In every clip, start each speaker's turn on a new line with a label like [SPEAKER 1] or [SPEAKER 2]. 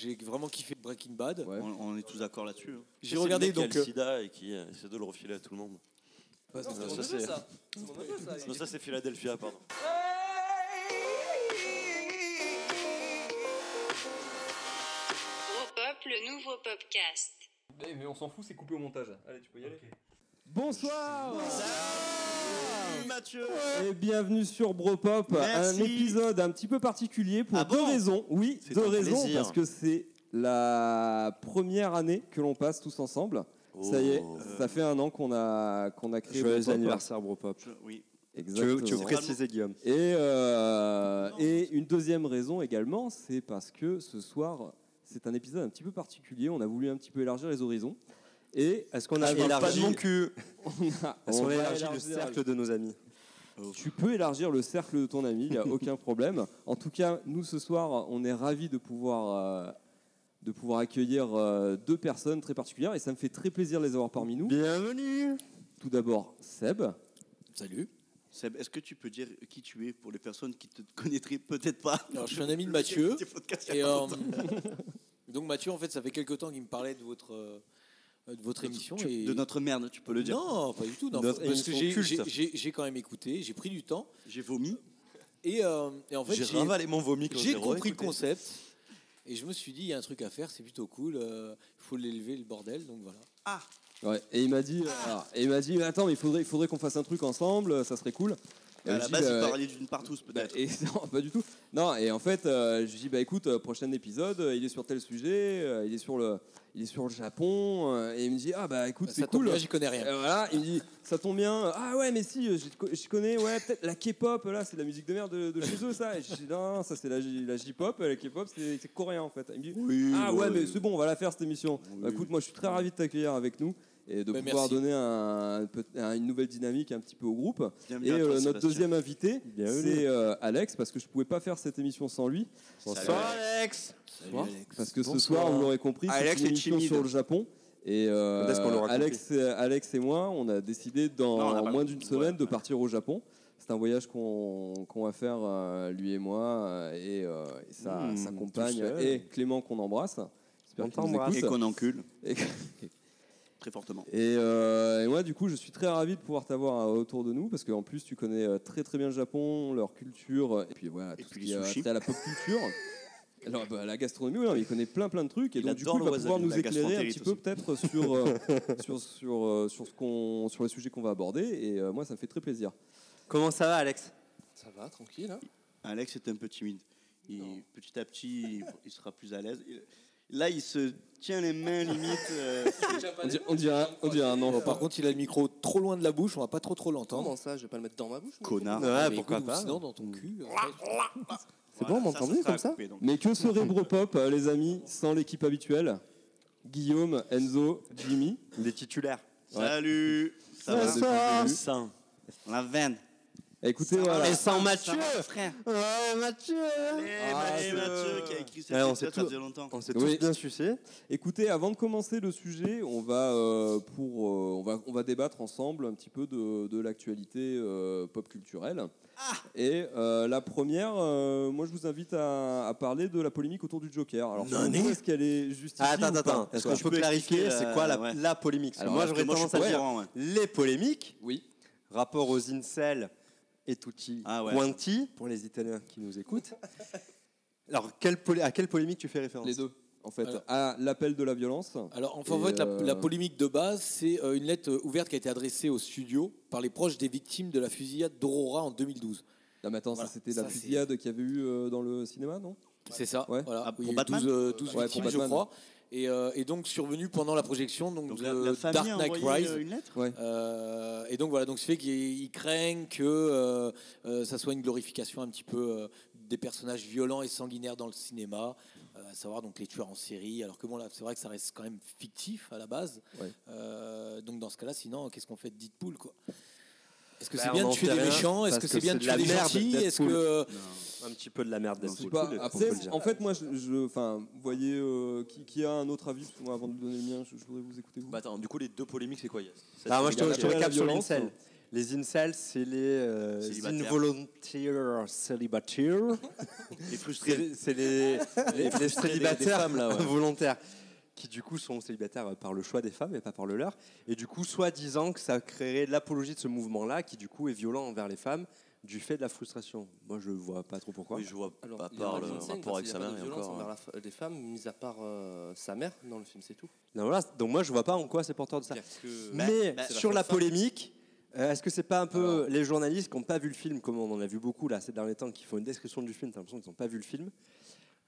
[SPEAKER 1] J'ai vraiment kiffé Breaking Bad.
[SPEAKER 2] Ouais.
[SPEAKER 3] On, on est tous d'accord là-dessus. hein.
[SPEAKER 1] J'ai
[SPEAKER 3] C'est le
[SPEAKER 1] regardé,
[SPEAKER 3] mec qui a
[SPEAKER 1] donc,
[SPEAKER 3] le
[SPEAKER 1] euh,
[SPEAKER 3] sida et qui euh, essaie de le refiler à tout le monde.
[SPEAKER 1] Pas-
[SPEAKER 4] Non, c'est
[SPEAKER 3] ça,
[SPEAKER 4] mon neveu,
[SPEAKER 3] c'est-
[SPEAKER 4] ça. C'est mon neveu, ça.
[SPEAKER 3] Non, ça c'est Philadelphia, pardon.
[SPEAKER 5] Gros Pop, le nouveau podcast.
[SPEAKER 4] Eh, Mais on s'en fout, c'est coupé au montage. Allez, tu peux y aller.
[SPEAKER 2] Bonsoir
[SPEAKER 3] Mathieu
[SPEAKER 2] et bienvenue sur Bropop,
[SPEAKER 3] Merci.
[SPEAKER 2] un épisode un petit peu particulier pour
[SPEAKER 3] Ah bon
[SPEAKER 2] deux raisons. Oui,
[SPEAKER 3] C'est
[SPEAKER 2] deux
[SPEAKER 3] un
[SPEAKER 2] raisons
[SPEAKER 3] plaisir.
[SPEAKER 2] parce que c'est la première année que l'on passe tous ensemble.
[SPEAKER 3] Oh.
[SPEAKER 2] Ça y est,
[SPEAKER 1] euh,
[SPEAKER 2] ça fait un an qu'on a qu'on a créé.
[SPEAKER 6] Joyeux
[SPEAKER 2] Bropop.
[SPEAKER 6] anniversaire, bro pop.
[SPEAKER 3] Oui.
[SPEAKER 6] Tu veux,
[SPEAKER 2] Exactement.
[SPEAKER 6] tu veux préciser, Guillaume
[SPEAKER 2] Et, euh, et une deuxième raison également, c'est parce que ce soir, c'est un épisode un petit peu particulier. On a voulu un petit peu élargir les horizons. Et est-ce qu'on pas
[SPEAKER 6] a élargi-
[SPEAKER 2] de mon cul On a,
[SPEAKER 6] Est-ce
[SPEAKER 2] on
[SPEAKER 6] qu'on a
[SPEAKER 2] va
[SPEAKER 6] élargi le
[SPEAKER 2] élargir-
[SPEAKER 6] cercle de nos amis
[SPEAKER 2] Tu peux élargir le cercle de ton ami, il n'y a aucun problème. En tout cas, nous ce soir, on est ravis de pouvoir, euh, de pouvoir accueillir euh, deux personnes très particulières et ça me fait très plaisir de les avoir parmi nous.
[SPEAKER 6] Bienvenue
[SPEAKER 2] Tout d'abord, Seb.
[SPEAKER 1] Salut.
[SPEAKER 3] Seb, est-ce que tu peux dire qui tu es pour les personnes qui te connaîtraient peut-être pas
[SPEAKER 1] Alors, je suis un ami de Mathieu.
[SPEAKER 3] Tes podcasts, il
[SPEAKER 1] Bah, Et,
[SPEAKER 3] y a pas
[SPEAKER 1] euh,
[SPEAKER 3] longtemps.
[SPEAKER 1] donc Mathieu, en fait, ça fait quelques temps qu'il me parlait de votre, euh, de votre émission.
[SPEAKER 3] Tu-
[SPEAKER 1] et...
[SPEAKER 3] De notre merde, tu peux le dire.
[SPEAKER 1] Non, pas du tout. non,
[SPEAKER 6] Notre
[SPEAKER 1] parce que j'ai-
[SPEAKER 6] émission
[SPEAKER 1] j'ai
[SPEAKER 6] culte.
[SPEAKER 1] j'ai- j'ai quand même écouté, j'ai pris du temps.
[SPEAKER 3] J'ai vomi.
[SPEAKER 1] Et, euh, et en fait,
[SPEAKER 3] j'ai ravalé mon vomi quand
[SPEAKER 1] J'ai
[SPEAKER 3] je l'ai
[SPEAKER 1] compris le
[SPEAKER 3] réécouté.
[SPEAKER 1] concept et je me suis dit il y a un truc à faire, c'est plutôt cool. Il faut l'élever le bordel, donc voilà.
[SPEAKER 2] Ouais, et il m'a dit, euh, alors, et il m'a dit, attends, mais il faudrait, il faudrait qu'on fasse un truc ensemble, euh, ça serait cool. Et
[SPEAKER 3] À
[SPEAKER 2] je
[SPEAKER 3] la
[SPEAKER 2] dis,
[SPEAKER 3] base,
[SPEAKER 2] bah,
[SPEAKER 3] il parlait d'une partouze
[SPEAKER 2] bah,
[SPEAKER 3] peut-être.
[SPEAKER 2] et, non, pas du tout. Non, et en fait, euh, je dis, bah écoute, euh, prochain épisode, euh, il est sur tel sujet, euh, il est sur le, il est sur le Japon, euh, et il me dit, ah bah écoute,
[SPEAKER 1] Bah,
[SPEAKER 2] c'est
[SPEAKER 1] ça tombe
[SPEAKER 2] cool.
[SPEAKER 1] bien, j'y connais
[SPEAKER 2] Et
[SPEAKER 6] Euh,
[SPEAKER 1] rien.
[SPEAKER 2] voilà, il me dit, ça tombe bien. Ah ouais, mais si, euh, je, co- je connais, ouais, peut-être la K-pop, là, c'est de la musique de merde de, de chez eux, ça. Et je dis, non, non, ça c'est la, J- la J-pop, la K-pop, c'est c'est coréen en fait. Il me
[SPEAKER 1] bah,
[SPEAKER 2] dit, ah ouais, mais c'est bon, on va la faire cette émission. Bah, écoute, moi je suis très ravi de t'accueillir avec nous et de
[SPEAKER 1] Bah,
[SPEAKER 2] pouvoir
[SPEAKER 1] merci.
[SPEAKER 2] donner un- peut- un- une nouvelle dynamique un petit peu au groupe.
[SPEAKER 3] Bienvenue
[SPEAKER 2] Et
[SPEAKER 3] à toi,
[SPEAKER 2] euh, notre
[SPEAKER 3] Sébastien.
[SPEAKER 2] deuxième invité,
[SPEAKER 6] Bienvenue.
[SPEAKER 2] c'est euh, Alex, parce que je pouvais pas faire cette émission sans lui.
[SPEAKER 3] Salut.
[SPEAKER 6] Alex
[SPEAKER 2] Bonsoir.
[SPEAKER 1] Alex.
[SPEAKER 2] Parce que ce
[SPEAKER 6] Bonsoir.
[SPEAKER 2] soir, vous l'aurez compris, c'est
[SPEAKER 6] Alex
[SPEAKER 2] une
[SPEAKER 6] est
[SPEAKER 2] émission
[SPEAKER 6] timide.
[SPEAKER 2] sur le Japon. Et euh,
[SPEAKER 6] Peut-être qu'on l'aura
[SPEAKER 2] Alex, et, Alex et moi, on a décidé dans
[SPEAKER 3] Non, on n'a pas
[SPEAKER 2] moins
[SPEAKER 3] compris.
[SPEAKER 2] d'une semaine
[SPEAKER 3] Ouais,
[SPEAKER 2] de
[SPEAKER 3] ouais.
[SPEAKER 2] partir au Japon. C'est un voyage qu'on qu'on va faire, euh, lui et moi, euh, et, euh, et sa,
[SPEAKER 6] Mmh,
[SPEAKER 2] sa
[SPEAKER 6] tout
[SPEAKER 2] compagne,
[SPEAKER 6] seul.
[SPEAKER 2] et Clément qu'on embrasse.
[SPEAKER 6] On
[SPEAKER 2] J'espère qu'il nous
[SPEAKER 6] t'embrasse.
[SPEAKER 3] Et
[SPEAKER 2] écoute.
[SPEAKER 3] qu'on encule
[SPEAKER 2] Et-
[SPEAKER 3] très fortement.
[SPEAKER 2] et, euh, et moi, du coup, je suis très ravi de pouvoir t'avoir euh, autour de nous parce qu'en plus, tu connais euh, très très bien le Japon, leur culture, euh, et puis voilà, tout
[SPEAKER 3] puis
[SPEAKER 2] ce
[SPEAKER 3] les
[SPEAKER 2] qui euh,
[SPEAKER 3] sushis.
[SPEAKER 2] trait à la pop culture. Alors, bah, la gastronomie, oui, non, mais il connaît plein plein de trucs et
[SPEAKER 3] Il
[SPEAKER 2] donc du
[SPEAKER 3] adore
[SPEAKER 2] coup, il va
[SPEAKER 3] le
[SPEAKER 2] pouvoir
[SPEAKER 3] wasabi,
[SPEAKER 2] nous
[SPEAKER 3] la
[SPEAKER 2] éclairer un petit
[SPEAKER 3] gastroentérite
[SPEAKER 2] peu peut-être sur, euh, sur, sur, euh, sur, ce qu'on- sur les sujets qu'on va aborder. Et euh, moi, ça me fait très plaisir.
[SPEAKER 6] Comment ça va, Alex
[SPEAKER 4] Ça va, tranquille. hein
[SPEAKER 3] Alex est un peu timide. Il- petit à petit, il, il sera plus à l'aise. Il- Là, il se tient les mains limite. euh,
[SPEAKER 2] On dirait, on dirait, un- on dirait un enfant.
[SPEAKER 1] Bon, par contre, il a le micro trop loin de la bouche, on va pas trop trop l'entendre.
[SPEAKER 4] Comment ça, je vais pas le mettre dans ma bouche moi
[SPEAKER 3] Connard.
[SPEAKER 6] Ouais,
[SPEAKER 1] Mais
[SPEAKER 6] pourquoi
[SPEAKER 1] écoute, ou
[SPEAKER 6] pas
[SPEAKER 1] Sinon, dans ton cul.
[SPEAKER 2] C'est bon, on m'entend mieux
[SPEAKER 3] sera
[SPEAKER 2] comme ça
[SPEAKER 3] coupé, donc.
[SPEAKER 2] Mais que serait Bropop, euh, les amis, sans l'équipe habituelle Guillaume, Enzo, Jimmy.
[SPEAKER 6] Les titulaires.
[SPEAKER 3] Salut Ça va
[SPEAKER 6] Bonsoir.
[SPEAKER 3] Sans. La veine.
[SPEAKER 2] Écoutez, voilà.
[SPEAKER 6] Et sans Mathieu
[SPEAKER 3] Ça va, frère.
[SPEAKER 6] Ouais, Mathieu
[SPEAKER 3] Allez,
[SPEAKER 2] Ah,
[SPEAKER 3] Mathieu,
[SPEAKER 2] je-
[SPEAKER 3] Mathieu qui a écrit cette
[SPEAKER 6] Ouais, on
[SPEAKER 3] épisode,
[SPEAKER 6] s'est
[SPEAKER 3] ça
[SPEAKER 6] tous-
[SPEAKER 3] faisait longtemps.
[SPEAKER 6] On s'est
[SPEAKER 2] Oui.
[SPEAKER 6] tous bien sucés.
[SPEAKER 2] Écoutez, avant de commencer le sujet, on va, euh, pour, euh, on va, on va débattre ensemble un petit peu de, de l'actualité euh, pop culturelle. Et euh, la première, euh, moi je vous invite à, à parler de la polémique autour du Joker. Alors,
[SPEAKER 6] Non,
[SPEAKER 2] pour vous,
[SPEAKER 6] mais-
[SPEAKER 2] est-ce qu'elle est justifiée
[SPEAKER 6] Ah, attends,
[SPEAKER 2] ou pas
[SPEAKER 6] attends. Est-ce qu'on
[SPEAKER 3] Tu
[SPEAKER 6] peut
[SPEAKER 3] peux
[SPEAKER 6] clarifier
[SPEAKER 3] expliquer,
[SPEAKER 6] c'est
[SPEAKER 3] euh,
[SPEAKER 6] quoi la,
[SPEAKER 3] ouais.
[SPEAKER 6] la polémique Parce que
[SPEAKER 2] Alors,
[SPEAKER 6] Moi,
[SPEAKER 2] parce
[SPEAKER 6] j'aurais
[SPEAKER 3] moi, je suis
[SPEAKER 6] tendance
[SPEAKER 3] pas
[SPEAKER 6] à
[SPEAKER 3] au
[SPEAKER 6] dire
[SPEAKER 3] courant, ouais.
[SPEAKER 6] les polémiques,
[SPEAKER 2] Oui.
[SPEAKER 6] rapport aux incels et tutti
[SPEAKER 3] Ah ouais.
[SPEAKER 6] quanti, pour les Italiens qui nous écoutent. Alors, quelle polé- à quelle polémique tu fais référence
[SPEAKER 2] Les deux, en fait.
[SPEAKER 1] Alors-
[SPEAKER 2] À l'appel de la violence.
[SPEAKER 1] Alors, enfin, en
[SPEAKER 2] Et,
[SPEAKER 1] fait, la,
[SPEAKER 2] euh,
[SPEAKER 1] la polémique de base, c'est euh, une lettre euh, ouverte qui a été adressée au studio par les proches des victimes de la fusillade d'Aurora en 2012.
[SPEAKER 2] Non, Ah, mais attends,
[SPEAKER 1] Voilà,
[SPEAKER 2] ça c'était la
[SPEAKER 1] ça, c'est-
[SPEAKER 2] fusillade qu'il y avait eu euh, dans le cinéma, non
[SPEAKER 1] C'est ça,
[SPEAKER 2] Ouais.
[SPEAKER 1] voilà.
[SPEAKER 3] Ah,
[SPEAKER 1] Oui,
[SPEAKER 3] pour
[SPEAKER 1] il y a eu
[SPEAKER 3] Batman
[SPEAKER 1] 12, euh, 12
[SPEAKER 2] Ouais, pour
[SPEAKER 1] victimes, je
[SPEAKER 2] Batman.
[SPEAKER 1] crois. Et, euh, et donc, survenu pendant la projection donc,
[SPEAKER 3] Donc
[SPEAKER 1] de
[SPEAKER 3] la, la famille
[SPEAKER 1] Dark
[SPEAKER 3] a
[SPEAKER 1] Knight
[SPEAKER 3] envoyé
[SPEAKER 1] Rise.
[SPEAKER 3] euh, une lettre
[SPEAKER 1] Euh, et donc voilà, donc ce fait qu'ils ils craignent que euh, euh, ça soit une glorification un petit peu euh, des personnages violents et sanguinaires dans le cinéma, euh, à savoir donc les tueurs en série. Alors que bon là, c'est vrai que ça reste quand même fictif à la base.
[SPEAKER 2] Ouais.
[SPEAKER 1] Euh, donc dans ce cas-là, sinon qu'est-ce qu'on fait de Deadpool quoi Est-ce que
[SPEAKER 6] Bah,
[SPEAKER 1] c'est bien
[SPEAKER 6] on
[SPEAKER 1] de
[SPEAKER 6] en
[SPEAKER 1] tuer
[SPEAKER 6] fait
[SPEAKER 1] des
[SPEAKER 6] rien,
[SPEAKER 1] méchants Est-ce
[SPEAKER 6] parce
[SPEAKER 1] que
[SPEAKER 6] que
[SPEAKER 1] c'est bien
[SPEAKER 6] c'est
[SPEAKER 1] de
[SPEAKER 6] de la
[SPEAKER 1] tuer des
[SPEAKER 6] merde,
[SPEAKER 1] gentils Est-ce
[SPEAKER 6] Deadpool.
[SPEAKER 1] que
[SPEAKER 6] Un petit peu de la merde.
[SPEAKER 3] Non,
[SPEAKER 6] Deadpool.
[SPEAKER 2] C'est pas-
[SPEAKER 6] Faut
[SPEAKER 2] après,
[SPEAKER 6] le dire.
[SPEAKER 2] en fait, moi, je, je- enfin, vous voyez, euh, qui, qui a un autre avis Parce que moi, avant de vous donner le mien, je, je voudrais vous écouter vous.
[SPEAKER 7] Bah attends, du coup les deux polémiques c'est quoi il y a cette
[SPEAKER 6] Ah, moi, je te,
[SPEAKER 2] Il y a
[SPEAKER 6] je te
[SPEAKER 2] la
[SPEAKER 6] récap sur
[SPEAKER 2] violence.
[SPEAKER 6] l'incel. Les incels, c'est les euh,
[SPEAKER 3] Célibataires.
[SPEAKER 6] involunteer célibataires.
[SPEAKER 3] Les frustrés.
[SPEAKER 6] C'est c'est les, les, les célibataires
[SPEAKER 2] des femmes, là, ouais.
[SPEAKER 6] volontaires qui du coup sont célibataires euh, par le choix des femmes et pas par le leur. Et du coup, soit disant que ça créerait l'apologie de ce mouvement-là, qui du coup est violent envers les femmes du fait de la frustration. Moi, je vois pas trop pourquoi.
[SPEAKER 7] Oui, je vois
[SPEAKER 4] Alors,
[SPEAKER 7] pas à
[SPEAKER 4] il y a pas
[SPEAKER 7] part le
[SPEAKER 4] de scène,
[SPEAKER 7] rapport
[SPEAKER 4] parce qu'il
[SPEAKER 7] avec
[SPEAKER 4] y
[SPEAKER 7] sa
[SPEAKER 4] a pas
[SPEAKER 7] mère
[SPEAKER 4] de
[SPEAKER 7] et
[SPEAKER 4] violence
[SPEAKER 7] encore.
[SPEAKER 2] hein.
[SPEAKER 4] envers la f- les femmes, mis à part euh, sa mère dans le film, c'est tout.
[SPEAKER 6] Non, voilà. Donc moi, je vois pas en quoi c'est porteur de ça.
[SPEAKER 4] Il y a que-
[SPEAKER 6] Mais
[SPEAKER 4] bah,
[SPEAKER 6] sur
[SPEAKER 4] c'est
[SPEAKER 6] la
[SPEAKER 4] la femme.
[SPEAKER 6] polémique, euh, est-ce que c'est pas un peu
[SPEAKER 4] Alors.
[SPEAKER 6] les journalistes qui n'ont pas vu le film, comme on en a vu beaucoup là ces derniers temps, qui font une description du film, t'as l'impression qu'ils n'ont pas vu le film,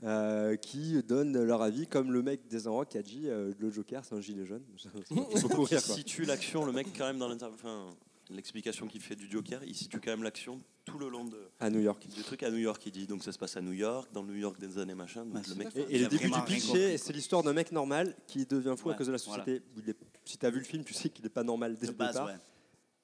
[SPEAKER 6] euh, qui donnent leur avis, comme le mec des Enrocs qui a dit euh, le Joker c'est un gilet jaune. Ça me fait beaucoup
[SPEAKER 7] Il
[SPEAKER 6] rire, quoi.
[SPEAKER 7] situe l'action, le mec, quand même, dans l'interview. Enfin, l'explication qu'il fait du Joker, il situe quand même l'action tout le long de,
[SPEAKER 6] À New York.
[SPEAKER 7] des trucs à New York. Il dit donc ça se passe à New York, dans le New York des années machin. Donc,
[SPEAKER 3] Ouais,
[SPEAKER 7] le
[SPEAKER 3] c'est
[SPEAKER 7] mec,
[SPEAKER 3] ça.
[SPEAKER 6] Et,
[SPEAKER 7] il
[SPEAKER 6] et le
[SPEAKER 7] a
[SPEAKER 6] début
[SPEAKER 7] vraiment
[SPEAKER 6] du
[SPEAKER 7] rien
[SPEAKER 6] cliché, c'est l'histoire d'un mec normal qui devient fou à
[SPEAKER 3] Ouais,
[SPEAKER 6] cause de la société. Il est- si t'as vu le film, tu sais qu'il n'est pas normal dès
[SPEAKER 3] De
[SPEAKER 6] le
[SPEAKER 3] base,
[SPEAKER 6] départ.
[SPEAKER 3] ouais.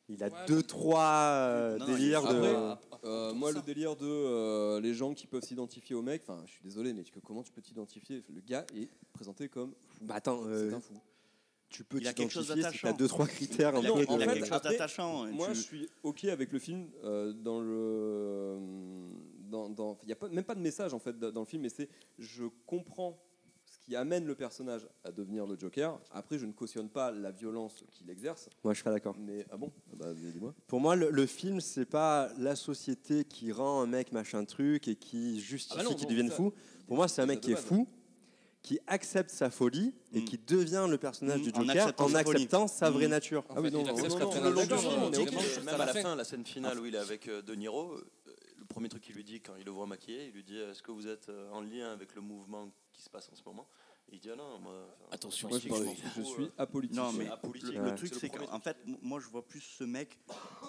[SPEAKER 6] Il a
[SPEAKER 4] Ouais,
[SPEAKER 6] deux, trois euh,
[SPEAKER 3] Non, non, il est
[SPEAKER 6] délires
[SPEAKER 3] juste
[SPEAKER 6] de.
[SPEAKER 2] après, Euh, moi, le délire de euh, les gens qui peuvent s'identifier au mec, enfin, je suis désolé, mais que- comment tu peux t'identifier Le gars est présenté comme fou.
[SPEAKER 6] Bah attends, euh,
[SPEAKER 2] c'est un fou.
[SPEAKER 6] tu peux
[SPEAKER 3] Il a quelque chose
[SPEAKER 6] t'identifier si t'as
[SPEAKER 3] d'attachant.
[SPEAKER 6] deux, trois critères. un
[SPEAKER 3] Il a,
[SPEAKER 6] peu
[SPEAKER 2] Non,
[SPEAKER 3] il a
[SPEAKER 6] de-
[SPEAKER 2] en fait,
[SPEAKER 3] quelque chose
[SPEAKER 2] après,
[SPEAKER 3] d'attachant. hein,
[SPEAKER 2] Moi,
[SPEAKER 3] tu-
[SPEAKER 2] je suis ok avec le film euh, dans le. euh, Dans, dans- il y a pas, même pas de message en fait dans dans le film, mais c'est je comprends ce qui amène le personnage à devenir le Joker. Après, je ne cautionne pas la violence qu'il exerce,
[SPEAKER 6] Moi, je suis pas d'accord.
[SPEAKER 2] mais ah bon Ah bah, dis-moi.
[SPEAKER 6] Pour moi, le, le film, c'est pas la société qui rend un mec machin truc et qui justifie
[SPEAKER 2] Ah bah non,
[SPEAKER 6] qu'il
[SPEAKER 2] non,
[SPEAKER 6] devienne
[SPEAKER 2] ça-
[SPEAKER 6] fou. Pour moi, c'est un
[SPEAKER 2] ça
[SPEAKER 6] mec qui est
[SPEAKER 2] de base.
[SPEAKER 6] fou, qui accepte sa folie et
[SPEAKER 3] Mm.
[SPEAKER 6] qui devient le personnage
[SPEAKER 3] Mm,
[SPEAKER 6] du
[SPEAKER 3] en
[SPEAKER 6] Joker
[SPEAKER 3] acceptant
[SPEAKER 6] en
[SPEAKER 3] sa folie.
[SPEAKER 6] acceptant sa vraie
[SPEAKER 3] Mm.
[SPEAKER 6] nature.
[SPEAKER 2] Ah oui, non, non, non, non,
[SPEAKER 7] Tout
[SPEAKER 2] non,
[SPEAKER 7] le long du
[SPEAKER 2] d'accord,
[SPEAKER 7] film,
[SPEAKER 2] non,
[SPEAKER 7] on
[SPEAKER 2] mais
[SPEAKER 7] est
[SPEAKER 2] ok,
[SPEAKER 7] vraiment-
[SPEAKER 2] jusqu'à
[SPEAKER 7] euh, même à la
[SPEAKER 2] fin.
[SPEAKER 7] fin, la scène finale où il est avec euh, De Niro, euh, le premier truc qu'il lui dit quand il le voit maquillé, il lui dit Est-ce que vous êtes euh, en lien avec le mouvement qui se passe en ce moment Il dit Ah non, moi. enfin,
[SPEAKER 1] Attention,
[SPEAKER 2] Moi, je,
[SPEAKER 7] je
[SPEAKER 1] spoil.
[SPEAKER 7] m'en fous,
[SPEAKER 2] je
[SPEAKER 7] euh,
[SPEAKER 2] suis apolitique.
[SPEAKER 3] Non, mais
[SPEAKER 7] apolitique.
[SPEAKER 3] le, le
[SPEAKER 6] Euh,
[SPEAKER 7] Ouais.
[SPEAKER 3] truc,
[SPEAKER 7] C'est le
[SPEAKER 3] c'est
[SPEAKER 7] premier
[SPEAKER 3] qu'en fait, m- moi, je vois plus ce mec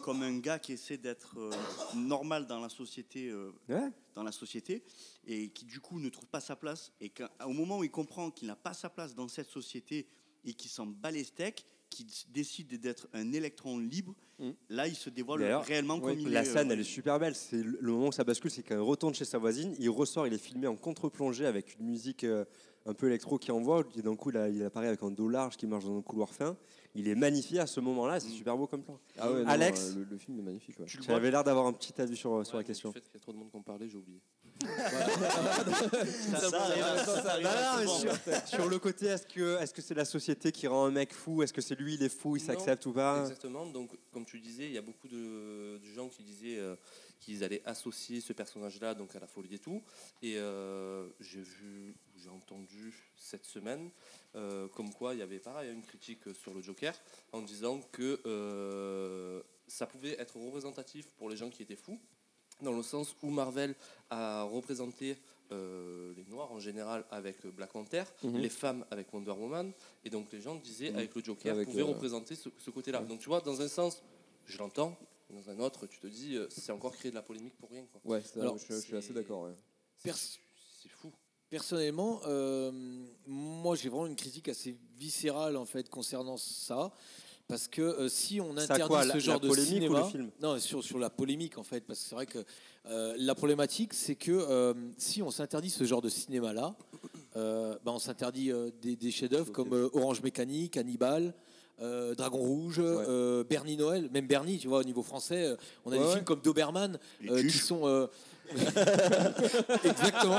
[SPEAKER 3] comme un gars qui essaie d'être euh, normal dans la société, euh,
[SPEAKER 6] Ouais.
[SPEAKER 3] dans la société, et qui du coup ne trouve pas sa place. Et qu'au moment où il comprend qu'il n'a pas sa place dans cette société et qu'il s'en bat les steaks, qu'il s- décide d'être un électron libre,
[SPEAKER 2] Mm.
[SPEAKER 3] là, il se dévoile
[SPEAKER 6] D'ailleurs,
[SPEAKER 3] réellement
[SPEAKER 2] ouais,
[SPEAKER 3] comme il
[SPEAKER 6] La
[SPEAKER 3] est.
[SPEAKER 6] scène,
[SPEAKER 3] euh,
[SPEAKER 6] elle est super belle. C'est le le moment où ça bascule, c'est quand il retourne chez sa voisine, il ressort, il est filmé en contre-plongée avec une musique euh, un peu électro qui envoie. Et d'un coup, là, il apparaît avec un dos large qui marche dans un couloir fin. Il est magnifié à ce moment-là. C'est
[SPEAKER 3] Mm.
[SPEAKER 6] super beau comme plan.
[SPEAKER 2] Ah ouais, non,
[SPEAKER 6] Alex
[SPEAKER 2] euh, le, le film est magnifique. ouais.
[SPEAKER 3] tu le vois.
[SPEAKER 6] J'avais l'air d'avoir un petit avis sur, sur
[SPEAKER 4] Ouais,
[SPEAKER 6] la
[SPEAKER 4] mais
[SPEAKER 6] question.
[SPEAKER 4] Du fait qu'il y a trop de monde qui en parlait, j'ai oublié.
[SPEAKER 3] Ça, ça arrive, ça arrive
[SPEAKER 6] Non, non,
[SPEAKER 3] assez
[SPEAKER 6] mais
[SPEAKER 3] souvent.
[SPEAKER 6] sur, sur le côté, est-ce que est-ce que c'est la société qui rend un mec fou Est-ce que c'est lui, il est fou, il
[SPEAKER 4] Non.
[SPEAKER 6] s'accepte ou pas
[SPEAKER 4] Exactement. Donc, comme tu disais, il y a beaucoup de, de gens qui disaient euh, qu'ils allaient associer ce personnage-là donc à la folie et tout. Et euh, j'ai vu, j'ai entendu cette semaine, euh, comme quoi il y avait pareil une critique sur le Joker en disant que euh, ça pouvait être représentatif pour les gens qui étaient fous, dans le sens où Marvel a représenté euh, les Noirs en général avec euh, Black Panther,
[SPEAKER 2] Mhm.
[SPEAKER 4] les femmes avec Wonder Woman, et donc les gens disaient
[SPEAKER 2] Mhm.
[SPEAKER 4] avec le Joker
[SPEAKER 2] Avec,
[SPEAKER 4] pouvait
[SPEAKER 2] euh,
[SPEAKER 4] représenter ce, ce côté-là. Donc tu vois, dans un sens, je l'entends, dans un autre, tu te dis, euh, c'est encore créer de la polémique pour rien. quoi.
[SPEAKER 2] Ouais, ça,
[SPEAKER 1] Alors,
[SPEAKER 2] je, je suis assez
[SPEAKER 4] c'est-
[SPEAKER 2] d'accord. ouais.
[SPEAKER 4] C'est
[SPEAKER 1] Perso-
[SPEAKER 4] c'est fou.
[SPEAKER 1] Personnellement, euh, moi j'ai vraiment une critique assez viscérale en fait concernant ça. Parce que euh, si on
[SPEAKER 6] Ça
[SPEAKER 1] interdit
[SPEAKER 6] quoi,
[SPEAKER 1] ce
[SPEAKER 6] la-
[SPEAKER 1] genre
[SPEAKER 6] la
[SPEAKER 1] de
[SPEAKER 6] polémique ou
[SPEAKER 1] cinéma,
[SPEAKER 6] le film
[SPEAKER 1] non sur sur la polémique en fait, parce que c'est vrai que euh, la problématique c'est que euh, si on s'interdit ce genre de cinéma là, on s'interdit euh, des, des chefs-d'œuvre
[SPEAKER 2] Ok.
[SPEAKER 1] comme euh, Orange Mécanique, Hannibal, euh, Dragon Rouge, euh, Bernie Noël, même Bernie, tu vois au niveau français, euh, on a
[SPEAKER 2] Ouais,
[SPEAKER 1] des
[SPEAKER 2] ouais.
[SPEAKER 1] films comme Doberman
[SPEAKER 3] Les
[SPEAKER 1] euh, qui
[SPEAKER 3] juges.
[SPEAKER 1] sont euh, exactement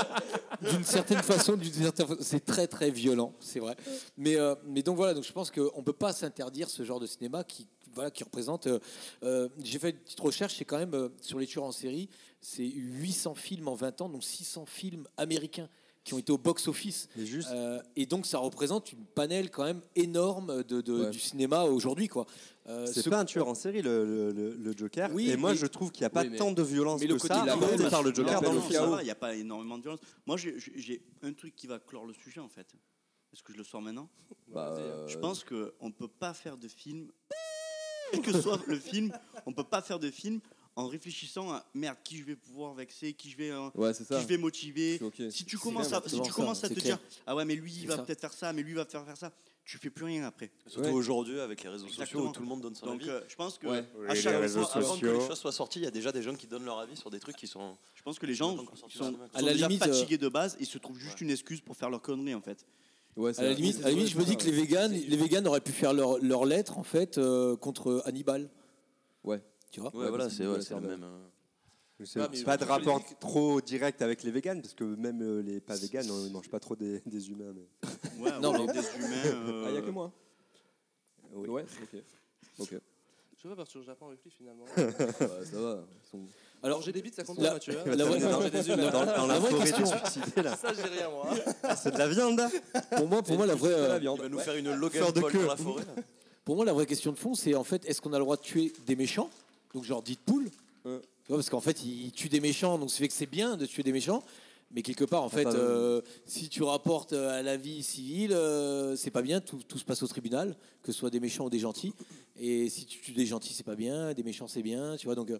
[SPEAKER 1] d'une certaine façon d'une certaine façon. c'est très très violent c'est vrai mais euh, mais donc voilà donc je pense qu'on peut pas s'interdire ce genre de cinéma qui voilà qui représente euh, euh, j'ai fait une petite recherche c'est quand même euh, sur les tueurs en série c'est 800 films en 20 ans donc 600 films américains qui ont été au box office
[SPEAKER 6] Mais juste,
[SPEAKER 1] Euh, et donc ça représente une panel quand même énorme de, de-
[SPEAKER 2] Ouais.
[SPEAKER 1] du cinéma aujourd'hui quoi Euh,
[SPEAKER 6] c'est
[SPEAKER 1] ce-
[SPEAKER 6] pas un tueur en série le, le- le- le Joker.
[SPEAKER 1] Oui,
[SPEAKER 6] et moi,
[SPEAKER 1] mais-
[SPEAKER 6] je trouve qu'il n'y a pas
[SPEAKER 4] oui, mais-
[SPEAKER 6] tant de violence
[SPEAKER 1] mais le
[SPEAKER 6] que
[SPEAKER 1] côté
[SPEAKER 6] ça
[SPEAKER 1] de la
[SPEAKER 6] apportée
[SPEAKER 1] violence-
[SPEAKER 6] par le Joker
[SPEAKER 2] Non,
[SPEAKER 6] dans
[SPEAKER 3] Non,
[SPEAKER 6] le
[SPEAKER 3] non, ça
[SPEAKER 6] film.
[SPEAKER 3] va, il n'y a pas énormément de violence. Moi, j'ai- j'ai j'ai un truc qui va clore le sujet, en fait. Est-ce que je le sors maintenant
[SPEAKER 2] Bah,
[SPEAKER 4] Vas-y,
[SPEAKER 2] euh,
[SPEAKER 3] Je pense qu'on ne peut pas faire de film, quel que soit le film, on ne peut pas faire de film en réfléchissant à merde, qui je vais pouvoir vexer, qui je vais, euh,
[SPEAKER 2] Ouais, c'est ça.
[SPEAKER 3] qui je vais motiver.
[SPEAKER 2] Je suis ok.
[SPEAKER 3] Si tu
[SPEAKER 2] C'est
[SPEAKER 3] commences à, si
[SPEAKER 1] exactement
[SPEAKER 3] tu
[SPEAKER 1] ça,
[SPEAKER 3] commences à
[SPEAKER 1] c'est
[SPEAKER 3] te
[SPEAKER 1] clair.
[SPEAKER 3] dire ah ouais mais lui
[SPEAKER 1] C'est
[SPEAKER 3] il va
[SPEAKER 1] ça.
[SPEAKER 3] peut-être faire ça mais lui il va faire faire ça tu fais plus rien après
[SPEAKER 7] Surtout
[SPEAKER 2] Ouais.
[SPEAKER 7] aujourd'hui avec les réseaux sociaux
[SPEAKER 3] Exactement.
[SPEAKER 7] où tout le monde donne son
[SPEAKER 3] donc
[SPEAKER 7] avis.
[SPEAKER 3] euh, je pense que
[SPEAKER 2] Ouais.
[SPEAKER 3] à
[SPEAKER 6] Oui,
[SPEAKER 3] chaque
[SPEAKER 6] les
[SPEAKER 3] fois,
[SPEAKER 6] réseaux
[SPEAKER 7] Avant que les
[SPEAKER 6] sociaux.
[SPEAKER 7] choses soient sorties, il y a déjà des gens qui donnent leur avis sur des trucs qui sont.
[SPEAKER 3] je pense que les gens
[SPEAKER 7] Ils sont
[SPEAKER 3] ils sont,
[SPEAKER 7] à
[SPEAKER 3] sont
[SPEAKER 1] la
[SPEAKER 3] déjà
[SPEAKER 1] limite,
[SPEAKER 3] fatigués de base et se trouvent juste
[SPEAKER 7] ouais.
[SPEAKER 3] une excuse pour faire leur connerie en fait
[SPEAKER 2] Ouais, c'est
[SPEAKER 1] À la
[SPEAKER 2] vrai.
[SPEAKER 1] limite, à la limite, je me dis que les véganes, les véganes auraient pu faire leur, leur lettre en fait euh, contre Hannibal.
[SPEAKER 2] ouais.
[SPEAKER 1] Tu vois
[SPEAKER 7] Ouais, voilà,
[SPEAKER 6] parce
[SPEAKER 7] c'est
[SPEAKER 6] que
[SPEAKER 7] ouais,
[SPEAKER 6] la
[SPEAKER 7] c'est le
[SPEAKER 6] sardine.
[SPEAKER 7] même. euh,
[SPEAKER 6] Je sais
[SPEAKER 4] Ouais,
[SPEAKER 6] pas,
[SPEAKER 4] Ah, mais
[SPEAKER 6] pas de
[SPEAKER 4] je-
[SPEAKER 6] rapport trop direct avec les véganes, parce que même euh, les pas véganes, on ne mange pas trop des, des humains. mais-
[SPEAKER 3] Ouais,
[SPEAKER 1] Non,
[SPEAKER 3] non,
[SPEAKER 1] mais-
[SPEAKER 3] des humains. euh,
[SPEAKER 2] Ah, il n'y a que moi.
[SPEAKER 1] Euh,
[SPEAKER 6] Oui.
[SPEAKER 2] Ouais, ok. Ok.
[SPEAKER 4] Je veux partir au Japon avec lui finalement.
[SPEAKER 2] Bah, ça va. ils sont-
[SPEAKER 1] Alors,
[SPEAKER 4] J'ai des bites, ça compte
[SPEAKER 1] La-
[SPEAKER 4] pas, Mathieu. hein.
[SPEAKER 1] la-
[SPEAKER 4] Ça,
[SPEAKER 1] la-
[SPEAKER 4] j'ai des yeux,
[SPEAKER 1] la-
[SPEAKER 4] là.
[SPEAKER 6] Dans, dans la,
[SPEAKER 1] La vraie
[SPEAKER 6] forêt
[SPEAKER 1] question.
[SPEAKER 6] des suicidés, là.
[SPEAKER 4] Ça, j'ai rien, moi.
[SPEAKER 6] Ah, c'est de la viande
[SPEAKER 1] pour moi, pour moi, la vraie,
[SPEAKER 2] C'est
[SPEAKER 1] euh,
[SPEAKER 2] la viande.
[SPEAKER 7] Il va nous
[SPEAKER 2] Ouais.
[SPEAKER 7] faire une Logan
[SPEAKER 6] Fleur de
[SPEAKER 7] Paul
[SPEAKER 6] queue.
[SPEAKER 7] dans la forêt. là.
[SPEAKER 1] pour moi, la vraie question de fond, c'est en fait, est-ce qu'on a le droit de tuer des méchants Donc, genre, dites poule.
[SPEAKER 2] Ouais.
[SPEAKER 1] Tu vois, parce qu'en fait, ils ils tuent des méchants, donc ça fait que c'est bien de tuer des méchants. Mais quelque part, en fait,
[SPEAKER 6] bah,
[SPEAKER 1] euh, si tu rapportes euh, à la vie civile, euh, c'est pas bien, tout, tout se passe au tribunal, que ce soit des méchants ou des gentils. Et si tu tues des gentils, c'est pas bien, des méchants, c'est bien, tu vois. Donc, euh,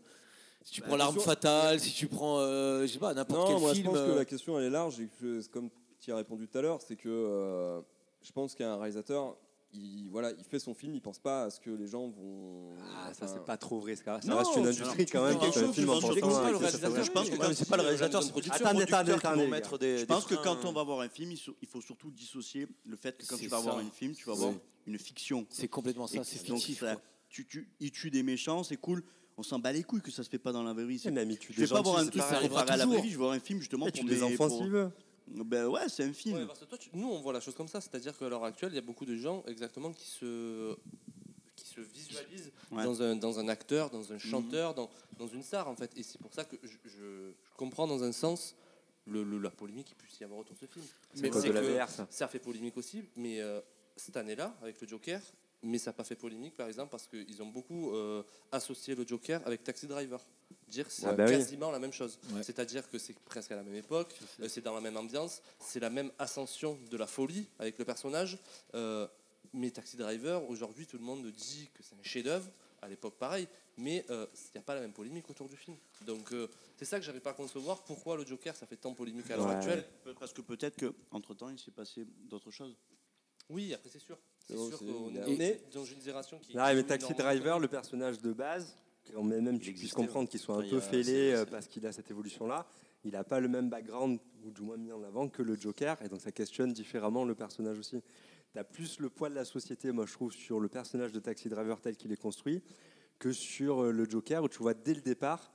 [SPEAKER 1] si tu
[SPEAKER 2] Bah,
[SPEAKER 1] prends
[SPEAKER 2] bien
[SPEAKER 1] l'arme
[SPEAKER 2] sûr.
[SPEAKER 1] fatale, si tu prends, euh, je sais pas, n'importe
[SPEAKER 2] Non,
[SPEAKER 1] quel
[SPEAKER 2] moi
[SPEAKER 1] film.
[SPEAKER 2] je pense que
[SPEAKER 1] euh,
[SPEAKER 2] la question elle est large et que, c'est comme tu as répondu tout à l'heure, c'est que euh, je pense qu'un réalisateur, il, voilà, il fait son film, il pense pas à ce que les gens vont.
[SPEAKER 6] Ah, ça,
[SPEAKER 2] enfin,
[SPEAKER 6] c'est pas trop vrai. Ça,
[SPEAKER 2] Non,
[SPEAKER 6] reste une
[SPEAKER 2] tu-
[SPEAKER 6] industrie
[SPEAKER 3] tu
[SPEAKER 6] quand même.
[SPEAKER 3] vends
[SPEAKER 6] qui fait un
[SPEAKER 3] quelque
[SPEAKER 6] film
[SPEAKER 3] chose, tu vends
[SPEAKER 6] important,
[SPEAKER 3] quelque
[SPEAKER 6] hein,
[SPEAKER 3] chose,
[SPEAKER 6] qui fait ça.
[SPEAKER 3] réalisateur,
[SPEAKER 7] Je pense
[SPEAKER 3] Ouais,
[SPEAKER 7] que quand
[SPEAKER 3] ouais,
[SPEAKER 7] c'est pas le
[SPEAKER 4] ouais,
[SPEAKER 7] réalisateur,
[SPEAKER 4] ouais,
[SPEAKER 7] c'est production.
[SPEAKER 6] attendez, attendez, attendez, les
[SPEAKER 7] mettre des. euh,
[SPEAKER 3] Je pense que quand
[SPEAKER 4] hein.
[SPEAKER 3] on va voir un film, il so- il faut surtout dissocier le fait que quand
[SPEAKER 1] C'est
[SPEAKER 3] tu vas voir
[SPEAKER 1] ça.
[SPEAKER 3] un film, tu vas
[SPEAKER 1] Oui.
[SPEAKER 3] voir une fiction.
[SPEAKER 1] C'est complètement
[SPEAKER 3] Et
[SPEAKER 1] ça, c'est
[SPEAKER 3] donc,
[SPEAKER 1] fictif.
[SPEAKER 3] ça-
[SPEAKER 1] quoi.
[SPEAKER 3] tu, tu, il tue des méchants, c'est cool. On s'en bat les couilles que ça se fait pas dans la vraie vie.
[SPEAKER 6] C'est
[SPEAKER 3] c'est-
[SPEAKER 6] une habitude.
[SPEAKER 3] Je vais
[SPEAKER 6] des
[SPEAKER 3] pas
[SPEAKER 6] gentils,
[SPEAKER 3] voir un
[SPEAKER 6] c'est
[SPEAKER 3] truc
[SPEAKER 6] pareil.
[SPEAKER 1] pareil.
[SPEAKER 3] comparé à la vraie
[SPEAKER 1] Toujours.
[SPEAKER 3] vie, je vais voir un film justement
[SPEAKER 6] Eh,
[SPEAKER 3] pour
[SPEAKER 6] Tu les
[SPEAKER 3] des-
[SPEAKER 6] enfants
[SPEAKER 3] pour-
[SPEAKER 6] s'ils veulent.
[SPEAKER 3] Ben ouais, c'est un film.
[SPEAKER 4] Ouais, parce que toi, tu- nous, on voit la chose comme ça. C'est-à-dire qu'à l'heure actuelle, il y a beaucoup de gens exactement qui se, qui se visualisent
[SPEAKER 3] Ouais. Mhm.
[SPEAKER 4] dans, un, dans un acteur, dans un chanteur, dans, dans une star, en fait. Et c'est pour ça que je, je- je comprends, dans un sens, le, le- la polémique qu'il puisse y avoir autour de ce film.
[SPEAKER 6] C'est cause de la
[SPEAKER 4] que
[SPEAKER 6] VR, ça.
[SPEAKER 4] ça fait polémique aussi, mais euh, cette année-là, avec le Joker, mais ça n'a pas fait polémique, par exemple, parce qu'ils ont beaucoup euh, associé le Joker avec Taxi Driver. Dire que c'est
[SPEAKER 6] Ah bah oui.
[SPEAKER 4] quasiment la même chose.
[SPEAKER 1] Ouais.
[SPEAKER 4] C'est-à-dire que c'est presque à la même époque, euh, c'est dans la même ambiance, c'est la même ascension de la folie avec le personnage. Euh, mais Taxi Driver, aujourd'hui, tout le monde dit que c'est un chef-d'œuvre, à l'époque pareil, mais euh, il n'y a pas la même polémique autour du film. Donc euh, c'est ça que j'arrive pas à concevoir, pourquoi le Joker, ça fait tant polémique à l'heure
[SPEAKER 6] Ouais.
[SPEAKER 4] actuelle.
[SPEAKER 3] Parce que peut-être que entre temps, il s'est passé d'autres choses.
[SPEAKER 4] Oui, après c'est sûr. C'est
[SPEAKER 2] bon,
[SPEAKER 4] sûr
[SPEAKER 2] c'est
[SPEAKER 4] qu'on
[SPEAKER 2] une-
[SPEAKER 4] est
[SPEAKER 6] Mais-
[SPEAKER 4] dans une génération qui.
[SPEAKER 6] Ah, mais
[SPEAKER 4] qui
[SPEAKER 6] Taxi
[SPEAKER 4] énormément.
[SPEAKER 6] Driver, le personnage de base, quand même, même tu puisses
[SPEAKER 7] existait,
[SPEAKER 6] comprendre qu'il soit un
[SPEAKER 7] Enfin, il
[SPEAKER 6] peu
[SPEAKER 7] y a-
[SPEAKER 6] fêlé
[SPEAKER 7] c'est-
[SPEAKER 6] euh,
[SPEAKER 7] c'est-
[SPEAKER 6] parce qu'il a cette évolution-là, il n'a pas le même background, ou du moins mis en avant, que le Joker, et donc ça questionne différemment le personnage aussi. Tu as plus le poids de la société, moi je trouve, sur le personnage de Taxi Driver tel qu'il est construit, que sur euh, le Joker, où tu vois dès le départ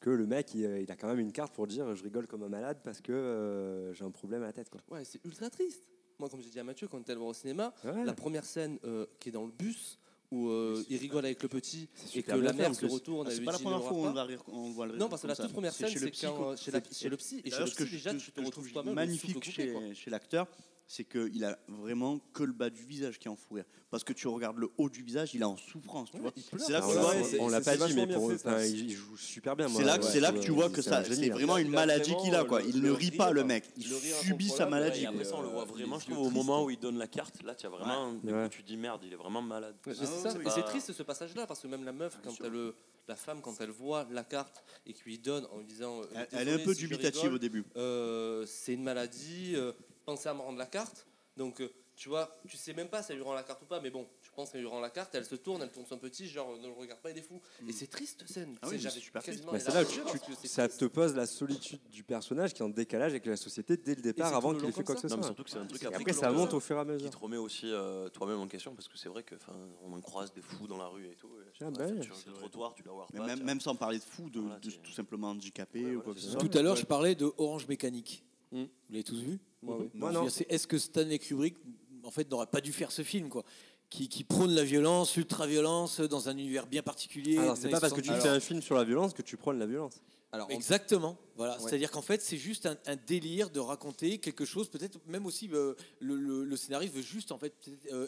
[SPEAKER 6] que le mec, il, euh, il a quand même une carte pour dire je rigole comme un malade parce que euh, j'ai un problème à la tête. Quoi.
[SPEAKER 4] Ouais, c'est ultra triste. Moi, comme j'ai dit à Mathieu, quand on était allé voir au cinéma,
[SPEAKER 6] Ouais.
[SPEAKER 4] la première scène euh, qui est dans le bus où euh, il rigole avec le petit
[SPEAKER 6] C'est
[SPEAKER 4] et que
[SPEAKER 6] super bien
[SPEAKER 4] la
[SPEAKER 6] fait,
[SPEAKER 4] mère
[SPEAKER 6] en
[SPEAKER 4] se
[SPEAKER 6] plus.
[SPEAKER 4] retourne.
[SPEAKER 3] Ah,
[SPEAKER 4] elle
[SPEAKER 3] c'est
[SPEAKER 4] lui
[SPEAKER 3] pas la
[SPEAKER 4] dit, ne le
[SPEAKER 3] première fois où
[SPEAKER 4] revois
[SPEAKER 3] on
[SPEAKER 4] pas.
[SPEAKER 3] va rire- on voit le
[SPEAKER 4] Non, parce que la
[SPEAKER 3] comme
[SPEAKER 4] toute
[SPEAKER 3] ça.
[SPEAKER 4] première
[SPEAKER 3] C'est
[SPEAKER 4] scène,
[SPEAKER 3] chez le
[SPEAKER 4] c'est
[SPEAKER 3] psy,
[SPEAKER 4] quand
[SPEAKER 3] quoi.
[SPEAKER 4] euh, chez, la-
[SPEAKER 3] C'est-
[SPEAKER 4] chez le psy. Et chez
[SPEAKER 3] D'ailleurs,
[SPEAKER 4] le
[SPEAKER 3] ce que
[SPEAKER 4] psy,
[SPEAKER 3] je,
[SPEAKER 4] déjà,
[SPEAKER 3] que- que
[SPEAKER 4] tu te
[SPEAKER 3] je
[SPEAKER 4] retrouves
[SPEAKER 3] trouve
[SPEAKER 4] toi-même le souffle
[SPEAKER 3] magnifique
[SPEAKER 4] coupé,
[SPEAKER 3] chez,
[SPEAKER 4] quoi.
[SPEAKER 3] chez l'acteur, c'est qu'il a vraiment que le bas du visage qui est en fou rire. Parce que tu regardes le haut du visage, il est en souffrance. tu
[SPEAKER 4] Ouais,
[SPEAKER 3] vois.
[SPEAKER 4] il pleure.
[SPEAKER 3] C'est là
[SPEAKER 6] Ah
[SPEAKER 3] que
[SPEAKER 2] ouais,
[SPEAKER 3] tu
[SPEAKER 6] voilà,
[SPEAKER 3] vois,
[SPEAKER 2] ouais,
[SPEAKER 6] on-
[SPEAKER 2] c'est-
[SPEAKER 6] on l'a
[SPEAKER 2] c'est
[SPEAKER 6] pas dit,
[SPEAKER 2] vachement
[SPEAKER 6] mais
[SPEAKER 2] bien
[SPEAKER 6] pour
[SPEAKER 2] fait,
[SPEAKER 6] eux,
[SPEAKER 2] ça.
[SPEAKER 6] enfin, il il joue super bien. moi,
[SPEAKER 3] c'est là, que-
[SPEAKER 6] ouais,
[SPEAKER 3] c'est là que tu vois
[SPEAKER 6] c'est
[SPEAKER 3] que
[SPEAKER 6] un
[SPEAKER 3] ça,
[SPEAKER 6] génie,
[SPEAKER 3] c'est
[SPEAKER 6] hein.
[SPEAKER 3] vraiment une
[SPEAKER 2] Il a
[SPEAKER 3] maladie qu'il a.
[SPEAKER 2] vraiment
[SPEAKER 3] Quoi.
[SPEAKER 2] le-
[SPEAKER 3] Il ne
[SPEAKER 2] le
[SPEAKER 3] rit
[SPEAKER 2] rire,
[SPEAKER 3] pas, le
[SPEAKER 2] quoi.
[SPEAKER 3] mec. Il
[SPEAKER 4] Le rire
[SPEAKER 3] subit sa
[SPEAKER 4] incontrôlable,
[SPEAKER 3] maladie.
[SPEAKER 7] Et
[SPEAKER 4] il
[SPEAKER 7] après
[SPEAKER 4] est,
[SPEAKER 7] ça, on le
[SPEAKER 4] euh, il
[SPEAKER 7] voit
[SPEAKER 4] est
[SPEAKER 7] vraiment, je
[SPEAKER 4] vieux
[SPEAKER 7] trouve, au
[SPEAKER 4] triste,
[SPEAKER 7] moment où il donne la carte. Là, tu as vraiment. du coup,
[SPEAKER 6] Ouais.
[SPEAKER 7] Tu dis merde, il est vraiment malade.
[SPEAKER 4] Ouais, c'est
[SPEAKER 3] Ah
[SPEAKER 4] ça,
[SPEAKER 3] ouais,
[SPEAKER 4] et
[SPEAKER 7] ouais.
[SPEAKER 4] c'est triste ce passage-là parce que même la meuf, quand elle, euh, la femme, quand elle voit la carte et qu'il lui donne en lui disant, euh,
[SPEAKER 3] Elle- Elle
[SPEAKER 4] Désolé
[SPEAKER 3] est un peu
[SPEAKER 4] si je
[SPEAKER 3] dubitative
[SPEAKER 4] rigole,
[SPEAKER 3] au début.
[SPEAKER 4] euh, c'est une maladie, euh, pensez à me rendre la carte. Donc, euh, tu vois, tu sais même pas si elle lui rend la carte ou pas, mais bon, tu penses qu'elle lui rend la carte, elle se tourne, elle tourne son petit, genre, euh, ne le regarde pas, il est fou. Et c'est triste, cette scène.
[SPEAKER 3] Ah oui,
[SPEAKER 4] C'est-
[SPEAKER 3] mais
[SPEAKER 4] j'avais
[SPEAKER 3] c'est super
[SPEAKER 4] quasiment
[SPEAKER 6] Bah,
[SPEAKER 4] les
[SPEAKER 6] c'est là
[SPEAKER 4] larmes
[SPEAKER 6] où
[SPEAKER 4] aux
[SPEAKER 6] tu-
[SPEAKER 4] yeux parce
[SPEAKER 6] tu-
[SPEAKER 4] que c'est
[SPEAKER 6] ça
[SPEAKER 4] triste.
[SPEAKER 6] te pose la solitude du personnage qui est en décalage avec la société dès le départ,
[SPEAKER 4] tout
[SPEAKER 6] avant
[SPEAKER 4] le
[SPEAKER 6] qu'il
[SPEAKER 4] long
[SPEAKER 6] ait fait
[SPEAKER 4] comme
[SPEAKER 6] quoi que
[SPEAKER 4] ça.
[SPEAKER 6] ce
[SPEAKER 7] Non, mais
[SPEAKER 6] soit.
[SPEAKER 7] surtout que c'est un truc
[SPEAKER 6] Et
[SPEAKER 7] après
[SPEAKER 6] après,
[SPEAKER 7] que
[SPEAKER 6] ça
[SPEAKER 7] l'on-
[SPEAKER 6] monte au fur et à
[SPEAKER 7] qui
[SPEAKER 6] mesure.
[SPEAKER 7] te remet aussi euh, toi-même en question parce que c'est vrai que enfin, on en croise des fous dans la rue et tout. et je sais
[SPEAKER 6] Ah
[SPEAKER 7] pas,
[SPEAKER 6] ben,
[SPEAKER 7] tu-
[SPEAKER 6] c'est
[SPEAKER 7] tu sur le trottoir, tu la vois
[SPEAKER 3] Mais
[SPEAKER 7] pas,
[SPEAKER 3] même,
[SPEAKER 7] tu-
[SPEAKER 3] même sans parler de fou, de,
[SPEAKER 7] Voilà,
[SPEAKER 3] de-
[SPEAKER 7] c'est-
[SPEAKER 3] tout simplement handicapé
[SPEAKER 7] Ouais,
[SPEAKER 3] ou
[SPEAKER 7] voilà,
[SPEAKER 3] quoi que
[SPEAKER 7] c'est
[SPEAKER 3] ce
[SPEAKER 7] ça.
[SPEAKER 3] soit.
[SPEAKER 1] Tout à l'heure,
[SPEAKER 2] Ouais.
[SPEAKER 1] je parlais de Orange Mécanique.
[SPEAKER 2] Mm.
[SPEAKER 1] Vous l'avez tous vu
[SPEAKER 2] Moi, oui.
[SPEAKER 6] Moi,
[SPEAKER 1] Je veux
[SPEAKER 6] non.
[SPEAKER 1] dire, c'est- Est-ce que Stanley Kubrick, en fait, n'aurait pas dû faire ce film, quoi qui, qui prône la violence, ultra-violence, dans un univers bien particulier.
[SPEAKER 6] Alors,
[SPEAKER 1] des
[SPEAKER 6] c'est
[SPEAKER 1] années
[SPEAKER 6] pas parce que tu
[SPEAKER 1] 70.
[SPEAKER 6] fais un film sur la violence que tu prônes la violence.
[SPEAKER 2] Alors, en-
[SPEAKER 1] Exactement. Voilà.
[SPEAKER 2] Ouais.
[SPEAKER 1] C'est-à-dire qu'en fait, c'est juste un, un délire de raconter quelque chose. Peut-être même aussi euh, le, le- le scénariste veut juste en fait. peut-être, euh,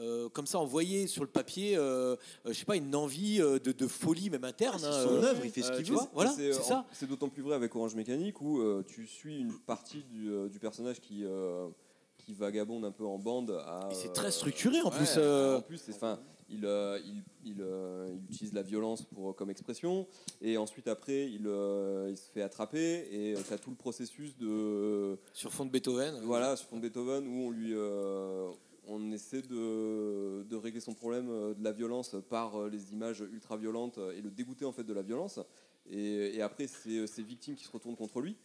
[SPEAKER 1] euh, comme ça, envoyer sur le papier, euh, euh, je sais pas, une envie euh, de, de folie, même interne. hein,
[SPEAKER 3] Son
[SPEAKER 1] euh,
[SPEAKER 3] œuvre, il fait ce
[SPEAKER 2] Euh,
[SPEAKER 3] qu'il
[SPEAKER 2] tu
[SPEAKER 1] veut.
[SPEAKER 2] vois,
[SPEAKER 1] Voilà,
[SPEAKER 2] euh,
[SPEAKER 1] c'est ça.
[SPEAKER 2] C'est d'autant plus vrai avec Orange Mécanique où euh, tu suis une partie du, euh, du personnage qui, euh, qui vagabonde un peu en bande. à,
[SPEAKER 1] Et c'est
[SPEAKER 2] euh,
[SPEAKER 1] très structuré, en
[SPEAKER 2] ouais,
[SPEAKER 1] plus, euh.
[SPEAKER 2] En plus, c'est- 'fin, il, euh, il, il, euh, il utilise la violence pour, comme expression et ensuite après il, euh, il se fait attraper et tu as tout le processus de. euh,
[SPEAKER 1] Sur fond de Beethoven.
[SPEAKER 2] Voilà, sur fond de Beethoven, où on lui. euh, on essaie de, de régler son problème euh, de la violence par euh, les images ultra violentes euh, et le dégoûter en fait de la violence. Et, et après, c'est euh, ses victimes qui se retournent contre lui.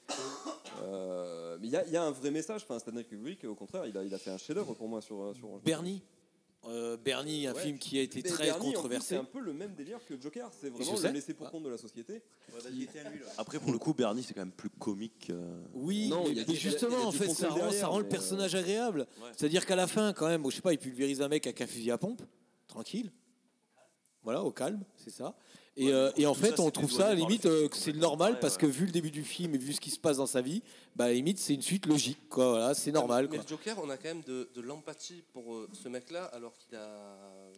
[SPEAKER 2] Euh, mais il y, a- il y a un vrai message. Enfin, Stanley Kubrick, au contraire, il a, il a fait un chef-d'œuvre pour moi sur, euh, sur Orange
[SPEAKER 1] Bernie. euh, Bernie, un
[SPEAKER 2] Ouais.
[SPEAKER 1] film qui a été
[SPEAKER 2] Mais
[SPEAKER 1] très
[SPEAKER 2] Bernie, en plus, C'est
[SPEAKER 1] controversé.
[SPEAKER 2] un peu le même délire que Joker, c'est
[SPEAKER 1] je
[SPEAKER 2] vraiment le
[SPEAKER 1] sais. Ah.
[SPEAKER 2] laisser pour
[SPEAKER 1] Ouais.
[SPEAKER 2] compte de la société.
[SPEAKER 7] Après, pour le coup, Bernie, c'est quand même plus comique.
[SPEAKER 1] Oui,
[SPEAKER 2] Non,
[SPEAKER 1] mais-
[SPEAKER 2] il y a
[SPEAKER 1] mais
[SPEAKER 2] des- il y a
[SPEAKER 1] justement, en
[SPEAKER 2] du
[SPEAKER 1] fait,
[SPEAKER 2] frontal
[SPEAKER 1] ça rend,
[SPEAKER 2] derrière,
[SPEAKER 1] ça rend le
[SPEAKER 2] mais,
[SPEAKER 1] personnage agréable.
[SPEAKER 7] Ouais.
[SPEAKER 1] C'est-à-dire qu'à la fin, quand même, je sais pas, il pulvérise un mec avec un fusil à pompe, tranquille. Voilà, au calme, c'est ça. Et,
[SPEAKER 7] Ouais,
[SPEAKER 1] euh,
[SPEAKER 7] mais
[SPEAKER 1] et en
[SPEAKER 7] tout
[SPEAKER 1] fait,
[SPEAKER 7] ça,
[SPEAKER 1] on
[SPEAKER 7] c'est
[SPEAKER 1] trouve
[SPEAKER 7] dédouané
[SPEAKER 1] ça
[SPEAKER 7] par le
[SPEAKER 1] limite
[SPEAKER 7] film,
[SPEAKER 1] euh,
[SPEAKER 7] c'est
[SPEAKER 1] que c'est
[SPEAKER 7] complètement
[SPEAKER 1] normal
[SPEAKER 7] pareil,
[SPEAKER 1] parce
[SPEAKER 7] ouais.
[SPEAKER 1] que vu le début du film et vu ce qui se passe dans sa vie, bah limite c'est une suite logique, quoi. Voilà, c'est normal,
[SPEAKER 4] Mais
[SPEAKER 1] quoi.
[SPEAKER 4] le Joker, on a quand même de, de l'empathie pour euh, ce mec-là, alors qu'il a.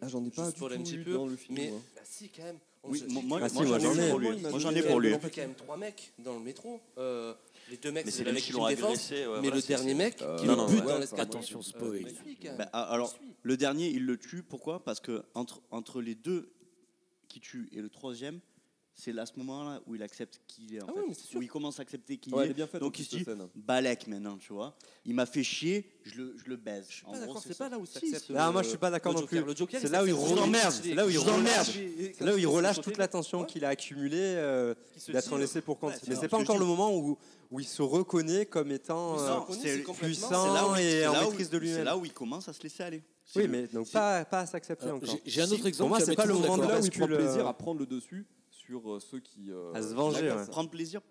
[SPEAKER 2] Ah, j'en ai pas
[SPEAKER 4] Juste
[SPEAKER 2] du
[SPEAKER 4] pour
[SPEAKER 2] tout
[SPEAKER 4] un petit
[SPEAKER 2] eu
[SPEAKER 4] peu,
[SPEAKER 2] dans le film.
[SPEAKER 4] Mais
[SPEAKER 2] moi.
[SPEAKER 4] bah, si, quand même. On-
[SPEAKER 3] Oui,
[SPEAKER 4] je-
[SPEAKER 3] moi,
[SPEAKER 4] j'ai-
[SPEAKER 3] moi,
[SPEAKER 6] Ah, si,
[SPEAKER 3] moi, j'en
[SPEAKER 6] moi,
[SPEAKER 3] ai
[SPEAKER 6] j'en ai.
[SPEAKER 3] pour lui.
[SPEAKER 2] Il m'a
[SPEAKER 3] Moi j'en ai
[SPEAKER 2] donné
[SPEAKER 3] pour lui.
[SPEAKER 4] On fait quand même trois mecs dans le métro. Euh, les deux mecs,
[SPEAKER 7] Mais c'est
[SPEAKER 4] le
[SPEAKER 7] les mecs
[SPEAKER 4] mec
[SPEAKER 7] qui l'ont
[SPEAKER 4] défend,
[SPEAKER 7] agressé. ouais,
[SPEAKER 4] mais
[SPEAKER 7] voilà,
[SPEAKER 4] le
[SPEAKER 7] c'est-
[SPEAKER 4] dernier
[SPEAKER 7] c'est-
[SPEAKER 4] mec
[SPEAKER 7] Euh,
[SPEAKER 4] qui
[SPEAKER 7] non,
[SPEAKER 4] le
[SPEAKER 7] non,
[SPEAKER 4] bute
[SPEAKER 7] ouais.
[SPEAKER 4] dans l'escalier.
[SPEAKER 1] Attention, spoil.
[SPEAKER 4] Euh, il suit, quand même.
[SPEAKER 3] Bah, a- alors,
[SPEAKER 4] Il suit.
[SPEAKER 3] le dernier, il le tue. Pourquoi Parce que entre, entre les deux qui tuent et le troisième, c'est là, à ce moment-là où il accepte qu'il est. En
[SPEAKER 4] Ah
[SPEAKER 3] fait.
[SPEAKER 4] oui, mais c'est sûr.
[SPEAKER 3] Où il commence à accepter qu'il
[SPEAKER 2] Ouais,
[SPEAKER 3] est.
[SPEAKER 2] elle est bien faite.
[SPEAKER 3] Donc
[SPEAKER 2] en plus,
[SPEAKER 3] il se
[SPEAKER 2] cette
[SPEAKER 3] dit-
[SPEAKER 2] scène.
[SPEAKER 3] Balek maintenant, tu vois. Il m'a fait chier, je le, je le baise.
[SPEAKER 4] Je suis pas d'accord, c'est pas là où
[SPEAKER 3] ça.
[SPEAKER 4] ça accepte.
[SPEAKER 6] Ah, moi,
[SPEAKER 4] le-
[SPEAKER 6] je suis pas d'accord
[SPEAKER 4] le
[SPEAKER 6] non
[SPEAKER 4] Joker.
[SPEAKER 6] plus.
[SPEAKER 4] Le Joker,
[SPEAKER 6] C'est là où il
[SPEAKER 4] s'accepte.
[SPEAKER 6] relâche, c'est là où il
[SPEAKER 4] Je l'emmerde.
[SPEAKER 6] relâche. C'est là où il relâche
[SPEAKER 4] Quand
[SPEAKER 6] toute
[SPEAKER 4] il-
[SPEAKER 6] la tension qu'il a accumulée euh,
[SPEAKER 4] qui se
[SPEAKER 6] d'être
[SPEAKER 4] tire.
[SPEAKER 6] laissé pour compte.
[SPEAKER 3] Ouais, c'est
[SPEAKER 6] Mais
[SPEAKER 3] ça,
[SPEAKER 6] c'est pas
[SPEAKER 3] je te
[SPEAKER 6] encore
[SPEAKER 3] le
[SPEAKER 6] le moment où, où il se reconnaît comme
[SPEAKER 4] Il
[SPEAKER 6] étant
[SPEAKER 4] se
[SPEAKER 6] euh,
[SPEAKER 4] reconnaît,
[SPEAKER 3] c'est
[SPEAKER 4] c'est complètement-
[SPEAKER 6] puissant
[SPEAKER 3] C'est là où-
[SPEAKER 6] et
[SPEAKER 3] c'est
[SPEAKER 6] en
[SPEAKER 3] là où-
[SPEAKER 6] maîtrise de
[SPEAKER 3] C'est
[SPEAKER 6] lui-même.
[SPEAKER 3] là où il commence à se laisser aller. C'est
[SPEAKER 6] Oui,
[SPEAKER 3] le-
[SPEAKER 6] mais donc
[SPEAKER 3] c'est-
[SPEAKER 6] pas, pas à s'accepter
[SPEAKER 1] Alors,
[SPEAKER 6] encore.
[SPEAKER 1] j'ai- J'ai un autre exemple.
[SPEAKER 6] Pour moi,
[SPEAKER 1] qui va
[SPEAKER 6] c'est
[SPEAKER 1] mettre
[SPEAKER 6] pas le
[SPEAKER 1] tout le monde
[SPEAKER 6] moment de
[SPEAKER 1] d'accord.
[SPEAKER 2] Là où il
[SPEAKER 6] bascule,
[SPEAKER 2] prend plaisir
[SPEAKER 6] euh,
[SPEAKER 2] à prendre le dessus sur euh, ceux qui. euh,
[SPEAKER 6] À se venger,
[SPEAKER 2] qui
[SPEAKER 6] ouais.
[SPEAKER 2] l'agressent.
[SPEAKER 3] Prendre plaisir.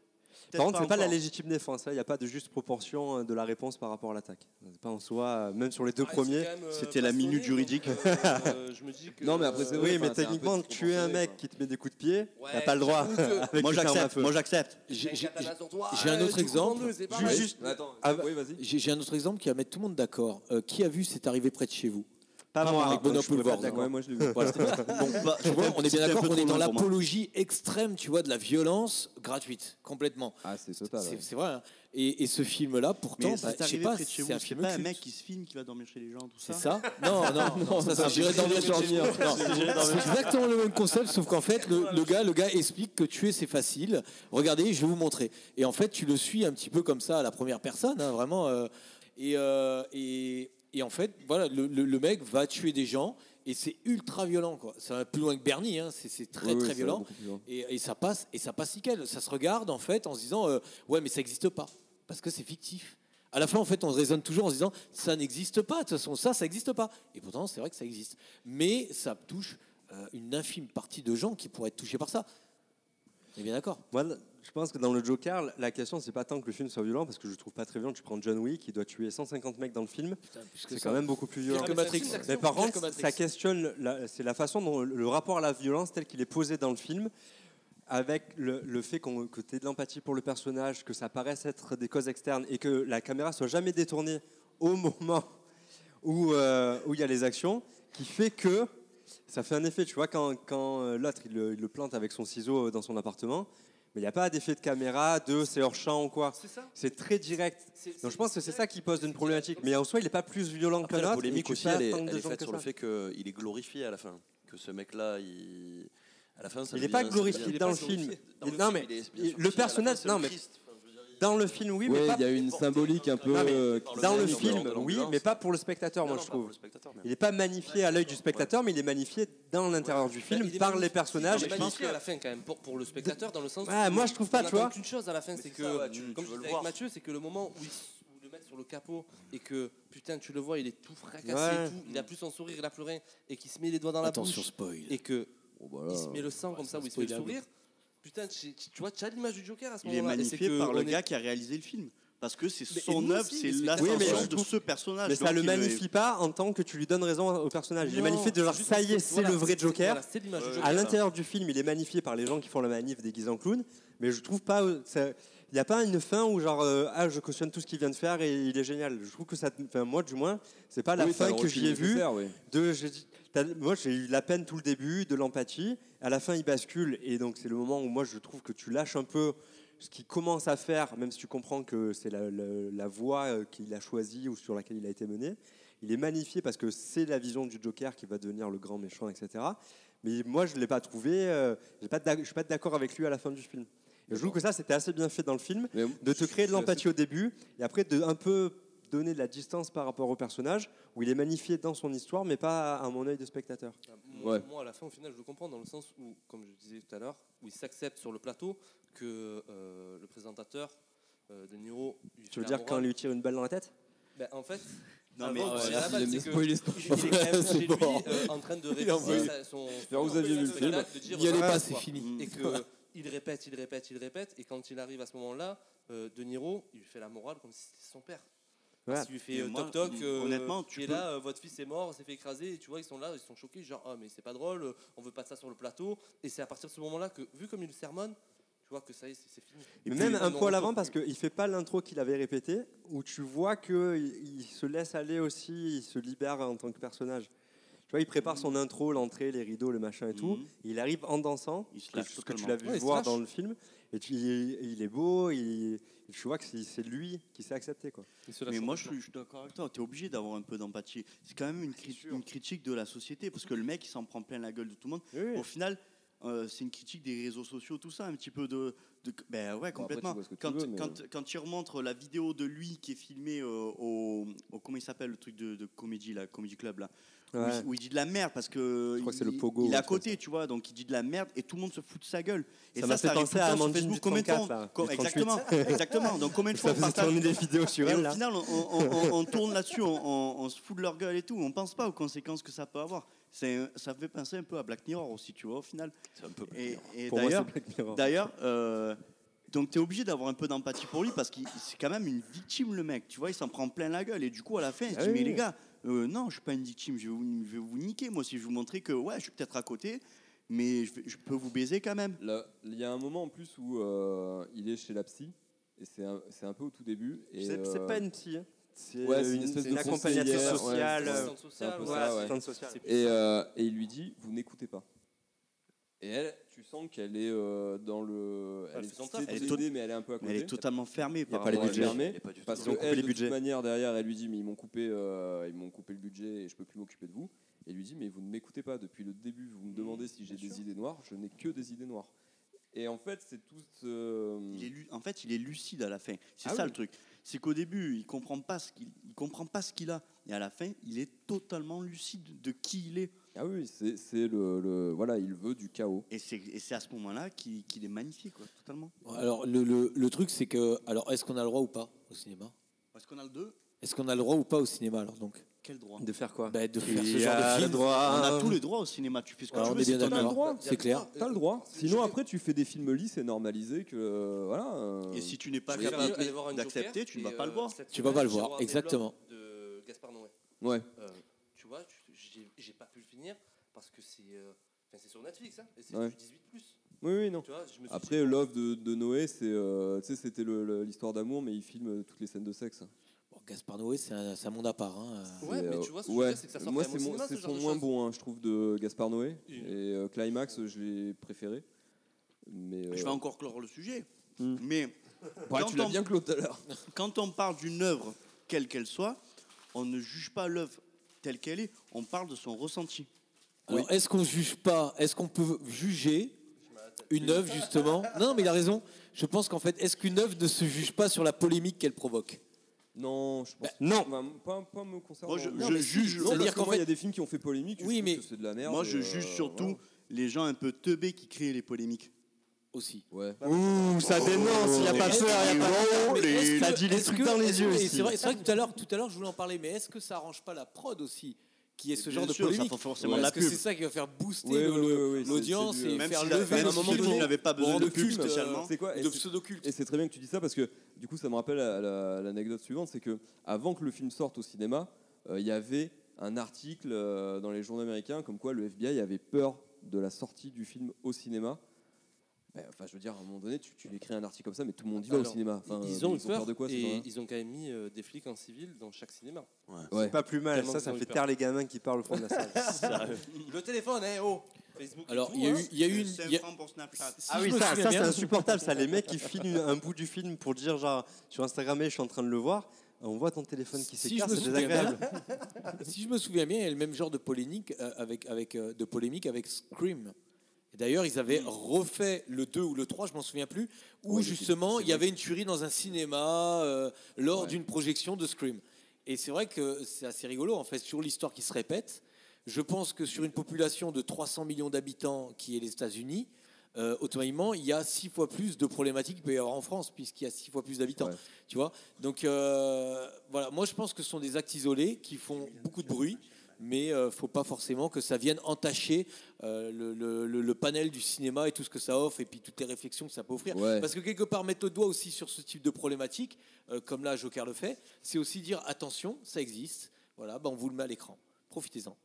[SPEAKER 3] peut-être
[SPEAKER 6] Par contre, c'est pas la
[SPEAKER 3] encore.
[SPEAKER 6] légitime défense. hein. Il n'y a pas de juste proportion euh, de la réponse par rapport à l'attaque. C'est pas en soi, euh, même sur les deux
[SPEAKER 4] Ah,
[SPEAKER 6] premiers.
[SPEAKER 4] c'est quand même, euh,
[SPEAKER 3] c'était la minute
[SPEAKER 4] passionné,
[SPEAKER 3] juridique.
[SPEAKER 4] donc, euh, je me dis que-
[SPEAKER 2] Non, mais après, c'est vrai.
[SPEAKER 6] Oui,
[SPEAKER 2] enfin,
[SPEAKER 6] mais
[SPEAKER 2] c'est un peu
[SPEAKER 6] techniquement, tuer un
[SPEAKER 2] disproportionné,
[SPEAKER 6] mec
[SPEAKER 2] quoi.
[SPEAKER 6] qui te met des coups de pied,
[SPEAKER 4] Ouais,
[SPEAKER 6] t'as pas le droit.
[SPEAKER 4] j'avoue que-
[SPEAKER 6] avec
[SPEAKER 3] Moi
[SPEAKER 6] une arme à
[SPEAKER 3] j'accepte,
[SPEAKER 6] feu.
[SPEAKER 3] moi j'accepte.
[SPEAKER 1] J'ai-
[SPEAKER 4] J'ai
[SPEAKER 1] j'ai-
[SPEAKER 4] un katana sur toi,
[SPEAKER 1] j'ai un
[SPEAKER 4] euh,
[SPEAKER 1] autre
[SPEAKER 4] tu
[SPEAKER 1] exemple.
[SPEAKER 4] prends deux, c'est
[SPEAKER 6] Ju-
[SPEAKER 4] pareil.
[SPEAKER 6] juste-
[SPEAKER 2] Mais Attends,
[SPEAKER 6] Ah,
[SPEAKER 2] oui, vas-y.
[SPEAKER 1] j'ai- j'ai un autre exemple qui va mettre tout le monde d'accord. Euh, qui a vu C'est arrivé près de chez vous
[SPEAKER 6] Pas
[SPEAKER 1] Pas moi,
[SPEAKER 6] moi. hein.
[SPEAKER 1] avec Benoît
[SPEAKER 6] je pouvais pas être
[SPEAKER 1] Poulvord,
[SPEAKER 6] d'accord.
[SPEAKER 2] Ouais, moi je l'ai vu.
[SPEAKER 1] Voilà. Donc,
[SPEAKER 3] Bah,
[SPEAKER 1] tu vois, on est bien
[SPEAKER 3] c'était un
[SPEAKER 1] d'accord
[SPEAKER 3] peu
[SPEAKER 1] qu'on est
[SPEAKER 3] trop
[SPEAKER 1] dans
[SPEAKER 3] long pour moi.
[SPEAKER 1] l'apologie extrême, tu vois, de la violence gratuite, complètement.
[SPEAKER 2] Ah, c'est total.
[SPEAKER 1] C'est c'est vrai. hein. Et, et ce film-là, pourtant, bah,
[SPEAKER 3] Mais c'est
[SPEAKER 1] je sais
[SPEAKER 3] arrivé
[SPEAKER 1] pas,
[SPEAKER 3] près de chez
[SPEAKER 1] c'est un
[SPEAKER 3] vous. C'est
[SPEAKER 1] film
[SPEAKER 3] pas un
[SPEAKER 1] culte.
[SPEAKER 3] mec qui se filme, qui va dormir chez les gens, tout
[SPEAKER 1] C'est
[SPEAKER 3] ça.
[SPEAKER 1] ça Non, non, non, ça c'est j'irai dormir sur
[SPEAKER 2] dormir.
[SPEAKER 1] Non, C'est exactement le même concept, sauf qu'en fait, le, le gars, le gars explique que tuer c'est facile. Regardez, je vais vous montrer. Et en fait, tu le suis un petit peu comme ça à la première personne, hein, vraiment. euh, et, euh, et, et en fait, voilà, le, le- le mec va tuer des gens et c'est ultra violent, quoi. Ça va plus loin que Bernie, hein, c'est- c'est très
[SPEAKER 2] Oui, oui,
[SPEAKER 1] très
[SPEAKER 2] ça va
[SPEAKER 1] violent.
[SPEAKER 2] beaucoup plus loin.
[SPEAKER 1] Et, et ça passe, et ça passe nickel. Ça se regarde en fait en se disant euh, ouais, mais ça n'existe pas parce que c'est fictif. À la fin, en fait, on raisonne toujours en se disant ça n'existe pas. De toute façon, ça, ça n'existe pas. Et pourtant, c'est vrai que ça existe. Mais ça touche euh, une infime partie de gens qui pourraient être touchés par ça. On est bien d'accord.
[SPEAKER 6] Moi, je pense que dans le Joker, la question, c'est pas tant que le film soit violent, parce que je le trouve pas très violent. Tu prends John Wick, qui doit tuer 150 mecs dans le film, c'est quand même beaucoup plus violent.
[SPEAKER 1] Quelques Matrix.
[SPEAKER 4] Mais
[SPEAKER 6] Mais
[SPEAKER 4] Action,
[SPEAKER 6] par
[SPEAKER 1] Quelques
[SPEAKER 6] contre,
[SPEAKER 1] Matrix.
[SPEAKER 6] ça questionne, la- c'est la façon dont le- le rapport à la violence tel qu'il est posé dans le film, avec le, le fait qu'on, que tu de l'empathie pour le personnage, que ça paraisse être des causes externes et que la caméra soit jamais détournée au moment où euh, où il y a les actions, qui fait que ça fait un effet. Tu vois, quand, quand euh, l'autre, il, le- il le plante avec son ciseau euh, dans son appartement, mais il n'y a pas d'effet de caméra, de c'est hors champ ou quoi.
[SPEAKER 4] C'est ça.
[SPEAKER 6] C'est très direct.
[SPEAKER 4] C'est-
[SPEAKER 6] Donc je pense que c'est ça qui pose une problématique. Mais en soi, il n'est pas plus violent que
[SPEAKER 7] Après,
[SPEAKER 6] l'autre.
[SPEAKER 7] la
[SPEAKER 6] et
[SPEAKER 7] polémique
[SPEAKER 6] tu
[SPEAKER 7] aussi,
[SPEAKER 6] peux
[SPEAKER 7] elle est,
[SPEAKER 6] attendre
[SPEAKER 7] elle
[SPEAKER 6] des
[SPEAKER 7] est
[SPEAKER 6] gens
[SPEAKER 7] faite
[SPEAKER 6] que
[SPEAKER 7] sur le
[SPEAKER 6] ça.
[SPEAKER 7] fait qu'il est glorifié à la fin. Que ce mec-là, il. À la fin, ça
[SPEAKER 6] Il
[SPEAKER 7] devient-
[SPEAKER 6] n'est pas
[SPEAKER 7] ça
[SPEAKER 6] glorifié
[SPEAKER 7] devient-
[SPEAKER 6] dans
[SPEAKER 4] pas
[SPEAKER 6] le film.
[SPEAKER 7] Dans le
[SPEAKER 6] non,
[SPEAKER 7] film,
[SPEAKER 6] mais
[SPEAKER 7] il est bien
[SPEAKER 6] il-
[SPEAKER 7] sûr
[SPEAKER 6] le
[SPEAKER 7] fier, à la
[SPEAKER 6] personnage,
[SPEAKER 7] fin, c'est
[SPEAKER 6] non,
[SPEAKER 7] le
[SPEAKER 6] mais
[SPEAKER 7] Christ. Enfin, je veux dire, il-
[SPEAKER 6] dans le film, oui, mais
[SPEAKER 2] Ouais,
[SPEAKER 6] pas
[SPEAKER 2] il y a une symbolique un peu.
[SPEAKER 6] Non, mais
[SPEAKER 2] euh, qui-
[SPEAKER 7] a-
[SPEAKER 6] dans le
[SPEAKER 7] Il est
[SPEAKER 6] film,
[SPEAKER 7] dans le
[SPEAKER 6] oui,
[SPEAKER 7] blanc.
[SPEAKER 6] mais pas pour le spectateur,
[SPEAKER 7] Non,
[SPEAKER 6] moi
[SPEAKER 7] non,
[SPEAKER 6] je
[SPEAKER 7] pas pour
[SPEAKER 6] trouve.
[SPEAKER 7] le spectateur, mais-
[SPEAKER 6] Il n'est pas magnifié à l'œil du spectateur, mais il est magnifié dans l'intérieur du film
[SPEAKER 4] Il est
[SPEAKER 6] par les
[SPEAKER 4] magnifique.
[SPEAKER 6] personnages.
[SPEAKER 4] Il est
[SPEAKER 6] Je pense
[SPEAKER 4] magnifique à la fin quand même pour, pour le spectateur dans le sens.
[SPEAKER 6] Ouais,
[SPEAKER 4] où
[SPEAKER 6] moi, je trouve
[SPEAKER 4] on
[SPEAKER 6] pas, tu
[SPEAKER 4] attend
[SPEAKER 6] vois.
[SPEAKER 4] Qu'une chose à la fin,
[SPEAKER 7] Mais
[SPEAKER 4] c'est
[SPEAKER 7] c'est
[SPEAKER 4] que
[SPEAKER 7] ça, ouais, tu-
[SPEAKER 4] comme
[SPEAKER 7] Mm,
[SPEAKER 4] je
[SPEAKER 7] tu veux le
[SPEAKER 4] disais avec
[SPEAKER 7] voir.
[SPEAKER 4] Mathieu, c'est que le moment où, il, où le mettre sur le capot et que putain tu le vois, il est tout fracassé,
[SPEAKER 6] Ouais.
[SPEAKER 4] et tout, il a plus son sourire, il a plus rien et qu'il se met les doigts dans la
[SPEAKER 1] Attention
[SPEAKER 4] bouche
[SPEAKER 1] spoil.
[SPEAKER 4] et que
[SPEAKER 2] là.
[SPEAKER 4] il se met le sang comme ça
[SPEAKER 1] c'est
[SPEAKER 4] où il se fait le
[SPEAKER 1] spoilable.
[SPEAKER 4] sourire. Putain, tu, tu vois, tu as l'image du Joker à ce
[SPEAKER 3] Il est
[SPEAKER 4] moment-là. et c'est
[SPEAKER 3] magnifié
[SPEAKER 4] que
[SPEAKER 3] par le
[SPEAKER 4] on est-
[SPEAKER 3] gars qui a réalisé le film. Parce que c'est
[SPEAKER 4] Mais- et
[SPEAKER 3] son
[SPEAKER 4] nous
[SPEAKER 3] œuvre,
[SPEAKER 4] aussi,
[SPEAKER 3] c'est
[SPEAKER 4] mais c'est
[SPEAKER 6] ça,
[SPEAKER 3] l'ascension
[SPEAKER 6] ouais.
[SPEAKER 3] de ce personnage.
[SPEAKER 6] Mais ça
[SPEAKER 3] Donc,
[SPEAKER 6] le
[SPEAKER 3] il est-
[SPEAKER 6] magnifie pas en tant que tu lui donnes raison au personnage. Il est
[SPEAKER 4] Non,
[SPEAKER 6] magnifié de genre,
[SPEAKER 4] juste-
[SPEAKER 6] ça y est, c'est
[SPEAKER 4] voilà,
[SPEAKER 6] le vrai Joker.
[SPEAKER 4] voilà, c'est l'image du
[SPEAKER 7] Ouais,
[SPEAKER 4] Joker.
[SPEAKER 6] À l'intérieur du film, il est magnifié par les gens qui font la manif déguisés en clown, mais je trouve pas. euh, ça- Il n'y a pas une fin où genre euh, ah je cautionne tout ce qu'il vient de faire et il est génial. Je trouve que ça, enfin moi du moins, c'est pas la
[SPEAKER 2] oui, t'as
[SPEAKER 6] fin
[SPEAKER 2] le
[SPEAKER 6] que
[SPEAKER 2] recul
[SPEAKER 6] j'y ai vue.
[SPEAKER 2] nécessaire, oui.
[SPEAKER 6] De, j'ai dit- t'as- moi, j'ai eu la peine tout le début, de l'empathie. À la fin, il bascule. Et donc, c'est le moment où moi, je trouve que tu lâches un peu ce qu'il commence à faire, même si tu comprends que c'est la, la- la voie euh, qu'il a choisie ou sur laquelle il a été mené. Il est magnifié parce que c'est la vision du Joker qui va devenir le grand méchant, etc. Mais moi, je ne l'ai pas trouvé. euh, j'ai pas d'ac- je ne suis pas d'accord avec lui à la fin du film. Et je trouve que ça, c'était assez bien fait dans le film
[SPEAKER 2] Mais-
[SPEAKER 6] de te créer de l'empathie au début et après de un peu donner de la distance par rapport au personnage où il est magnifié dans son histoire mais pas à mon œil de spectateur.
[SPEAKER 4] Moi,
[SPEAKER 2] Ouais.
[SPEAKER 4] moi, à la fin, au final, je le comprends dans le sens où, comme je disais tout à l'heure, où il s'accepte sur le plateau que euh, le présentateur euh, de Niro. lui
[SPEAKER 6] Tu veux
[SPEAKER 4] fait la
[SPEAKER 6] dire quand
[SPEAKER 4] morale.
[SPEAKER 6] il lui tire une balle dans la tête
[SPEAKER 4] Ben, En fait,
[SPEAKER 3] Non, mais. euh,
[SPEAKER 4] Ah bon,
[SPEAKER 1] ouais,
[SPEAKER 4] c'est
[SPEAKER 1] là,
[SPEAKER 4] la base, c'est que- J'ai
[SPEAKER 1] Ouais, c'est
[SPEAKER 4] j'ai lui
[SPEAKER 1] bon.
[SPEAKER 4] euh, en train de
[SPEAKER 1] Il est en
[SPEAKER 4] répéter
[SPEAKER 1] mode-
[SPEAKER 4] sa- son.
[SPEAKER 2] Genre, vous
[SPEAKER 4] son
[SPEAKER 2] aviez vu le
[SPEAKER 4] spectacle,
[SPEAKER 2] film.
[SPEAKER 4] de dire, euh,
[SPEAKER 1] N'y allez
[SPEAKER 4] voilà,
[SPEAKER 1] pas, c'est
[SPEAKER 4] quoi.
[SPEAKER 3] mm,
[SPEAKER 1] fini.
[SPEAKER 4] Et que euh, il répète, il répète, il répète, et quand il arrive à ce moment-là, euh, De Niro, il lui fait la morale comme si c'était son père.
[SPEAKER 6] Ouais.
[SPEAKER 4] Il lui fait
[SPEAKER 3] Et
[SPEAKER 4] euh,
[SPEAKER 3] moi,
[SPEAKER 4] toc toc.
[SPEAKER 3] hon-
[SPEAKER 4] euh,
[SPEAKER 3] honnêtement, tu
[SPEAKER 4] et
[SPEAKER 3] peux-
[SPEAKER 4] là, euh, votre fils est mort, s'est fait écraser, et tu vois, ils sont là, ils sont choqués, genre ah mais c'est pas drôle, euh, on veut pas de ça sur le plateau. Et c'est à partir de ce moment-là que, vu comme il le sermonne, tu vois que ça y est, c'est c'est fini.
[SPEAKER 6] Et
[SPEAKER 4] puis,
[SPEAKER 6] même
[SPEAKER 4] ils n'en
[SPEAKER 6] un poil
[SPEAKER 4] retournent
[SPEAKER 6] avant parce
[SPEAKER 4] plus.
[SPEAKER 6] qu'il fait pas l'intro qu'il avait répété, où tu vois qu'il se laisse aller aussi, il se libère en tant que personnage. Tu vois, il prépare son intro, l'entrée, les rideaux, le machin et tout.
[SPEAKER 4] Mm.
[SPEAKER 3] Mhm.
[SPEAKER 6] Il arrive en dansant,
[SPEAKER 3] Il se
[SPEAKER 6] que-
[SPEAKER 3] lâche
[SPEAKER 6] ce que tu
[SPEAKER 3] totalement.
[SPEAKER 6] l'as vu
[SPEAKER 2] Ouais, il se
[SPEAKER 6] voir
[SPEAKER 2] lâche.
[SPEAKER 6] dans le film. Et tu- il, il est beau, il- tu vois que c'est c'est lui qui s'est accepté. Quoi.
[SPEAKER 3] Mais moi, je suis, je suis d'accord avec toi. Tu es obligé d'avoir un peu d'empathie. C'est quand même une, cri- une critique de la société parce que le mec, il s'en prend plein la gueule de tout le monde. Au final, euh, c'est une critique des réseaux sociaux, tout ça, un petit peu de. de- ben ouais,
[SPEAKER 2] tu
[SPEAKER 3] complètement.
[SPEAKER 2] vois ce que tu
[SPEAKER 3] quand,
[SPEAKER 2] veux, mais- euh.
[SPEAKER 3] quand, quand il remontre la vidéo de lui qui est filmée euh, au, au- Comment il s'appelle le truc de, de comédie, la comédie club, là où
[SPEAKER 6] Ouais.
[SPEAKER 3] il- où, il dit de la merde parce que.
[SPEAKER 6] crois que c'est
[SPEAKER 3] il-
[SPEAKER 6] le Pogo,
[SPEAKER 3] Il est
[SPEAKER 6] un
[SPEAKER 3] à
[SPEAKER 6] truc comme
[SPEAKER 3] côté, tu vois, donc il dit de la merde et tout le monde se fout de sa gueule. Et
[SPEAKER 6] Ça m'a fait
[SPEAKER 3] arrive
[SPEAKER 6] penser
[SPEAKER 3] tout le
[SPEAKER 6] à
[SPEAKER 3] temps sur
[SPEAKER 6] Amandine
[SPEAKER 3] Facebook.
[SPEAKER 6] du
[SPEAKER 3] Combien de temps
[SPEAKER 6] 34, là,
[SPEAKER 3] com-
[SPEAKER 6] du 38.
[SPEAKER 3] Exactement, exactement. Donc combien de fois
[SPEAKER 6] Ça
[SPEAKER 3] on
[SPEAKER 6] faisait
[SPEAKER 3] partage
[SPEAKER 6] tourner des vidéos sur
[SPEAKER 3] et
[SPEAKER 6] elle.
[SPEAKER 3] au
[SPEAKER 6] là.
[SPEAKER 3] final, on, on- on- on tourne là-dessus, on, on- on se fout de leur gueule et tout. On pense pas aux conséquences que ça peut avoir. C'est- Ça fait penser un peu à Black Mirror aussi, tu vois, au final.
[SPEAKER 7] C'est un peu plus
[SPEAKER 3] Et,
[SPEAKER 7] dur.
[SPEAKER 3] et
[SPEAKER 6] Pour moi, c'est
[SPEAKER 3] d'ailleurs,
[SPEAKER 6] Black Mirror.
[SPEAKER 3] d'ailleurs, euh, donc tu es obligé d'avoir un peu d'empathie pour lui parce qu'il c'est quand même une victime, le mec. Tu vois, il s'en prend plein la gueule. Et du coup, à la fin, il se
[SPEAKER 6] Ah
[SPEAKER 3] dit
[SPEAKER 6] oui,
[SPEAKER 3] Mais
[SPEAKER 6] oui.
[SPEAKER 3] les gars, euh, non, je suis pas une victime, je vais, vous, je vais vous niquer, moi, si je vous montrais que, ouais, je suis peut-être à côté, mais je, vais- je peux vous baiser quand même.
[SPEAKER 2] Là, Il y a un moment en plus où euh, il est chez la psy, et c'est un, c'est un peu au tout début. et,
[SPEAKER 6] C'est c'est
[SPEAKER 2] euh,
[SPEAKER 6] pas une psy. hein. C'est
[SPEAKER 2] ouais, c'est une
[SPEAKER 6] une,
[SPEAKER 2] espèce
[SPEAKER 6] une
[SPEAKER 2] de
[SPEAKER 6] accompagnatrice
[SPEAKER 2] conseillère, ouais,
[SPEAKER 6] sociale.
[SPEAKER 2] c'est
[SPEAKER 6] euh,
[SPEAKER 2] ça.
[SPEAKER 4] Assistante sociale,
[SPEAKER 2] un peu
[SPEAKER 4] ouais.
[SPEAKER 2] ça,
[SPEAKER 6] voilà,
[SPEAKER 2] ouais.
[SPEAKER 6] assistante sociale.
[SPEAKER 4] C'est-
[SPEAKER 2] Et, euh, et il lui dit, vous n'écoutez pas. Et elle, tu sens qu'elle est euh, dans le.
[SPEAKER 4] Elle
[SPEAKER 2] Elle,
[SPEAKER 4] fait son
[SPEAKER 2] est,
[SPEAKER 4] taf,
[SPEAKER 2] elle est
[SPEAKER 3] elle est
[SPEAKER 2] aidée, mais elle est un peu à
[SPEAKER 3] Mais
[SPEAKER 2] côté.
[SPEAKER 3] elle est totalement fermée.
[SPEAKER 6] Il y a
[SPEAKER 3] par
[SPEAKER 6] pas les
[SPEAKER 3] rapport à
[SPEAKER 2] budgets.
[SPEAKER 3] elle.
[SPEAKER 7] Et pas du tout.
[SPEAKER 2] Parce
[SPEAKER 6] Ils ont
[SPEAKER 2] que
[SPEAKER 6] coupé
[SPEAKER 2] elle,
[SPEAKER 6] les
[SPEAKER 2] de
[SPEAKER 6] budgets.
[SPEAKER 2] toute manière, derrière, elle lui dit mais ils m'ont coupé, euh, ils m'ont coupé le budget et je peux plus m'occuper de vous. Et elle lui dit mais vous ne m'écoutez pas depuis le début. Vous me
[SPEAKER 3] Mmh,
[SPEAKER 2] demandez si j'ai des idées noires. Je n'ai que des idées noires. Et en fait, c'est tout. euh,
[SPEAKER 3] Il est lu- en fait, il est lucide à la fin. C'est
[SPEAKER 2] Ah
[SPEAKER 3] ça
[SPEAKER 2] oui.
[SPEAKER 3] le truc. C'est qu'au début, il comprend pas ce qu'il il comprend pas ce qu'il a, et à la fin, il est totalement lucide de qui il est.
[SPEAKER 2] Ah oui, c'est c'est le, le- voilà, il veut du chaos.
[SPEAKER 3] Et c'est et c'est à ce moment-là qu'il qu'il est magnifique, quoi, totalement.
[SPEAKER 1] Alors, le, le- le truc, c'est que. Alors, est-ce qu'on a le droit ou pas au cinéma
[SPEAKER 3] Parce qu'on a le 2,
[SPEAKER 1] Est-ce qu'on a le droit ou pas au cinéma, alors, donc
[SPEAKER 3] quel droit
[SPEAKER 6] De faire quoi
[SPEAKER 1] Bah, De faire
[SPEAKER 6] Il
[SPEAKER 1] ce genre
[SPEAKER 6] a
[SPEAKER 1] de
[SPEAKER 6] le
[SPEAKER 1] film.
[SPEAKER 6] droit.
[SPEAKER 3] On a tous les droits au cinéma. Tu fais ce que
[SPEAKER 1] Alors,
[SPEAKER 3] tu
[SPEAKER 1] on
[SPEAKER 3] veux.
[SPEAKER 1] est
[SPEAKER 3] c'est
[SPEAKER 1] bien
[SPEAKER 3] ton
[SPEAKER 2] T'as le
[SPEAKER 1] d'accord.
[SPEAKER 3] art.
[SPEAKER 2] droit,
[SPEAKER 1] c'est clair.
[SPEAKER 2] t'as le droit.
[SPEAKER 3] Euh,
[SPEAKER 2] Sinon
[SPEAKER 4] Je-
[SPEAKER 2] après, tu fais des films lisses et normalisés que euh, voilà. euh,
[SPEAKER 3] Et si tu n'es pas
[SPEAKER 4] Je vais faire mieux, aller voir
[SPEAKER 3] capable
[SPEAKER 4] un
[SPEAKER 3] d'accepter,
[SPEAKER 4] Joker,
[SPEAKER 3] tu ne
[SPEAKER 4] et,
[SPEAKER 3] vas pas le
[SPEAKER 4] euh,
[SPEAKER 3] voir.
[SPEAKER 4] cette
[SPEAKER 1] Tu vas pas le
[SPEAKER 4] semaine,
[SPEAKER 1] voir,
[SPEAKER 4] j'ai un
[SPEAKER 1] exactement.
[SPEAKER 4] développe De Gaspard Noé.
[SPEAKER 2] ouais.
[SPEAKER 4] Euh, tu vois, tu- j'ai- j'ai pas pu le finir parce que c'est euh, enfin, c'est sur Netflix, hein, et c'est
[SPEAKER 2] Ouais.
[SPEAKER 4] du 18 plus.
[SPEAKER 2] Oui, oui, non.
[SPEAKER 4] Tu vois, je me suis
[SPEAKER 2] Après,
[SPEAKER 4] dit,
[SPEAKER 2] Love de, de Noé, c'est euh, tu sais, c'était le- le- l'histoire d'amour, mais il filme toutes les scènes de sexe.
[SPEAKER 1] Bon, Gaspard Noé, c'est un, c'est un monde à part. hein.
[SPEAKER 4] Ouais,
[SPEAKER 2] Et,
[SPEAKER 4] mais
[SPEAKER 2] euh,
[SPEAKER 4] tu vois, ce que je
[SPEAKER 2] ouais.
[SPEAKER 4] veux dire, c'est que ça sort
[SPEAKER 2] Moi,
[SPEAKER 4] quand même
[SPEAKER 2] c'est
[SPEAKER 4] au
[SPEAKER 2] mon-
[SPEAKER 4] cinéma,
[SPEAKER 2] c'est
[SPEAKER 4] ce genre
[SPEAKER 2] son
[SPEAKER 4] de
[SPEAKER 2] moins
[SPEAKER 4] choses.
[SPEAKER 2] bon, hein, je trouve, de Gaspard Noé.
[SPEAKER 4] Et-
[SPEAKER 2] Et euh, Climax, je l'ai préféré. Mais,
[SPEAKER 3] Je
[SPEAKER 2] euh,
[SPEAKER 3] vais encore clore le sujet.
[SPEAKER 2] Hmm.
[SPEAKER 3] Mais
[SPEAKER 1] Bah,
[SPEAKER 2] ouais,
[SPEAKER 3] quand
[SPEAKER 2] tu l'as
[SPEAKER 3] on-
[SPEAKER 2] bien clos tout à l'heure.
[SPEAKER 3] quand on parle d'une œuvre, quelle qu'elle soit, on ne juge pas l'œuvre telle qu'elle est. On parle de son ressenti.
[SPEAKER 1] Alors, est-ce qu'on juge pas Est-ce qu'on peut juger une œuvre, justement Non, mais il a raison. Je pense qu'en fait, est-ce qu'une œuvre ne se juge pas sur la polémique qu'elle provoque
[SPEAKER 2] Non, je pense.
[SPEAKER 6] non.
[SPEAKER 2] Bah, pas, pas me concernant.
[SPEAKER 3] Moi, je-
[SPEAKER 2] Non,
[SPEAKER 3] je
[SPEAKER 2] mais si,
[SPEAKER 3] juge-
[SPEAKER 2] Non,
[SPEAKER 1] c'est-à-dire
[SPEAKER 2] parce que
[SPEAKER 1] qu'en
[SPEAKER 2] moi, il y a
[SPEAKER 1] fait-
[SPEAKER 2] des films qui ont fait polémique. je
[SPEAKER 1] Oui,
[SPEAKER 2] trouve
[SPEAKER 1] mais-
[SPEAKER 2] que c'est de la merde.
[SPEAKER 3] Moi, je
[SPEAKER 2] et,
[SPEAKER 3] juge
[SPEAKER 2] euh,
[SPEAKER 3] surtout les gens un peu teubés qui créent les polémiques.
[SPEAKER 1] Aussi.
[SPEAKER 2] voilà. Ouais.
[SPEAKER 6] Ouh, ça
[SPEAKER 2] Oh.
[SPEAKER 6] dénonce, il n'y a pas
[SPEAKER 1] Est-ce
[SPEAKER 6] peur, il n'y a pas
[SPEAKER 1] que- mais est-ce que-
[SPEAKER 6] T'as dit les
[SPEAKER 1] est-ce
[SPEAKER 6] trucs
[SPEAKER 1] que-
[SPEAKER 6] dans les yeux
[SPEAKER 1] est-ce que- et
[SPEAKER 6] ici.
[SPEAKER 1] C'est vrai, c'est vrai que tout à l'heure, tout à l'heure, je voulais en parler, mais est-ce que ça arrange pas la prod aussi qui est ce
[SPEAKER 3] Bien
[SPEAKER 1] genre de
[SPEAKER 3] sûr, ça
[SPEAKER 1] polémique
[SPEAKER 3] fait forcément
[SPEAKER 1] Parce
[SPEAKER 3] de la
[SPEAKER 1] que
[SPEAKER 3] pub.
[SPEAKER 1] c'est ça qui va faire booster
[SPEAKER 2] Ouais,
[SPEAKER 1] le-
[SPEAKER 2] ouais, ouais, ouais, c'est-
[SPEAKER 1] l'audience
[SPEAKER 2] c'est du-
[SPEAKER 1] et
[SPEAKER 3] Même
[SPEAKER 1] faire
[SPEAKER 3] si la-
[SPEAKER 1] lever
[SPEAKER 3] même
[SPEAKER 1] le
[SPEAKER 3] si le
[SPEAKER 1] film
[SPEAKER 3] film n'avait pas besoin
[SPEAKER 1] au rang
[SPEAKER 3] de
[SPEAKER 1] de
[SPEAKER 3] pub
[SPEAKER 1] culte, euh,
[SPEAKER 3] spécialement.
[SPEAKER 2] C'est quoi et
[SPEAKER 1] de
[SPEAKER 2] c'est-
[SPEAKER 1] pseudo-culte.
[SPEAKER 2] Et c'est très bien que tu dis ça parce que du coup, ça me rappelle à la- l'anecdote suivante c'est que avant que le film sorte au cinéma, euh, il y avait un article euh, dans les journaux américains comme quoi le FBI avait peur de la sortie du film au cinéma. Ben, enfin, je veux dire, à un moment donné, tu, tu écris un article comme ça, mais tout le monde y va au
[SPEAKER 4] Alors,
[SPEAKER 2] cinéma. Enfin,
[SPEAKER 4] ils ont, eu peur,
[SPEAKER 2] de quoi ces gens-là
[SPEAKER 4] et ils ont quand même mis euh, des flics en civil dans chaque cinéma.
[SPEAKER 6] C'est pas plus mal,
[SPEAKER 4] Tellement
[SPEAKER 6] ça, ça
[SPEAKER 4] qu'ils ont
[SPEAKER 6] fait
[SPEAKER 4] eu peur.
[SPEAKER 6] taire les gamins qui parlent au fond de la salle.
[SPEAKER 4] Le téléphone, hein, oh Facebook.
[SPEAKER 1] Alors, il y a eu, il y a eu une. il y a-
[SPEAKER 3] pour Snapchat.
[SPEAKER 1] si
[SPEAKER 6] Ah
[SPEAKER 1] je
[SPEAKER 6] oui,
[SPEAKER 1] me
[SPEAKER 6] ça,
[SPEAKER 1] souviens
[SPEAKER 6] ça, c'est
[SPEAKER 1] bien-
[SPEAKER 6] insupportable, ça. Les mecs qui filment un bout du film pour dire, genre, sur Instagram, je suis en train de le voir, on voit ton téléphone qui
[SPEAKER 1] Si
[SPEAKER 6] s'écarte,
[SPEAKER 1] je me
[SPEAKER 6] c'est
[SPEAKER 1] souviens
[SPEAKER 6] désagréable.
[SPEAKER 1] Si je me souviens bien, il y a le même genre de polémique euh, avec, avec, euh, de polémique avec Scream. Et D'ailleurs, ils avaient refait le 2 ou le 3, je m'en souviens plus, où
[SPEAKER 2] Ouais, je sais,
[SPEAKER 1] justement
[SPEAKER 2] c'est
[SPEAKER 1] il y
[SPEAKER 2] vrai.
[SPEAKER 1] avait une tuerie dans un cinéma euh, lors
[SPEAKER 2] Ouais.
[SPEAKER 1] d'une projection de Scream. Et c'est vrai que c'est assez rigolo, en fait, sur l'histoire qui se répète. Je pense que sur une population de 300 millions d'habitants qui est les États-Unis, euh, automatiquement, il y a six fois plus de problématiques qu'il peut y avoir en France, puisqu'il y a six fois plus d'habitants.
[SPEAKER 6] Ouais.
[SPEAKER 1] Tu vois Donc, euh, voilà. Moi, je pense que ce sont des actes isolés qui font beaucoup de bruit, mais euh, faut pas forcément que ça vienne entacher euh, le, le- le- le panel du cinéma et tout ce que ça offre, et puis toutes les réflexions que ça peut offrir.
[SPEAKER 6] Ouais.
[SPEAKER 1] Parce que quelque part, mettre le doigt aussi sur ce type de problématique, euh, comme là Joker le fait, c'est aussi dire attention, ça existe. Voilà, ben on vous le met à l'écran. Profitez-en.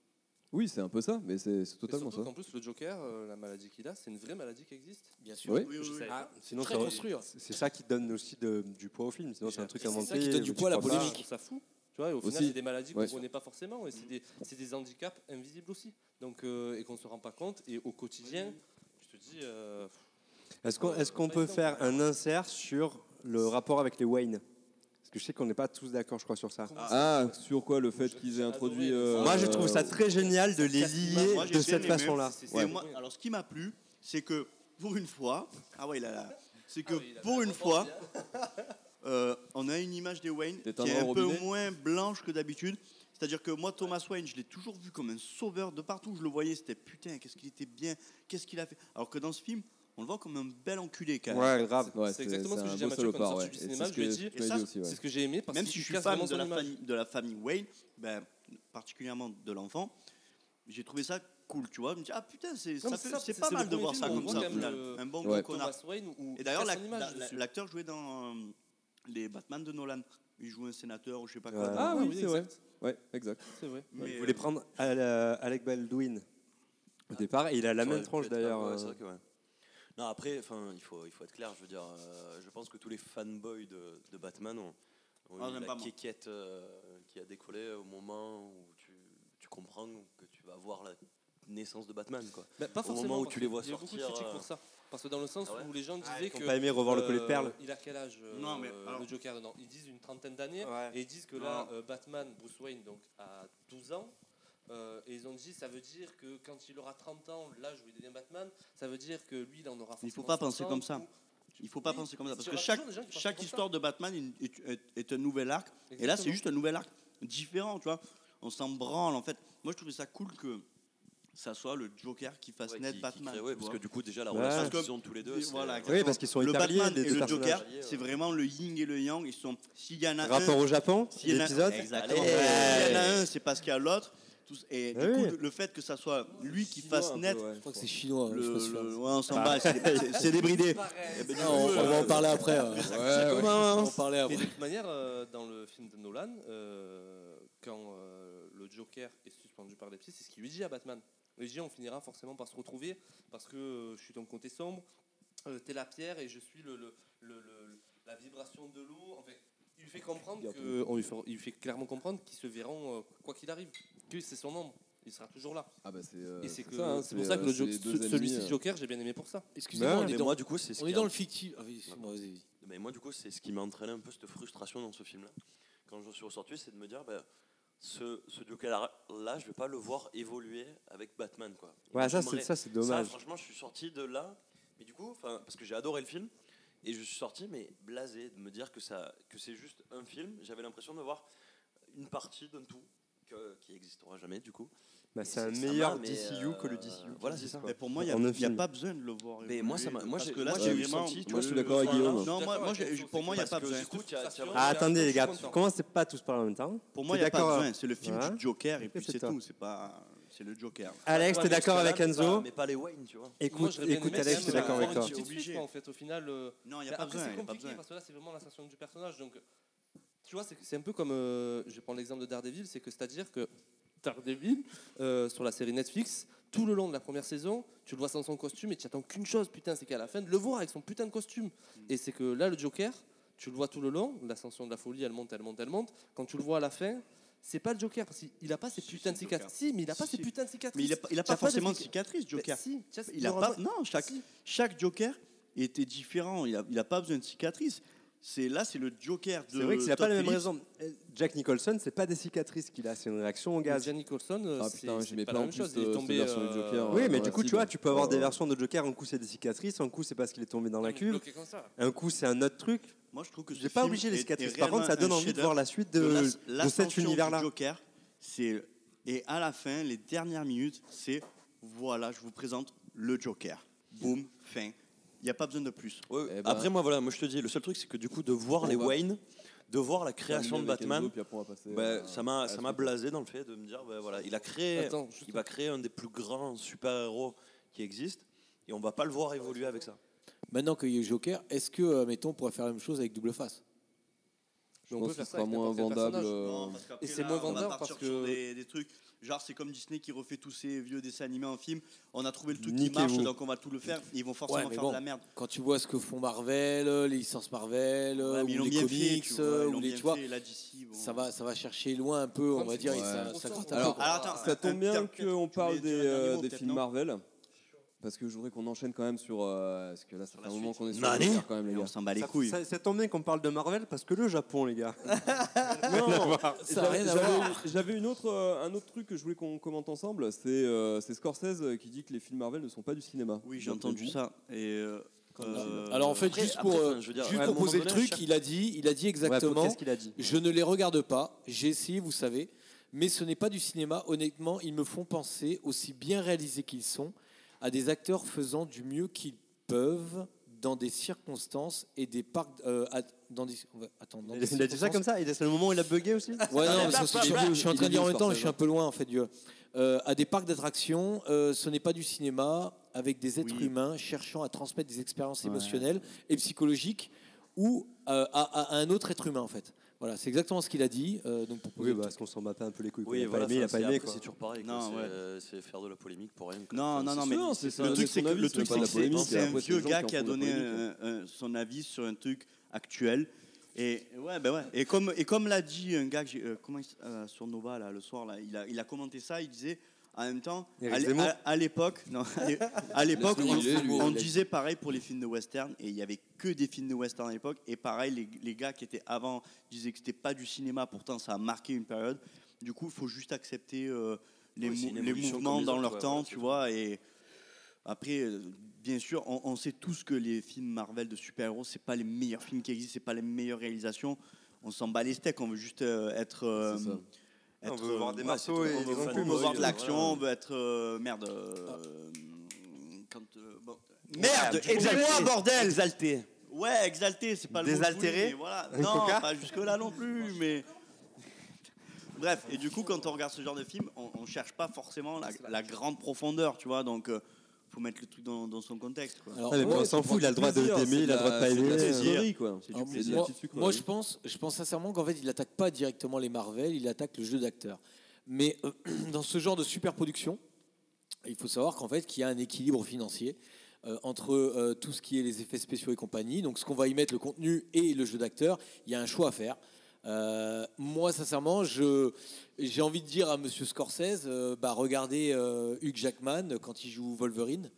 [SPEAKER 2] Oui, c'est un peu ça, mais c'est c'est
[SPEAKER 4] Et
[SPEAKER 2] totalement
[SPEAKER 4] surtout
[SPEAKER 2] ça.
[SPEAKER 4] qu'en plus, le Joker, euh, la maladie qu'il a, c'est une vraie maladie qui existe.
[SPEAKER 1] Bien sûr.
[SPEAKER 6] Oui.
[SPEAKER 3] Oui, oui,
[SPEAKER 4] Je
[SPEAKER 3] oui.
[SPEAKER 4] savais
[SPEAKER 1] Ah,
[SPEAKER 4] pas.
[SPEAKER 1] c'est
[SPEAKER 6] Sinon,
[SPEAKER 1] très
[SPEAKER 6] ça aurait-
[SPEAKER 1] construire.
[SPEAKER 6] C'est ça qui donne aussi de- du poids au film. Sinon, c'est un truc
[SPEAKER 1] C'est ça
[SPEAKER 6] inventé.
[SPEAKER 1] qui donne du
[SPEAKER 6] tu
[SPEAKER 1] poids à la
[SPEAKER 6] crois pas.
[SPEAKER 4] Voilà,
[SPEAKER 1] polémique.
[SPEAKER 4] on s'en fout. Tu vois, et au final,
[SPEAKER 2] Aussi.
[SPEAKER 4] c'est des maladies qu'on
[SPEAKER 2] Ouais.
[SPEAKER 4] ne connaît pas forcément et c'est des, c'est des handicaps invisibles aussi. Donc, euh, et qu'on ne se rend pas compte. Et au quotidien, je te dis, euh,
[SPEAKER 6] Est-ce qu'on est-ce qu'on peut faire un insert sur le rapport avec les Wayne Parce que je sais qu'on n'est pas tous d'accord, je crois, sur ça.
[SPEAKER 2] Ah, sur quoi le fait qu'ils aient
[SPEAKER 4] j'ai
[SPEAKER 2] introduit.
[SPEAKER 4] adoré.
[SPEAKER 2] euh,
[SPEAKER 6] Moi, je trouve ça très génial de les lier
[SPEAKER 3] Moi, j'ai
[SPEAKER 6] de
[SPEAKER 3] bien
[SPEAKER 6] cette
[SPEAKER 3] aimé.
[SPEAKER 6] façon-là.
[SPEAKER 4] c'est-
[SPEAKER 3] Et
[SPEAKER 4] c'est-
[SPEAKER 3] moi- alors, ce qui m'a plu, c'est que pour une fois, ah ouais, là, là, c'est que
[SPEAKER 4] Ah oui, il a
[SPEAKER 3] pour
[SPEAKER 4] la hein.
[SPEAKER 3] une
[SPEAKER 4] réponse,
[SPEAKER 3] fois,
[SPEAKER 4] bien.
[SPEAKER 3] euh, on a une image des Wayne qui
[SPEAKER 2] T'éteins
[SPEAKER 3] est
[SPEAKER 2] le
[SPEAKER 3] un peu
[SPEAKER 2] robinet
[SPEAKER 3] moins blanche que d'habitude. C'est-à-dire que moi, Thomas Wayne, je l'ai toujours vu comme un sauveur. De partout où je le voyais, c'était putain, qu'est-ce qu'il était bien, qu'est-ce qu'il a fait. Alors que dans ce film, on le voit comme un bel enculé quand même.
[SPEAKER 6] Ouais, grave.
[SPEAKER 4] C'est- c'est exactement ce que j'ai dit à Mathieu quand on est sorti du cinéma. Je lui ai dit,
[SPEAKER 3] tu m'as dit aussi,
[SPEAKER 4] c'est ce que j'ai aimé parce
[SPEAKER 3] Même
[SPEAKER 4] qu'il
[SPEAKER 3] si je suis
[SPEAKER 4] casse
[SPEAKER 3] fan
[SPEAKER 4] vraiment
[SPEAKER 3] de
[SPEAKER 4] son
[SPEAKER 3] la,
[SPEAKER 4] image.
[SPEAKER 3] famille, de la famille Wayne, ben, particulièrement de l'enfant, j'ai trouvé ça cool, tu vois. Je me dis, ah putain, c'est ça
[SPEAKER 4] mais
[SPEAKER 3] peut-
[SPEAKER 4] ça,
[SPEAKER 3] c'est
[SPEAKER 4] c'est-
[SPEAKER 3] pas
[SPEAKER 4] c'est
[SPEAKER 3] mal
[SPEAKER 4] le
[SPEAKER 3] de
[SPEAKER 4] premier
[SPEAKER 3] voir
[SPEAKER 4] film
[SPEAKER 3] ça
[SPEAKER 4] où on
[SPEAKER 3] comme
[SPEAKER 4] voit
[SPEAKER 3] ça.
[SPEAKER 4] quand même
[SPEAKER 3] finalement.
[SPEAKER 4] le-
[SPEAKER 3] Un bon
[SPEAKER 2] Ouais.
[SPEAKER 3] gros connard.
[SPEAKER 4] Thomas Wayne ou
[SPEAKER 3] Et d'ailleurs,
[SPEAKER 4] casse
[SPEAKER 3] la-
[SPEAKER 4] son image,
[SPEAKER 3] la- la-
[SPEAKER 4] dessus.
[SPEAKER 3] l'acteur jouait dans euh, les Batman de Nolan. Il joue un sénateur ou je sais pas quoi.
[SPEAKER 6] Ouais.
[SPEAKER 2] Ah
[SPEAKER 4] Ah
[SPEAKER 2] oui,
[SPEAKER 4] oui,
[SPEAKER 2] c'est vrai. Ouais, exact.
[SPEAKER 4] c'est vrai.
[SPEAKER 3] Mais,
[SPEAKER 6] Vous voulez prendre Al- euh, Alec Baldwin au départ, et il a la même tranche d'ailleurs.
[SPEAKER 7] Ouais, c'est
[SPEAKER 6] euh,
[SPEAKER 7] vrai que ouais. Non, après, enfin, il faut, il faut être clair. Je veux dire, euh, je pense que tous les fanboys de, de Batman ont, ont
[SPEAKER 3] Ah,
[SPEAKER 7] eu
[SPEAKER 3] j'aime
[SPEAKER 7] la
[SPEAKER 3] pas, moi.
[SPEAKER 7] quéquette euh, qui a décollé au moment où tu, tu comprends que tu vas voir la naissance de Batman, quoi.
[SPEAKER 4] Bah, pas
[SPEAKER 7] Au moment
[SPEAKER 4] forcément,
[SPEAKER 7] où
[SPEAKER 4] parce
[SPEAKER 7] tu les
[SPEAKER 4] que
[SPEAKER 7] vois
[SPEAKER 4] Il y a eu beaucoup de
[SPEAKER 7] sortir,
[SPEAKER 4] critiques
[SPEAKER 7] euh,
[SPEAKER 4] pour ça. Parce que dans le sens
[SPEAKER 7] Ah ouais
[SPEAKER 4] où les gens
[SPEAKER 3] Ah,
[SPEAKER 4] disaient
[SPEAKER 6] qui
[SPEAKER 4] que.
[SPEAKER 6] n'ont pas aimé revoir le collet de
[SPEAKER 4] euh,
[SPEAKER 6] perles.
[SPEAKER 4] Il a quel âge euh,
[SPEAKER 3] Non, mais alors-
[SPEAKER 4] Le Joker, non. Ils disent une trentaine d'années.
[SPEAKER 6] Ouais.
[SPEAKER 4] Et ils disent que là, euh, Batman, Bruce Wayne, donc à 12 ans. euh, et ils ont dit, ça veut dire que quand il aura 30 ans, l'âge où il devient Batman, ça veut dire que lui, il en aura
[SPEAKER 3] Il faut
[SPEAKER 4] forcément
[SPEAKER 3] pas penser
[SPEAKER 4] 60
[SPEAKER 3] comme ça.
[SPEAKER 4] ou-
[SPEAKER 3] Il faut pas
[SPEAKER 4] Oui,
[SPEAKER 3] penser comme ça. Parce
[SPEAKER 4] il y
[SPEAKER 3] que
[SPEAKER 4] aura
[SPEAKER 3] chaque,
[SPEAKER 4] toujours des gens qui
[SPEAKER 3] chaque
[SPEAKER 4] penseront
[SPEAKER 3] histoire de Batman est, est- est un nouvel arc. Et là, c'est
[SPEAKER 4] Exactement.
[SPEAKER 3] juste un nouvel arc différent, tu vois. On s'en branle, en fait. Moi, je trouvais ça cool que ça soit le Joker qui fasse
[SPEAKER 7] Ouais,
[SPEAKER 3] naître
[SPEAKER 7] qui- qui
[SPEAKER 3] Batman.
[SPEAKER 7] crée,
[SPEAKER 3] tu
[SPEAKER 7] ouais,
[SPEAKER 3] vois.
[SPEAKER 7] parce que du coup, déjà la
[SPEAKER 6] Ouais.
[SPEAKER 7] relation
[SPEAKER 6] Parce
[SPEAKER 3] que-
[SPEAKER 7] qu'ils ont tous les deux,
[SPEAKER 3] Oui,
[SPEAKER 7] c'est-
[SPEAKER 3] voilà,
[SPEAKER 6] Oui, parce qu'ils sont
[SPEAKER 3] le
[SPEAKER 6] établis.
[SPEAKER 3] Batman
[SPEAKER 6] les
[SPEAKER 3] et
[SPEAKER 6] deux
[SPEAKER 3] le
[SPEAKER 6] personnages.
[SPEAKER 3] Joker, c'est vraiment le yin et le yang. Ils sont. S'il y en a un,
[SPEAKER 6] Rapport au Japon,
[SPEAKER 3] S'il y en a-
[SPEAKER 6] l'épisode.
[SPEAKER 3] Exactement.
[SPEAKER 6] Allez.
[SPEAKER 3] S'il y en a un, c'est parce qu'il y a l'autre. Tous- Et du
[SPEAKER 6] Eh
[SPEAKER 3] coup,
[SPEAKER 6] oui.
[SPEAKER 3] le- le fait que ça soit lui qui
[SPEAKER 2] Chinois,
[SPEAKER 3] fasse
[SPEAKER 2] un peu,
[SPEAKER 3] naître
[SPEAKER 2] ouais.
[SPEAKER 1] Je crois que c'est chinois. hein,
[SPEAKER 3] le.
[SPEAKER 1] euh, je suis pas sûr.
[SPEAKER 3] le- ouais, on s'en bat, c'est
[SPEAKER 2] Ah.
[SPEAKER 3] des- c'est- c'est des bridés. Eh ben, du
[SPEAKER 1] Ah, on,
[SPEAKER 3] coup,
[SPEAKER 1] on va
[SPEAKER 3] euh,
[SPEAKER 1] en parler après. hein. ouais. On va en parler
[SPEAKER 4] Mais
[SPEAKER 2] Ah
[SPEAKER 1] après.
[SPEAKER 4] de toute manière, euh, dans le film de Nolan, euh, quand euh, le Joker est suspendu par les pieds, c'est ce qu'il lui dit à Batman. Il lui dit on finira forcément par se retrouver parce que euh, je suis ton côté sombre, euh, t'es la pierre et je suis le, le- le- le- la vibration de l'eau. Enfin, il lui fait comprendre que, on lui fait, il lui fait clairement comprendre qu'ils se verront euh, quoi qu'il arrive, que c'est son ombre, il sera toujours là.
[SPEAKER 2] Ah bah c'est. euh,
[SPEAKER 4] et c'est que-
[SPEAKER 2] ça, hein,
[SPEAKER 4] c'est pour ça que le
[SPEAKER 2] euh, c'est
[SPEAKER 4] Jo-
[SPEAKER 2] les deux
[SPEAKER 4] ce-
[SPEAKER 2] ennemis,
[SPEAKER 4] celui-ci
[SPEAKER 2] euh.
[SPEAKER 4] Joker, j'ai bien aimé pour ça.
[SPEAKER 1] Excusez-moi, on est
[SPEAKER 7] mais
[SPEAKER 1] dans,
[SPEAKER 7] moi, du coup, c'est ce
[SPEAKER 1] on
[SPEAKER 7] qui
[SPEAKER 1] est
[SPEAKER 7] a-
[SPEAKER 1] dans le fictif. Ah oui, excuse-moi, vas-y.
[SPEAKER 7] Mais moi, du coup, c'est ce qui m'a entraîné un peu cette frustration dans ce film-là. Quand je suis ressorti, c'est de me dire, bah, ce, ce Joker-là, je vais pas le voir évoluer avec Batman, quoi.
[SPEAKER 6] Ouais, ça,
[SPEAKER 7] J'aimerais-
[SPEAKER 6] c'est ça, c'est
[SPEAKER 7] ça,
[SPEAKER 6] dommage.
[SPEAKER 7] franchement, je suis sorti de là, mais du coup, enfin, parce que j'ai adoré le film, et je suis sorti, mais blasé de me dire que ça, que c'est juste un film. J'avais l'impression de voir une partie d'un tout que- qui n'existera jamais, du coup.
[SPEAKER 6] Bah,
[SPEAKER 7] Et
[SPEAKER 6] c'est un
[SPEAKER 7] ça
[SPEAKER 6] meilleur
[SPEAKER 7] m'a, mais,
[SPEAKER 6] DCU que le
[SPEAKER 7] euh,
[SPEAKER 6] DCU.
[SPEAKER 7] Voilà, c'est ça.
[SPEAKER 3] Mais pour moi, il n'y a,
[SPEAKER 6] En un
[SPEAKER 3] il y a
[SPEAKER 6] film.
[SPEAKER 3] pas besoin de le voir.
[SPEAKER 7] Mais moi, ça m'a- moi,
[SPEAKER 3] Parce
[SPEAKER 7] j'ai-
[SPEAKER 3] que là,
[SPEAKER 7] moi,
[SPEAKER 3] c'est
[SPEAKER 7] j'ai
[SPEAKER 2] ouais,
[SPEAKER 3] vraiment-
[SPEAKER 7] ressenti,
[SPEAKER 2] moi,
[SPEAKER 7] tu vois,
[SPEAKER 2] je suis
[SPEAKER 7] ce-
[SPEAKER 2] d'accord avec
[SPEAKER 7] ce point-là.
[SPEAKER 2] Guillaume.
[SPEAKER 3] Non, moi, moi, j'ai- pour moi, il n'y a
[SPEAKER 7] Parce
[SPEAKER 3] pas
[SPEAKER 7] que
[SPEAKER 3] besoin.
[SPEAKER 7] du coup, t'as- t'as
[SPEAKER 6] Ah,
[SPEAKER 7] vraiment-
[SPEAKER 6] attendez, les gars,
[SPEAKER 4] Je suis content.
[SPEAKER 6] commencez pas tous par en même temps.
[SPEAKER 3] Pour moi, il
[SPEAKER 6] T'es
[SPEAKER 3] n'y a pas
[SPEAKER 6] d'accord
[SPEAKER 3] besoin. C'est le film
[SPEAKER 6] Ouais.
[SPEAKER 3] du Joker et puis
[SPEAKER 6] c'est
[SPEAKER 3] c'est
[SPEAKER 6] toi.
[SPEAKER 3] tout. C'est pas, c'est le Joker.
[SPEAKER 6] Alex,
[SPEAKER 7] Ouais,
[SPEAKER 6] t'es
[SPEAKER 7] mais
[SPEAKER 6] d'accord
[SPEAKER 7] parce
[SPEAKER 6] avec
[SPEAKER 7] que là, mais pas-
[SPEAKER 6] Enzo
[SPEAKER 7] Mais pas les Wayne, tu vois.
[SPEAKER 4] Moi,
[SPEAKER 6] Écoute,
[SPEAKER 4] j'aurais bien
[SPEAKER 6] écoute
[SPEAKER 4] aimé
[SPEAKER 6] Alex,
[SPEAKER 4] quand
[SPEAKER 6] t'es
[SPEAKER 4] même,
[SPEAKER 6] d'accord
[SPEAKER 4] euh,
[SPEAKER 6] avec
[SPEAKER 4] avoir
[SPEAKER 6] toi.
[SPEAKER 4] une petite
[SPEAKER 3] Obligé.
[SPEAKER 4] suite, quoi, En fait, au final. euh,
[SPEAKER 3] Non, il n'y a
[SPEAKER 4] Mais
[SPEAKER 3] pas
[SPEAKER 4] après,
[SPEAKER 3] besoin. il
[SPEAKER 4] c'est
[SPEAKER 3] y a pas
[SPEAKER 4] compliqué
[SPEAKER 3] besoin.
[SPEAKER 4] parce que là, c'est vraiment l'ascension du personnage. Donc, tu vois, c'est c'est un peu comme. euh, je prends l'exemple de Daredevil, c'est que c'est-à-dire que Daredevil, euh, sur la série Netflix, tout le long de la première saison, tu le vois sans son costume et tu attends qu'une chose, putain, c'est qu'à la fin de le voir avec son putain de costume.
[SPEAKER 3] Mm.
[SPEAKER 4] Et c'est que là, le Joker, tu le vois tout le long, l'ascension de la folie, elle monte, elle monte, elle monte. Quand tu le vois à la fin, c'est pas le Joker parce qu'il a pas ses
[SPEAKER 3] Si,
[SPEAKER 4] putins de
[SPEAKER 3] c'est le Joker.
[SPEAKER 4] cicatrices. Si, mais il a pas
[SPEAKER 3] Si,
[SPEAKER 4] ses
[SPEAKER 3] si.
[SPEAKER 4] putains de cicatrices.
[SPEAKER 3] Mais il n'a pas, il a
[SPEAKER 4] T'as
[SPEAKER 3] pas forcément de
[SPEAKER 4] cicatrices.
[SPEAKER 3] cicatrice, Joker.
[SPEAKER 4] Ben, si, tu vois,
[SPEAKER 3] Il a
[SPEAKER 4] aura
[SPEAKER 3] pas. Non, chaque,
[SPEAKER 4] Si.
[SPEAKER 3] chaque Joker était différent. Il n'a il a pas besoin de cicatrice. C'est là, c'est le Joker de.
[SPEAKER 6] C'est vrai qu'il n'a pas
[SPEAKER 3] Todd
[SPEAKER 6] la même
[SPEAKER 3] Phillips.
[SPEAKER 6] raison. Euh, Jack Nicholson, c'est pas des cicatrices qu'il a, c'est une réaction au
[SPEAKER 4] Mais
[SPEAKER 6] gaz.
[SPEAKER 4] Jack Nicholson, euh,
[SPEAKER 2] Ah,
[SPEAKER 4] c'est-
[SPEAKER 2] putain,
[SPEAKER 4] c'est
[SPEAKER 2] j'aimais
[SPEAKER 4] pas
[SPEAKER 2] pas
[SPEAKER 4] la
[SPEAKER 2] en
[SPEAKER 4] même
[SPEAKER 2] plus,
[SPEAKER 4] chose.
[SPEAKER 2] euh,
[SPEAKER 4] Il est
[SPEAKER 2] cette
[SPEAKER 4] tombé.
[SPEAKER 2] version du
[SPEAKER 4] euh,
[SPEAKER 2] Joker. hein.
[SPEAKER 6] Oui,
[SPEAKER 2] Ouais,
[SPEAKER 6] mais
[SPEAKER 2] dans
[SPEAKER 6] du
[SPEAKER 2] la
[SPEAKER 6] coup, tu vois,
[SPEAKER 2] cible.
[SPEAKER 6] tu peux avoir des
[SPEAKER 2] Ouais.
[SPEAKER 6] versions de Joker, un coup c'est des cicatrices, un coup c'est parce qu'il est tombé dans la cuve,
[SPEAKER 4] bloqué comme ça.
[SPEAKER 6] un coup c'est un autre truc.
[SPEAKER 3] Moi, je trouve que.
[SPEAKER 6] J'ai pas obligé les cicatrices. Par contre, ça donne envie de voir la suite de,
[SPEAKER 3] de
[SPEAKER 6] de cet univers-là.
[SPEAKER 3] Joker, c'est et à la fin, les dernières minutes, c'est voilà, je vous présente le Joker. boum, fin. Il n'y a pas besoin de plus.
[SPEAKER 7] Ouais,
[SPEAKER 2] Eh ben.
[SPEAKER 7] Après, moi, voilà, moi je te dis, le seul truc, c'est que du coup, de voir
[SPEAKER 2] On
[SPEAKER 7] les
[SPEAKER 2] va-
[SPEAKER 7] Wayne, de voir la création de
[SPEAKER 2] Terminer avec
[SPEAKER 7] Batman,
[SPEAKER 2] Enzo, puis après, on va passer
[SPEAKER 7] bah,
[SPEAKER 2] à-
[SPEAKER 7] ça m'a, ça
[SPEAKER 2] la
[SPEAKER 7] m'a
[SPEAKER 2] suite.
[SPEAKER 7] blasé dans le fait de me dire, bah, voilà, il a créé,
[SPEAKER 4] Attends, juste-
[SPEAKER 7] il va créer un des plus grands super-héros qui existe, et on va pas le voir évoluer avec ça.
[SPEAKER 1] Maintenant qu'il y a eu Joker, est-ce que, euh, mettons, on pourrait faire la même chose avec Double Face
[SPEAKER 2] Je
[SPEAKER 4] on
[SPEAKER 2] pense
[SPEAKER 4] peut
[SPEAKER 2] que
[SPEAKER 4] faire
[SPEAKER 2] ce
[SPEAKER 4] ça
[SPEAKER 2] sera
[SPEAKER 4] avec
[SPEAKER 2] moins
[SPEAKER 4] n'importe quel
[SPEAKER 2] vendable.
[SPEAKER 4] personnage.
[SPEAKER 2] euh,
[SPEAKER 3] Non, parce qu'après,
[SPEAKER 4] Et c'est
[SPEAKER 3] là,
[SPEAKER 4] moins
[SPEAKER 3] on va
[SPEAKER 4] vendeur
[SPEAKER 3] partir
[SPEAKER 4] parce que-
[SPEAKER 3] sur des, des trucs. Genre, c'est comme Disney qui refait tous ses vieux dessins animés en film. On a trouvé le truc qui marche,
[SPEAKER 6] Niquez-vous.
[SPEAKER 3] donc on va tout le faire. Et ils vont forcément
[SPEAKER 1] Ouais, mais
[SPEAKER 3] faire
[SPEAKER 1] bon.
[SPEAKER 3] de la merde.
[SPEAKER 1] Quand tu vois ce que font Marvel, euh, les licences Marvel, euh,
[SPEAKER 3] Ouais,
[SPEAKER 1] ou
[SPEAKER 3] mais ils l'ont
[SPEAKER 1] les
[SPEAKER 3] bien fait,
[SPEAKER 1] comics,
[SPEAKER 3] tu vois.
[SPEAKER 1] euh,
[SPEAKER 3] Ils
[SPEAKER 1] ou
[SPEAKER 3] l'ont
[SPEAKER 1] les,
[SPEAKER 3] bien
[SPEAKER 1] tu vois,
[SPEAKER 3] fait, là, d'ici. bon.
[SPEAKER 1] ça va, ça va chercher loin un peu, on
[SPEAKER 4] Comme
[SPEAKER 1] va
[SPEAKER 4] c'est-
[SPEAKER 1] dire, et
[SPEAKER 2] ouais.
[SPEAKER 1] ça, ça gratte un
[SPEAKER 2] Alors,
[SPEAKER 1] peu.
[SPEAKER 3] Alors, attends,
[SPEAKER 2] Ça tombe bien
[SPEAKER 3] Terminator,
[SPEAKER 2] qu'on
[SPEAKER 3] tu
[SPEAKER 2] parle
[SPEAKER 3] voulais
[SPEAKER 2] des,
[SPEAKER 3] dire un dernier
[SPEAKER 2] euh,
[SPEAKER 3] mot,
[SPEAKER 2] des
[SPEAKER 3] peut-être,
[SPEAKER 2] films
[SPEAKER 3] non
[SPEAKER 2] Marvel. Parce que je voudrais qu'on enchaîne quand même sur. euh, parce que là, ça
[SPEAKER 3] Sur
[SPEAKER 2] fait
[SPEAKER 3] la
[SPEAKER 2] un moment
[SPEAKER 3] suite.
[SPEAKER 2] qu'on est sur
[SPEAKER 7] Nani
[SPEAKER 2] le Joker quand même, les
[SPEAKER 3] Et
[SPEAKER 2] gars.
[SPEAKER 3] On s'en bat les
[SPEAKER 6] Ça-
[SPEAKER 3] couilles.
[SPEAKER 6] Ça, ça tombe bien qu'on parle de Marvel parce que le Japon, les gars.
[SPEAKER 2] Non,
[SPEAKER 1] Ça a rien à
[SPEAKER 2] j'avais-
[SPEAKER 1] voir.
[SPEAKER 2] J'avais une autre, euh, un autre truc que je voulais qu'on commente ensemble. C'est euh, c'est Scorsese qui dit que les films Marvel ne sont pas du cinéma.
[SPEAKER 3] Oui, j'ai entendu ça. Et. euh, euh,
[SPEAKER 1] Alors, en fait,
[SPEAKER 7] Après-
[SPEAKER 1] juste
[SPEAKER 7] après,
[SPEAKER 1] pour,
[SPEAKER 7] enfin,
[SPEAKER 1] euh,
[SPEAKER 7] je veux dire,
[SPEAKER 1] Juste
[SPEAKER 7] à un
[SPEAKER 1] pour
[SPEAKER 7] moment
[SPEAKER 1] poser le
[SPEAKER 7] donné, à
[SPEAKER 1] truc,
[SPEAKER 7] chaque-
[SPEAKER 1] il a dit, il a dit exactement.
[SPEAKER 6] Qu'est-ce qu'il a dit
[SPEAKER 1] Je ne les regarde pas, j'ai essayé, vous savez, mais ce n'est pas du cinéma. Honnêtement, ils me font penser, aussi bien réalisés qu'ils sont, à des acteurs faisant du mieux qu'ils peuvent dans des circonstances et des parcs. euh, à- dans des, ouais, attends, dans des
[SPEAKER 6] Il a dit ça
[SPEAKER 1] circonstances-
[SPEAKER 6] comme ça et c'est le moment où il a bugué aussi
[SPEAKER 1] Ouais, non, mais
[SPEAKER 2] mais bah,
[SPEAKER 1] ça, c'est-
[SPEAKER 2] bah,
[SPEAKER 1] je,
[SPEAKER 2] bah,
[SPEAKER 1] je suis en
[SPEAKER 2] il
[SPEAKER 1] train
[SPEAKER 2] est
[SPEAKER 1] de dire en
[SPEAKER 2] vieux,
[SPEAKER 1] même temps, mais je suis un
[SPEAKER 2] Scorsese.
[SPEAKER 1] peu loin en fait. Dieu. Euh, à des parcs d'attractions, euh, ce n'est pas du cinéma avec des êtres
[SPEAKER 3] Oui.
[SPEAKER 1] humains cherchant à transmettre des expériences
[SPEAKER 3] Ouais.
[SPEAKER 1] émotionnelles et psychologiques ou euh, à, à- à un autre être humain en fait. Voilà, c'est exactement ce qu'il a dit. euh, donc pour poser
[SPEAKER 6] Oui,
[SPEAKER 1] le
[SPEAKER 6] bah,
[SPEAKER 1] truc.
[SPEAKER 6] parce qu'on s'en battait un peu les couilles. quoi.
[SPEAKER 7] Oui,
[SPEAKER 6] il a
[SPEAKER 7] voilà,
[SPEAKER 6] pas aimé, il a pas
[SPEAKER 7] ça, c'est-
[SPEAKER 6] aimé.
[SPEAKER 7] après,
[SPEAKER 6] Quoi.
[SPEAKER 7] C'est toujours pareil. quoi,
[SPEAKER 3] Non,
[SPEAKER 7] c'est-
[SPEAKER 3] ouais.
[SPEAKER 7] euh, C'est faire de la polémique pour rien. quoi.
[SPEAKER 3] Non,
[SPEAKER 7] Enfin,
[SPEAKER 3] non, non,
[SPEAKER 7] c'est-
[SPEAKER 3] mais
[SPEAKER 2] Non, c'est ça,
[SPEAKER 3] le
[SPEAKER 2] donner
[SPEAKER 3] truc,
[SPEAKER 2] son
[SPEAKER 3] c'est que-
[SPEAKER 2] avis,
[SPEAKER 3] le
[SPEAKER 2] c'est
[SPEAKER 3] truc,
[SPEAKER 2] pas
[SPEAKER 3] c'est
[SPEAKER 2] de la
[SPEAKER 3] que c'est
[SPEAKER 2] polémique,
[SPEAKER 3] c'est
[SPEAKER 2] après,
[SPEAKER 3] un
[SPEAKER 2] c'est les
[SPEAKER 3] vieux
[SPEAKER 2] gens
[SPEAKER 3] gars
[SPEAKER 2] qui en
[SPEAKER 3] qui a
[SPEAKER 2] font de la
[SPEAKER 3] donné euh,
[SPEAKER 2] polémique.
[SPEAKER 3] un- un- son avis sur un truc actuel. Et ouais, ben ouais. Et comme et comme l'a dit un gars, que j'ai- euh, comment il s- euh, sur Nova là, le soir là, il a il a commenté ça, il disait. En même temps,
[SPEAKER 6] Éric
[SPEAKER 3] à l'é-
[SPEAKER 6] Zemmour.
[SPEAKER 3] à à l'époque, non, à l'époque,
[SPEAKER 2] Laisse-le,
[SPEAKER 3] on,
[SPEAKER 2] il est, lui,
[SPEAKER 3] on
[SPEAKER 2] il est.
[SPEAKER 3] disait pareil pour les films de western, et il y avait que des films de western à l'époque, et pareil, les, les gars qui étaient avant disaient que c'était pas du cinéma, pourtant ça a marqué une période. Du coup, il faut juste accepter euh, les,
[SPEAKER 7] Oui, c'est
[SPEAKER 3] mou-
[SPEAKER 7] une
[SPEAKER 3] les
[SPEAKER 7] évolution
[SPEAKER 3] mouvements
[SPEAKER 7] comme les
[SPEAKER 3] dans
[SPEAKER 7] autres,
[SPEAKER 3] leur
[SPEAKER 7] ouais,
[SPEAKER 3] temps,
[SPEAKER 7] voilà,
[SPEAKER 3] tu
[SPEAKER 7] c'est
[SPEAKER 3] vois. Et après, euh, bien sûr, on, on sait tous que les films Marvel de super-héros, c'est pas les meilleurs films qui existent, c'est pas les meilleures réalisations. On s'en bat les steaks, on veut juste euh, être. euh,
[SPEAKER 2] C'est ça.
[SPEAKER 6] On veut voir des
[SPEAKER 3] ouais,
[SPEAKER 6] marteaux
[SPEAKER 3] c'est
[SPEAKER 6] et
[SPEAKER 3] tout. on veut,
[SPEAKER 6] des grands
[SPEAKER 3] on
[SPEAKER 6] coups,
[SPEAKER 3] veut voir
[SPEAKER 6] oui,
[SPEAKER 3] de l'action,
[SPEAKER 6] voilà.
[SPEAKER 3] on veut être. euh, merde. euh, quand, euh, bon.
[SPEAKER 2] Ah,
[SPEAKER 3] Merde, exalté.
[SPEAKER 6] bordel Exalté
[SPEAKER 3] Ouais, exalté, c'est pas le mot que je voulais,
[SPEAKER 6] Désaltéré
[SPEAKER 3] mais voilà.
[SPEAKER 6] Un
[SPEAKER 3] Non,
[SPEAKER 6] coca
[SPEAKER 3] pas jusque-là non plus, mais. Bref, et du coup, quand on regarde ce genre de film, on, on cherche pas forcément la, la grande profondeur, tu vois, donc euh, faut mettre le truc dans, dans son contexte. Quoi.
[SPEAKER 1] Alors,
[SPEAKER 6] Ah, mais
[SPEAKER 1] moi,
[SPEAKER 6] on s'en fout, il a le droit de
[SPEAKER 2] Plaisir,
[SPEAKER 6] d'aimer,
[SPEAKER 2] c'est
[SPEAKER 6] il a le droit de pas
[SPEAKER 2] la-
[SPEAKER 6] aimer.
[SPEAKER 2] C'est de la
[SPEAKER 6] euh,
[SPEAKER 2] sonnerie, quoi. C'est
[SPEAKER 1] Alors,
[SPEAKER 2] du plaisir.
[SPEAKER 1] Ah, moi,
[SPEAKER 2] C'est du sucre,
[SPEAKER 1] moi,
[SPEAKER 2] oui.
[SPEAKER 1] je pense, je pense sincèrement qu'en fait, il n'attaque pas directement les Marvel, il attaque le jeu d'acteur. Mais euh, dans ce genre de super production, il faut savoir qu'en fait, qu'il y a un équilibre financier euh, entre euh, tout ce qui est les effets spéciaux et compagnie, donc ce qu'on va y mettre, le contenu et le jeu d'acteur, il y a un choix à faire. Euh, moi, sincèrement, je j'ai envie de dire à Monsieur Scorsese, euh, bah regardez euh, Hugh Jackman quand il joue Wolverine.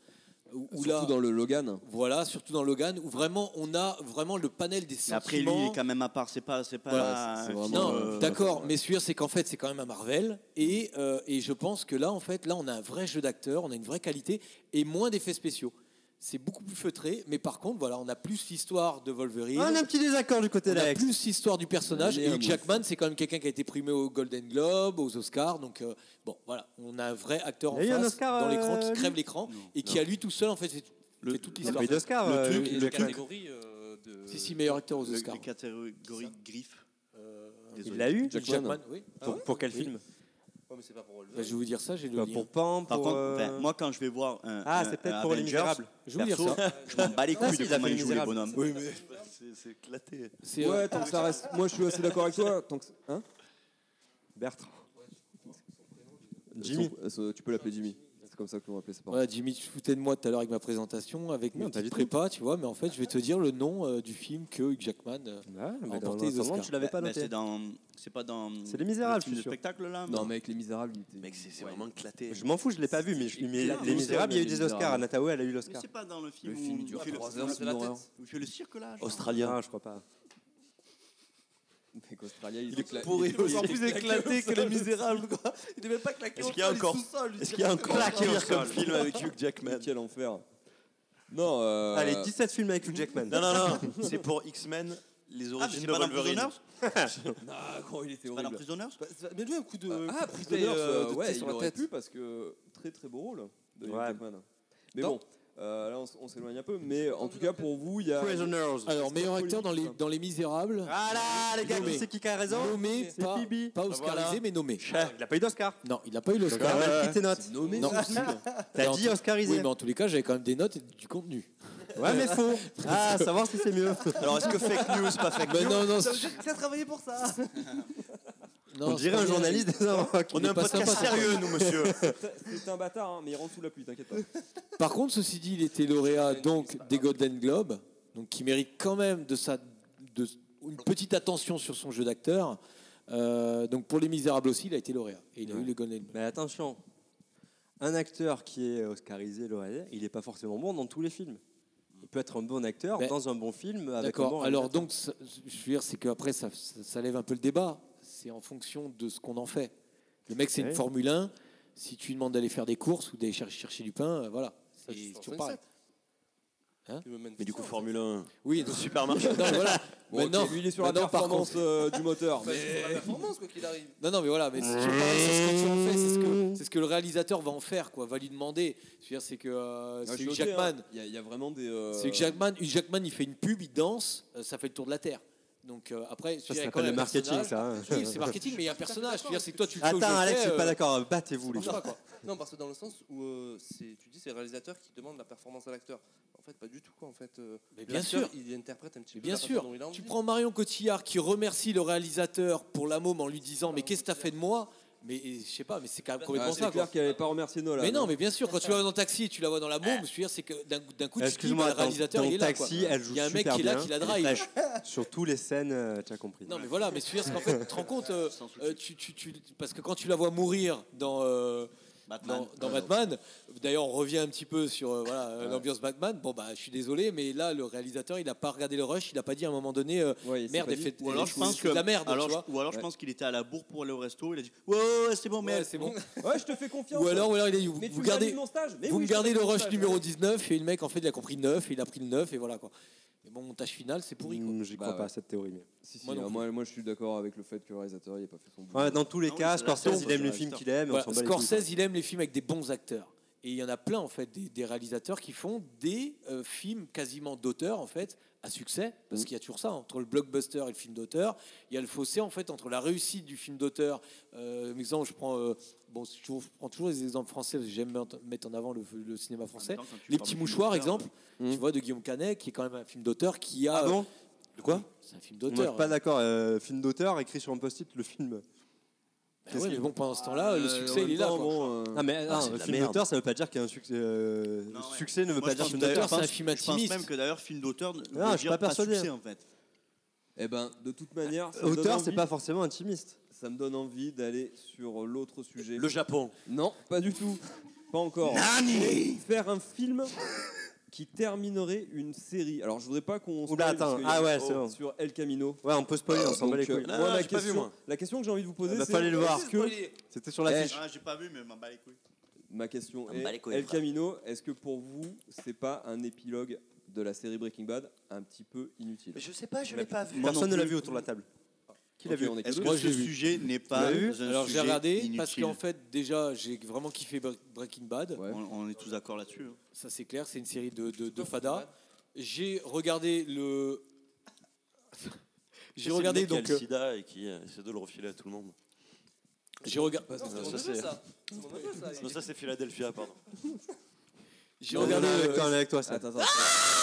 [SPEAKER 1] Ou ou là-
[SPEAKER 2] Surtout dans le Logan.
[SPEAKER 1] voilà, surtout dans Logan, où vraiment on a vraiment le panel des
[SPEAKER 3] Mais
[SPEAKER 1] sentiments.
[SPEAKER 3] après, lui, il est quand même à part, c'est pas. C'est pas
[SPEAKER 2] Voilà, c'est- c'est
[SPEAKER 3] un
[SPEAKER 2] vraiment,
[SPEAKER 3] film,
[SPEAKER 1] Non,
[SPEAKER 2] euh,
[SPEAKER 1] d'accord, mais sûr, c'est qu'en fait, c'est quand même un Marvel, et, euh, et je pense que là, en fait, là, on a un vrai jeu d'acteur, on a une vraie qualité et moins d'effets spéciaux. C'est beaucoup plus feutré, mais par contre, voilà, on a plus l'histoire de Wolverine.
[SPEAKER 6] Ah, On a un petit désaccord du côté
[SPEAKER 1] on a
[SPEAKER 6] d'Alex.
[SPEAKER 1] plus l'histoire du personnage
[SPEAKER 2] Allez,
[SPEAKER 1] et
[SPEAKER 2] un
[SPEAKER 1] Hugh
[SPEAKER 2] mot.
[SPEAKER 1] Jackman, c'est quand même quelqu'un qui a été primé aux Golden Globe, aux Oscars. Donc euh, bon, voilà, on a un vrai acteur en
[SPEAKER 6] Il y a eu un
[SPEAKER 1] face
[SPEAKER 6] Oscar,
[SPEAKER 1] dans l'écran
[SPEAKER 6] euh,
[SPEAKER 1] qui
[SPEAKER 6] lui
[SPEAKER 1] crève l'écran
[SPEAKER 3] Non,
[SPEAKER 1] et qui à lui tout seul en fait fait,
[SPEAKER 3] Le-
[SPEAKER 1] fait toute
[SPEAKER 6] Il a pas
[SPEAKER 1] l'histoire.
[SPEAKER 6] eu d'Oscar.
[SPEAKER 3] Le
[SPEAKER 6] euh,
[SPEAKER 3] truc,
[SPEAKER 4] Et
[SPEAKER 6] Hugh
[SPEAKER 4] la
[SPEAKER 6] Jackman.
[SPEAKER 4] catégorie euh, de.
[SPEAKER 1] Si si meilleur acteur aux
[SPEAKER 3] le-
[SPEAKER 1] Oscars.
[SPEAKER 3] les catégories griffes.
[SPEAKER 4] Euh,
[SPEAKER 6] Il l'a eu
[SPEAKER 1] Hugh Jackman, oui.
[SPEAKER 6] Pour- Pour quel film
[SPEAKER 4] ouais, mais c'est pas pour relever.
[SPEAKER 1] Bah, je vais vous dire ça, j'ai le
[SPEAKER 6] Bah,
[SPEAKER 1] lien.
[SPEAKER 6] Pour Pan,
[SPEAKER 3] Par
[SPEAKER 6] pour,
[SPEAKER 3] contre,
[SPEAKER 6] euh,
[SPEAKER 3] enfin, moi, quand je vais voir un.
[SPEAKER 6] Ah,
[SPEAKER 3] un-
[SPEAKER 6] c'est
[SPEAKER 3] un
[SPEAKER 6] peut-être pour Les
[SPEAKER 3] Avengers,
[SPEAKER 6] Misérables.
[SPEAKER 1] Je vais vous dire
[SPEAKER 3] perso,
[SPEAKER 1] ça.
[SPEAKER 3] je m'en bats les
[SPEAKER 6] Ah,
[SPEAKER 3] couilles
[SPEAKER 6] si,
[SPEAKER 3] de
[SPEAKER 6] il a
[SPEAKER 3] comment
[SPEAKER 6] fait
[SPEAKER 3] ils jouent les
[SPEAKER 6] Misérable.
[SPEAKER 3] bonhommes.
[SPEAKER 7] Oui, mais c'est c'est éclaté.
[SPEAKER 1] C'est, euh,
[SPEAKER 2] Ouais, tant que ça reste. Moi, je suis assez d'accord avec toi. Tant que... Hein
[SPEAKER 6] Bertrand.
[SPEAKER 2] Jimmy. tu peux l'appeler Jimmy. C'est comme ça que l'on appelait ses parents.
[SPEAKER 1] voilà, Jimmy, tu te foutais de moi tout à l'heure avec ma présentation, avec mes
[SPEAKER 6] Non, pas
[SPEAKER 1] petites
[SPEAKER 6] du tout.
[SPEAKER 1] prépas, tu vois, mais en fait, je vais te dire le nom euh, du film que Hugh Jackman. euh,
[SPEAKER 6] Ah,
[SPEAKER 1] mais dans l'ensemble, tu
[SPEAKER 6] tu l'avais pas
[SPEAKER 3] Bah, bah,
[SPEAKER 6] noté.
[SPEAKER 3] c'est dans. C'est pas dans.
[SPEAKER 6] C'est Les Misérables,
[SPEAKER 3] le film
[SPEAKER 6] je
[SPEAKER 3] de
[SPEAKER 6] suis sûr.
[SPEAKER 3] spectacle là
[SPEAKER 2] Non, mais avec Les Misérables, il était.
[SPEAKER 7] Mec, c'est c'est
[SPEAKER 2] Ouais.
[SPEAKER 7] vraiment éclaté.
[SPEAKER 6] Je m'en fous, je l'ai pas vu, mais, je- mais
[SPEAKER 3] Non,
[SPEAKER 6] Les
[SPEAKER 2] mais
[SPEAKER 6] Misérables, il y a eu
[SPEAKER 2] Les
[SPEAKER 6] des
[SPEAKER 2] Misérables.
[SPEAKER 6] Oscars. Anataou, elle a eu
[SPEAKER 3] Mais
[SPEAKER 6] l'Oscar.
[SPEAKER 3] c'est pas dans le film
[SPEAKER 2] Le
[SPEAKER 3] où
[SPEAKER 2] film, il
[SPEAKER 3] il
[SPEAKER 2] dure
[SPEAKER 3] fait le-
[SPEAKER 2] 3 heures, c'est une horreur.
[SPEAKER 3] où il fait le cirque là. genre.
[SPEAKER 7] Australien.
[SPEAKER 6] Ah, je crois pas.
[SPEAKER 2] Mec, Australia,
[SPEAKER 7] Il est pourri aussi. plus éclaté que Les Misérables, quoi. Il est même pas claqué
[SPEAKER 3] Est-ce
[SPEAKER 7] au
[SPEAKER 3] qu'il y a
[SPEAKER 7] sol, il est
[SPEAKER 3] encore-
[SPEAKER 7] sous sol, il
[SPEAKER 3] est-ce
[SPEAKER 7] tire
[SPEAKER 3] qu'il y a
[SPEAKER 7] tout
[SPEAKER 3] encore
[SPEAKER 7] le temps.
[SPEAKER 3] pire
[SPEAKER 7] Claqué au
[SPEAKER 3] comme
[SPEAKER 7] sol.
[SPEAKER 3] film
[SPEAKER 7] avec Hugh Jackman
[SPEAKER 2] Quel enfer. Non, euh.
[SPEAKER 6] Allez, 17 films avec Hugh Jackman.
[SPEAKER 7] Non, non, non, c'est pour X-Men, les
[SPEAKER 3] Ah, mais
[SPEAKER 7] origines
[SPEAKER 3] c'est
[SPEAKER 7] de
[SPEAKER 3] pas dans Prisoners
[SPEAKER 7] Wolverine.
[SPEAKER 2] Ah, gros, il était
[SPEAKER 3] Pas dans
[SPEAKER 2] horrible.
[SPEAKER 3] Prisoners
[SPEAKER 7] Bien joué, un coup de.
[SPEAKER 2] Ah,
[SPEAKER 7] coup de
[SPEAKER 2] Prisoners,
[SPEAKER 7] euh,
[SPEAKER 2] euh,
[SPEAKER 7] de
[SPEAKER 2] ouais,
[SPEAKER 7] tête
[SPEAKER 2] il
[SPEAKER 7] sur la
[SPEAKER 2] aurait
[SPEAKER 7] tête.
[SPEAKER 2] pu parce que très très beau rôle de Hugh
[SPEAKER 6] Ouais.
[SPEAKER 2] Jackman. Mais
[SPEAKER 7] Dans-
[SPEAKER 2] bon, Euh, là, on, s- on s'éloigne un peu, mais en tout cas, pour vous, il y a.
[SPEAKER 6] Prisoners.
[SPEAKER 1] Alors, meilleur acteur dans Les,
[SPEAKER 2] politique,
[SPEAKER 1] dans les Misérables.
[SPEAKER 6] Voilà, les gars,
[SPEAKER 1] Nommé.
[SPEAKER 6] qui c'est qui a raison
[SPEAKER 1] Nommé,
[SPEAKER 6] C'est
[SPEAKER 1] pas,
[SPEAKER 6] Phoebe.
[SPEAKER 1] pas
[SPEAKER 6] Ah,
[SPEAKER 1] oscarisé,
[SPEAKER 6] voilà.
[SPEAKER 1] mais nommé.
[SPEAKER 6] Il n'a pas eu d'Oscar.
[SPEAKER 1] Non, il n'a pas eu
[SPEAKER 6] Tu as
[SPEAKER 1] l'Oscar.
[SPEAKER 6] mal pris tes notes.
[SPEAKER 1] Non.
[SPEAKER 6] T'as
[SPEAKER 1] Alors,
[SPEAKER 6] dit
[SPEAKER 1] Oui,
[SPEAKER 6] Oscarisé.
[SPEAKER 1] mais en tous les cas, j'avais quand même des notes et du contenu.
[SPEAKER 6] Ouais, mais faux. Ah, savoir si c'est mieux.
[SPEAKER 7] Alors est-ce que fake news, pas fake
[SPEAKER 1] Mais non, non, c'est-
[SPEAKER 8] Ça travaillé pour ça.
[SPEAKER 1] non,
[SPEAKER 6] On
[SPEAKER 1] c'est
[SPEAKER 6] dirait
[SPEAKER 1] pas
[SPEAKER 6] un
[SPEAKER 1] bien.
[SPEAKER 6] journaliste des Inrocks.
[SPEAKER 1] On est pas sympa,
[SPEAKER 7] nous, monsieur.
[SPEAKER 2] C'est un bâtard, hein, mais il rentre sous la pluie, t'inquiète pas.
[SPEAKER 1] Par contre, ceci dit, il était lauréat donc des Golden Globes, donc qui mérite quand même de sa, de, une petite attention sur son jeu d'acteur. Euh, donc pour Les Misérables aussi, il a été lauréat et il a
[SPEAKER 6] Ouais.
[SPEAKER 1] eu le Golden Globe.
[SPEAKER 6] Mais attention, un acteur qui est oscarisé, lauréat, il n'est pas forcément bon dans tous les films. Il peut être un bon acteur
[SPEAKER 1] Ben,
[SPEAKER 6] dans un bon film. avec un bon
[SPEAKER 1] D'accord. Alors
[SPEAKER 6] réalisateur.
[SPEAKER 1] donc, ça- je veux dire, c'est qu'après ça, ça, ça lève un peu le débat. C'est en fonction de ce qu'on en fait. Le mec, c'est une
[SPEAKER 6] Ouais.
[SPEAKER 1] Formule 1. Si tu lui demandes d'aller faire des courses ou d'aller cher- chercher du pain, euh, voilà.
[SPEAKER 4] Ça,
[SPEAKER 1] C'est
[SPEAKER 4] je pense
[SPEAKER 1] toujours
[SPEAKER 4] que
[SPEAKER 1] pareil. Hein
[SPEAKER 4] Il me mène
[SPEAKER 7] Mais du coup,
[SPEAKER 4] ça,
[SPEAKER 7] Formule 1,
[SPEAKER 1] Oui.
[SPEAKER 7] le supermarché.
[SPEAKER 1] Non, mais voilà.
[SPEAKER 2] Bon,
[SPEAKER 1] Mais
[SPEAKER 2] ok,
[SPEAKER 1] non,
[SPEAKER 2] lui, il est sur la
[SPEAKER 1] mais non, par
[SPEAKER 2] performance
[SPEAKER 1] contre.
[SPEAKER 2] euh, du moteur.
[SPEAKER 4] Enfin, c'est sur la performance, quoi qu'il arrive.
[SPEAKER 1] Non, non, mais voilà, mais c'est
[SPEAKER 6] Mmh.
[SPEAKER 1] toujours pareil, c'est ce que tu en fais, c'est ce que, c'est ce que le réalisateur va en faire, quoi, va lui demander. Je veux dire, c'est que euh,
[SPEAKER 2] Ah, je
[SPEAKER 1] c'est
[SPEAKER 2] suis
[SPEAKER 1] Hugh
[SPEAKER 2] ok,
[SPEAKER 1] Jackman.
[SPEAKER 2] hein. Il y, a- il y a vraiment des. euh,
[SPEAKER 1] C'est Hugh Jackman, Hugh Jackman, il fait une pub, il danse, euh, ça fait le tour de la Terre. Donc euh, après, je
[SPEAKER 6] ça
[SPEAKER 1] veux dire, il y a
[SPEAKER 6] s'appelle
[SPEAKER 1] quand
[SPEAKER 6] le
[SPEAKER 1] même un
[SPEAKER 6] marketing,
[SPEAKER 1] personnage.
[SPEAKER 6] ça. hein.
[SPEAKER 1] Oui, c'est marketing, mais il y a un personnage. Je veux dire, c'est que toi, tu le fais. ou je
[SPEAKER 6] Attends,
[SPEAKER 1] le
[SPEAKER 6] Alex,
[SPEAKER 1] fais,
[SPEAKER 6] je suis pas
[SPEAKER 1] euh,
[SPEAKER 6] d'accord.
[SPEAKER 1] ça
[SPEAKER 6] Battez-vous, les
[SPEAKER 1] marche
[SPEAKER 6] gars.
[SPEAKER 1] pas, quoi.
[SPEAKER 4] Non, parce que dans le sens où euh, c'est- tu dis c'est le réalisateur qui demande la performance à l'acteur. En fait, pas du tout quoi. En fait, euh,
[SPEAKER 1] Mais bien sûr.
[SPEAKER 4] l'acteur, il interprète un petit
[SPEAKER 1] Mais
[SPEAKER 4] peu.
[SPEAKER 1] bien
[SPEAKER 4] la façon
[SPEAKER 1] sûr,
[SPEAKER 4] dont il a envie.
[SPEAKER 1] Tu prends Marion Cotillard qui remercie le réalisateur pour la môme en lui disant Mais qu'est-ce que t'as fait de moi Mais et, je sais pas, mais c'est quand même
[SPEAKER 2] Ah,
[SPEAKER 1] complètement
[SPEAKER 2] c'est
[SPEAKER 1] ça. quoi.
[SPEAKER 2] clair qu'elle n'avait pas remercié Nolan.
[SPEAKER 1] Mais non, mais bien sûr, quand tu la vois dans Taxi et tu la vois dans la môme, je veux dire, c'est que d'un d'un coup, tu te dis, bah,
[SPEAKER 6] Excuse-moi,
[SPEAKER 1] le
[SPEAKER 6] dans,
[SPEAKER 1] réalisateur,
[SPEAKER 6] dans
[SPEAKER 1] il est là. quoi.
[SPEAKER 6] Taxi, elle joue
[SPEAKER 1] Il y a un mec
[SPEAKER 6] super
[SPEAKER 1] qui est là,
[SPEAKER 6] bien,
[SPEAKER 1] qui la
[SPEAKER 6] elle
[SPEAKER 1] drive.
[SPEAKER 6] flash. Sur toutes les scènes, euh, tu as compris.
[SPEAKER 1] Non, mais voilà, mais je veux dire, c'est qu'en fait, tu te rends compte, euh, euh, tu, tu- tu- parce que quand tu la vois mourir dans, euh, dans, dans Batman, d'ailleurs, on revient un petit peu sur euh, voilà, euh, l'ambiance Batman, bon, bah, je suis désolé, mais là, le réalisateur, il n'a pas regardé le rush, il n'a pas dit à un moment donné, euh,
[SPEAKER 2] Ouais, il s'est
[SPEAKER 1] merde,
[SPEAKER 2] pas
[SPEAKER 1] elle
[SPEAKER 2] dit.
[SPEAKER 1] fait
[SPEAKER 3] Ou alors je
[SPEAKER 1] c'est
[SPEAKER 3] pense que.
[SPEAKER 1] de la merde,
[SPEAKER 3] alors,
[SPEAKER 1] tu
[SPEAKER 3] je-
[SPEAKER 1] vois.
[SPEAKER 3] Ou alors je
[SPEAKER 2] Ouais.
[SPEAKER 3] pense qu'il était à la bourre pour aller au resto. Il a dit Ouais, ouais, ouais, c'est bon, mais.
[SPEAKER 1] Ouais, c'est bon.
[SPEAKER 2] Ouais, je te fais confiance.
[SPEAKER 1] Ou alors, ou alors, il a dit,
[SPEAKER 2] Mais
[SPEAKER 1] vous
[SPEAKER 2] tu
[SPEAKER 1] gardez,
[SPEAKER 2] valides mon stage Mais
[SPEAKER 1] vous
[SPEAKER 2] oui,
[SPEAKER 1] me
[SPEAKER 2] je
[SPEAKER 1] gardez
[SPEAKER 2] valide
[SPEAKER 1] le
[SPEAKER 2] mon
[SPEAKER 1] rush
[SPEAKER 2] stage.
[SPEAKER 1] numéro 19, et le mec, en fait, il a compris 9, et il a pris le 9, et voilà, quoi. Mais bon, montage final, c'est pourri, quoi.
[SPEAKER 6] Mm, J'y
[SPEAKER 2] Bah
[SPEAKER 6] crois
[SPEAKER 2] ouais.
[SPEAKER 6] pas à cette théorie. mais-
[SPEAKER 2] Si, si,
[SPEAKER 1] Moi
[SPEAKER 2] moi,
[SPEAKER 1] non plus.
[SPEAKER 2] moi, je suis d'accord avec le fait que le réalisateur n'ait pas fait son boulot.
[SPEAKER 6] Ouais, dans tous les
[SPEAKER 3] Non,
[SPEAKER 6] cas,
[SPEAKER 3] mais c'est la
[SPEAKER 6] Scorsese,
[SPEAKER 3] tombe,
[SPEAKER 6] il aime
[SPEAKER 3] c'est
[SPEAKER 6] les
[SPEAKER 3] la
[SPEAKER 6] films
[SPEAKER 3] star.
[SPEAKER 6] qu'il aime. et on
[SPEAKER 1] Voilà,
[SPEAKER 6] s'en bat les couilles.
[SPEAKER 1] Scorsese, il aime les films avec des bons acteurs. Et il y en a plein, en fait, des, des réalisateurs qui font des euh, films quasiment d'auteur, en fait, à succès, parce
[SPEAKER 6] Mm.
[SPEAKER 1] qu'il y a toujours ça, entre le blockbuster et le film d'auteur. Il y a le fossé, en fait, entre la réussite du film d'auteur. Euh, exemple, je prends, euh, bon, c'est toujours- je prends toujours les exemples français, parce que j'aime mettre- mettre en avant le, le cinéma français. Les petits mouchoirs, exemple,
[SPEAKER 6] Mhm.
[SPEAKER 1] tu vois, de Guillaume Canet, qui est quand même un film d'auteur qui a.
[SPEAKER 6] Ah bon
[SPEAKER 1] de
[SPEAKER 6] quoi
[SPEAKER 1] C'est un film
[SPEAKER 6] Moi, je
[SPEAKER 1] d'auteur.
[SPEAKER 6] suis pas d'accord. euh, Film d'auteur, écrit sur un post-it, le film.
[SPEAKER 1] Bah
[SPEAKER 6] Qu'est-ce
[SPEAKER 1] ouais,
[SPEAKER 6] qu'il-
[SPEAKER 1] mais bon, pendant ce temps-là,
[SPEAKER 4] Euh,
[SPEAKER 1] le succès, il est là. quoi.
[SPEAKER 6] Ah mais
[SPEAKER 7] Ah,
[SPEAKER 6] non,
[SPEAKER 7] c'est de la
[SPEAKER 6] film
[SPEAKER 7] merde.
[SPEAKER 6] d'auteur, ça veut pas dire qu'il y a un succès. euh,
[SPEAKER 3] Non, ouais.
[SPEAKER 6] Succès ne veut
[SPEAKER 3] Moi,
[SPEAKER 6] pas
[SPEAKER 3] je
[SPEAKER 6] dire
[SPEAKER 3] pense
[SPEAKER 6] film
[SPEAKER 3] que
[SPEAKER 1] D'auteur,
[SPEAKER 6] d'auteur.
[SPEAKER 1] c'est un
[SPEAKER 3] pense-
[SPEAKER 1] film
[SPEAKER 3] Je pense même
[SPEAKER 1] intimiste.
[SPEAKER 3] que d'ailleurs, film d'auteur ne veut
[SPEAKER 6] je suis
[SPEAKER 3] dire
[SPEAKER 6] pas
[SPEAKER 3] pas
[SPEAKER 6] persuadé.
[SPEAKER 3] succès en fait.
[SPEAKER 2] Eh ben, de toute manière, ça me donne
[SPEAKER 6] Auteur, c'est
[SPEAKER 2] envie-
[SPEAKER 6] pas forcément intimiste.
[SPEAKER 2] Ça me donne envie d'aller sur l'autre sujet.
[SPEAKER 7] Le Japon.
[SPEAKER 2] Non, pas du tout. Pas encore. Faire un film qui terminerait une série. Alors, je voudrais pas qu'on.
[SPEAKER 6] Oula,
[SPEAKER 2] spoil, parce
[SPEAKER 6] attends.
[SPEAKER 2] que-
[SPEAKER 6] Ah ouais, c'est bon.
[SPEAKER 2] Sur El Camino.
[SPEAKER 6] Ouais, on peut spoiler, on s'en bat les
[SPEAKER 2] Donc, euh,
[SPEAKER 6] couilles.
[SPEAKER 7] Non,
[SPEAKER 2] moi,
[SPEAKER 7] non,
[SPEAKER 2] la,
[SPEAKER 7] j'ai pas vu,
[SPEAKER 2] question,
[SPEAKER 7] moi.
[SPEAKER 2] la question que j'ai envie de vous poser,
[SPEAKER 6] Bah,
[SPEAKER 2] c'est.
[SPEAKER 6] fallait le voir.
[SPEAKER 2] est-ce que-
[SPEAKER 6] C'était sur l'affiche.
[SPEAKER 3] Ah, J'ai pas vu, mais je m'en bats les couilles.
[SPEAKER 2] Ma question
[SPEAKER 7] Ah,
[SPEAKER 2] est
[SPEAKER 7] bah, les couilles,
[SPEAKER 2] El
[SPEAKER 7] frère.
[SPEAKER 2] Camino, est-ce que pour vous, c'est pas un épilogue de la série Breaking Bad un petit peu inutile
[SPEAKER 7] Je sais pas, je
[SPEAKER 2] l'ai
[SPEAKER 7] pas vu.
[SPEAKER 6] Personne ne l'a vu autour de la table. Qui l'a
[SPEAKER 2] Ok,
[SPEAKER 6] vu
[SPEAKER 2] on est que
[SPEAKER 3] Est-ce
[SPEAKER 2] deux.
[SPEAKER 1] Moi,
[SPEAKER 3] que
[SPEAKER 1] j'ai
[SPEAKER 3] ce
[SPEAKER 1] vu.
[SPEAKER 3] sujet n'est pas
[SPEAKER 6] l'avez vu
[SPEAKER 3] un
[SPEAKER 1] Alors j'ai
[SPEAKER 3] sujet
[SPEAKER 1] regardé parce
[SPEAKER 3] inutile
[SPEAKER 1] qu'en fait déjà j'ai vraiment kiffé Bre- Breaking Bad.
[SPEAKER 2] Ouais.
[SPEAKER 3] On, on est tous d'accord là-dessus. hein.
[SPEAKER 1] Ça c'est clair, c'est une série de, de, de fada. J'ai regardé le. J'ai regardé donc.
[SPEAKER 7] le
[SPEAKER 1] euh,
[SPEAKER 7] sida et qui euh, essaie de le refiler à tout le monde.
[SPEAKER 1] J'ai regardé.
[SPEAKER 4] Non, c'est
[SPEAKER 7] Non,
[SPEAKER 4] mon
[SPEAKER 7] ça,
[SPEAKER 4] neveu,
[SPEAKER 7] c'est-
[SPEAKER 4] ça. C'est mon neveu, ça.
[SPEAKER 7] Non, ça c'est Philadelphia, pardon.
[SPEAKER 1] J'ai
[SPEAKER 6] On est
[SPEAKER 1] regardé.
[SPEAKER 6] avec
[SPEAKER 1] euh,
[SPEAKER 6] toi, on est avec toi, ça.
[SPEAKER 2] Attends, attends.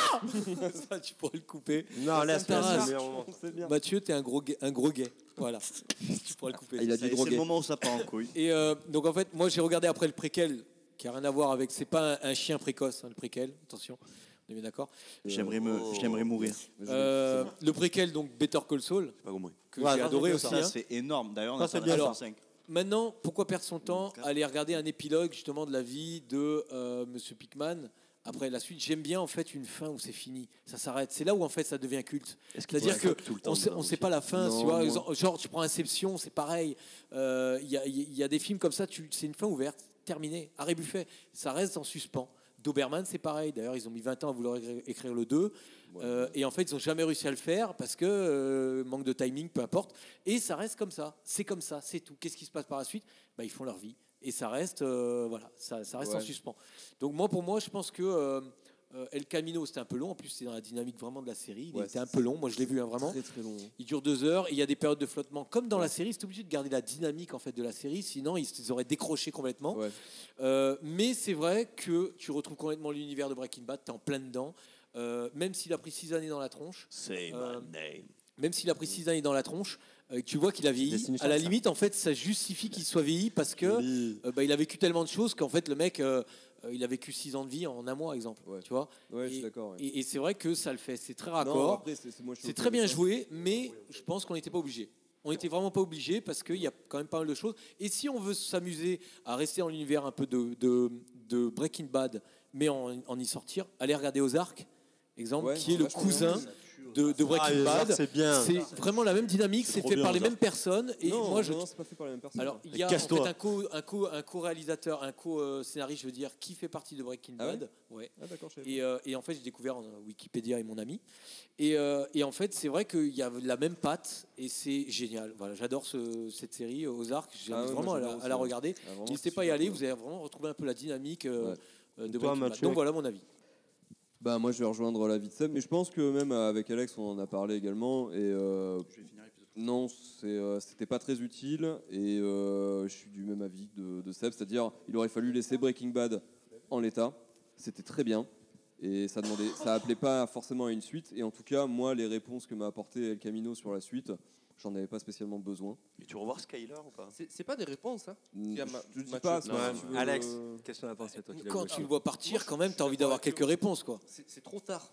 [SPEAKER 1] ça, tu pourrais le couper.
[SPEAKER 6] Non, là, c'est
[SPEAKER 1] t'arrache.
[SPEAKER 6] le meilleur moment.
[SPEAKER 2] c'est bien.
[SPEAKER 1] Ah, Mathieu, t'es un gros gay, un gros gay. Voilà. tu pourrais le couper.
[SPEAKER 2] Ah, il a
[SPEAKER 3] Ça y
[SPEAKER 2] dit
[SPEAKER 3] est, C'est le
[SPEAKER 2] droguer.
[SPEAKER 3] moment où ça part en couille.
[SPEAKER 1] Et euh, donc en fait, moi j'ai regardé après le préquel, qui a rien à voir avec. C'est pas un, un chien précoce, hein, le préquel. Attention, on est bien d'accord.
[SPEAKER 3] J'aimerais me- j'aimerais mourir.
[SPEAKER 1] Euh, le préquel donc Better Call Saul
[SPEAKER 7] J'ai pas compris.
[SPEAKER 1] que
[SPEAKER 6] Ouais,
[SPEAKER 1] j'ai
[SPEAKER 6] ça,
[SPEAKER 1] adoré
[SPEAKER 6] j'ai vu
[SPEAKER 1] aussi.
[SPEAKER 3] Bah, Ça,
[SPEAKER 1] hein.
[SPEAKER 3] c'est énorme. D'ailleurs, on
[SPEAKER 1] Ça,
[SPEAKER 3] a
[SPEAKER 1] c'est
[SPEAKER 3] fait
[SPEAKER 1] bien.
[SPEAKER 3] la
[SPEAKER 1] Alors,
[SPEAKER 3] 5.
[SPEAKER 1] Maintenant, pourquoi perdre son temps à aller regarder un épilogue justement de la vie de euh, Monsieur Pickman après la suite J'aime bien en fait une fin où c'est fini, ça s'arrête. C'est là où en fait ça devient culte. C'est-à-dire que on sait, on sait pas la fin.
[SPEAKER 2] Non,
[SPEAKER 1] tu vois,
[SPEAKER 2] moi-
[SPEAKER 1] exemple- genre tu prends Inception, c'est pareil. Euh, Il y, a- il y a des films comme ça, tu- c'est une fin ouverte, terminée, arrêt buffet. Ça reste en suspens. Doberman, c'est pareil. D'ailleurs, ils ont mis 20 ans à vouloir écrire- écrire le 2. Euh, et en fait, ils n'ont jamais réussi à le faire parce que euh, manque de timing, peu importe. Et ça reste comme ça. C'est comme ça, c'est tout. Qu'est-ce qui se passe par la suite Bah, Ils font leur vie. Et ça reste, euh, voilà, ça, ça reste en
[SPEAKER 2] Ouais.
[SPEAKER 1] suspens. Donc moi, pour moi, je pense que euh, euh, El Camino, c'était un peu long. En plus, c'est dans la dynamique vraiment de la série. Il
[SPEAKER 2] Ouais,
[SPEAKER 1] était un peu long. Moi, je l'ai vu hein, vraiment.
[SPEAKER 2] Très très long.
[SPEAKER 1] Il dure deux heures, et il y a des périodes de flottement. Comme dans la série, c'est obligé de garder la dynamique en fait de la série, sinon ils, ils auraient décroché complètement.
[SPEAKER 2] Ouais.
[SPEAKER 1] Euh, mais c'est vrai que tu retrouves complètement l'univers de Breaking Bad, t'es en plein dedans. Euh, même s'il a pris six années dans la tronche,
[SPEAKER 3] Say
[SPEAKER 1] Euh,
[SPEAKER 3] my name.
[SPEAKER 1] même s'il a pris six années dans la tronche, euh, tu vois qu'il a vieilli.
[SPEAKER 6] Destiny
[SPEAKER 1] À la
[SPEAKER 6] Child, ça.
[SPEAKER 1] limite, en fait, ça justifie qu'il soit vieilli parce que
[SPEAKER 6] Oui.
[SPEAKER 1] euh, bah, il a vécu tellement de choses qu'en fait le mec, euh, euh, il a vécu six ans de vie en un mois, exemple.
[SPEAKER 2] Ouais.
[SPEAKER 1] Tu vois.
[SPEAKER 2] Ouais, je
[SPEAKER 1] Et-
[SPEAKER 2] suis d'accord. ouais.
[SPEAKER 1] Et, et c'est vrai que ça le fait. C'est très
[SPEAKER 2] Non,
[SPEAKER 1] raccord.
[SPEAKER 2] après, c'est- c'est moi, je suis
[SPEAKER 1] C'est
[SPEAKER 2] ok
[SPEAKER 1] très
[SPEAKER 2] avec
[SPEAKER 1] bien
[SPEAKER 2] ça.
[SPEAKER 1] joué, mais je pense qu'on n'était pas obligé. On n'était vraiment pas obligé parce qu'il y a quand même pas mal de choses. Et si on veut s'amuser à rester dans l'univers un peu de, de, de Breaking Bad, mais en, en y sortir, allez regarder Ozark, exemple,
[SPEAKER 2] Ouais,
[SPEAKER 1] qui est le
[SPEAKER 2] vachement bien.
[SPEAKER 1] cousin de, de Breaking Bad.
[SPEAKER 6] c'est bien.
[SPEAKER 1] C'est vraiment la même dynamique,
[SPEAKER 3] C'est
[SPEAKER 1] c'est
[SPEAKER 3] trop
[SPEAKER 1] fait
[SPEAKER 3] bien,
[SPEAKER 1] par les
[SPEAKER 3] Ozark.
[SPEAKER 1] mêmes personnes. Et
[SPEAKER 2] non,
[SPEAKER 1] moi, je
[SPEAKER 2] non, c'est pas fait par la même personne.
[SPEAKER 1] alors, il y a en
[SPEAKER 3] casse-toi.
[SPEAKER 1] fait un co, un co, un co-réalisateur, un co-scénariste, je veux dire, qui fait partie de Breaking
[SPEAKER 2] Ah ouais
[SPEAKER 1] Bad. ouais.
[SPEAKER 2] ah, d'accord, je savais
[SPEAKER 1] Et, euh, et en fait, j'ai découvert en euh, Wikipédia et mon ami. Et, euh, et en fait, c'est vrai qu'il y a la même patte et c'est génial. Voilà, j'adore ce- cette série euh, Ozark. J'aime
[SPEAKER 2] Ah ouais,
[SPEAKER 1] vraiment
[SPEAKER 2] moi,
[SPEAKER 1] à la,
[SPEAKER 2] j'adore aussi,
[SPEAKER 1] à la
[SPEAKER 2] ouais.
[SPEAKER 1] regarder.
[SPEAKER 2] pas. Ah, vraiment,
[SPEAKER 1] N'hésitez
[SPEAKER 2] c'est
[SPEAKER 1] pas à y
[SPEAKER 2] super
[SPEAKER 1] aller.
[SPEAKER 2] cool.
[SPEAKER 1] Vous allez vraiment retrouver un peu la dynamique euh,
[SPEAKER 2] Ouais.
[SPEAKER 1] euh, de
[SPEAKER 6] Toi,
[SPEAKER 1] Breaking Bad.
[SPEAKER 6] Mathieu
[SPEAKER 1] Donc voilà mon avis.
[SPEAKER 2] Bah moi je vais rejoindre la vie de Seb, mais je pense que même euh, avec Alex on en a parlé également et euh,
[SPEAKER 3] Je vais finir l'épisode.
[SPEAKER 2] non c'est, euh, c'était pas très utile et euh, je suis du même avis de, de Seb, c'est-à-dire il aurait fallu laisser Breaking Bad en l'état, c'était très bien et ça demandait, ça appelait pas forcément à une suite et en tout cas moi les réponses que m'a apporté El Camino sur la suite j'en avais pas spécialement besoin.
[SPEAKER 7] Et tu revois Skyler ou pas
[SPEAKER 4] C'est c'est pas des réponses, hein.
[SPEAKER 2] Mm,
[SPEAKER 4] y a
[SPEAKER 2] je-
[SPEAKER 4] ma-
[SPEAKER 2] je dis
[SPEAKER 4] Mathieu,
[SPEAKER 2] pas,
[SPEAKER 4] tu
[SPEAKER 2] c'est pas
[SPEAKER 4] vois,
[SPEAKER 2] si tu veux,
[SPEAKER 6] Alex,
[SPEAKER 2] euh,
[SPEAKER 6] question à penser toi qui l'as vu
[SPEAKER 1] Quand
[SPEAKER 6] aussi.
[SPEAKER 1] tu le vois partir,
[SPEAKER 4] Moi,
[SPEAKER 1] quand
[SPEAKER 4] je-
[SPEAKER 1] même,
[SPEAKER 4] je
[SPEAKER 1] t'as envie
[SPEAKER 4] suis d'accord
[SPEAKER 1] d'avoir
[SPEAKER 4] avec
[SPEAKER 1] quelques
[SPEAKER 4] Hugo.
[SPEAKER 1] réponses, quoi.
[SPEAKER 4] C'est c'est trop tard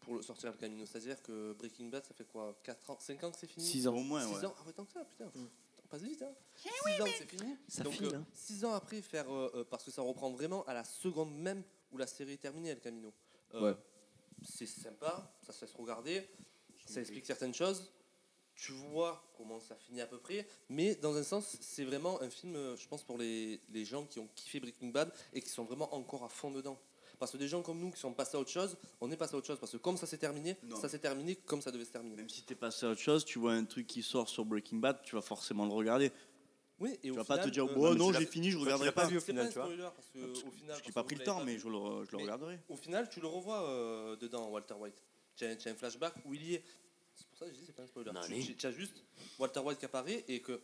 [SPEAKER 4] pour le sortir le Camino. C'est-à-dire que Breaking Bad, ça fait quoi 4 ans 5 ans que c'est fini
[SPEAKER 1] Six ans.
[SPEAKER 3] Au moins,
[SPEAKER 4] Six
[SPEAKER 3] ouais.
[SPEAKER 4] ans Ah ouais, tant que ça, putain. On passe vite, hein 6 ans que c'est fini.
[SPEAKER 3] Mm. Ça
[SPEAKER 4] Donc,
[SPEAKER 3] file,
[SPEAKER 4] euh,
[SPEAKER 3] hein.
[SPEAKER 4] six ans après, faire. euh, euh, parce que ça reprend vraiment à la seconde même où la série est terminée, El Camino. Euh,
[SPEAKER 2] Ouais.
[SPEAKER 4] C'est sympa, ça se laisse regarder, ça explique certaines choses. Tu vois comment ça finit à peu près, mais dans un sens, c'est vraiment un film, euh, je pense, pour les, les gens qui ont kiffé Breaking Bad et qui sont vraiment encore à fond dedans. Parce que des gens comme nous qui sont passés à autre chose, on est passé à autre chose. Parce que comme ça s'est terminé,
[SPEAKER 3] Non.
[SPEAKER 4] ça s'est terminé comme ça devait se terminer.
[SPEAKER 3] Même si t'es passé à autre chose, tu vois un truc qui sort sur Breaking Bad, tu vas forcément le regarder.
[SPEAKER 4] Oui, et
[SPEAKER 3] Tu
[SPEAKER 4] au
[SPEAKER 3] vas pas
[SPEAKER 4] final,
[SPEAKER 3] te dire,
[SPEAKER 4] euh,
[SPEAKER 3] oh
[SPEAKER 7] mais
[SPEAKER 3] non,
[SPEAKER 7] tu
[SPEAKER 3] j'ai
[SPEAKER 7] l'as-
[SPEAKER 3] fini, je
[SPEAKER 7] tu l'as
[SPEAKER 3] regarderai
[SPEAKER 7] pas
[SPEAKER 3] pas.
[SPEAKER 7] vu. au
[SPEAKER 4] c'est
[SPEAKER 7] final,
[SPEAKER 4] pas un
[SPEAKER 7] tu vois.
[SPEAKER 4] spoiler, parce que,
[SPEAKER 3] Parce que
[SPEAKER 4] au final,
[SPEAKER 3] Je
[SPEAKER 4] parce
[SPEAKER 3] n'ai
[SPEAKER 4] que
[SPEAKER 3] pas
[SPEAKER 4] vous
[SPEAKER 3] pris le
[SPEAKER 4] l'avez
[SPEAKER 3] temps,
[SPEAKER 4] pas
[SPEAKER 3] mais
[SPEAKER 4] vu.
[SPEAKER 3] je le, je le
[SPEAKER 4] Mais-
[SPEAKER 3] regarderai.
[SPEAKER 4] Au final, tu le revois euh, dedans, Walter White. Tu as, un- tu as un flashback où il y est. C'est pour ça que je dis c'est pas un spoiler.
[SPEAKER 7] Non,
[SPEAKER 4] Tu-
[SPEAKER 7] allez.
[SPEAKER 4] tu, tu as juste Walter White qui apparaît et que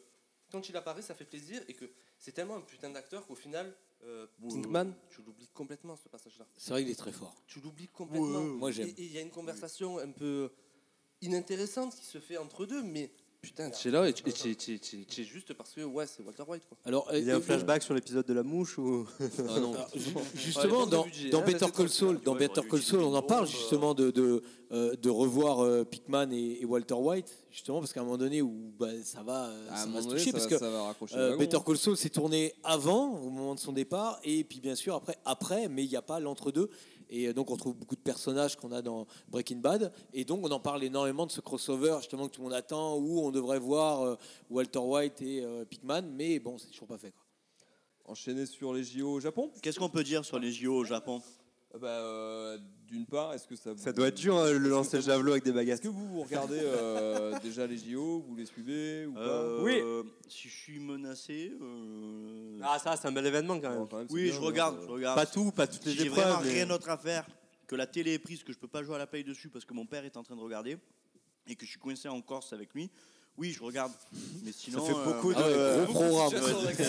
[SPEAKER 4] quand il apparaît, ça fait plaisir et que c'est tellement un putain d'acteur qu'au final, euh,
[SPEAKER 3] Ouais.
[SPEAKER 4] Pinkman, tu l'oublies complètement ce passage-là.
[SPEAKER 1] C'est vrai qu'il est très fort.
[SPEAKER 4] Tu l'oublies complètement.
[SPEAKER 3] Ouais.
[SPEAKER 1] Moi,
[SPEAKER 4] Et-
[SPEAKER 1] j'aime.
[SPEAKER 4] Et il y a une conversation un peu inintéressante qui se fait entre deux, mais putain, tu es là et tu tu- tu- tu- tu es juste parce que ouais, c'est Walter White quoi.
[SPEAKER 1] Alors,
[SPEAKER 6] Il y a
[SPEAKER 1] euh,
[SPEAKER 6] un flashback sur l'épisode de la mouche ou
[SPEAKER 2] ah non,
[SPEAKER 1] Alors, ju- justement,
[SPEAKER 4] de
[SPEAKER 1] dans,
[SPEAKER 4] budget,
[SPEAKER 1] dans
[SPEAKER 4] hein,
[SPEAKER 1] Better
[SPEAKER 4] c'est
[SPEAKER 1] Call
[SPEAKER 4] ça,
[SPEAKER 1] Saul,
[SPEAKER 7] tu
[SPEAKER 1] dans
[SPEAKER 7] vois,
[SPEAKER 1] Better
[SPEAKER 7] j'aurais
[SPEAKER 1] Call
[SPEAKER 7] utilisé
[SPEAKER 1] Saul, on en
[SPEAKER 7] une
[SPEAKER 1] parle
[SPEAKER 7] bombe,
[SPEAKER 1] justement de, de, euh, de revoir euh, Pickman et, et Walter White, justement, parce qu'à un moment donné où bah, ça va,
[SPEAKER 6] Ah,
[SPEAKER 1] euh,
[SPEAKER 2] à un
[SPEAKER 1] ça va
[SPEAKER 2] moment
[SPEAKER 1] se
[SPEAKER 2] donné,
[SPEAKER 1] toucher,
[SPEAKER 2] ça
[SPEAKER 1] parce
[SPEAKER 2] va-
[SPEAKER 1] que
[SPEAKER 2] ça va raccrocher le
[SPEAKER 1] euh,
[SPEAKER 2] wagon,
[SPEAKER 1] Better
[SPEAKER 2] hein.
[SPEAKER 1] Call Saul s'est tourné avant, au moment de son départ, et puis bien sûr après, après, mais il n'y a pas l'entre-deux. Et euh, donc on retrouve beaucoup de personnages qu'on a dans Breaking Bad, et donc on en parle énormément de ce crossover justement que tout le monde attend, où on devrait voir euh, Walter White et euh, Pickman, mais bon, c'est toujours pas fait. quoi.
[SPEAKER 2] Enchaîner sur les JO au Japon
[SPEAKER 3] Qu'est-ce qu'on peut dire sur les JO au Japon
[SPEAKER 2] Ah Bah, euh, d'une part, est-ce que ça vous-
[SPEAKER 6] ça doit être dur hein, le lancer de javelot avec des
[SPEAKER 2] Est-ce
[SPEAKER 6] bagasses.
[SPEAKER 2] que vous, vous regardez euh, déjà les JO Vous les suivez ou pas
[SPEAKER 3] Euh, Si je suis menacé. euh,
[SPEAKER 6] Ah ça c'est un bel événement quand
[SPEAKER 2] Bon,
[SPEAKER 6] même.
[SPEAKER 2] quand même, c'est
[SPEAKER 3] oui,
[SPEAKER 2] bien,
[SPEAKER 3] je
[SPEAKER 2] hein,
[SPEAKER 3] regarde,
[SPEAKER 2] euh,
[SPEAKER 3] je regarde.
[SPEAKER 6] Pas tout, pas toutes
[SPEAKER 3] Si
[SPEAKER 6] les
[SPEAKER 3] j'ai vraiment
[SPEAKER 6] épreuves.
[SPEAKER 3] rien
[SPEAKER 6] mais-
[SPEAKER 3] d'autre à faire, que la télé est prise, que je peux pas jouer à la paille dessus parce que mon père est en train de regarder et que je suis coincé en Corse avec lui. Oui, je regarde. Mais sinon,
[SPEAKER 6] fait beaucoup Ah
[SPEAKER 1] Ah ouais,
[SPEAKER 6] Euh,
[SPEAKER 1] gros programme.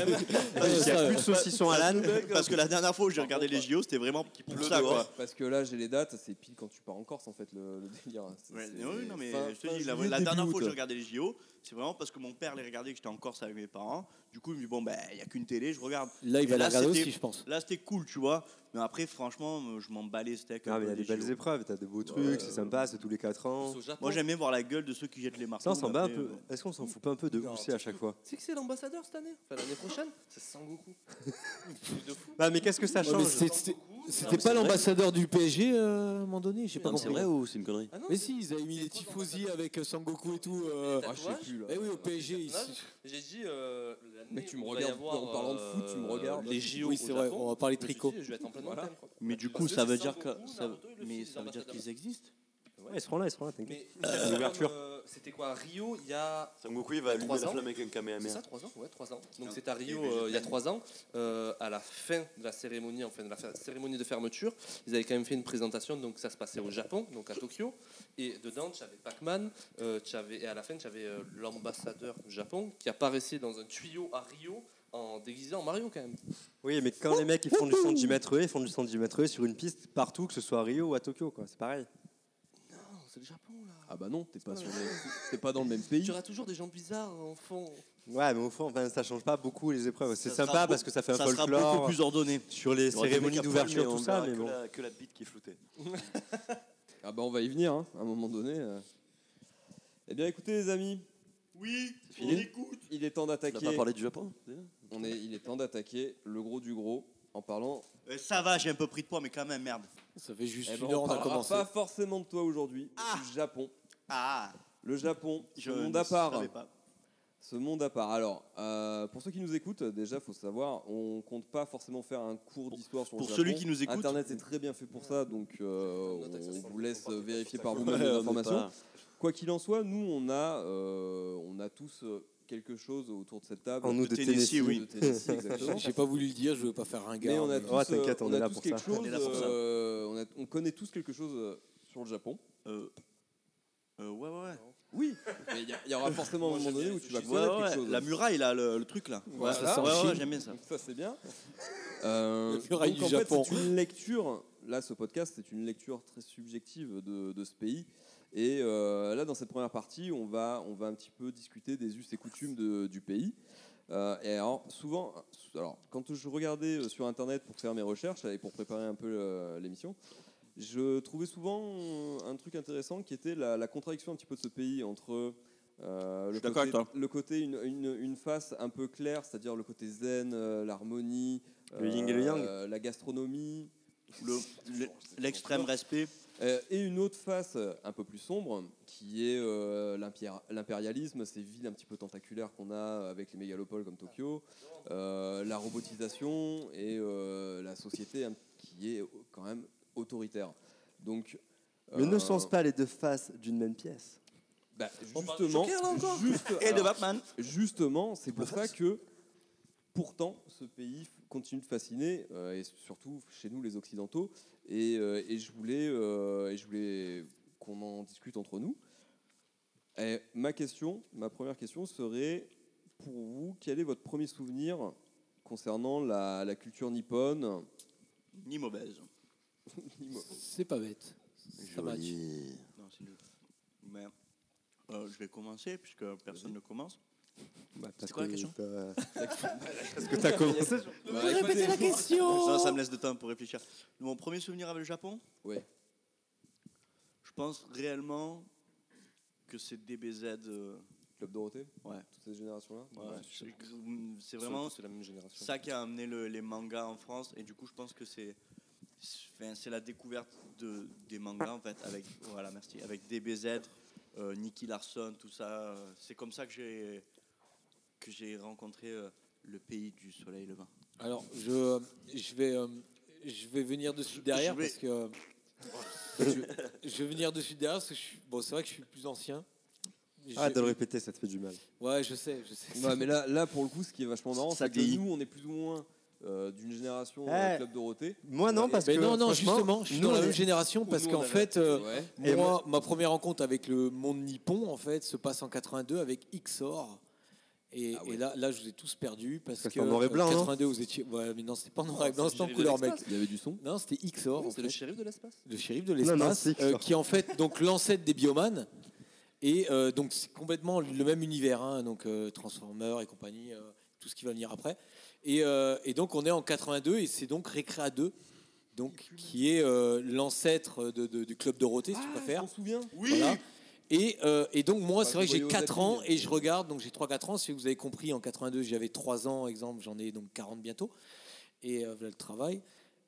[SPEAKER 6] Il y
[SPEAKER 1] Ça,
[SPEAKER 6] a plus de saucisson à l'âne.
[SPEAKER 3] parce que la dernière fois où j'ai regardé les JO, c'était vraiment pour ça quoi.
[SPEAKER 2] Parce que là, j'ai les dates, c'est pile quand tu pars en Corse en fait le, le délire. C'est-
[SPEAKER 3] Ouais,
[SPEAKER 2] c'est
[SPEAKER 3] oui, non, mais
[SPEAKER 2] fin-
[SPEAKER 3] je te
[SPEAKER 2] fin
[SPEAKER 3] dis, la,
[SPEAKER 2] juillet,
[SPEAKER 3] la
[SPEAKER 2] début
[SPEAKER 3] dernière
[SPEAKER 2] août.
[SPEAKER 3] fois que j'ai regardé les JO, c'est vraiment parce que mon père les regardait, que j'étais en Corse avec mes parents. Du coup, il me dit, bon, ben, il n'y a qu'une télé, je regarde.
[SPEAKER 1] Là, il
[SPEAKER 3] Et
[SPEAKER 1] va la
[SPEAKER 3] là,
[SPEAKER 1] regarder
[SPEAKER 3] c'était-
[SPEAKER 1] aussi, je pense.
[SPEAKER 3] Là, c'était cool, tu vois. Mais après, franchement, euh, je m'en bats les steaks. un
[SPEAKER 6] Non Ah, mais il y a
[SPEAKER 3] peu
[SPEAKER 6] des
[SPEAKER 3] des
[SPEAKER 6] belles
[SPEAKER 3] JO.
[SPEAKER 6] épreuves, t'as des beaux trucs, c'est sympa, c'est tous les 4 ans.
[SPEAKER 4] Au Japon,
[SPEAKER 3] Moi, j'aime bien voir la gueule de ceux qui jettent les marques.
[SPEAKER 6] Ça on s'en bat un peu. Est-ce qu'on s'en fout pas un peu de
[SPEAKER 4] Non,
[SPEAKER 6] pousser à chaque fois
[SPEAKER 4] tu sais que c'est l'ambassadeur cette année, enfin l'année prochaine, c'est Sangoku. C'est de fou.
[SPEAKER 6] Bah mais qu'est-ce que ça
[SPEAKER 1] Ouais, mais
[SPEAKER 6] change
[SPEAKER 1] c'est- c'est- C'était
[SPEAKER 7] mais
[SPEAKER 1] pas
[SPEAKER 7] c'est vrai.
[SPEAKER 1] l'ambassadeur du PSG euh, à un moment donné J'ai pas
[SPEAKER 7] Non, mais c'est
[SPEAKER 1] compris.
[SPEAKER 7] vrai ou c'est une connerie
[SPEAKER 4] Ah non,
[SPEAKER 1] Mais si, ils avaient mis les tifosi avec euh, Sangoku et tout. euh,
[SPEAKER 4] Ah, je sais plus,
[SPEAKER 2] là.
[SPEAKER 1] Eh oui, au PSG ici.
[SPEAKER 4] J'ai dit. euh, l'année
[SPEAKER 2] Mais tu me
[SPEAKER 4] où il va y
[SPEAKER 2] regardes,
[SPEAKER 4] avoir,
[SPEAKER 2] en parlant de foot, tu me
[SPEAKER 4] euh,
[SPEAKER 2] regardes.
[SPEAKER 4] Les JO.
[SPEAKER 1] Oui, c'est
[SPEAKER 4] au
[SPEAKER 1] vrai,
[SPEAKER 4] Japon,
[SPEAKER 1] on va parler
[SPEAKER 4] je me suis
[SPEAKER 1] tricot.
[SPEAKER 4] dit, Je vais être en plein
[SPEAKER 2] Voilà.
[SPEAKER 4] dedans, quoi.
[SPEAKER 3] Mais du
[SPEAKER 4] Parce
[SPEAKER 3] coup,
[SPEAKER 4] que
[SPEAKER 3] ça
[SPEAKER 4] c'est
[SPEAKER 3] veut dire que
[SPEAKER 4] Sangoku,
[SPEAKER 3] ça,
[SPEAKER 4] Naruto,
[SPEAKER 3] mais
[SPEAKER 4] le fils
[SPEAKER 3] ça veut dire
[SPEAKER 4] d'ambassadeur.
[SPEAKER 3] qu'ils existent.
[SPEAKER 6] Ouais, ils seront là, ils seront là, t'inquiète.
[SPEAKER 4] Mais c'est comme,
[SPEAKER 6] L'ouverture.
[SPEAKER 4] euh, C'était quoi à Rio il y a.
[SPEAKER 7] Sangoku, il va allumer
[SPEAKER 4] Trois
[SPEAKER 7] la
[SPEAKER 4] ans
[SPEAKER 7] flamme avec un
[SPEAKER 4] C'est
[SPEAKER 7] Kamehameha.
[SPEAKER 4] ça, 3 ans Ouais, 3 ans. Donc
[SPEAKER 7] Ah.
[SPEAKER 4] c'était à Rio euh, il
[SPEAKER 7] Et
[SPEAKER 4] y a
[SPEAKER 7] végétalien.
[SPEAKER 4] 3 ans. Euh, à la fin de la cérémonie, enfin de la fer- cérémonie de fermeture, ils avaient quand même fait une présentation. Donc ça se passait au Japon, donc à Tokyo. Et dedans, tu avais Pac-Man. euh, tu avais- et à la fin, tu avais euh, l'ambassadeur du Japon qui apparaissait dans un tuyau à Rio en déguisé en Mario quand même.
[SPEAKER 6] Oui, mais quand les mecs ils font du 110 mètres haies, ils font du 110 mètres haies sur une piste partout, que ce soit à Rio ou à Tokyo, quoi. C'est pareil.
[SPEAKER 4] Non, c'est le Japon là.
[SPEAKER 2] Ah bah non, t'es pas, sur les- t'es pas dans le même pays.
[SPEAKER 4] Tu auras toujours des gens bizarres en fond.
[SPEAKER 6] Ouais, mais au fond, enfin, ça change pas beaucoup les épreuves. C'est
[SPEAKER 3] Ça sera
[SPEAKER 6] sympa
[SPEAKER 3] beau-
[SPEAKER 6] parce que ça fait un
[SPEAKER 3] Ça sera beaucoup
[SPEAKER 6] folklore
[SPEAKER 3] plus ordonné.
[SPEAKER 6] sur les
[SPEAKER 7] Il y aura des mecs
[SPEAKER 6] cérémonies
[SPEAKER 7] à poil,
[SPEAKER 6] d'ouverture,
[SPEAKER 7] mais
[SPEAKER 6] tout
[SPEAKER 7] on
[SPEAKER 6] ça,
[SPEAKER 7] verra
[SPEAKER 6] mais
[SPEAKER 7] que
[SPEAKER 6] bon.
[SPEAKER 7] la- Que la bite qui est floutée.
[SPEAKER 2] Ah bah on va y venir, hein, à un moment donné. euh. Eh bien écoutez les amis,
[SPEAKER 3] Oui,
[SPEAKER 2] on
[SPEAKER 3] écoute.
[SPEAKER 2] il est temps
[SPEAKER 7] On
[SPEAKER 2] d'attaquer.
[SPEAKER 7] n'a pas parlé du Japon
[SPEAKER 2] On est, il est temps d'attaquer le gros du gros en parlant.
[SPEAKER 3] Euh, Ça va, j'ai un peu pris de poids, mais quand même, merde.
[SPEAKER 1] Ça fait juste
[SPEAKER 2] Eh ben,
[SPEAKER 1] une heure,
[SPEAKER 2] on
[SPEAKER 1] on a
[SPEAKER 2] parlera
[SPEAKER 1] commencé.
[SPEAKER 2] pas forcément de toi aujourd'hui.
[SPEAKER 3] Ah.
[SPEAKER 2] Du Japon.
[SPEAKER 3] Ah,
[SPEAKER 2] Le Japon,
[SPEAKER 3] je
[SPEAKER 2] ce monde
[SPEAKER 3] ne
[SPEAKER 2] à part.
[SPEAKER 3] savais pas.
[SPEAKER 2] Ce monde à part. Alors, euh, pour ceux qui nous écoutent, déjà, faut savoir, on compte pas forcément faire un cours
[SPEAKER 3] Pour-
[SPEAKER 2] d'histoire sur le
[SPEAKER 3] pour
[SPEAKER 2] Japon.
[SPEAKER 3] celui qui nous écoute.
[SPEAKER 2] Internet est très bien fait pour ça, donc euh,
[SPEAKER 4] Note accessible.
[SPEAKER 2] on vous laisse
[SPEAKER 4] On parle
[SPEAKER 2] vérifier
[SPEAKER 4] pas
[SPEAKER 2] par
[SPEAKER 4] sur
[SPEAKER 2] vous-même
[SPEAKER 7] Ouais,
[SPEAKER 2] les
[SPEAKER 7] on est
[SPEAKER 2] informations.
[SPEAKER 7] pas-
[SPEAKER 2] Quoi qu'il en soit, nous, on a, euh, on a tous euh, quelque chose autour de cette table.
[SPEAKER 6] En nous de
[SPEAKER 3] Tennessee,
[SPEAKER 6] Tennessee.
[SPEAKER 3] oui.
[SPEAKER 2] De Tennessee, exactement.
[SPEAKER 1] J'ai pas voulu le dire, je veux pas faire un gars.
[SPEAKER 2] Mais on a
[SPEAKER 1] mais-
[SPEAKER 2] tous,
[SPEAKER 6] Ouais, t'inquiète,
[SPEAKER 2] euh,
[SPEAKER 6] on
[SPEAKER 2] a
[SPEAKER 6] est là
[SPEAKER 2] tous
[SPEAKER 6] pour
[SPEAKER 2] quelque
[SPEAKER 6] ça.
[SPEAKER 2] chose,
[SPEAKER 3] On est là pour ça.
[SPEAKER 2] euh, on, a- on connaît tous quelque chose euh, sur le Japon.
[SPEAKER 3] Euh, euh, ouais, ouais, ouais.
[SPEAKER 2] Oui, mais il y a- il y, aura forcément un
[SPEAKER 4] Moi,
[SPEAKER 2] moment
[SPEAKER 4] j'aime bien
[SPEAKER 2] donné où
[SPEAKER 4] les
[SPEAKER 2] tu vas
[SPEAKER 4] sushis.
[SPEAKER 3] Ouais,
[SPEAKER 2] connaître
[SPEAKER 3] ouais,
[SPEAKER 2] quelque chose. hein.
[SPEAKER 3] La muraille, là, le, le truc, là.
[SPEAKER 2] Voilà.
[SPEAKER 3] Ouais, ouais, ouais, j'aime bien ça.
[SPEAKER 2] Donc ça c'est bien. Euh,
[SPEAKER 1] Le muraille
[SPEAKER 2] donc,
[SPEAKER 1] du
[SPEAKER 2] en
[SPEAKER 1] Japon.
[SPEAKER 2] fait, c'est une lecture. Là, ce podcast, c'est une lecture très subjective de, de ce pays. Et euh, là, dans cette première partie, on va, on va un petit peu discuter des us et coutumes de- du pays. Euh, et alors, souvent, alors, quand je regardais euh, sur Internet pour faire mes recherches et pour préparer un peu euh, l'émission, je trouvais souvent euh, un truc intéressant qui était la, la contradiction un petit peu de ce pays entre euh, le,
[SPEAKER 3] d'accord
[SPEAKER 2] côté, le côté une, une- une face un peu claire, c'est-à-dire le côté zen, euh, l'harmonie,
[SPEAKER 6] Le yin et le yang.
[SPEAKER 2] euh, la gastronomie,
[SPEAKER 3] Le- le- L'extrême respect.
[SPEAKER 2] euh, et une autre face euh, un peu plus sombre, qui est euh, l'impiér- l'impérialisme, ces villes un petit peu tentaculaires qu'on a avec les mégalopoles comme Tokyo, euh, la robotisation et euh, la société hein, qui est quand même autoritaire. Donc,
[SPEAKER 6] Mais ne
[SPEAKER 2] euh,
[SPEAKER 6] sont pas les deux faces d'une même pièce.
[SPEAKER 2] bah,
[SPEAKER 4] On parle de
[SPEAKER 2] justement,
[SPEAKER 4] Joker, là, encore
[SPEAKER 2] juste-
[SPEAKER 3] Et de
[SPEAKER 2] alors,
[SPEAKER 3] Batman.
[SPEAKER 2] Justement, c'est
[SPEAKER 6] Bah,
[SPEAKER 2] pour ça que, pourtant, ce pays f- continue de fasciner, euh, et surtout chez nous, les Occidentaux. Et, euh, et je voulais, euh, et je voulais qu'on en discute entre nous. Et ma question, ma première question serait pour vous, quel est votre premier souvenir concernant la, la culture nippone Bah,
[SPEAKER 3] Ni mauvaise.
[SPEAKER 1] C'est pas bête. Ça match.
[SPEAKER 3] Non, c'est nul. Mais euh, je vais commencer, puisque personne ne commence.
[SPEAKER 6] C'est
[SPEAKER 3] quoi la question
[SPEAKER 6] Parce que t'as commencé.
[SPEAKER 2] la
[SPEAKER 3] Ça, ça me laisse de temps pour réfléchir. Mon premier souvenir avec le Japon
[SPEAKER 2] Oui.
[SPEAKER 3] Je pense réellement que c'est DBZ. euh,
[SPEAKER 2] Club Dorothée
[SPEAKER 3] Ouais.
[SPEAKER 2] Toute cette génération-là
[SPEAKER 3] ouais, c'est- c'est vraiment
[SPEAKER 4] C'est la même génération.
[SPEAKER 3] ça qui a amené le- les mangas en France. Et du coup, je pense que c'est enfin, c'est la découverte de, des mangas, en fait, avec, voilà, merci, avec DBZ, euh, Nicky Larson, tout ça. euh, C'est comme ça que j'ai que j'ai rencontré euh, le pays du soleil levant.
[SPEAKER 1] Alors, je, je, vais, euh, je vais venir dessus derrière
[SPEAKER 3] je vais-
[SPEAKER 1] parce que. euh, je, je vais venir dessus derrière parce que je suis- Bon, c'est vrai que je suis le plus ancien.
[SPEAKER 6] Ah,
[SPEAKER 1] Je-
[SPEAKER 6] de le répéter, ça te fait du mal.
[SPEAKER 1] Ouais, je sais, je sais.
[SPEAKER 2] Ouais, mais là, là, pour le coup, ce qui est vachement marrant,
[SPEAKER 3] Ça
[SPEAKER 2] c'est que
[SPEAKER 3] vieillit.
[SPEAKER 2] nous, on est plus ou moins euh, d'une génération
[SPEAKER 6] Eh.
[SPEAKER 2] euh, Club Dorothée.
[SPEAKER 6] Moi, non, parce
[SPEAKER 1] Mais
[SPEAKER 6] que.
[SPEAKER 1] non, non,
[SPEAKER 6] franchement,
[SPEAKER 1] justement, je suis
[SPEAKER 6] nous,
[SPEAKER 1] dans la
[SPEAKER 6] on
[SPEAKER 1] même
[SPEAKER 6] est-
[SPEAKER 1] génération parce
[SPEAKER 2] Nous, on
[SPEAKER 1] qu'en
[SPEAKER 2] avait-
[SPEAKER 1] fait, euh,
[SPEAKER 4] hein.
[SPEAKER 2] Ouais.
[SPEAKER 6] Et
[SPEAKER 1] moi, ma première rencontre avec le monde nippon, en fait, se passe en 82 avec XOR. Et,
[SPEAKER 2] Ah ouais.
[SPEAKER 1] et là, là, je vous ai tous perdus parce que.
[SPEAKER 6] Parce qu'en noir et blanc,
[SPEAKER 1] euh,
[SPEAKER 6] non
[SPEAKER 1] 82, vous étiez. Ouais, mais non, c'était pas en noir et
[SPEAKER 4] Non,
[SPEAKER 1] blanc,
[SPEAKER 4] c'est
[SPEAKER 1] c'était en
[SPEAKER 4] le
[SPEAKER 1] couleur, mec.
[SPEAKER 4] shérif
[SPEAKER 2] Il y avait du son.
[SPEAKER 1] Non, c'était XOR. en
[SPEAKER 4] Oui, C'est le
[SPEAKER 1] fait.
[SPEAKER 4] shérif de l'espace.
[SPEAKER 1] le shérif de
[SPEAKER 6] Non, non,
[SPEAKER 1] l'espace,
[SPEAKER 6] c'est
[SPEAKER 1] euh,
[SPEAKER 6] sûr.
[SPEAKER 1] qui est en fait donc l'ancêtre des biomanes. Et euh, donc c'est complètement le même univers, hein, donc euh, Transformers et compagnie, euh, tout ce qui va venir après. Et, euh, et donc on est en 82 et c'est donc Récréa 2, donc, qui est euh, l'ancêtre de- de- du club Dorothée, si tu préfères.
[SPEAKER 2] on se souvient
[SPEAKER 1] Voilà. Et, euh, et donc moi,
[SPEAKER 2] Enfin,
[SPEAKER 1] c'est vrai que
[SPEAKER 2] je
[SPEAKER 1] j'ai
[SPEAKER 2] voyais aux hein.
[SPEAKER 1] 4 ans
[SPEAKER 2] États-Unis.
[SPEAKER 1] et je regarde, donc j'ai 3-4 ans, si vous avez compris, en 82, j'avais 3 ans, exemple, j'en ai donc 40 bientôt, et euh, voilà le travail.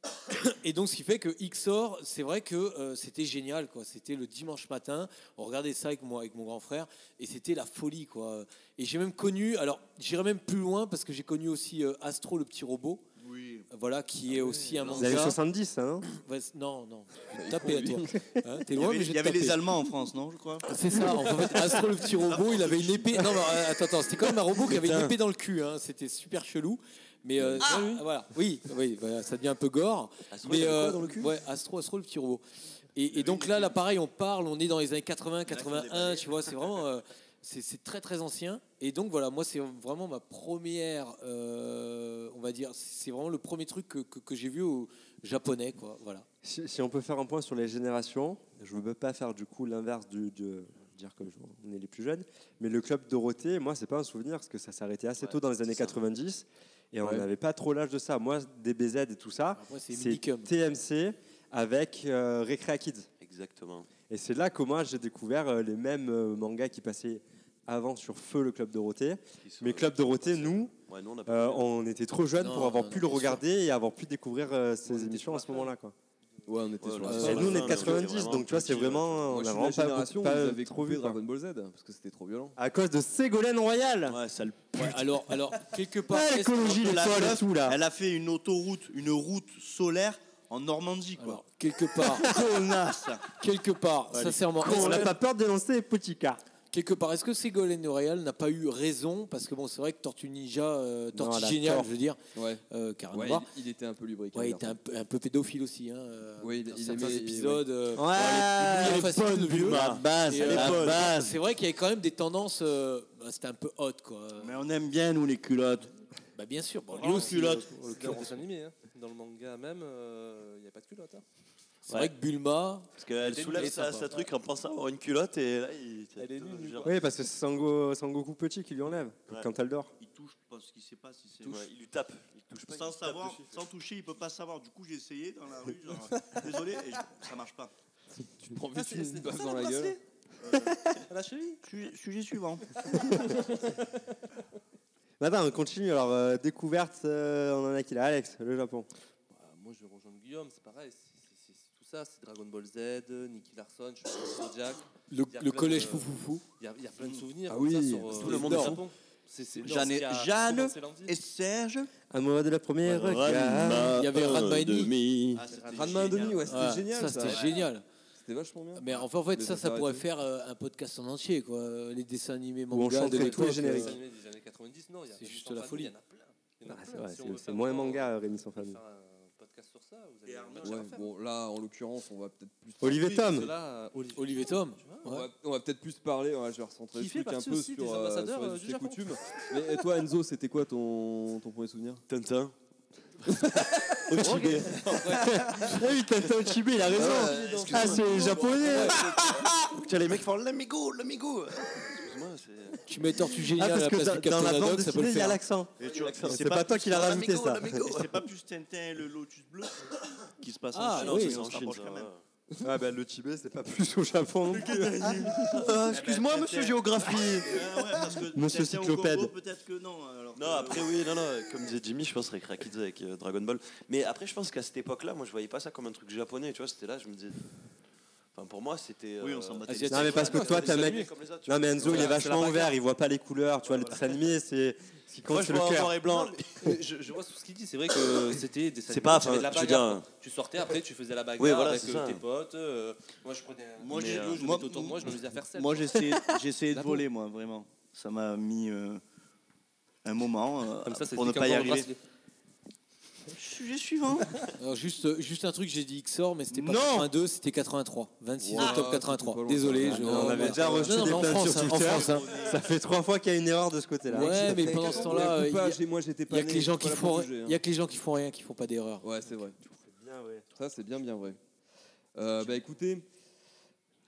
[SPEAKER 1] Et donc, ce qui fait que XOR, c'est vrai que euh, c'était génial, quoi. C'était le dimanche matin. On regardait ça avec moi, avec mon grand frère, et c'était la folie, quoi. Et j'ai même connu, alors j'irai même plus loin parce que j'ai connu aussi euh, Astro, le petit robot,
[SPEAKER 3] Oui.
[SPEAKER 1] voilà, qui est aussi un
[SPEAKER 6] Vous avez
[SPEAKER 1] manga.
[SPEAKER 6] 70, ça, hein
[SPEAKER 1] Ouais, c'est- non, non, tapez à toi. Hein, T'es
[SPEAKER 3] Il y
[SPEAKER 1] loin,
[SPEAKER 3] avait,
[SPEAKER 1] mais je vais
[SPEAKER 3] il y
[SPEAKER 1] te
[SPEAKER 3] avait les
[SPEAKER 1] taper.
[SPEAKER 3] Allemands en France, non, je crois
[SPEAKER 1] C'est ça, en fait, Astro le petit robot, il avait une épée. Non, mais euh, attends, attends, c'était quand même un robot qui avait une
[SPEAKER 6] Putain.
[SPEAKER 1] épée dans le cul, hein, c'était super chelou. Mais euh, voilà, oui, oui voilà, ça devient un peu gore.
[SPEAKER 7] Astro,
[SPEAKER 1] Mais,
[SPEAKER 7] il avait quoi
[SPEAKER 1] euh,
[SPEAKER 7] dans le cul
[SPEAKER 1] ouais, Astro, Astro le petit robot. Et, et donc là, là, pareil, on parle, on est dans les années 80, 81, tu vois, c'est vraiment. euh, c'est c'est très très ancien. Et donc voilà, moi, c'est vraiment ma première. euh, on va dire, c'est vraiment le premier truc que, que- que j'ai vu au japonais, quoi. Voilà.
[SPEAKER 6] Si, si on peut faire un point sur les générations, je ne veux pas faire du coup l'inverse du, de dire comme je- on est les plus jeunes, mais le club Dorothée, moi, c'est pas un souvenir parce que ça s'arrêtait assez
[SPEAKER 7] Ouais,
[SPEAKER 6] tôt dans les années
[SPEAKER 7] c'est ça.
[SPEAKER 6] 90 et on
[SPEAKER 1] Ouais.
[SPEAKER 6] n'avait pas trop l'âge de ça. Moi, DBZ et tout ça,
[SPEAKER 1] Après, c'est
[SPEAKER 6] c'est
[SPEAKER 1] Midicum.
[SPEAKER 6] TMC avec euh, Recrea Kids.
[SPEAKER 7] Exactement.
[SPEAKER 6] Et c'est là que moi, j'ai découvert euh, les mêmes euh, mangas qui passaient avant sur Feu le club Dorothée.
[SPEAKER 7] Qui sont-
[SPEAKER 6] Mais club Dorothée, nous,
[SPEAKER 7] Ouais, nous, on a
[SPEAKER 6] euh,
[SPEAKER 7] pas-
[SPEAKER 6] on était trop jeunes
[SPEAKER 1] Non,
[SPEAKER 6] pour avoir
[SPEAKER 1] non,
[SPEAKER 6] pu
[SPEAKER 1] non,
[SPEAKER 6] le
[SPEAKER 1] bien sûr.
[SPEAKER 6] regarder et avoir pu découvrir euh,
[SPEAKER 7] On
[SPEAKER 6] ces
[SPEAKER 7] était
[SPEAKER 6] émissions à
[SPEAKER 7] pas
[SPEAKER 6] ce moment-là. quoi.
[SPEAKER 2] Ouais,
[SPEAKER 1] Oh
[SPEAKER 2] on était sur la
[SPEAKER 7] Ouais,
[SPEAKER 6] Euh,
[SPEAKER 7] sur la
[SPEAKER 6] nous on est
[SPEAKER 7] fin,
[SPEAKER 6] de
[SPEAKER 7] on était
[SPEAKER 6] 90
[SPEAKER 7] vraiment
[SPEAKER 6] donc tu vois c'est
[SPEAKER 7] petits,
[SPEAKER 6] vraiment on
[SPEAKER 2] Moi, je suis de la
[SPEAKER 6] n'a vraiment pas,
[SPEAKER 2] génération
[SPEAKER 6] beaucoup- pas
[SPEAKER 2] où vous avez
[SPEAKER 6] trop
[SPEAKER 2] coupé
[SPEAKER 6] vu quoi.
[SPEAKER 2] Dragon Ball Z parce que c'était trop violent.
[SPEAKER 6] à cause de Ségolène Royal
[SPEAKER 7] Ouais, ça le-
[SPEAKER 1] Ouais, alors, alors, quelque part.
[SPEAKER 6] ah,
[SPEAKER 1] est-ce que-
[SPEAKER 6] l'écologie les
[SPEAKER 3] la
[SPEAKER 6] sols et
[SPEAKER 3] meuf,
[SPEAKER 6] tout là
[SPEAKER 3] Elle a fait une autoroute, une route solaire en Normandie, quoi.
[SPEAKER 1] Alors, quelque part,
[SPEAKER 3] Connasse
[SPEAKER 1] quelque part, sincèrement, est-ce
[SPEAKER 6] on n'a
[SPEAKER 1] que-
[SPEAKER 6] pas peur de dénoncer les petits cas
[SPEAKER 1] quelque part, est-ce que Ségolène Royal n'a pas eu raison Parce que bon, c'est vrai que Tortue Ninja, euh, Tortue
[SPEAKER 6] elle a
[SPEAKER 1] Géniale,
[SPEAKER 6] tort.
[SPEAKER 1] je veux dire,
[SPEAKER 2] Ouais.
[SPEAKER 1] euh, Karen
[SPEAKER 2] Ouais,
[SPEAKER 1] Noir,
[SPEAKER 2] il, il était un peu lubriqué.
[SPEAKER 1] ouais, il était un peu, un peu pédophile aussi. Hein, euh,
[SPEAKER 2] Oui, il-
[SPEAKER 1] dans
[SPEAKER 2] il
[SPEAKER 1] certains
[SPEAKER 2] aimait-
[SPEAKER 1] épisodes. euh,
[SPEAKER 6] ouais
[SPEAKER 3] Ah,
[SPEAKER 1] les faciles de vieux.
[SPEAKER 6] la base
[SPEAKER 1] Et, euh,
[SPEAKER 6] la
[SPEAKER 1] bon,
[SPEAKER 6] base
[SPEAKER 1] C'est vrai qu'il y avait quand même des tendances. euh, bah, C'était un peu hot, quoi.
[SPEAKER 3] Mais on aime bien, nous, les culottes.
[SPEAKER 1] Bah, bien sûr. Bon, lui
[SPEAKER 3] Oh,
[SPEAKER 1] aussi.
[SPEAKER 3] culotte.
[SPEAKER 1] euh,
[SPEAKER 4] C'est un dessin animé. hein. Dans le manga même, euh, il n'y a pas de culotte. hein.
[SPEAKER 1] C'est vrai que Bulma.
[SPEAKER 7] Parce qu'elle soulève
[SPEAKER 1] elle est
[SPEAKER 7] sa,
[SPEAKER 1] sympa.
[SPEAKER 7] sa truc en pensant avoir une culotte et là, il.
[SPEAKER 4] Elle est nue,
[SPEAKER 7] genre,
[SPEAKER 6] oui parce que c'est Sango, Sangoku petit qui lui enlève
[SPEAKER 7] Ouais.
[SPEAKER 6] quand elle dort
[SPEAKER 3] Il touche parce qu'il sait pas si c'est...
[SPEAKER 7] ouais, il lui tape. Il touche pas, il
[SPEAKER 3] Sans
[SPEAKER 7] lui tape
[SPEAKER 3] savoir,
[SPEAKER 7] dessus.
[SPEAKER 3] sans toucher, il peut pas savoir. Du coup, j'ai essayé dans la rue, genre, désolé, et je- ça marche pas.
[SPEAKER 2] Tu prends vite
[SPEAKER 4] c'est-
[SPEAKER 2] une
[SPEAKER 4] c'est
[SPEAKER 2] baffe
[SPEAKER 4] ça,
[SPEAKER 2] dans
[SPEAKER 4] le
[SPEAKER 2] la gueule.
[SPEAKER 4] bracelet À la cheville
[SPEAKER 3] Su- Sujet suivant.
[SPEAKER 6] Maintenant, Bah, on continue alors euh, découverte euh, on en a qui là Alex le Japon
[SPEAKER 4] Bah, Moi, je rejoins Guillaume, c'est pareil. c'est- c'est- c'est Tout ça, c'est Dragon Ball Z, Nicky Larson, je suis Jack.
[SPEAKER 1] Le,
[SPEAKER 4] Il y a
[SPEAKER 1] le
[SPEAKER 4] plein
[SPEAKER 1] collège
[SPEAKER 4] de-
[SPEAKER 1] foufoufou.
[SPEAKER 4] Il y, a- il y a plein de souvenirs.
[SPEAKER 2] Ah
[SPEAKER 4] comme ça,
[SPEAKER 2] oui,
[SPEAKER 4] sur, euh,
[SPEAKER 7] tout le monde
[SPEAKER 4] au
[SPEAKER 7] dort.
[SPEAKER 4] Japon. C'est- c'est-
[SPEAKER 3] Jeanne
[SPEAKER 4] c'est
[SPEAKER 3] et-
[SPEAKER 4] qui a
[SPEAKER 3] Jeanne
[SPEAKER 4] commencé l'envie.
[SPEAKER 3] Et Serge
[SPEAKER 6] amoureux de la première regarde
[SPEAKER 1] Il y avait Ranma et demi.
[SPEAKER 3] Ah, c'était
[SPEAKER 2] Ranma un
[SPEAKER 3] génial.
[SPEAKER 2] demi, ouais, c'était
[SPEAKER 1] Ouais,
[SPEAKER 2] génial.
[SPEAKER 1] Ça,
[SPEAKER 2] Ça,
[SPEAKER 1] c'était Ah, bah, génial.
[SPEAKER 2] c'était vachement bien.
[SPEAKER 1] Mais enfin, en fait,
[SPEAKER 2] Mais
[SPEAKER 1] ça,
[SPEAKER 2] ça
[SPEAKER 1] ça
[SPEAKER 2] s'arrête
[SPEAKER 1] pourrait
[SPEAKER 2] tout.
[SPEAKER 1] faire euh, un podcast en entier, quoi. Les dessins animés,
[SPEAKER 6] on
[SPEAKER 1] manga de
[SPEAKER 6] chanterait tous
[SPEAKER 1] l'époque.
[SPEAKER 6] les
[SPEAKER 4] Les
[SPEAKER 6] génériques.
[SPEAKER 1] euh,
[SPEAKER 4] dessins animés des années 90, non, il y a
[SPEAKER 1] C'est
[SPEAKER 4] Rémi
[SPEAKER 1] juste
[SPEAKER 4] sans
[SPEAKER 1] la
[SPEAKER 4] famille,
[SPEAKER 1] folie.
[SPEAKER 4] Il y en a plein. Il y en a
[SPEAKER 6] Ah, c'est
[SPEAKER 4] plein.
[SPEAKER 6] vrai,
[SPEAKER 4] Si on
[SPEAKER 6] c'est-
[SPEAKER 4] veut
[SPEAKER 6] c'est
[SPEAKER 4] faire
[SPEAKER 6] moins
[SPEAKER 4] vraiment-
[SPEAKER 6] manga Ah, euh. Rémi sans
[SPEAKER 4] on peut
[SPEAKER 6] famille
[SPEAKER 4] faire un podcast sur ça, vous
[SPEAKER 3] Et
[SPEAKER 4] avez un
[SPEAKER 3] Arnaud,
[SPEAKER 4] match
[SPEAKER 2] Ouais,
[SPEAKER 4] à faire.
[SPEAKER 2] bon, là, en l'occurrence, on va peut-être plus.
[SPEAKER 6] Olivier
[SPEAKER 4] Oui,
[SPEAKER 6] Tom
[SPEAKER 4] parce que là, euh, Oli-
[SPEAKER 1] Olivier Tom.
[SPEAKER 4] Tu vois,
[SPEAKER 2] On va, on va peut-être plus parler, ouais, je vais recentrer
[SPEAKER 4] Qui
[SPEAKER 2] le
[SPEAKER 4] fait
[SPEAKER 2] truc un
[SPEAKER 4] partie
[SPEAKER 2] peu
[SPEAKER 4] aussi des
[SPEAKER 2] sur, euh,
[SPEAKER 4] ambassadeurs,
[SPEAKER 2] sur les
[SPEAKER 4] euh,
[SPEAKER 2] us
[SPEAKER 4] du
[SPEAKER 2] et
[SPEAKER 4] Japon.
[SPEAKER 2] coutumes. Mais et toi Enzo, c'était quoi ton, ton premier souvenir
[SPEAKER 7] Tintin.
[SPEAKER 6] Ah oui, Tintin au Chibi, il a raison. ah, c'est les japonais.
[SPEAKER 7] Tiens, les mecs font l'amigo, l'amigo. Excuse-moi, c'est.
[SPEAKER 1] Tu mets Tortue
[SPEAKER 6] Ah,
[SPEAKER 1] Géniale à
[SPEAKER 6] parce
[SPEAKER 1] la
[SPEAKER 6] que
[SPEAKER 1] place
[SPEAKER 6] dans,
[SPEAKER 1] du
[SPEAKER 6] dans
[SPEAKER 1] Captain
[SPEAKER 6] la bande
[SPEAKER 1] Haddock, ça peut
[SPEAKER 6] dessinée,
[SPEAKER 1] le
[SPEAKER 6] il y a
[SPEAKER 1] faire.
[SPEAKER 6] l'accent.
[SPEAKER 7] Et tu-
[SPEAKER 6] C'est
[SPEAKER 7] c'est
[SPEAKER 6] pas toi qui l'as rajouté, ça.
[SPEAKER 3] Et c'est pas plus Tintin et le Lotus bleu qui se passe
[SPEAKER 1] Ah,
[SPEAKER 3] en Chine.
[SPEAKER 1] oui,
[SPEAKER 3] on
[SPEAKER 7] c'est
[SPEAKER 3] se
[SPEAKER 7] en Chine,
[SPEAKER 3] rapproche
[SPEAKER 7] ça,
[SPEAKER 3] quand même.
[SPEAKER 7] ouais.
[SPEAKER 6] Ah, bah le Tibet, c'est pas plus au Japon non plus.
[SPEAKER 3] Euh,
[SPEAKER 6] Eh ben,
[SPEAKER 3] excuse-moi, monsieur
[SPEAKER 6] Géographie.
[SPEAKER 3] Ouais, ouais, parce que
[SPEAKER 6] Monsieur
[SPEAKER 3] Tintin au
[SPEAKER 6] Cyclopède.
[SPEAKER 3] Congo, Peut-être que non. alors
[SPEAKER 7] Non,
[SPEAKER 3] que-
[SPEAKER 7] après, oui, non, non, comme disait Jimmy, je pense Recra Kids avec euh, Dragon Ball. Mais après, je pense qu'à cette époque-là, moi, je voyais pas ça comme un truc japonais, tu vois, c'était là, je me disais. Enfin, pour moi, c'était. euh,
[SPEAKER 3] Oui, on s'en battait.
[SPEAKER 1] Asiatique.
[SPEAKER 6] Non, mais parce que toi, t'as même. Non, mais Enzo, il est vachement ouvert, il voit pas les couleurs. Tu vois, le dessin animé, c'est. Ce qui compte,
[SPEAKER 7] Moi, je
[SPEAKER 6] c'est le
[SPEAKER 7] vois en
[SPEAKER 6] cœur.
[SPEAKER 7] noir et blanc.
[SPEAKER 4] Mais je, je vois tout ce qu'il dit, c'est vrai que c'était des
[SPEAKER 7] C'est pas,
[SPEAKER 4] tu avais de la
[SPEAKER 7] enfin, je veux
[SPEAKER 4] bagarre,
[SPEAKER 7] dire,
[SPEAKER 4] quoi. Tu sortais après, tu faisais la bagarre
[SPEAKER 7] Oui, voilà,
[SPEAKER 4] avec
[SPEAKER 7] c'est
[SPEAKER 4] euh,
[SPEAKER 7] ça.
[SPEAKER 4] tes potes. euh, moi, je prenais un
[SPEAKER 3] Moi,
[SPEAKER 4] moi,
[SPEAKER 3] j'ai-
[SPEAKER 4] je
[SPEAKER 3] moi-
[SPEAKER 4] mettais autour de moi, je me faisais faire celle.
[SPEAKER 3] Moi, j'ai essayé, j'ai essayé de
[SPEAKER 2] La
[SPEAKER 3] voler, moi, vraiment. Ça m'a mis euh, un moment euh,
[SPEAKER 4] Comme ça, ça
[SPEAKER 3] pour ne
[SPEAKER 4] explique
[SPEAKER 3] pas y
[SPEAKER 4] encore le
[SPEAKER 3] arriver.
[SPEAKER 4] bracelet.
[SPEAKER 3] Sujet suivant.
[SPEAKER 1] Alors, juste, euh, juste un truc, j'ai dit XOR, mais c'était pas
[SPEAKER 3] Non.
[SPEAKER 1] 82, c'était 83. 26
[SPEAKER 2] Wow,
[SPEAKER 1] octobre
[SPEAKER 2] c'était pas
[SPEAKER 1] 83.
[SPEAKER 2] loin.
[SPEAKER 1] Désolé,
[SPEAKER 2] Ah,
[SPEAKER 1] je-
[SPEAKER 2] non,
[SPEAKER 1] oh,
[SPEAKER 6] On avait
[SPEAKER 1] voilà.
[SPEAKER 6] déjà reçu
[SPEAKER 1] Non,
[SPEAKER 6] des
[SPEAKER 1] mais en
[SPEAKER 6] plaintes
[SPEAKER 1] France,
[SPEAKER 6] sur
[SPEAKER 1] hein, en
[SPEAKER 6] Twitter.
[SPEAKER 1] France, hein.
[SPEAKER 6] Ça fait trois fois qu'il y a une erreur de ce côté-là.
[SPEAKER 1] Ouais, mais pendant ce temps-là, euh, il y a-
[SPEAKER 2] moi j'étais
[SPEAKER 1] il
[SPEAKER 2] pas.
[SPEAKER 1] y a que
[SPEAKER 2] né,
[SPEAKER 1] les gens
[SPEAKER 2] je
[SPEAKER 1] qui
[SPEAKER 2] suis
[SPEAKER 1] font,
[SPEAKER 2] pas là pour
[SPEAKER 1] il
[SPEAKER 2] juger,
[SPEAKER 1] y
[SPEAKER 2] hein.
[SPEAKER 1] a que les gens qui font rien, qui font pas d'erreur.
[SPEAKER 2] Ouais, c'est vrai. Ça, c'est bien, bien vrai. Euh, bah écoutez,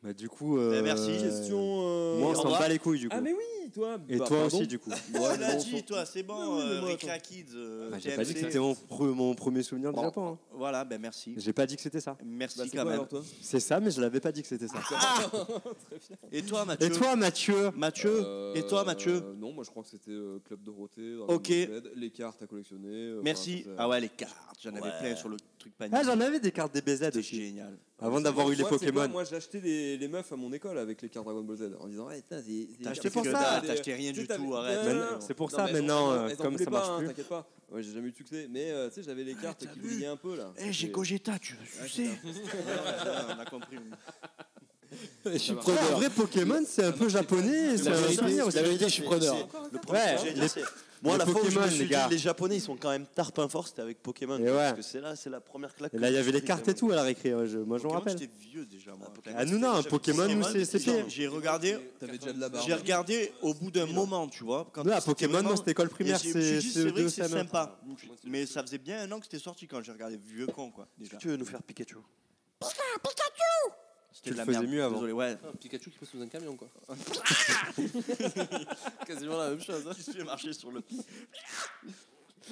[SPEAKER 6] Bah, du coup. euh,
[SPEAKER 3] Eh, merci.
[SPEAKER 2] question. euh,
[SPEAKER 6] Moi, on
[SPEAKER 3] au
[SPEAKER 6] s'en
[SPEAKER 3] revoir.
[SPEAKER 6] bat les couilles, du
[SPEAKER 2] Ah,
[SPEAKER 6] coup.
[SPEAKER 2] mais oui, toi.
[SPEAKER 6] Et
[SPEAKER 2] bah,
[SPEAKER 6] toi
[SPEAKER 2] pardon.
[SPEAKER 6] aussi, du coup.
[SPEAKER 3] On
[SPEAKER 2] Ouais, mais
[SPEAKER 3] l'a
[SPEAKER 2] bon,
[SPEAKER 3] dit, toi, c'est bon.
[SPEAKER 2] Oui, oui, mais
[SPEAKER 3] euh,
[SPEAKER 2] moi,
[SPEAKER 3] Recra Kids. euh,
[SPEAKER 6] Bah, J'ai pas dit que
[SPEAKER 3] TMC.
[SPEAKER 6] c'était mon pre- mon premier souvenir du
[SPEAKER 3] Bon.
[SPEAKER 6] Japon. hein.
[SPEAKER 3] Voilà, ben merci.
[SPEAKER 6] J'ai pas dit que c'était ça.
[SPEAKER 3] Merci
[SPEAKER 2] Bah, c'est
[SPEAKER 3] quand
[SPEAKER 2] quoi,
[SPEAKER 3] même.
[SPEAKER 2] alors, toi
[SPEAKER 6] C'est ça, mais je l'avais pas dit que c'était ça.
[SPEAKER 3] Et toi, Mathieu
[SPEAKER 6] Et toi, Mathieu
[SPEAKER 3] Mathieu
[SPEAKER 2] Euh,
[SPEAKER 3] Et toi, Mathieu
[SPEAKER 2] euh, Non, moi je crois que c'était euh, Club Dorothée. Dragon
[SPEAKER 3] Ok.
[SPEAKER 2] Ball Z, Les cartes à collectionner. euh,
[SPEAKER 3] Merci.
[SPEAKER 2] enfin, ça,
[SPEAKER 3] Ah ouais, les cartes. J'en
[SPEAKER 7] Ouais.
[SPEAKER 3] avais plein sur le truc panique.
[SPEAKER 6] Ah, j'en avais des cartes DBZ
[SPEAKER 3] C'est
[SPEAKER 6] aussi.
[SPEAKER 3] génial.
[SPEAKER 6] Avant d'avoir eu les
[SPEAKER 2] Moi, c'est quoi,
[SPEAKER 6] Pokémon.
[SPEAKER 2] Moi, j'achetais des- les meufs à mon école avec les cartes Dragon Ball Z en disant, ouais, putain, c'est. c'est-
[SPEAKER 3] T'as acheté
[SPEAKER 6] pour
[SPEAKER 3] pour
[SPEAKER 6] ça,
[SPEAKER 3] ça
[SPEAKER 2] des-
[SPEAKER 3] T'as acheté rien
[SPEAKER 2] tu sais,
[SPEAKER 3] du
[SPEAKER 2] t'avais- Non,
[SPEAKER 3] tout,
[SPEAKER 2] non, non.
[SPEAKER 3] arrête.
[SPEAKER 6] C'est pour
[SPEAKER 2] Non,
[SPEAKER 6] ça,
[SPEAKER 2] mais
[SPEAKER 6] maintenant,
[SPEAKER 2] elles en-
[SPEAKER 6] euh,
[SPEAKER 2] elles en
[SPEAKER 6] comme
[SPEAKER 2] voulaient
[SPEAKER 6] ça
[SPEAKER 2] pas,
[SPEAKER 6] marche
[SPEAKER 2] hein,
[SPEAKER 6] plus.
[SPEAKER 2] T'inquiète pas. Ouais, j'ai jamais eu de succès, mais euh, tu sais, j'avais les cartes
[SPEAKER 3] t'as
[SPEAKER 2] qui
[SPEAKER 3] vu
[SPEAKER 2] brillaient un peu là.
[SPEAKER 3] Eh, j'ai
[SPEAKER 2] Et-
[SPEAKER 3] Gogeta, tu
[SPEAKER 2] Ouais,
[SPEAKER 3] tu sais. On a compris.
[SPEAKER 1] Je suis
[SPEAKER 6] Ouais, en
[SPEAKER 1] preneur.
[SPEAKER 6] vrai, Pokémon, c'est un peu japonais. C'est
[SPEAKER 1] La
[SPEAKER 6] un
[SPEAKER 1] vérité,
[SPEAKER 6] souvenir
[SPEAKER 1] la
[SPEAKER 6] aussi.
[SPEAKER 1] vérité, je suis preneur.
[SPEAKER 7] Le problème,
[SPEAKER 6] Ouais,
[SPEAKER 7] j'allais dire,
[SPEAKER 6] les-
[SPEAKER 7] c'est- Moi,
[SPEAKER 6] les
[SPEAKER 7] la fois où je me
[SPEAKER 6] Pokémon,
[SPEAKER 7] suis
[SPEAKER 6] les
[SPEAKER 7] dit,
[SPEAKER 6] gars.
[SPEAKER 7] les Japonais, ils sont quand même tarpins fort, c'était avec Pokémon.
[SPEAKER 6] Et
[SPEAKER 7] quoi,
[SPEAKER 6] ouais.
[SPEAKER 7] Parce que c'est là, c'est la première claque.
[SPEAKER 6] Et
[SPEAKER 7] que
[SPEAKER 6] Là, il y
[SPEAKER 7] j'ai
[SPEAKER 6] avait les
[SPEAKER 7] prise,
[SPEAKER 6] cartes
[SPEAKER 7] vraiment.
[SPEAKER 6] et tout à la récré. ouais, je- Moi, je me
[SPEAKER 3] Pokémon,
[SPEAKER 6] rappelle.
[SPEAKER 3] j'étais vieux déjà, moi.
[SPEAKER 6] Ah, nous, non, un Pokémon, nous, c'est c'est pire.
[SPEAKER 3] J'ai regardé,
[SPEAKER 2] T'avais déjà de la barbe.
[SPEAKER 3] j'ai regardé au bout d'un moment, tu vois. Quand
[SPEAKER 6] Là,
[SPEAKER 3] c'était
[SPEAKER 6] Pokémon,
[SPEAKER 3] vraiment-
[SPEAKER 6] non, c'était école
[SPEAKER 3] Et
[SPEAKER 6] primaire.
[SPEAKER 3] j'ai- je me suis
[SPEAKER 6] C'est
[SPEAKER 3] dit,
[SPEAKER 2] E
[SPEAKER 3] c'est vrai que c'est
[SPEAKER 6] CE2, CM1.
[SPEAKER 3] sympa. Mais ça faisait bien un an que c'était sorti quand j'ai regardé Vieux Con, quoi.
[SPEAKER 7] Est-ce que
[SPEAKER 3] Déjà.
[SPEAKER 7] tu veux nous faire Pikachu
[SPEAKER 3] C'était
[SPEAKER 6] Tu
[SPEAKER 3] de
[SPEAKER 6] le
[SPEAKER 3] la
[SPEAKER 6] faisais
[SPEAKER 3] merde.
[SPEAKER 6] mieux avant.
[SPEAKER 3] Désolé, ouais.
[SPEAKER 4] Ah, Pikachu qui passe sous un camion, quoi. Quasiment la même chose.
[SPEAKER 3] Il se fait marcher sur le.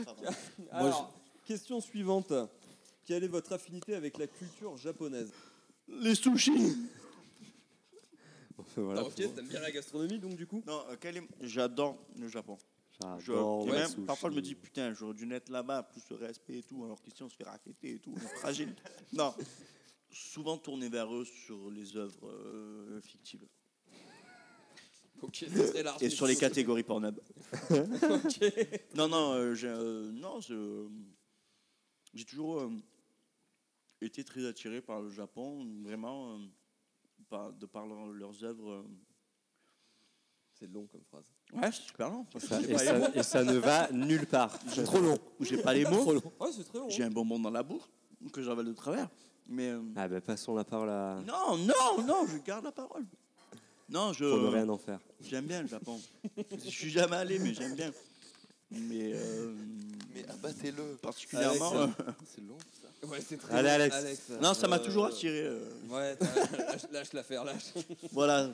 [SPEAKER 3] Pardon.
[SPEAKER 2] Alors, question suivante. Quelle est votre affinité avec la culture japonaise
[SPEAKER 3] Les sushis
[SPEAKER 6] Voilà.
[SPEAKER 2] Ok, t'aimes bien la gastronomie donc du coup
[SPEAKER 3] Non, euh, quel est- j'adore le Japon. Je-
[SPEAKER 6] J'adore
[SPEAKER 3] et
[SPEAKER 6] les
[SPEAKER 3] même,
[SPEAKER 6] sushis.
[SPEAKER 3] parfois, je me dis, putain, j'aurais dû naître là-bas, plus le respect et tout, alors qu'ici, on se fait raqueter et tout, on est fragile. Non, souvent tourné vers eux sur les œuvres euh, fictives
[SPEAKER 2] Ok, c'est très large.
[SPEAKER 3] et sur les catégories Pornhub.
[SPEAKER 2] Ok.
[SPEAKER 3] Non, non, euh, j'ai euh, non, c'est, euh, j'ai toujours euh, été très attiré par le Japon, vraiment, euh, par- de par leur- leurs œuvres. euh.
[SPEAKER 2] C'est long comme phrase.
[SPEAKER 3] Ouais, c'est super long.
[SPEAKER 6] Ça-
[SPEAKER 3] J'ai
[SPEAKER 6] et,
[SPEAKER 3] pas les mots.
[SPEAKER 6] ça, et ça ne va nulle part.
[SPEAKER 1] Trop long.
[SPEAKER 3] J'ai pas les mots.
[SPEAKER 2] Ouais, c'est très long.
[SPEAKER 3] J'ai un bonbon dans la bouche que j'avale de travers. Mais euh,
[SPEAKER 6] Ah bah passons la parole à...
[SPEAKER 4] Euh,
[SPEAKER 3] non, non, non, je garde la parole. Non, je
[SPEAKER 6] Pour ne rien en faire.
[SPEAKER 3] j'aime bien le Japon. je suis jamais allé, mais j'aime bien. Mais, euh,
[SPEAKER 7] Mais abattez-le.
[SPEAKER 3] particulièrement.
[SPEAKER 2] Alex.
[SPEAKER 3] euh,
[SPEAKER 4] C'est long, ça.
[SPEAKER 2] Ouais, c'est très
[SPEAKER 6] Allez,
[SPEAKER 2] long.
[SPEAKER 6] Alex.
[SPEAKER 3] non, ça m'a
[SPEAKER 2] Euh,
[SPEAKER 3] toujours attiré. euh,
[SPEAKER 2] Ouais, t'as- lâche, lâche l'affaire, lâche.
[SPEAKER 3] voilà,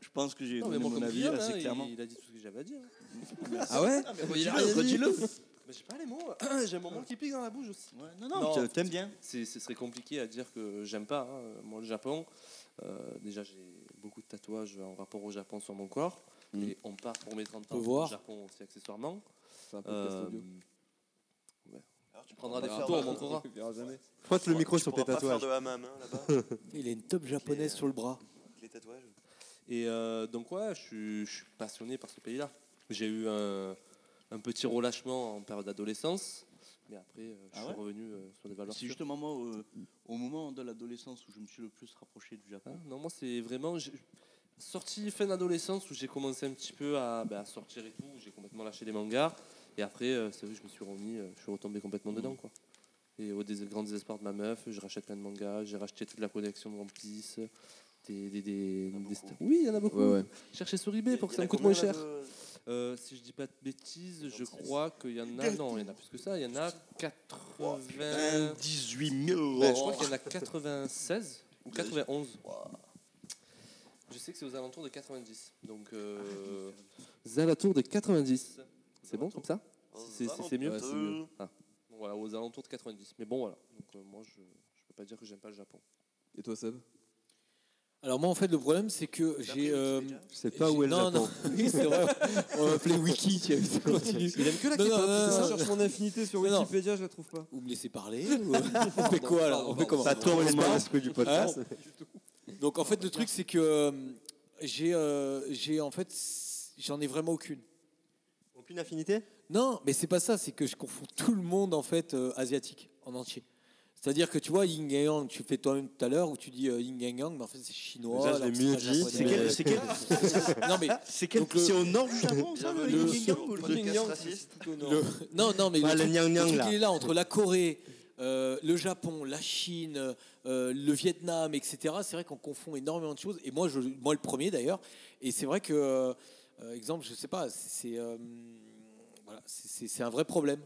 [SPEAKER 3] je pense que j'ai
[SPEAKER 4] Non, mais
[SPEAKER 3] donné
[SPEAKER 4] moi,
[SPEAKER 3] mon
[SPEAKER 4] comme
[SPEAKER 3] avis.
[SPEAKER 4] Guillaume,
[SPEAKER 3] là,
[SPEAKER 4] hein,
[SPEAKER 3] c'est
[SPEAKER 4] il,
[SPEAKER 3] clairement.
[SPEAKER 4] il a dit tout ce que j'avais à dire. hein.
[SPEAKER 2] Ah ouais
[SPEAKER 4] Mais j'ai pas les mots. hein. J'ai un moment qui pique dans la bouche aussi.
[SPEAKER 3] Ouais, non, non,
[SPEAKER 4] Non.
[SPEAKER 3] t'aimes- t'aimes bien.
[SPEAKER 4] C'est- ce serait compliqué à dire que j'aime pas. hein. Moi, le Japon, euh, déjà, j'ai beaucoup de tatouages en rapport au Japon sur mon corps.
[SPEAKER 6] Mm.
[SPEAKER 4] Et on part pour mes 30 ans
[SPEAKER 1] Faut
[SPEAKER 4] au
[SPEAKER 1] voir.
[SPEAKER 4] Japon aussi, accessoirement.
[SPEAKER 2] C'est un
[SPEAKER 4] Euh,
[SPEAKER 2] podcast audio.
[SPEAKER 7] Alors, tu
[SPEAKER 4] prendras des
[SPEAKER 7] pourras
[SPEAKER 4] photos,
[SPEAKER 7] pas
[SPEAKER 4] on
[SPEAKER 7] faire-
[SPEAKER 4] montrera.
[SPEAKER 2] Tu verras jamais.
[SPEAKER 6] Frotte le micro
[SPEAKER 7] tu
[SPEAKER 6] sur tes
[SPEAKER 7] pourras pas faire
[SPEAKER 6] tatouages.
[SPEAKER 7] de hammam hein, là-bas,
[SPEAKER 1] Il a une top japonaise sur le bras.
[SPEAKER 7] avec les tatouages.
[SPEAKER 4] Et euh, donc, ouais, je suis, je suis passionné par ce pays-là. J'ai eu un, un petit relâchement en période d'adolescence. Mais après, euh, je
[SPEAKER 3] Ah
[SPEAKER 4] suis
[SPEAKER 3] ouais
[SPEAKER 4] revenu euh, sur des valeurs.
[SPEAKER 3] C'est
[SPEAKER 4] sûres.
[SPEAKER 3] justement moi, euh, au moment de l'adolescence où je me suis le plus rapproché du Japon.
[SPEAKER 4] Hein, non, moi, c'est vraiment. j'ai- Sorti fin d'adolescence où j'ai commencé un petit peu à, bah, à sortir et tout, où j'ai complètement lâché les mangas. Et après, euh, c'est vrai que je me suis remis, euh, je suis retombé complètement dedans. quoi. Et au dés- grand désespoir de ma meuf, je rachète plein de mangas, j'ai racheté toute la collection de One Piece. Des, des- des-
[SPEAKER 7] en a
[SPEAKER 4] des
[SPEAKER 7] beaucoup.
[SPEAKER 4] sta- Oui, il y en a beaucoup.
[SPEAKER 2] Ouais, ouais.
[SPEAKER 4] Cherchez sur eBay pour que ça me coûte moins cher. Euh, si je dis pas de bêtises, je crois qu'il y en a. Non, il y en a plus que ça. Il y en a 80.
[SPEAKER 3] 18 000 euros.
[SPEAKER 4] Ben, je crois qu'il y en a 96 ou 91. Je sais que c'est aux alentours de 90. Donc, euh, aux alentours de 90. C'est bon comme ça C'est- c'est- c'est mieux
[SPEAKER 2] Ouais, c'est mieux.
[SPEAKER 4] Ah. Bon, Voilà, aux alentours de 90. Mais bon, voilà. Donc, euh, moi, je je peux pas dire que j'aime pas le Japon.
[SPEAKER 2] Et toi, Seb
[SPEAKER 1] Alors moi en fait le problème c'est que j'ai... euh,
[SPEAKER 6] Je sais pas où est le
[SPEAKER 1] non,
[SPEAKER 6] Japon.
[SPEAKER 1] non, oui, c'est vrai. On va appeler Wiki. tiens, ça continue.
[SPEAKER 2] Il aime que la
[SPEAKER 1] Non, non, non, non,
[SPEAKER 2] Je
[SPEAKER 1] non.
[SPEAKER 2] cherche mon affinité sur
[SPEAKER 1] Mais non.
[SPEAKER 2] Wikipédia, je la trouve pas.
[SPEAKER 1] Vous me laissez parler ou- On fait quoi là On fait comment
[SPEAKER 6] Ça tourne les
[SPEAKER 1] On se barre
[SPEAKER 6] masques du
[SPEAKER 4] Hein
[SPEAKER 6] podcast.
[SPEAKER 1] Donc en fait le truc c'est que euh, j'ai euh, j'ai en fait j'en ai vraiment aucune.
[SPEAKER 6] Aucune affinité
[SPEAKER 1] Non, mais c'est pas ça, c'est que je confonds tout le monde en fait euh, asiatique en entier. C'est-à-dire que tu vois, Yin et Yang, tu fais toi-même tout à l'heure, ou tu dis euh, Yin et Yang, mais en fait c'est chinois.
[SPEAKER 6] Déjà, je
[SPEAKER 1] alors
[SPEAKER 6] l'ai
[SPEAKER 1] que c'est
[SPEAKER 6] mieux
[SPEAKER 1] pas
[SPEAKER 6] dit,
[SPEAKER 1] japonais.
[SPEAKER 3] C'est quel, c'est quel,
[SPEAKER 1] Non, mais
[SPEAKER 3] c'est quel-
[SPEAKER 1] Donc, le-
[SPEAKER 3] c'est au nord du Japon, ça, le,
[SPEAKER 7] Bienvenue
[SPEAKER 3] yin yang
[SPEAKER 7] sur
[SPEAKER 3] ou le-
[SPEAKER 7] Podcast
[SPEAKER 2] Yin-yang,
[SPEAKER 7] raciste.
[SPEAKER 2] c'est plutôt non.
[SPEAKER 1] le- non, non, mais le
[SPEAKER 6] Ah, le
[SPEAKER 1] truc,
[SPEAKER 6] Yang
[SPEAKER 1] le
[SPEAKER 6] Yang
[SPEAKER 1] truc,
[SPEAKER 6] là.
[SPEAKER 1] il est là entre la Corée, euh, le Japon, la Chine, euh, le Vietnam, etc. C'est vrai qu'on confond énormément de choses, et moi, je, moi le premier d'ailleurs. Et c'est vrai que, euh, euh, exemple, je sais pas, c'est c'est, euh, voilà, c'est- c'est- c'est un vrai problème.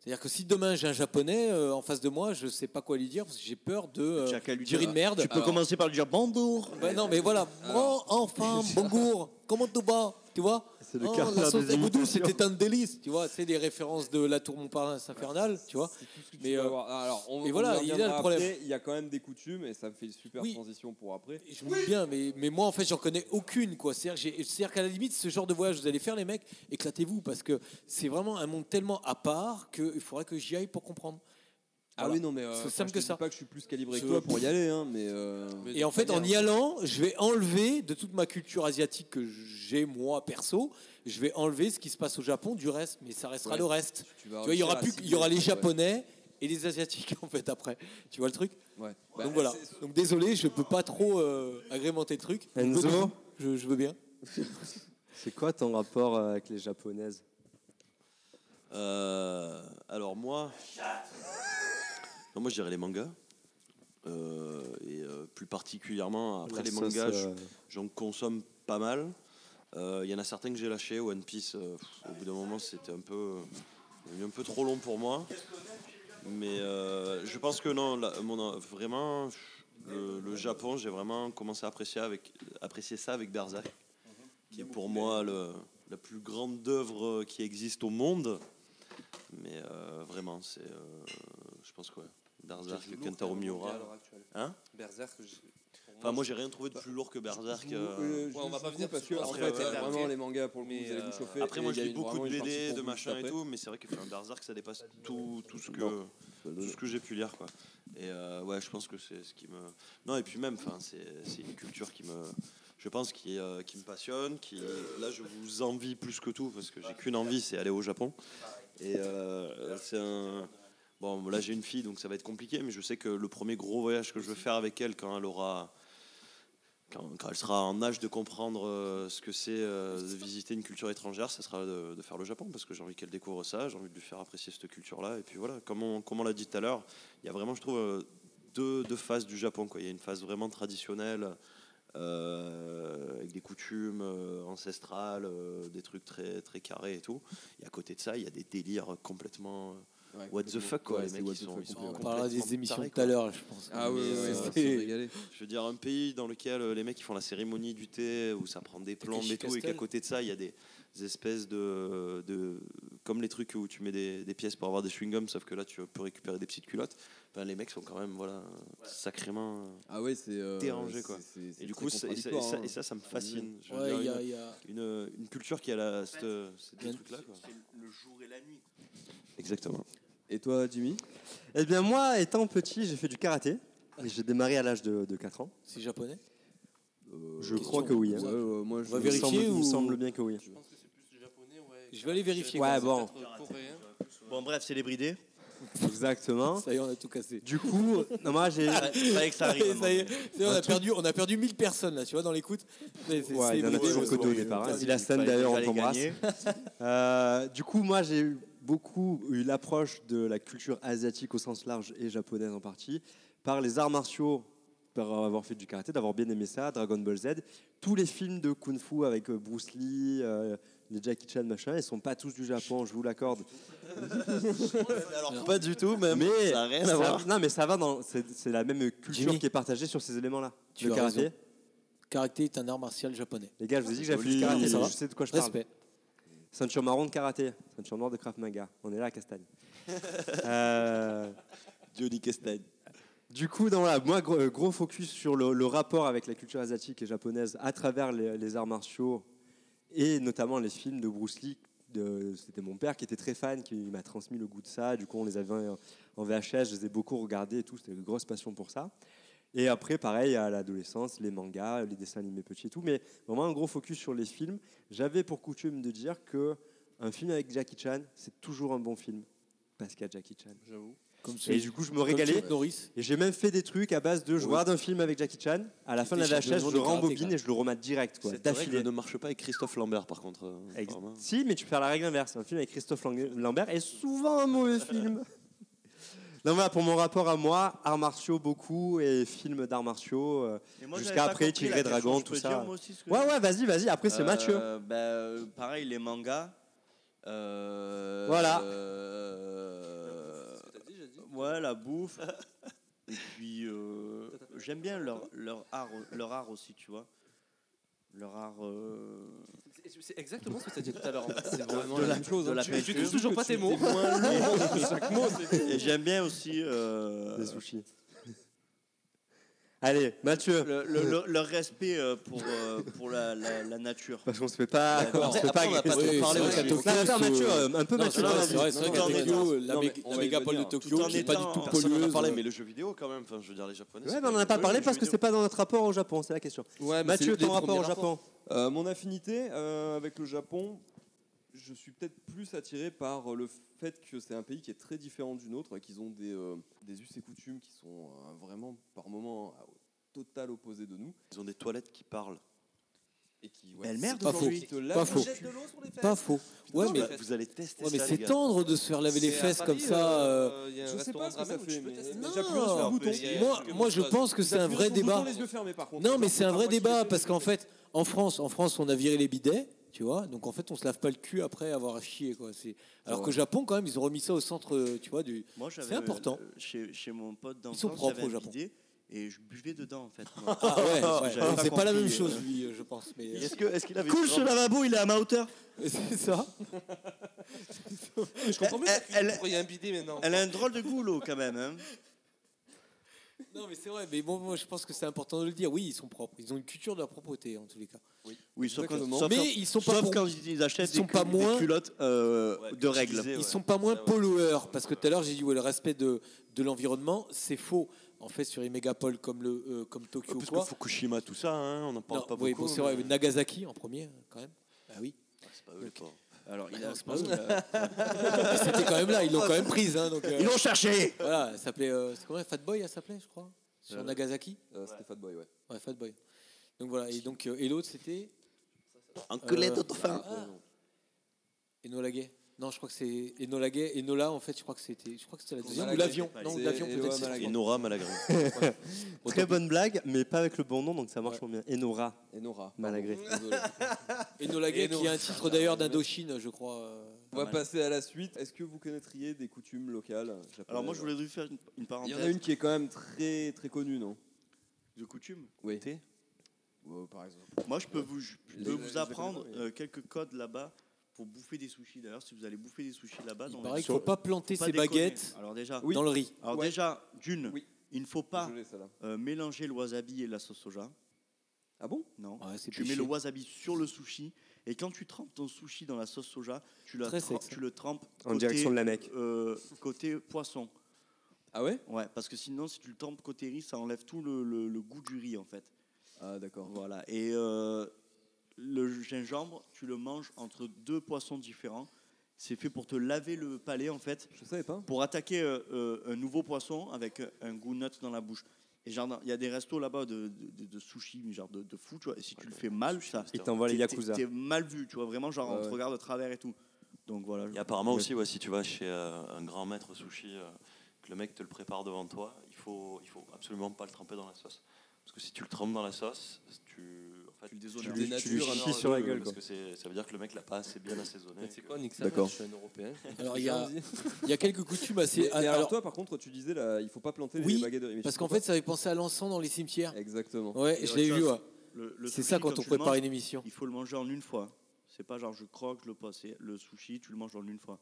[SPEAKER 1] C'est-à-dire que si demain j'ai un japonais euh, en face de moi, je sais pas quoi lui dire parce que j'ai peur de euh,
[SPEAKER 3] Chacun lui
[SPEAKER 1] dire
[SPEAKER 3] dira.
[SPEAKER 1] une merde.
[SPEAKER 3] Tu peux commencer par le dire bonjour.
[SPEAKER 1] Ouais, non, mais voilà. Oh, enfin, bonjour. Comment tu vas Tu vois
[SPEAKER 6] C'est le
[SPEAKER 1] Oh,
[SPEAKER 6] carter
[SPEAKER 1] La sauce
[SPEAKER 6] des
[SPEAKER 1] à goudou,
[SPEAKER 6] imitations.
[SPEAKER 1] c'était un délice. Tu vois, c'est des références de la tour Montparnasse infernale, tu vois.
[SPEAKER 2] C'est tout ce que tu
[SPEAKER 1] Mais,
[SPEAKER 2] peux
[SPEAKER 1] euh,
[SPEAKER 2] avoir. Ah, Alors, on,
[SPEAKER 1] et
[SPEAKER 2] on
[SPEAKER 1] voilà,
[SPEAKER 2] y
[SPEAKER 1] il y a
[SPEAKER 2] reviendra
[SPEAKER 1] le problème.
[SPEAKER 2] après. Il y a quand même des coutumes et ça me fait une super
[SPEAKER 1] Oui.
[SPEAKER 2] transition pour après.
[SPEAKER 1] Je me dis bien, mais, mais moi, en fait, j'en connais aucune, quoi. C'est-à-dire que j'ai- c'est-à-dire qu'à la limite, ce genre de voyage, vous allez faire, les mecs, éclatez-vous, parce que c'est vraiment un monde tellement à part qu'il faudrait que j'y aille pour comprendre.
[SPEAKER 2] Ah oui, non, mais. euh,
[SPEAKER 1] C'est
[SPEAKER 2] enfin,
[SPEAKER 1] simple
[SPEAKER 2] je
[SPEAKER 1] que
[SPEAKER 2] te dis
[SPEAKER 1] ça.
[SPEAKER 2] pas que je suis plus calibré que
[SPEAKER 1] Ce-
[SPEAKER 2] toi pour y aller, hein, mais. euh,
[SPEAKER 1] Et en fait, en y allant, je vais enlever de toute ma culture asiatique que j'ai moi perso, je vais enlever ce qui se passe au Japon du reste, mais ça restera
[SPEAKER 2] Ouais.
[SPEAKER 1] le reste.
[SPEAKER 2] Tu vas
[SPEAKER 1] Tu vois, il y aura
[SPEAKER 2] réussir
[SPEAKER 1] plus,
[SPEAKER 2] à
[SPEAKER 1] il y aura les
[SPEAKER 2] cibler, Ah, ouais.
[SPEAKER 1] Japonais et les Asiatiques en fait après. Tu vois le truc
[SPEAKER 2] Ouais. Bah,
[SPEAKER 1] Donc voilà. Donc désolé, je peux pas trop euh, agrémenter le truc. Donc,
[SPEAKER 6] Enzo
[SPEAKER 1] Goku, je, je veux bien.
[SPEAKER 6] C'est quoi ton rapport euh, avec les japonaises
[SPEAKER 7] Euh, alors moi, non, moi je dirais les mangas. Euh, et euh, plus particulièrement après
[SPEAKER 6] La
[SPEAKER 7] les
[SPEAKER 6] sauce,
[SPEAKER 7] mangas, je-
[SPEAKER 6] euh,
[SPEAKER 7] j'en consomme pas mal. Euh, Il y en a certains que j'ai lâchés. One Piece, euh, pff, au bout d'un moment, c'était un peu, c'est devenu un peu trop long pour moi. Mais euh, je pense que non, là, mon- euh, vraiment, le, le Japon, j'ai vraiment commencé à apprécier, avec, apprécier ça avec Berserk, qui est pour moi le- la plus grande œuvre qui existe au monde. Mais euh, vraiment, c'est, euh, je pense que ouais, Berserk, le Kentaro Miura. Hein
[SPEAKER 4] Berserk. je- pour
[SPEAKER 7] Enfin, moi,
[SPEAKER 4] je-
[SPEAKER 7] j'ai rien trouvé de plus lourd que Berserk.
[SPEAKER 2] Je vous-
[SPEAKER 7] euh,
[SPEAKER 2] euh, je
[SPEAKER 4] Ouais, on
[SPEAKER 2] vous
[SPEAKER 4] va pas
[SPEAKER 2] coupe
[SPEAKER 4] venir
[SPEAKER 2] parce que
[SPEAKER 4] sur-
[SPEAKER 2] en
[SPEAKER 7] après,
[SPEAKER 2] fait,
[SPEAKER 7] euh,
[SPEAKER 2] vraiment
[SPEAKER 4] après-
[SPEAKER 2] les mangas pour le coup,
[SPEAKER 4] Mais,
[SPEAKER 2] vous allez vous
[SPEAKER 4] euh,
[SPEAKER 2] chauffer.
[SPEAKER 7] Après,
[SPEAKER 2] et
[SPEAKER 7] moi,
[SPEAKER 2] il y a
[SPEAKER 7] je lis
[SPEAKER 2] une-
[SPEAKER 7] beaucoup
[SPEAKER 2] vraiment
[SPEAKER 7] de
[SPEAKER 2] une partie
[SPEAKER 7] BD,
[SPEAKER 2] pour
[SPEAKER 7] de
[SPEAKER 2] vous
[SPEAKER 7] machin et
[SPEAKER 2] après. Bah, euh,
[SPEAKER 7] tout, mais c'est vrai que enfin, Berserk, ça dépasse tout, tout ce que, tout ce que j'ai pu lire, quoi. Et euh, ouais, je pense que c'est ce qui me. Non, et puis même, enfin, c'est c'est une culture qui me. Je pense qui, euh, qui me passionne, qui là je vous envie plus que tout parce que j'ai qu'une envie, c'est aller au Japon. Et euh, c'est un bon là j'ai une fille donc ça va être compliqué, mais je sais que le premier gros voyage que je veux faire avec elle quand elle aura quand, quand elle sera en âge de comprendre euh, ce que c'est euh, de visiter une culture étrangère, ça sera de, de faire le Japon, parce que j'ai envie qu'elle découvre ça, j'ai envie de lui faire apprécier cette culture-là. Et puis voilà, comme on, comme on l'a dit tout à l'heure, il y a vraiment, je trouve, euh, deux, deux phases du Japon. quoi. Il y a une phase vraiment traditionnelle, euh, avec des coutumes euh, ancestrales, euh, des trucs très, très carrés et tout. Et à côté de ça, il y a des délires complètement... euh,
[SPEAKER 2] Ouais,
[SPEAKER 7] What the fuck, quoi,
[SPEAKER 2] Ouais,
[SPEAKER 7] les
[SPEAKER 2] c'est
[SPEAKER 7] mecs,
[SPEAKER 2] what
[SPEAKER 7] ils
[SPEAKER 2] the
[SPEAKER 7] sont-
[SPEAKER 2] fuck
[SPEAKER 7] ils sont
[SPEAKER 2] complet,
[SPEAKER 1] On
[SPEAKER 2] ouais.
[SPEAKER 1] parlera
[SPEAKER 7] complètement
[SPEAKER 1] des émissions
[SPEAKER 7] tarés,
[SPEAKER 1] tout à
[SPEAKER 7] quoi.
[SPEAKER 1] l'heure, je pense.
[SPEAKER 2] Ah ouais,
[SPEAKER 7] Mais,
[SPEAKER 2] ouais,
[SPEAKER 7] euh,
[SPEAKER 2] ouais,
[SPEAKER 1] c'est-
[SPEAKER 2] c'est régalé.
[SPEAKER 7] Je veux dire, un pays dans lequel euh, les mecs ils font la cérémonie du thé, où ça prend des plombes et tout, et qu'à
[SPEAKER 1] Castle.
[SPEAKER 7] côté de ça, il y a des, des espèces de, de- Comme les trucs où tu mets des, des pièces pour avoir des chewing-gums, sauf que là, tu peux récupérer des petites culottes. Enfin, les mecs sont quand même, voilà, sacrément. euh,
[SPEAKER 2] Ah ouais, c'est. euh,
[SPEAKER 7] Dérangé, quoi.
[SPEAKER 2] c'est- c'est-
[SPEAKER 7] Et du
[SPEAKER 2] c'est
[SPEAKER 7] coup, ça, et ça, et ça-
[SPEAKER 2] contradictoire, hein.
[SPEAKER 7] et ça, ça me fascine. Je veux
[SPEAKER 1] Ouais,
[SPEAKER 7] dire,
[SPEAKER 1] il y a-
[SPEAKER 7] une-
[SPEAKER 1] il y a-
[SPEAKER 7] une, une culture qui a la, cette, euh, ces
[SPEAKER 1] Bien.
[SPEAKER 7] deux trucs-là. quoi.
[SPEAKER 3] le jour et la nuit.
[SPEAKER 7] Exactement.
[SPEAKER 2] hein. Et toi, Jimmy
[SPEAKER 6] Eh bien, moi, étant petit, j'ai fait du karaté. Et J'ai démarré à l'âge de, 4 ans.
[SPEAKER 1] C'est japonais
[SPEAKER 6] Je
[SPEAKER 1] question.
[SPEAKER 6] crois que oui. hein.
[SPEAKER 2] Ouais, ouais, Moi, je
[SPEAKER 1] va
[SPEAKER 6] Il me
[SPEAKER 1] vérifier
[SPEAKER 6] semble- Il
[SPEAKER 1] ou-
[SPEAKER 6] me semble bien que oui.
[SPEAKER 4] Je pense que c'est plus japonais, ouais.
[SPEAKER 1] Je vais aller vérifier.
[SPEAKER 6] Ouais,
[SPEAKER 1] quand même.
[SPEAKER 6] bon.
[SPEAKER 4] Peut-être coréen.
[SPEAKER 3] Bon, bref, c'est les bridés.
[SPEAKER 6] Exactement.
[SPEAKER 1] Ça y est, on a tout cassé.
[SPEAKER 6] Du coup, non, moi, j'ai.
[SPEAKER 3] fallait que ça
[SPEAKER 1] Ça y est,
[SPEAKER 3] arrive.
[SPEAKER 1] ça y est, ça y est, on a perdu, on a perdu 1000 personnes là, tu vois, dans l'écoute. C'est- c'est- euh,
[SPEAKER 6] Ouais, il y en a
[SPEAKER 1] c'est-
[SPEAKER 6] toujours
[SPEAKER 1] c'est-
[SPEAKER 6] que deux au départ. hein. Si la scène, d'ailleurs, on t'embrasse. Euh, du coup, moi, j'ai eu beaucoup eu l'approche de la culture asiatique au sens large et japonaise en partie par les arts martiaux, par avoir fait du karaté, d'avoir bien aimé ça, Dragon Ball Z, tous les films de kung-fu avec euh, Bruce Lee, euh, les Jackie Chan, machin, ils sont pas tous du Japon, je vous l'accorde.
[SPEAKER 7] Alors, pas du tout, même.
[SPEAKER 6] Mais
[SPEAKER 7] ça a rien à
[SPEAKER 6] ça-
[SPEAKER 7] voir.
[SPEAKER 6] non, mais ça va dans, c'est c'est la même culture
[SPEAKER 1] Jimmy.
[SPEAKER 6] qui est partagée sur ces éléments-là.
[SPEAKER 1] Tu
[SPEAKER 6] le
[SPEAKER 1] as
[SPEAKER 6] karaté,
[SPEAKER 1] raison. Karaté est un art martial japonais.
[SPEAKER 6] les gars, je vous ai dit que
[SPEAKER 7] Ah,
[SPEAKER 6] j'avais fait du
[SPEAKER 1] Oui,
[SPEAKER 6] karaté,
[SPEAKER 1] ça
[SPEAKER 6] donc
[SPEAKER 1] va.
[SPEAKER 6] je sais de quoi je parle.
[SPEAKER 1] Respect.
[SPEAKER 6] Ceinture marron de karaté, ceinture noire de Krav Maga. On est là à Castagne. Euh,
[SPEAKER 7] Johnny Castagne.
[SPEAKER 6] du coup, dans, voilà, moi, gros, euh, gros focus sur le, le rapport avec la culture asiatique et japonaise à travers les, les arts martiaux et notamment les films de Bruce Lee. De- C'était mon père qui était très fan, qui m'a transmis le goût de ça. Du coup, on les avait en, en VHS, je les ai beaucoup regardés et tout. C'était une grosse passion pour ça. Et après, pareil, à l'adolescence, les mangas, les dessins animés petits et tout. Mais vraiment, un gros focus sur les films. J'avais pour coutume de dire que un film avec Jackie Chan, c'est toujours un bon film. Parce qu'il y a Jackie Chan.
[SPEAKER 4] J'avoue.
[SPEAKER 1] Comme ce-
[SPEAKER 6] Et du coup, je me
[SPEAKER 1] comme
[SPEAKER 6] régalais.
[SPEAKER 1] Chuck Norris.
[SPEAKER 6] Et j'ai même fait des trucs à base de je
[SPEAKER 1] Ouais.
[SPEAKER 6] regarde un film avec Jackie Chan, à la fin de la
[SPEAKER 1] T'étais champion
[SPEAKER 6] VHS,
[SPEAKER 1] du
[SPEAKER 6] je
[SPEAKER 1] monde
[SPEAKER 6] le
[SPEAKER 1] du karaté,
[SPEAKER 6] rembobine
[SPEAKER 1] quoi.
[SPEAKER 6] et je le remarque direct. Quoi,
[SPEAKER 7] Cette règle
[SPEAKER 6] d'affilée.
[SPEAKER 7] ne marche pas avec Christophe Lambert, par contre. euh,
[SPEAKER 6] Ex-
[SPEAKER 7] apparemment.
[SPEAKER 6] Si, mais tu peux faire la règle inverse. Un film avec Christophe Lang- Lambert est souvent un mauvais film. Non, voilà, pour mon rapport à moi, arts martiaux beaucoup et films d'arts martiaux. euh. Jusqu'à après, Tigre et Dragon, tout ça. Ouais, ouais, vas-y, vas-y, après
[SPEAKER 3] Euh,
[SPEAKER 6] c'est Mathieu.
[SPEAKER 3] bah, pareil, les mangas. euh,
[SPEAKER 6] Voilà.
[SPEAKER 3] euh,
[SPEAKER 4] C'est ce que t'as dit, j'ai dit.
[SPEAKER 3] ouais, la bouffe. Et puis, euh, j'aime bien leur, leur, art, leur art aussi, tu vois. Leur art. euh,
[SPEAKER 4] C'est- C'est exactement ce que t'as dit tout à l'heure. en fait. C'est vraiment
[SPEAKER 3] de
[SPEAKER 4] la
[SPEAKER 3] la-
[SPEAKER 4] même chose.
[SPEAKER 3] de
[SPEAKER 4] hein.
[SPEAKER 3] la
[SPEAKER 4] Tu tu
[SPEAKER 3] peinture.
[SPEAKER 4] touches toujours pas tes mots.
[SPEAKER 3] Et j'aime bien aussi. euh,
[SPEAKER 6] Les sushis. Allez, Mathieu,
[SPEAKER 3] Le, le- le- leur respect euh, pour, euh, pour la, la- la nature.
[SPEAKER 6] parce qu'on se fait pas.
[SPEAKER 7] D'accord.
[SPEAKER 6] on se fait
[SPEAKER 7] Après,
[SPEAKER 6] pas
[SPEAKER 7] on va pas
[SPEAKER 6] agresser.
[SPEAKER 7] trop
[SPEAKER 1] Oui,
[SPEAKER 7] parler
[SPEAKER 1] c'est vrai
[SPEAKER 7] aussi.
[SPEAKER 1] qu'à
[SPEAKER 2] Bah,
[SPEAKER 1] Tokyo,
[SPEAKER 6] Non, attends,
[SPEAKER 1] ce-
[SPEAKER 6] Mathieu, euh, un peu
[SPEAKER 1] Non,
[SPEAKER 6] Mathieu.
[SPEAKER 1] c'est vrai,
[SPEAKER 6] vas-y.
[SPEAKER 1] c'est vrai, c'est vrai
[SPEAKER 3] Non,
[SPEAKER 1] qu'à
[SPEAKER 3] mais-
[SPEAKER 1] Tokyo, la
[SPEAKER 2] Non, mais
[SPEAKER 1] mé-
[SPEAKER 2] on
[SPEAKER 1] la
[SPEAKER 2] va y
[SPEAKER 1] mégapole de
[SPEAKER 2] venir.
[SPEAKER 1] Tokyo,
[SPEAKER 3] Tout en
[SPEAKER 1] qui n'est pas du
[SPEAKER 3] étant-
[SPEAKER 1] tout
[SPEAKER 7] Personne n'en a
[SPEAKER 1] pollueuse. hein.
[SPEAKER 7] parlé, mais le jeu vidéo quand même. Enfin, je veux dire, les Japonais.
[SPEAKER 6] Ouais,
[SPEAKER 7] c'est
[SPEAKER 6] mais on en
[SPEAKER 7] quand
[SPEAKER 6] a
[SPEAKER 7] même
[SPEAKER 6] pas
[SPEAKER 7] le
[SPEAKER 6] parlé
[SPEAKER 7] jeu
[SPEAKER 6] parce que
[SPEAKER 7] vidéo.
[SPEAKER 6] c'est pas dans notre rapport au Japon, c'est la question.
[SPEAKER 2] Ouais, mais
[SPEAKER 6] Mathieu,
[SPEAKER 2] c'est les
[SPEAKER 6] ton rapport au
[SPEAKER 2] premiers
[SPEAKER 6] Japon
[SPEAKER 2] Euh, mon affinité euh, avec le Japon, je suis peut-être plus attiré par euh, le fait que c'est un pays qui est très différent d'une autre, et qu'ils ont des, euh, des us et coutumes qui sont euh, vraiment par moments à- au total opposé de nous.
[SPEAKER 7] Ils ont des toilettes qui parlent.
[SPEAKER 2] Et qui,
[SPEAKER 3] Belle merde
[SPEAKER 2] c'est-
[SPEAKER 1] aujourd'hui.
[SPEAKER 2] qui te lavent
[SPEAKER 1] Pas
[SPEAKER 2] le
[SPEAKER 1] faux.
[SPEAKER 2] jet de l'eau sur les fesses.
[SPEAKER 1] Pas faux. Ouais,
[SPEAKER 7] Putain,
[SPEAKER 1] mais,
[SPEAKER 7] bah, vous allez tester
[SPEAKER 1] ouais, mais
[SPEAKER 7] ça,
[SPEAKER 1] c'est
[SPEAKER 7] les gars.
[SPEAKER 1] tendre de se faire laver les
[SPEAKER 4] C'est à
[SPEAKER 1] fesses
[SPEAKER 4] Paris,
[SPEAKER 1] comme ça. euh,
[SPEAKER 4] euh, il y a un
[SPEAKER 2] Je sais
[SPEAKER 4] restaurant
[SPEAKER 2] pas ce que ça
[SPEAKER 4] ramen où tu
[SPEAKER 2] fait,
[SPEAKER 4] peux
[SPEAKER 2] mais
[SPEAKER 4] tester.
[SPEAKER 2] mais
[SPEAKER 1] Non.
[SPEAKER 2] j'appuie sur le
[SPEAKER 4] Non,
[SPEAKER 2] bouton.
[SPEAKER 4] mais il y a-
[SPEAKER 1] Moi,
[SPEAKER 4] quelque
[SPEAKER 1] moi, je
[SPEAKER 4] chose.
[SPEAKER 1] pense que c'est un
[SPEAKER 2] J'appuie
[SPEAKER 1] vrai
[SPEAKER 2] sur le bouton,
[SPEAKER 1] débat.
[SPEAKER 2] les yeux fermés, par contre.
[SPEAKER 1] Non, mais c'est un
[SPEAKER 2] Pas
[SPEAKER 1] vrai
[SPEAKER 2] moi qui
[SPEAKER 1] débat
[SPEAKER 2] fais,
[SPEAKER 1] parce
[SPEAKER 2] je
[SPEAKER 1] qu'en
[SPEAKER 2] fais.
[SPEAKER 1] fait, en France, en France, on a viré les bidets, tu vois. Donc en fait, on se lave pas le cul après avoir à chier, quoi. C'est alors qu'au Japon, quand même, ils ont remis ça au centre, euh, tu vois, du.
[SPEAKER 3] Moi, j'avais,
[SPEAKER 1] C'est important.
[SPEAKER 3] euh, chez, chez mon pote d'enfance,
[SPEAKER 1] sont propres
[SPEAKER 3] j'avais
[SPEAKER 1] au
[SPEAKER 3] un
[SPEAKER 1] Japon.
[SPEAKER 3] bidet et je buvais dedans, en fait. moi.
[SPEAKER 1] Ah ouais, ouais.
[SPEAKER 3] J'avais
[SPEAKER 1] c'est pas la
[SPEAKER 3] compris,
[SPEAKER 1] même
[SPEAKER 3] euh.
[SPEAKER 1] chose, lui, euh, je pense. Mais euh,
[SPEAKER 7] Est-ce que- est-ce qu'il avait
[SPEAKER 3] Cool, ce lavabo, il est à ma hauteur.
[SPEAKER 1] c'est ça.
[SPEAKER 4] Je comprends mieux
[SPEAKER 3] Elle-
[SPEAKER 4] pourquoi
[SPEAKER 3] elle-
[SPEAKER 4] il y a un bidet maintenant.
[SPEAKER 3] Elle a un drôle de goût, l'eau, quand même. hein.
[SPEAKER 1] Non, mais c'est vrai. Mais bon, moi, je pense que c'est important de le dire. Oui, ils sont propres. Ils ont une culture de la propreté, en tous les cas.
[SPEAKER 3] Oui, sauf quand,
[SPEAKER 2] Exactement.
[SPEAKER 3] sauf
[SPEAKER 1] mais
[SPEAKER 3] quand-
[SPEAKER 1] ils sont pas.
[SPEAKER 3] sauf
[SPEAKER 1] pour-
[SPEAKER 3] quand ils achètent
[SPEAKER 1] ils
[SPEAKER 3] des,
[SPEAKER 1] sont pas
[SPEAKER 3] cul-
[SPEAKER 1] moins-
[SPEAKER 3] des culottes euh,
[SPEAKER 7] Ouais,
[SPEAKER 3] de règles.
[SPEAKER 7] utilisées,
[SPEAKER 1] Ils
[SPEAKER 7] ouais.
[SPEAKER 1] sont pas moins
[SPEAKER 7] Ah ouais.
[SPEAKER 1] pollueurs parce que tout à l'heure j'ai dit ouais, le respect de, de l'environnement c'est faux en fait sur les mégapoles comme le euh, comme Tokyo
[SPEAKER 7] Parce
[SPEAKER 1] quoi
[SPEAKER 7] que Fukushima, tout ça, hein, on n'en parle
[SPEAKER 1] Non,
[SPEAKER 7] pas
[SPEAKER 1] oui,
[SPEAKER 7] beaucoup.
[SPEAKER 1] bon, c'est
[SPEAKER 7] mais-
[SPEAKER 1] vrai, Nagasaki en premier quand même bah oui
[SPEAKER 7] Ah, c'est pas eux, les pauvres.
[SPEAKER 3] Alors, il
[SPEAKER 1] Non,
[SPEAKER 3] a,
[SPEAKER 1] c'est
[SPEAKER 3] je
[SPEAKER 1] pas
[SPEAKER 3] pense
[SPEAKER 1] eux.
[SPEAKER 3] qu'il a-
[SPEAKER 1] Mais c'était quand même là ils l'ont quand même prise hein, donc euh,
[SPEAKER 3] Ils l'ont cherché
[SPEAKER 1] voilà elle s'appelait euh, c'est comment Fatboy elle s'appelait je crois sur
[SPEAKER 7] Euh,
[SPEAKER 1] Nagasaki
[SPEAKER 2] Euh, C'était Fatboy, ouais.
[SPEAKER 1] ouais Fatboy donc voilà et donc euh, et l'autre c'était
[SPEAKER 3] En
[SPEAKER 1] Euh,
[SPEAKER 3] colette, autofin.
[SPEAKER 1] ah, Enola Gay non je crois que c'est Enola Gay Enola en fait je crois que c'était je crois que c'était la deuxième ou
[SPEAKER 2] Malaga.
[SPEAKER 1] l'avion non ou
[SPEAKER 2] C'est-
[SPEAKER 1] l'avion
[SPEAKER 2] et
[SPEAKER 1] peut-être
[SPEAKER 2] ouais,
[SPEAKER 1] c'est-
[SPEAKER 2] Malaga.
[SPEAKER 7] Et Nora Malagré.
[SPEAKER 1] Autant
[SPEAKER 6] Très bonne blague, mais pas avec le bon nom, donc ça marche moins bien. Enora,
[SPEAKER 2] Et Nora.
[SPEAKER 6] Malagré.
[SPEAKER 2] Désolé.
[SPEAKER 1] Enola Gay
[SPEAKER 4] Eno-
[SPEAKER 1] qui a un titre d'ailleurs d'Indochine je crois euh,
[SPEAKER 2] On va
[SPEAKER 3] mal.
[SPEAKER 2] passer à la suite. Est-ce que vous connaîtriez des coutumes locales japonaises
[SPEAKER 3] Alors, moi, je voulais vous faire une, une
[SPEAKER 2] Il
[SPEAKER 3] parenthèse
[SPEAKER 2] y en a une qui est quand même très très connue, non
[SPEAKER 3] de coutume.
[SPEAKER 2] Oui.
[SPEAKER 7] Thé
[SPEAKER 2] par exemple.
[SPEAKER 3] Moi, je peux vous, je peux
[SPEAKER 2] Les- les-
[SPEAKER 3] vous
[SPEAKER 2] les-
[SPEAKER 3] apprendre
[SPEAKER 2] les-
[SPEAKER 3] euh, quelques codes là-bas pour bouffer des sushis. D'ailleurs, si vous allez bouffer des sushis là-bas,
[SPEAKER 1] il
[SPEAKER 3] dans
[SPEAKER 1] paraît
[SPEAKER 3] les-
[SPEAKER 1] qu'il faut pas planter
[SPEAKER 3] faut
[SPEAKER 1] ses
[SPEAKER 3] déconner. Ah
[SPEAKER 1] baguettes
[SPEAKER 3] Alors, déjà,
[SPEAKER 2] Oui.
[SPEAKER 1] dans le riz
[SPEAKER 3] alors
[SPEAKER 2] Ouais.
[SPEAKER 3] déjà d'une,
[SPEAKER 2] Oui.
[SPEAKER 3] il ne faut pas
[SPEAKER 2] Je l'ai, celle-là.
[SPEAKER 3] euh, mélanger le wasabi et la sauce soja.
[SPEAKER 2] Ah bon
[SPEAKER 3] Non.
[SPEAKER 1] Ouais, c'est
[SPEAKER 3] Tu mets
[SPEAKER 1] péché.
[SPEAKER 3] le wasabi sur le sushi et quand tu trempes ton sushi dans la sauce soja, tu, la
[SPEAKER 1] Très
[SPEAKER 3] trem-
[SPEAKER 1] sexy.
[SPEAKER 3] tu le trempes
[SPEAKER 6] En direction de la Mecque.
[SPEAKER 3] euh, côté poisson.
[SPEAKER 2] Ah ouais
[SPEAKER 3] Ouais, parce que sinon, si tu le trempes côté riz, ça enlève tout le, le- le goût du riz en fait.
[SPEAKER 2] Ah d'accord.
[SPEAKER 3] Voilà. Et euh, le gingembre, tu le manges entre deux poissons différents. C'est fait pour te laver le palais en fait,
[SPEAKER 2] Je savais pas.
[SPEAKER 3] pour attaquer euh, euh, un nouveau poisson avec euh, un goût nut dans la bouche. Et genre, dans- il y a des restos là-bas de, de, de sushi, mais genre de, de fou, tu vois. Et si tu le fais mal, ça,
[SPEAKER 6] Il t'envoie les
[SPEAKER 3] T'es-
[SPEAKER 6] Yakuza.
[SPEAKER 3] T'es t'es mal vu, tu vois, vraiment, genre, on
[SPEAKER 2] Ouais.
[SPEAKER 3] te regarde de travers et tout. Donc voilà.
[SPEAKER 7] Et apparemment
[SPEAKER 3] Ouais.
[SPEAKER 7] aussi, ouais, si tu vas chez euh, un grand maître sushi, euh, que le mec te le prépare devant toi, il faut, il faut absolument pas le tremper dans la sauce. Parce que si tu le trempes dans la sauce, tu, en fait,
[SPEAKER 3] Tu le
[SPEAKER 7] tu
[SPEAKER 3] déshonores.
[SPEAKER 7] lui-
[SPEAKER 2] Tu
[SPEAKER 7] tu lui
[SPEAKER 2] dénatures,
[SPEAKER 7] chies
[SPEAKER 2] alors,
[SPEAKER 7] sur la
[SPEAKER 2] le-
[SPEAKER 7] gueule.
[SPEAKER 2] parce
[SPEAKER 7] euh, Parce que c'est- ça veut dire que le mec l'a pas assez bien assaisonné.
[SPEAKER 4] Mais C'est quoi, Nick Sam
[SPEAKER 2] D'accord.
[SPEAKER 4] Je suis un Européen.
[SPEAKER 1] alors il y a
[SPEAKER 4] Vas-y.
[SPEAKER 1] Il y a quelques coutumes assez.
[SPEAKER 2] Mais, mais alors,
[SPEAKER 1] alors,
[SPEAKER 2] toi, par contre, tu disais là, il faut pas planter
[SPEAKER 1] Oui,
[SPEAKER 2] les baguettes de riz. Mais
[SPEAKER 1] parce
[SPEAKER 2] je
[SPEAKER 1] qu'en
[SPEAKER 2] sais
[SPEAKER 1] fait, ça avait pensé à l'encens dans les cimetières.
[SPEAKER 2] pas. exactement.
[SPEAKER 1] Ouais,
[SPEAKER 3] Eh, Et
[SPEAKER 1] je
[SPEAKER 3] autre
[SPEAKER 1] l'ai vu.
[SPEAKER 3] chose,
[SPEAKER 1] ouais.
[SPEAKER 3] Le- le
[SPEAKER 1] C'est
[SPEAKER 3] sushi,
[SPEAKER 1] ça quand
[SPEAKER 3] tu
[SPEAKER 1] on
[SPEAKER 3] le
[SPEAKER 1] prépare
[SPEAKER 3] manges,
[SPEAKER 1] une émission.
[SPEAKER 3] Il faut le manger en une fois. C'est pas genre je croque le poisson. Le sushi, tu le manges en une fois.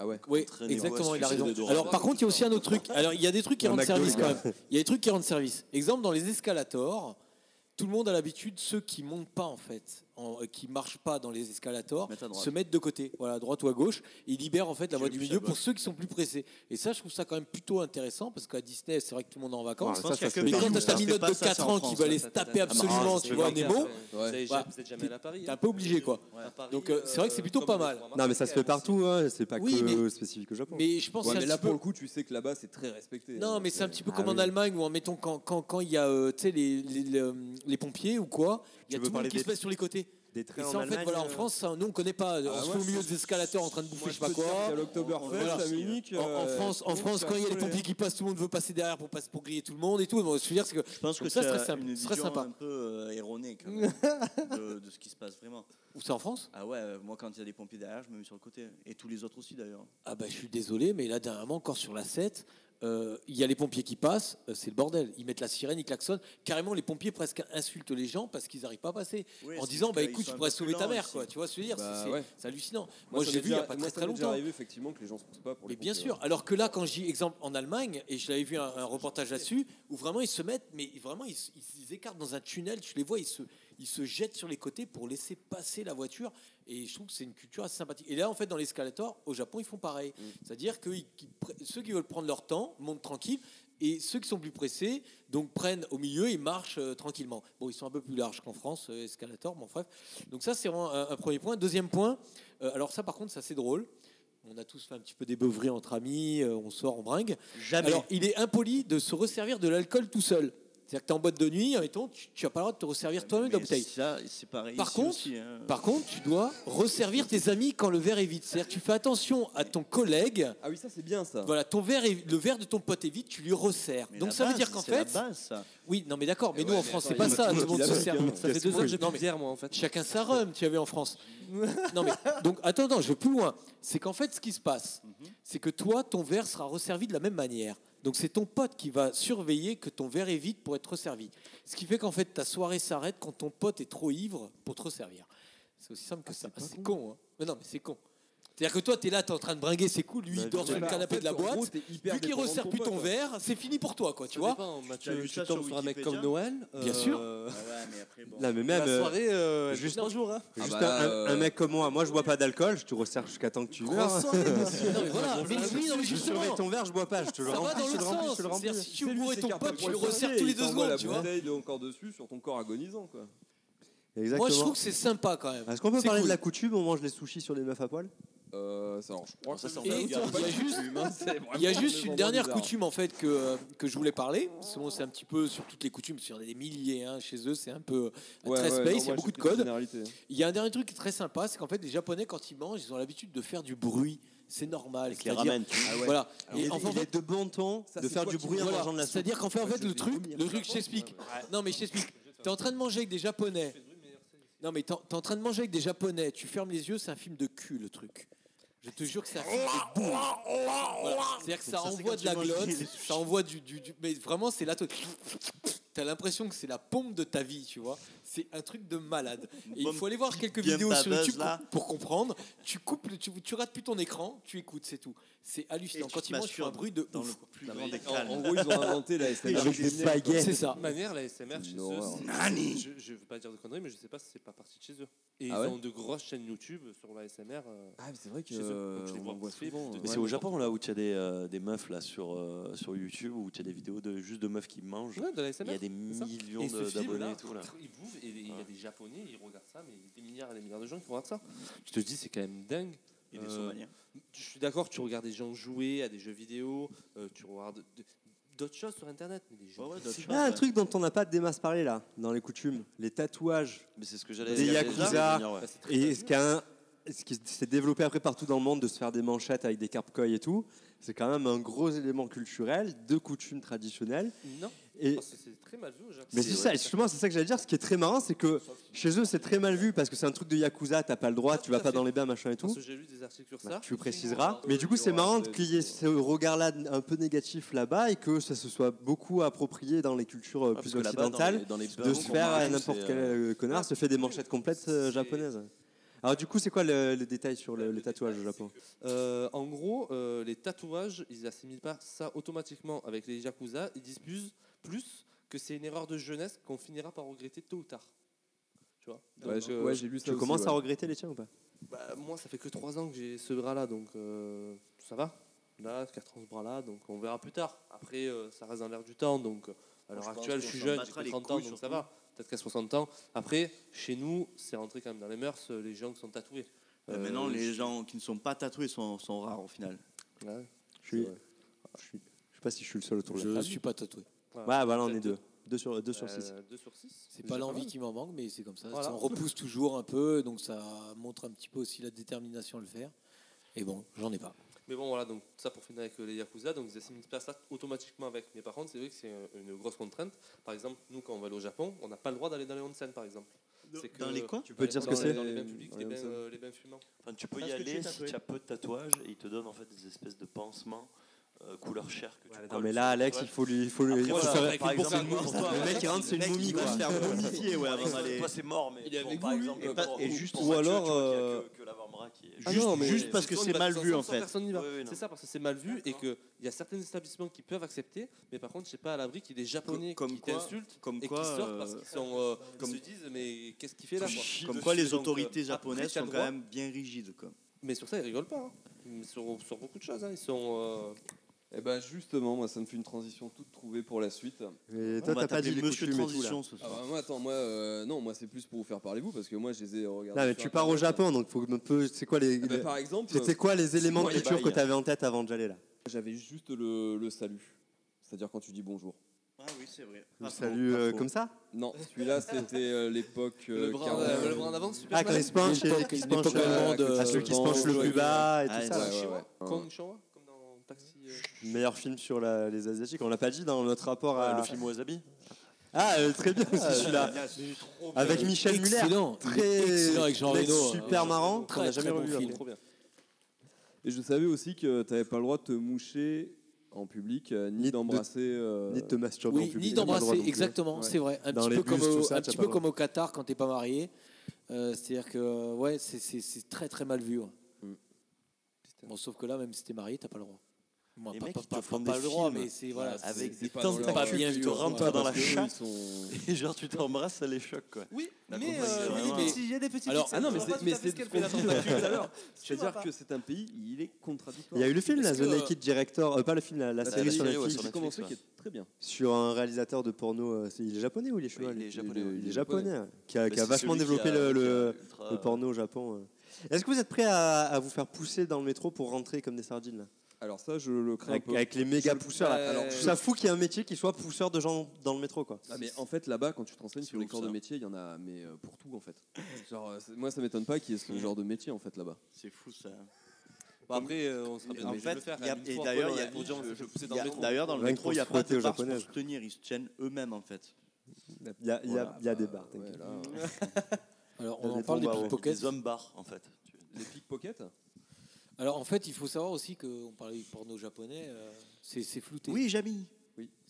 [SPEAKER 2] Ah ouais.
[SPEAKER 1] Oui,
[SPEAKER 7] Entraînez-vous
[SPEAKER 1] exactement,
[SPEAKER 7] à
[SPEAKER 1] il a
[SPEAKER 7] sucer
[SPEAKER 1] raison.
[SPEAKER 7] des dorades.
[SPEAKER 1] Alors, par contre, il y a aussi un autre truc. Alors, il y a des trucs qui
[SPEAKER 6] Le
[SPEAKER 1] rendent
[SPEAKER 6] McDo,
[SPEAKER 1] service
[SPEAKER 6] les
[SPEAKER 1] quand
[SPEAKER 6] gars.
[SPEAKER 1] même. Il y a des trucs qui rendent service. Exemple, dans les escalators, tout le monde a l'habitude, ceux qui montent pas en fait, en- euh, qui marchent pas dans les escalators,
[SPEAKER 3] Mettre à droite.
[SPEAKER 1] se mettent de côté, voilà, à droite ou à gauche, et ils libèrent en fait la
[SPEAKER 3] J'ai
[SPEAKER 1] voie
[SPEAKER 3] vu
[SPEAKER 1] du
[SPEAKER 3] ça, bah.
[SPEAKER 1] milieu
[SPEAKER 3] ouais.
[SPEAKER 1] pour ceux qui sont plus pressés. Et ça, je trouve ça quand même plutôt intéressant parce qu'à Disney, c'est vrai que tout le monde est en
[SPEAKER 6] Ah,
[SPEAKER 1] vacances.
[SPEAKER 6] ça,
[SPEAKER 3] qu'il y a
[SPEAKER 6] ça
[SPEAKER 3] que
[SPEAKER 6] se
[SPEAKER 1] Mais
[SPEAKER 6] fait.
[SPEAKER 3] Paris
[SPEAKER 1] quand
[SPEAKER 3] où
[SPEAKER 1] t'as
[SPEAKER 3] ça
[SPEAKER 1] ta
[SPEAKER 3] se fait
[SPEAKER 1] minute
[SPEAKER 3] pas,
[SPEAKER 1] de
[SPEAKER 3] ça, c'est
[SPEAKER 1] 4
[SPEAKER 3] en
[SPEAKER 1] ans qui
[SPEAKER 3] France,
[SPEAKER 1] va
[SPEAKER 3] ouais.
[SPEAKER 1] aller se taper absolument,
[SPEAKER 7] c'est
[SPEAKER 1] tu vois,
[SPEAKER 7] clair.
[SPEAKER 1] Nemo,
[SPEAKER 2] Ouais.
[SPEAKER 4] Vous
[SPEAKER 1] Bah,
[SPEAKER 4] êtes jamais allé à Paris.
[SPEAKER 1] t'es
[SPEAKER 4] hein.
[SPEAKER 1] un peu obligé quoi.
[SPEAKER 4] À Paris,
[SPEAKER 1] Donc, euh, c'est vrai que c'est plutôt
[SPEAKER 4] comme
[SPEAKER 1] pas
[SPEAKER 4] le
[SPEAKER 1] mal.
[SPEAKER 4] Grand
[SPEAKER 6] Non, mais ça se fait
[SPEAKER 4] Marseille,
[SPEAKER 6] partout, hein, c'est pas
[SPEAKER 1] Oui,
[SPEAKER 6] que spécifique au Japon.
[SPEAKER 1] Mais je pense
[SPEAKER 2] Ouais,
[SPEAKER 1] que
[SPEAKER 2] mais
[SPEAKER 1] c'est
[SPEAKER 2] là,
[SPEAKER 1] un
[SPEAKER 2] pour
[SPEAKER 1] petit
[SPEAKER 2] le
[SPEAKER 1] peu.
[SPEAKER 2] coup, tu sais que là-bas, c'est très respecté.
[SPEAKER 1] Non,
[SPEAKER 2] Donc,
[SPEAKER 1] mais c'est un
[SPEAKER 2] euh,
[SPEAKER 1] petit peu
[SPEAKER 6] Ah
[SPEAKER 1] comme en
[SPEAKER 6] oui.
[SPEAKER 1] Allemagne où, en mettant quand quand quand il y a euh, tu sais les, les, les, les pompiers ou quoi, il y a
[SPEAKER 6] veux
[SPEAKER 1] tout le monde
[SPEAKER 6] parler
[SPEAKER 1] qui
[SPEAKER 6] des-
[SPEAKER 1] se met sur les côtés.
[SPEAKER 6] Des
[SPEAKER 1] Et
[SPEAKER 6] trains
[SPEAKER 1] ça, en fait,
[SPEAKER 6] Allemagne,
[SPEAKER 1] voilà, en
[SPEAKER 6] euh,
[SPEAKER 1] France, ça, nous on connaît pas. euh,
[SPEAKER 2] Ah
[SPEAKER 1] on se
[SPEAKER 2] ouais,
[SPEAKER 1] met au milieu
[SPEAKER 2] c'est-
[SPEAKER 1] des escalateurs en train de bouffer,
[SPEAKER 2] moi,
[SPEAKER 1] je sais pas
[SPEAKER 2] peux dire qu'à
[SPEAKER 1] quoi.
[SPEAKER 2] l'Oktoberfest,
[SPEAKER 1] Voilà.
[SPEAKER 2] à Munich.
[SPEAKER 1] En, en
[SPEAKER 2] euh,
[SPEAKER 1] France, en
[SPEAKER 2] tout
[SPEAKER 1] France,
[SPEAKER 2] ça
[SPEAKER 1] quand il y a les
[SPEAKER 2] collé.
[SPEAKER 1] pompiers qui passent, tout le monde veut passer derrière pour passer pour griller tout le monde et tout. Bon, je veux dire, c'est que
[SPEAKER 3] Je pense
[SPEAKER 1] Donc
[SPEAKER 3] que
[SPEAKER 1] ça,
[SPEAKER 3] ça
[SPEAKER 1] ce serait
[SPEAKER 3] serait
[SPEAKER 1] sympa-
[SPEAKER 3] une
[SPEAKER 1] ce serait
[SPEAKER 3] vision
[SPEAKER 1] sympa.
[SPEAKER 3] un peu euh, erronée quand même, de, de ce qui se passe vraiment.
[SPEAKER 1] ou c'est en France
[SPEAKER 3] Ah ouais, euh, moi quand il y a des pompiers derrière, je me mets sur le côté. Et tous les autres aussi d'ailleurs.
[SPEAKER 1] Ah bah, je suis désolé, mais là dernièrement, encore sur la 7, euh, il y a les pompiers qui passent, euh, c'est le bordel. Ils mettent la sirène, ils klaxonnent. Carrément, les pompiers presque insultent les gens parce qu'ils n'arrivent pas à passer. en disant, bah écoute, tu pourrais sauver ta mère, quoi. Tu vois ce que je veux dire
[SPEAKER 2] Bah,
[SPEAKER 1] C'est-
[SPEAKER 2] ouais.
[SPEAKER 1] C'est hallucinant.
[SPEAKER 2] Moi,
[SPEAKER 1] Moi,
[SPEAKER 2] ça
[SPEAKER 1] j'ai
[SPEAKER 2] m'est
[SPEAKER 1] vu il n'y a
[SPEAKER 2] déjà-
[SPEAKER 1] pas
[SPEAKER 2] moi,
[SPEAKER 1] très
[SPEAKER 2] ça
[SPEAKER 1] très
[SPEAKER 2] m'est déjà
[SPEAKER 1] longtemps.
[SPEAKER 2] arrivé effectivement que les gens se posent pas pour les
[SPEAKER 1] Mais bien
[SPEAKER 2] pompiers,
[SPEAKER 1] sûr. Alors que là, quand j'y exemple en Allemagne, et je l'avais vu un, un reportage là-dessus, où vraiment ils se mettent, mais vraiment ils, se- ils s- ils écartent dans un tunnel. Tu les vois, ils se, ils se jettent sur les côtés pour laisser passer la voiture. Et je trouve que c'est une culture assez sympathique. Et là, en fait, dans l'escalator, au Japon, ils font pareil. C'est-à-dire que ils- qu'ils pre- ceux qui veulent prendre leur temps montent tranquille. Et ceux qui sont plus pressés, donc prennent au milieu et marchent euh, tranquillement. Bon, ils sont un peu plus larges qu'en France, euh, escalator, bon, bref. Donc ça, c'est vraiment un, un premier point. Deuxième point, euh, alors ça, par contre, ça c'est drôle. On a tous fait un petit peu des beuveries entre amis, euh, on sort, on bringue.
[SPEAKER 3] Jamais.
[SPEAKER 1] Alors, il est impoli de se resservir de l'alcool tout seul. C'est-à-dire que t'es en boîte de nuit, admettons, tu tu as pas le droit de te resservir toi-même de la
[SPEAKER 3] Ah, Mais
[SPEAKER 1] bouteille.
[SPEAKER 3] ça, c'est pareil.
[SPEAKER 1] Par
[SPEAKER 3] ici
[SPEAKER 1] contre,
[SPEAKER 3] aussi, hein.
[SPEAKER 1] Par contre, tu dois resservir tes amis quand le verre est vide. C'est-à-dire que tu fais attention à ton collègue.
[SPEAKER 2] Ah oui, ça c'est bien ça.
[SPEAKER 1] Voilà, ton verre est- le verre de ton pote est vide, tu lui resserres.
[SPEAKER 3] Mais
[SPEAKER 1] Donc
[SPEAKER 3] la
[SPEAKER 1] ça veut
[SPEAKER 3] base,
[SPEAKER 1] dire qu'en
[SPEAKER 3] c'est la
[SPEAKER 1] fait,
[SPEAKER 3] base, ça.
[SPEAKER 1] oui, non mais d'accord, mais
[SPEAKER 8] Eh
[SPEAKER 1] nous
[SPEAKER 8] ouais,
[SPEAKER 1] en
[SPEAKER 8] mais
[SPEAKER 1] France c'est
[SPEAKER 8] attends,
[SPEAKER 1] pas
[SPEAKER 8] il y a
[SPEAKER 1] ça,
[SPEAKER 8] tout
[SPEAKER 1] tout
[SPEAKER 8] le
[SPEAKER 1] le monde
[SPEAKER 8] monde
[SPEAKER 1] se
[SPEAKER 8] qui
[SPEAKER 1] sert.
[SPEAKER 8] l'a
[SPEAKER 1] Ça fait deux heures que j'ai
[SPEAKER 4] J'ai
[SPEAKER 1] plus de
[SPEAKER 4] plus bière, moi, en fait.
[SPEAKER 1] Chacun sa rhum, tu avais en France. Non mais donc attends, attends, je vais plus loin. C'est qu'en fait, ce qui se passe, c'est que toi, ton verre sera resservi de la même manière. Donc c'est ton pote qui va surveiller que ton verre est vide pour être resservi. Ce qui fait qu'en fait, ta soirée s'arrête quand ton pote est trop ivre pour te resservir. C'est aussi simple que ça. Ah, C'est con. hein. Mais non, mais c'est con. C'est-à-dire que toi, t'es là, t'es en train de bringuer, c'est cool. Lui, il dort sur le
[SPEAKER 2] Bah,
[SPEAKER 1] canapé
[SPEAKER 2] en
[SPEAKER 1] de la
[SPEAKER 2] fait, en gros,
[SPEAKER 1] boîte.
[SPEAKER 2] t'es ah, hyper
[SPEAKER 1] Vu qu'il
[SPEAKER 2] dépendant de
[SPEAKER 1] resserre
[SPEAKER 2] ton
[SPEAKER 1] plus ton
[SPEAKER 2] pote.
[SPEAKER 1] verre, c'est fini pour toi, quoi, tu vois.
[SPEAKER 3] as
[SPEAKER 4] Mathieu,
[SPEAKER 3] vu
[SPEAKER 4] tu
[SPEAKER 3] ça
[SPEAKER 4] tombes
[SPEAKER 3] sur
[SPEAKER 4] sur un mec comme
[SPEAKER 3] Wikipédia
[SPEAKER 4] Noël.
[SPEAKER 1] Bien sûr.
[SPEAKER 4] euh,
[SPEAKER 3] Ah ouais, mais après, bon.
[SPEAKER 6] Là, mais même,
[SPEAKER 4] La
[SPEAKER 6] euh,
[SPEAKER 4] soirée, euh,
[SPEAKER 6] juste-
[SPEAKER 4] juste un jour. hein.
[SPEAKER 6] juste
[SPEAKER 8] Ah bah,
[SPEAKER 6] un,
[SPEAKER 8] euh,
[SPEAKER 6] un mec comme moi, moi je bois pas d'alcool, je te resserre jusqu'à temps que tu meurs.
[SPEAKER 1] Non, mais voilà. Mais oui, non, mais
[SPEAKER 6] Je te mets
[SPEAKER 1] justement.
[SPEAKER 6] ton verre, je bois pas, je te le
[SPEAKER 1] Ça va
[SPEAKER 6] remplis,
[SPEAKER 1] dans
[SPEAKER 6] je te
[SPEAKER 1] l'autre
[SPEAKER 6] le remplis, je
[SPEAKER 1] sens.
[SPEAKER 6] te le
[SPEAKER 1] C'est-à-dire,
[SPEAKER 6] remplis.
[SPEAKER 1] si tu bourres ton pote, tu le
[SPEAKER 2] resserres
[SPEAKER 1] resserres tous les deux secondes, tu
[SPEAKER 2] La
[SPEAKER 1] vois.
[SPEAKER 2] bouteille de encore dessus sur ton corps agonisant quoi.
[SPEAKER 6] Exactement.
[SPEAKER 1] Moi, je trouve que c'est sympa quand même.
[SPEAKER 6] Est-ce qu'on peut
[SPEAKER 1] C'est
[SPEAKER 6] parler
[SPEAKER 1] cool.
[SPEAKER 6] de la coutume On mange les sushis sur les meufs à poil
[SPEAKER 8] Euh, ça, alors, je crois que
[SPEAKER 3] Ça, c'est en
[SPEAKER 1] Et
[SPEAKER 3] fait
[SPEAKER 1] il y
[SPEAKER 3] bizarre.
[SPEAKER 1] a juste,
[SPEAKER 6] hein,
[SPEAKER 1] il y a juste une dernière coutume en fait que, euh, que je voulais parler. Parce que bon, c'est un petit peu sur toutes les coutumes, parce qu'il y en a des milliers hein, chez eux, c'est un peu euh, très space, il y a beaucoup de codes. Il y a un dernier truc qui est très sympa, c'est qu'en fait les Japonais quand ils mangent, ils ont l'habitude de faire du bruit. C'est normal.
[SPEAKER 3] Avec les
[SPEAKER 1] c'est-à-dire-
[SPEAKER 3] ramen.
[SPEAKER 1] Voilà.
[SPEAKER 6] il,
[SPEAKER 1] Et
[SPEAKER 6] est,
[SPEAKER 1] en fait,
[SPEAKER 6] il est de bon temps
[SPEAKER 2] Ça,
[SPEAKER 6] de
[SPEAKER 2] c'est
[SPEAKER 6] faire
[SPEAKER 2] toi
[SPEAKER 6] du
[SPEAKER 2] qui-
[SPEAKER 6] bruit en
[SPEAKER 1] voilà.
[SPEAKER 6] mangeant de la soupe.
[SPEAKER 1] C'est-à-dire qu'en fait, en fait, le truc, le truc, je t'explique. Non, mais je t'explique. T'es en train de manger avec des Japonais. Non, mais t'es en- t'es en train de manger avec des Japonais. Tu fermes les yeux, c'est un film de cul, le truc. Je te jure que c'est un film de boule. Voilà. C'est-à-dire que ça,
[SPEAKER 3] Ça, c'est
[SPEAKER 1] envoie
[SPEAKER 3] quand
[SPEAKER 1] de
[SPEAKER 3] tu
[SPEAKER 1] la
[SPEAKER 3] manges
[SPEAKER 1] glotte,
[SPEAKER 3] les-
[SPEAKER 1] ça envoie du, du- du- Mais vraiment, c'est la... T'as l'impression que c'est la pompe de ta vie, tu vois. C'est un truc de malade. Et il
[SPEAKER 3] Pompe
[SPEAKER 1] faut aller voir quelques
[SPEAKER 3] bien
[SPEAKER 1] vidéos sur
[SPEAKER 3] baveuse,
[SPEAKER 1] YouTube
[SPEAKER 3] là.
[SPEAKER 1] pour, pour comprendre. Tu coupes, le- tu, tu rates plus ton écran, tu écoutes, c'est tout. C'est hallucinant.
[SPEAKER 3] Et tu
[SPEAKER 1] Quand
[SPEAKER 3] te
[SPEAKER 1] ils mangent, ils font un
[SPEAKER 3] masturbes
[SPEAKER 1] bruit de
[SPEAKER 3] Dans le
[SPEAKER 1] ouf.
[SPEAKER 3] plus grand
[SPEAKER 6] Ah,
[SPEAKER 3] des
[SPEAKER 2] En, en
[SPEAKER 3] calmes.
[SPEAKER 2] gros, ils ont inventé la SMR.
[SPEAKER 6] Avec des baguettes.
[SPEAKER 1] C'est ça.
[SPEAKER 4] manière, la SMR chez
[SPEAKER 2] Non,
[SPEAKER 4] eux,
[SPEAKER 2] alors.
[SPEAKER 4] c'est- je, je veux pas dire de conneries, mais je sais pas si c'est pas parti de chez eux. Et
[SPEAKER 8] Ah ouais
[SPEAKER 4] ils ont de grosses chaînes YouTube sur la SMR. euh,
[SPEAKER 2] Ah, mais c'est vrai que
[SPEAKER 4] Chez eux,
[SPEAKER 2] euh,
[SPEAKER 4] tu les
[SPEAKER 2] on
[SPEAKER 4] vois
[SPEAKER 2] en voit
[SPEAKER 4] pousser,
[SPEAKER 2] souvent.
[SPEAKER 4] puis
[SPEAKER 2] euh,
[SPEAKER 4] te-
[SPEAKER 7] Mais c'est au Japon là où tu as des, euh, des meufs là sur, euh, sur YouTube où tu as des vidéos de juste de meufs qui mangent.
[SPEAKER 4] Ouais, de la SMR.
[SPEAKER 7] Il y a des
[SPEAKER 4] ça.
[SPEAKER 7] millions
[SPEAKER 4] Et ce
[SPEAKER 7] de- d'abonnés
[SPEAKER 4] film-là,
[SPEAKER 7] et tout là.
[SPEAKER 4] Ils bouffent et il y a
[SPEAKER 7] Ouais.
[SPEAKER 4] des Japonais, ils regardent ça, mais des milliards et des milliards de gens qui regardent ça. Je te dis, c'est quand même dingue.
[SPEAKER 3] Et des
[SPEAKER 4] Euh,
[SPEAKER 3] Somaliens.
[SPEAKER 4] Je suis d'accord, tu regardes des gens jouer à des jeux vidéo, euh, tu regardes d- d'autres choses sur Internet. Mais des gens
[SPEAKER 3] Ouais, ouais,
[SPEAKER 4] qui
[SPEAKER 3] d'autres
[SPEAKER 4] s'y
[SPEAKER 3] choses.
[SPEAKER 6] Ah, un truc dont on n'a pas des masses parlé là, dans les coutumes, les tatouages.
[SPEAKER 7] Mais c'est ce que j'allais
[SPEAKER 6] Des
[SPEAKER 7] j'allais-
[SPEAKER 6] Yakuza.
[SPEAKER 7] j'allais venir, ouais.
[SPEAKER 4] passent, Bah, c'est très
[SPEAKER 6] Et
[SPEAKER 4] bien.
[SPEAKER 6] ce, qui a un- ce qui s'est développé après partout dans le monde, de se faire des manchettes avec des carpcoy et tout, c'est quand même un gros élément culturel, de coutumes traditionnelles.
[SPEAKER 4] Non,
[SPEAKER 6] Et,
[SPEAKER 4] parce que Ah, c'est très mal vu au Japon.
[SPEAKER 6] mais c'est ça, et justement, c'est ça que j'allais dire. Ce qui est très marrant, c'est que
[SPEAKER 4] Sauf-
[SPEAKER 6] chez eux, c'est très mal vu parce que c'est un truc de Yakuza, t'as pas le droit,
[SPEAKER 4] Ah,
[SPEAKER 6] tu
[SPEAKER 4] tout
[SPEAKER 6] vas
[SPEAKER 4] à
[SPEAKER 6] pas
[SPEAKER 4] fait.
[SPEAKER 6] dans les bains, machin et
[SPEAKER 4] Parce
[SPEAKER 6] tout.
[SPEAKER 4] que j'ai lu des articles sur
[SPEAKER 6] Bah,
[SPEAKER 4] ça.
[SPEAKER 6] tu préciseras. Mais du
[SPEAKER 2] euh,
[SPEAKER 6] coup, c'est
[SPEAKER 2] il y
[SPEAKER 6] marrant
[SPEAKER 2] aura des-
[SPEAKER 6] qu'il y ait ce regard-là un peu négatif là-bas et que ça se soit beaucoup approprié dans les cultures euh,
[SPEAKER 7] Ah, parce
[SPEAKER 6] plus
[SPEAKER 7] que là-bas, dans
[SPEAKER 6] occidentales
[SPEAKER 7] les- dans les
[SPEAKER 6] de
[SPEAKER 7] bars,
[SPEAKER 6] se
[SPEAKER 7] on
[SPEAKER 6] faire
[SPEAKER 7] mange,
[SPEAKER 6] à
[SPEAKER 7] c'est,
[SPEAKER 6] n'importe quel
[SPEAKER 7] euh,
[SPEAKER 6] euh, connard se fait des manchettes complètes euh,
[SPEAKER 4] C'est-
[SPEAKER 6] japonaises. Alors du coup, c'est quoi le, le détail sur le, le tatouage au Japon
[SPEAKER 4] Euh, en gros, euh, les tatouages, ils assimilent pas ça automatiquement avec les Yakuza. Ils disent plus, plus que c'est une erreur de jeunesse qu'on finira par regretter tôt ou tard. Tu vois Donc,
[SPEAKER 2] Ouais, je-
[SPEAKER 4] euh,
[SPEAKER 2] ouais, j'ai lu ça.
[SPEAKER 6] Tu
[SPEAKER 2] aussi,
[SPEAKER 6] commences
[SPEAKER 2] ouais.
[SPEAKER 6] à regretter les tiens ou pas
[SPEAKER 4] bah, Moi, ça fait que 3 ans que j'ai ce bras-là, donc euh, ça va. Là, 4 ans ce bras-là, donc on verra plus tard. Après, euh, ça reste dans l'air du temps, donc euh, à l'heure
[SPEAKER 3] je pense
[SPEAKER 4] actuelle, je
[SPEAKER 3] qu'on
[SPEAKER 4] suis
[SPEAKER 3] s'en
[SPEAKER 4] jeune, j'ai
[SPEAKER 3] battra
[SPEAKER 4] que
[SPEAKER 3] les
[SPEAKER 4] 30 ans,
[SPEAKER 3] couilles,
[SPEAKER 4] donc ça va. Peut-être qu'à 60 ans. Après, chez nous, c'est rentré quand même dans les mœurs, euh, les gens qui sont tatoués.
[SPEAKER 3] Euh,
[SPEAKER 4] Euh,
[SPEAKER 3] Maintenant, les
[SPEAKER 4] je-
[SPEAKER 3] gens qui ne sont pas tatoués sont, sont rares au final.
[SPEAKER 4] Ouais.
[SPEAKER 6] Je suis,
[SPEAKER 4] C'est vrai.
[SPEAKER 6] je suis- je sais pas si je suis le seul autour de la
[SPEAKER 1] Je
[SPEAKER 6] table.
[SPEAKER 1] suis pas tatoué.
[SPEAKER 3] bah
[SPEAKER 6] Ouais, voilà, on est deux, deux sur deux sur
[SPEAKER 4] Euh,
[SPEAKER 6] six.
[SPEAKER 4] deux sur six.
[SPEAKER 1] C'est
[SPEAKER 4] Déjà
[SPEAKER 1] pas
[SPEAKER 4] mal.
[SPEAKER 1] l'envie qui m'en manque, mais c'est comme ça.
[SPEAKER 4] Voilà.
[SPEAKER 1] On repousse toujours un peu, donc ça montre un petit peu aussi la détermination à le faire. Et bon, j'en ai pas.
[SPEAKER 4] Mais bon, voilà, donc ça pour finir avec euh, les Yakuza, donc ils assimilent pas ça automatiquement avec. Mais par contre, c'est vrai que c'est euh, une grosse contrainte. Par exemple, nous, quand on va aller au Japon, on n'a pas le droit d'aller dans les onsen, par exemple. C'est que-
[SPEAKER 3] Dans les coins
[SPEAKER 6] Tu peux dire ce que
[SPEAKER 4] Dans les-
[SPEAKER 6] c'est
[SPEAKER 4] Dans les bains
[SPEAKER 2] Euh,
[SPEAKER 4] publics,
[SPEAKER 2] dans
[SPEAKER 4] les
[SPEAKER 2] les
[SPEAKER 4] bains,
[SPEAKER 2] onsen.
[SPEAKER 4] euh, les bains fumants.
[SPEAKER 7] Enfin, tu peux
[SPEAKER 3] Parce
[SPEAKER 7] y
[SPEAKER 3] que tu es
[SPEAKER 7] aller si
[SPEAKER 3] tatoué.
[SPEAKER 7] tu as peu de tatouages et ils te donnent en fait des espèces de pansements euh, couleur chair que tu
[SPEAKER 6] Non,
[SPEAKER 7] colles
[SPEAKER 6] mais
[SPEAKER 7] sur
[SPEAKER 6] là,
[SPEAKER 7] ton
[SPEAKER 6] Alex,
[SPEAKER 7] tatouage.
[SPEAKER 6] il faut lui. Il faut lui-
[SPEAKER 7] Ah, Après,
[SPEAKER 6] il faut
[SPEAKER 7] voilà,
[SPEAKER 6] faire-
[SPEAKER 7] par
[SPEAKER 6] par
[SPEAKER 7] exemple,
[SPEAKER 6] exemple,
[SPEAKER 7] pour toi,
[SPEAKER 6] Le mec, il rentre, c'est une momie,
[SPEAKER 3] Il va
[SPEAKER 6] quoi.
[SPEAKER 3] se faire modifier, ouais,
[SPEAKER 7] Par
[SPEAKER 3] avant
[SPEAKER 7] exemple,
[SPEAKER 3] d'aller.
[SPEAKER 7] Toi, c'est mort, mais
[SPEAKER 8] Il est
[SPEAKER 7] pour-
[SPEAKER 8] avec
[SPEAKER 7] par
[SPEAKER 8] vous, lui.
[SPEAKER 7] exemple,
[SPEAKER 3] Et pas-
[SPEAKER 7] pour-
[SPEAKER 3] et
[SPEAKER 7] pour
[SPEAKER 3] juste-
[SPEAKER 7] ça,
[SPEAKER 3] ou
[SPEAKER 7] tu vois,
[SPEAKER 3] alors,
[SPEAKER 7] tu vois qu'il y a
[SPEAKER 3] euh,
[SPEAKER 7] que- que l'avant-bras qui est-
[SPEAKER 2] Ah
[SPEAKER 3] Juste,
[SPEAKER 2] non, mais-
[SPEAKER 3] juste parce que
[SPEAKER 4] Sans-
[SPEAKER 3] c'est mal
[SPEAKER 4] sans-
[SPEAKER 3] vu en
[SPEAKER 4] sans
[SPEAKER 3] fait.
[SPEAKER 4] personne n'y va.
[SPEAKER 7] Oui, oui, non.
[SPEAKER 4] c'est ça, parce que c'est mal vu et qu'il y a certains établissements qui peuvent accepter, mais par contre, je sais pas à l'abri qu'il y ait des Japonais
[SPEAKER 3] Comme
[SPEAKER 4] qui
[SPEAKER 3] quoi-
[SPEAKER 4] t'insultent
[SPEAKER 3] Comme
[SPEAKER 4] et qui
[SPEAKER 3] quoi,
[SPEAKER 4] sortent parce
[SPEAKER 3] euh,
[SPEAKER 4] qu'ils sont, euh, ils
[SPEAKER 3] comme-
[SPEAKER 4] se disent mais qu'est-ce qu'il fait là quoi.
[SPEAKER 3] comme quoi les
[SPEAKER 4] Donc, euh,
[SPEAKER 3] autorités
[SPEAKER 4] après,
[SPEAKER 3] japonaises
[SPEAKER 4] t'as
[SPEAKER 3] sont
[SPEAKER 4] le
[SPEAKER 3] quand
[SPEAKER 4] droit.
[SPEAKER 3] même bien rigides. quoi.
[SPEAKER 4] Mais sur ça, ils rigolent pas. hein. Sur, sur beaucoup de choses, hein. ils sont.
[SPEAKER 2] Et ben justement, moi ça me fait une transition toute trouvée pour la suite.
[SPEAKER 6] Et
[SPEAKER 3] On
[SPEAKER 6] toi,
[SPEAKER 3] va
[SPEAKER 6] t'as pas
[SPEAKER 3] t'appeler
[SPEAKER 6] dit
[SPEAKER 3] Monsieur
[SPEAKER 6] monsieur
[SPEAKER 3] Transition ce
[SPEAKER 2] Ah
[SPEAKER 3] soir.
[SPEAKER 2] bah, moi attends, moi euh, non, moi c'est plus pour vous faire parler vous parce que moi je les ai regardés.
[SPEAKER 6] Non, mais
[SPEAKER 2] sur
[SPEAKER 6] tu pars au
[SPEAKER 2] Internet.
[SPEAKER 6] Japon, donc faut un peu. C'est quoi les.
[SPEAKER 2] Ah bah, par exemple,
[SPEAKER 4] euh,
[SPEAKER 6] C'était quoi les éléments de
[SPEAKER 2] Ouais,
[SPEAKER 6] culture
[SPEAKER 2] bah,
[SPEAKER 6] que
[SPEAKER 2] il y a-
[SPEAKER 6] tu avais en tête avant de j'aller là
[SPEAKER 2] j'avais juste le, le salut. C'est-à-dire quand tu dis bonjour.
[SPEAKER 3] Ah oui, c'est vrai.
[SPEAKER 6] Le salut euh, comme ça
[SPEAKER 2] Non, celui-là c'était euh, l'époque euh,
[SPEAKER 4] le, bras,
[SPEAKER 2] 40.
[SPEAKER 4] en avant, super.
[SPEAKER 6] Ah, quand ils se penchent,
[SPEAKER 1] L'époque-
[SPEAKER 6] ils se
[SPEAKER 1] l'époque
[SPEAKER 6] penchent, euh,
[SPEAKER 1] allemande,
[SPEAKER 6] à ceux qui se penchent le
[SPEAKER 2] euh,
[SPEAKER 6] plus bas et
[SPEAKER 3] Ah,
[SPEAKER 6] tout
[SPEAKER 3] ouais,
[SPEAKER 6] ça. là.
[SPEAKER 2] ouais, ouais.
[SPEAKER 4] Kong Shawa, comme dans Taxi. euh.
[SPEAKER 6] Meilleur film sur la- les Asiatiques, on l'a pas dit dans notre rapport à.
[SPEAKER 7] Le film Wasabi
[SPEAKER 6] Ah, euh, très bien aussi
[SPEAKER 3] Ah,
[SPEAKER 6] celui-là. Avec Michel Muller.
[SPEAKER 1] Excellent.
[SPEAKER 6] Très
[SPEAKER 1] Excellent avec Jean
[SPEAKER 6] mec
[SPEAKER 1] Reno.
[SPEAKER 6] Super marrant.
[SPEAKER 1] Très,
[SPEAKER 6] qu'on a
[SPEAKER 1] très
[SPEAKER 6] jamais
[SPEAKER 1] bon
[SPEAKER 6] revu.
[SPEAKER 1] film.
[SPEAKER 6] avant.
[SPEAKER 2] Et je savais aussi que t'avais pas le droit de te moucher en public, euh,
[SPEAKER 6] Ni
[SPEAKER 2] ni
[SPEAKER 6] de-
[SPEAKER 2] d'embrasser. euh,
[SPEAKER 6] Ni de te masturber en
[SPEAKER 1] Oui,
[SPEAKER 6] public.
[SPEAKER 1] ni
[SPEAKER 6] t'as pas le droit
[SPEAKER 1] d'embrasser,
[SPEAKER 6] non plus.
[SPEAKER 1] exactement,
[SPEAKER 2] Ouais.
[SPEAKER 1] c'est vrai. Un
[SPEAKER 6] Dans
[SPEAKER 1] petit
[SPEAKER 6] les
[SPEAKER 1] peu,
[SPEAKER 6] bus,
[SPEAKER 1] comme, au,
[SPEAKER 6] tout ça,
[SPEAKER 1] un
[SPEAKER 6] t'as
[SPEAKER 1] petit
[SPEAKER 6] pas
[SPEAKER 1] peu
[SPEAKER 6] le
[SPEAKER 1] comme au Qatar quand t'es pas marié. Euh, C'est-à-dire que ouais, c'est- c'est c'est très très mal vu. ouais.
[SPEAKER 2] Mm.
[SPEAKER 1] Bon, sauf que là, même si t'es marié, t'as pas le droit. Moi,
[SPEAKER 7] Les
[SPEAKER 1] pas,
[SPEAKER 7] mecs,
[SPEAKER 1] pas,
[SPEAKER 7] ils te
[SPEAKER 1] pas-
[SPEAKER 7] font
[SPEAKER 1] pas
[SPEAKER 7] des
[SPEAKER 1] le droit,
[SPEAKER 7] films
[SPEAKER 1] mais c'est voilà. c'est-
[SPEAKER 7] avec
[SPEAKER 2] c'est
[SPEAKER 7] des
[SPEAKER 2] pas dans
[SPEAKER 7] tentacules
[SPEAKER 2] leur
[SPEAKER 7] pas
[SPEAKER 2] culture,
[SPEAKER 7] bien, tu te
[SPEAKER 1] ouais.
[SPEAKER 7] rentres
[SPEAKER 2] ouais,
[SPEAKER 7] dans la
[SPEAKER 2] parce que eux,
[SPEAKER 7] chatte
[SPEAKER 2] ils sont-
[SPEAKER 7] et genre tu t'embrasses, ça les choque quoi.
[SPEAKER 4] Oui,
[SPEAKER 7] La
[SPEAKER 4] mais
[SPEAKER 7] compréhension,
[SPEAKER 4] euh, il y a des
[SPEAKER 7] vraiment.
[SPEAKER 4] petits- il y a des petits.
[SPEAKER 1] Alors-
[SPEAKER 4] fixations,
[SPEAKER 2] Ah non, mais
[SPEAKER 4] on va
[SPEAKER 2] c'est
[SPEAKER 4] pas
[SPEAKER 2] mais
[SPEAKER 4] tout à fait
[SPEAKER 2] c'est
[SPEAKER 4] ce qu'elle
[SPEAKER 2] ce qu'on
[SPEAKER 4] fait là.
[SPEAKER 2] disait tout à l'heure.
[SPEAKER 4] vois
[SPEAKER 2] C'est-à-dire
[SPEAKER 4] pas.
[SPEAKER 2] que c'est un pays, il est contradictoire.
[SPEAKER 6] Il y a eu le film, la
[SPEAKER 1] Est-ce
[SPEAKER 6] The
[SPEAKER 1] que-
[SPEAKER 6] Naked Director, euh, pas le film, la, la
[SPEAKER 2] La
[SPEAKER 6] série sur
[SPEAKER 2] série,
[SPEAKER 6] Netflix,
[SPEAKER 2] ouais,
[SPEAKER 7] sur
[SPEAKER 2] qui commence,
[SPEAKER 7] Netflix,
[SPEAKER 2] qui est très bien.
[SPEAKER 6] sur un réalisateur de porno. euh, c'est- il est japonais ou il est chinois
[SPEAKER 7] Oui, il
[SPEAKER 6] lui
[SPEAKER 7] est japonais, ouais.
[SPEAKER 6] Il
[SPEAKER 2] Il
[SPEAKER 6] est
[SPEAKER 2] est
[SPEAKER 6] japonais, hein, qui a,
[SPEAKER 7] Mais
[SPEAKER 6] qui a
[SPEAKER 7] c'est
[SPEAKER 6] vachement
[SPEAKER 7] celui qui
[SPEAKER 6] développé
[SPEAKER 7] a-
[SPEAKER 6] le-
[SPEAKER 7] qui a
[SPEAKER 6] le,
[SPEAKER 7] ultra-
[SPEAKER 6] le porno au Japon. euh. Est-ce que vous êtes prêts à, à vous faire pousser dans le métro pour rentrer comme des sardines là
[SPEAKER 2] Alors ça, je le crains un
[SPEAKER 6] avec,
[SPEAKER 2] peu.
[SPEAKER 6] avec les méga
[SPEAKER 2] Je-
[SPEAKER 6] pousseurs. là.
[SPEAKER 2] Ouais.
[SPEAKER 6] Alors, je trouve ça fou qu'il y ait un métier qui soit pousseur de gens dans le métro. Quoi.
[SPEAKER 2] Ah, mais en fait, là-bas, quand tu te renseignes
[SPEAKER 3] C'est
[SPEAKER 2] sur les
[SPEAKER 3] ouf,
[SPEAKER 2] corps
[SPEAKER 3] ça.
[SPEAKER 2] de métier, il y en a mais euh, pour tout en fait. Genre, euh, c'est- moi, ça m'étonne pas qu'il y ait ce genre de métier en fait là-bas.
[SPEAKER 3] C'est fou ça.
[SPEAKER 4] Bah, Après, euh, on sera
[SPEAKER 3] En
[SPEAKER 4] bien
[SPEAKER 3] fait,
[SPEAKER 4] obligé de le faire.
[SPEAKER 3] il y a-
[SPEAKER 4] Une
[SPEAKER 3] et
[SPEAKER 4] fois,
[SPEAKER 3] d'ailleurs,
[SPEAKER 4] on
[SPEAKER 3] il y a-
[SPEAKER 4] l'a dit, je- je poussais dans
[SPEAKER 3] Il y
[SPEAKER 4] le
[SPEAKER 3] a-
[SPEAKER 4] métro.
[SPEAKER 3] D'ailleurs, dans le
[SPEAKER 6] Rien que
[SPEAKER 3] métro,
[SPEAKER 6] pour
[SPEAKER 3] il n'y a
[SPEAKER 6] se
[SPEAKER 3] pas
[SPEAKER 6] frotter
[SPEAKER 3] de
[SPEAKER 6] aux
[SPEAKER 3] barres pour
[SPEAKER 6] Japonaises.
[SPEAKER 3] se tenir. Ils se tiennent eux-mêmes en fait.
[SPEAKER 6] Il y a, il y a- il y a des bars.
[SPEAKER 2] Ouais,
[SPEAKER 6] t'inquiète.
[SPEAKER 2] là, euh,
[SPEAKER 1] Alors, on
[SPEAKER 6] Des
[SPEAKER 1] en parle des
[SPEAKER 6] bombes à
[SPEAKER 1] pickpockets.
[SPEAKER 7] Des hommes barres en fait.
[SPEAKER 2] Les pickpockets
[SPEAKER 1] Alors, en fait, il faut savoir aussi qu'on parlait du porno japonais. euh, c'est c'est flouté.
[SPEAKER 3] Oui, Jamy.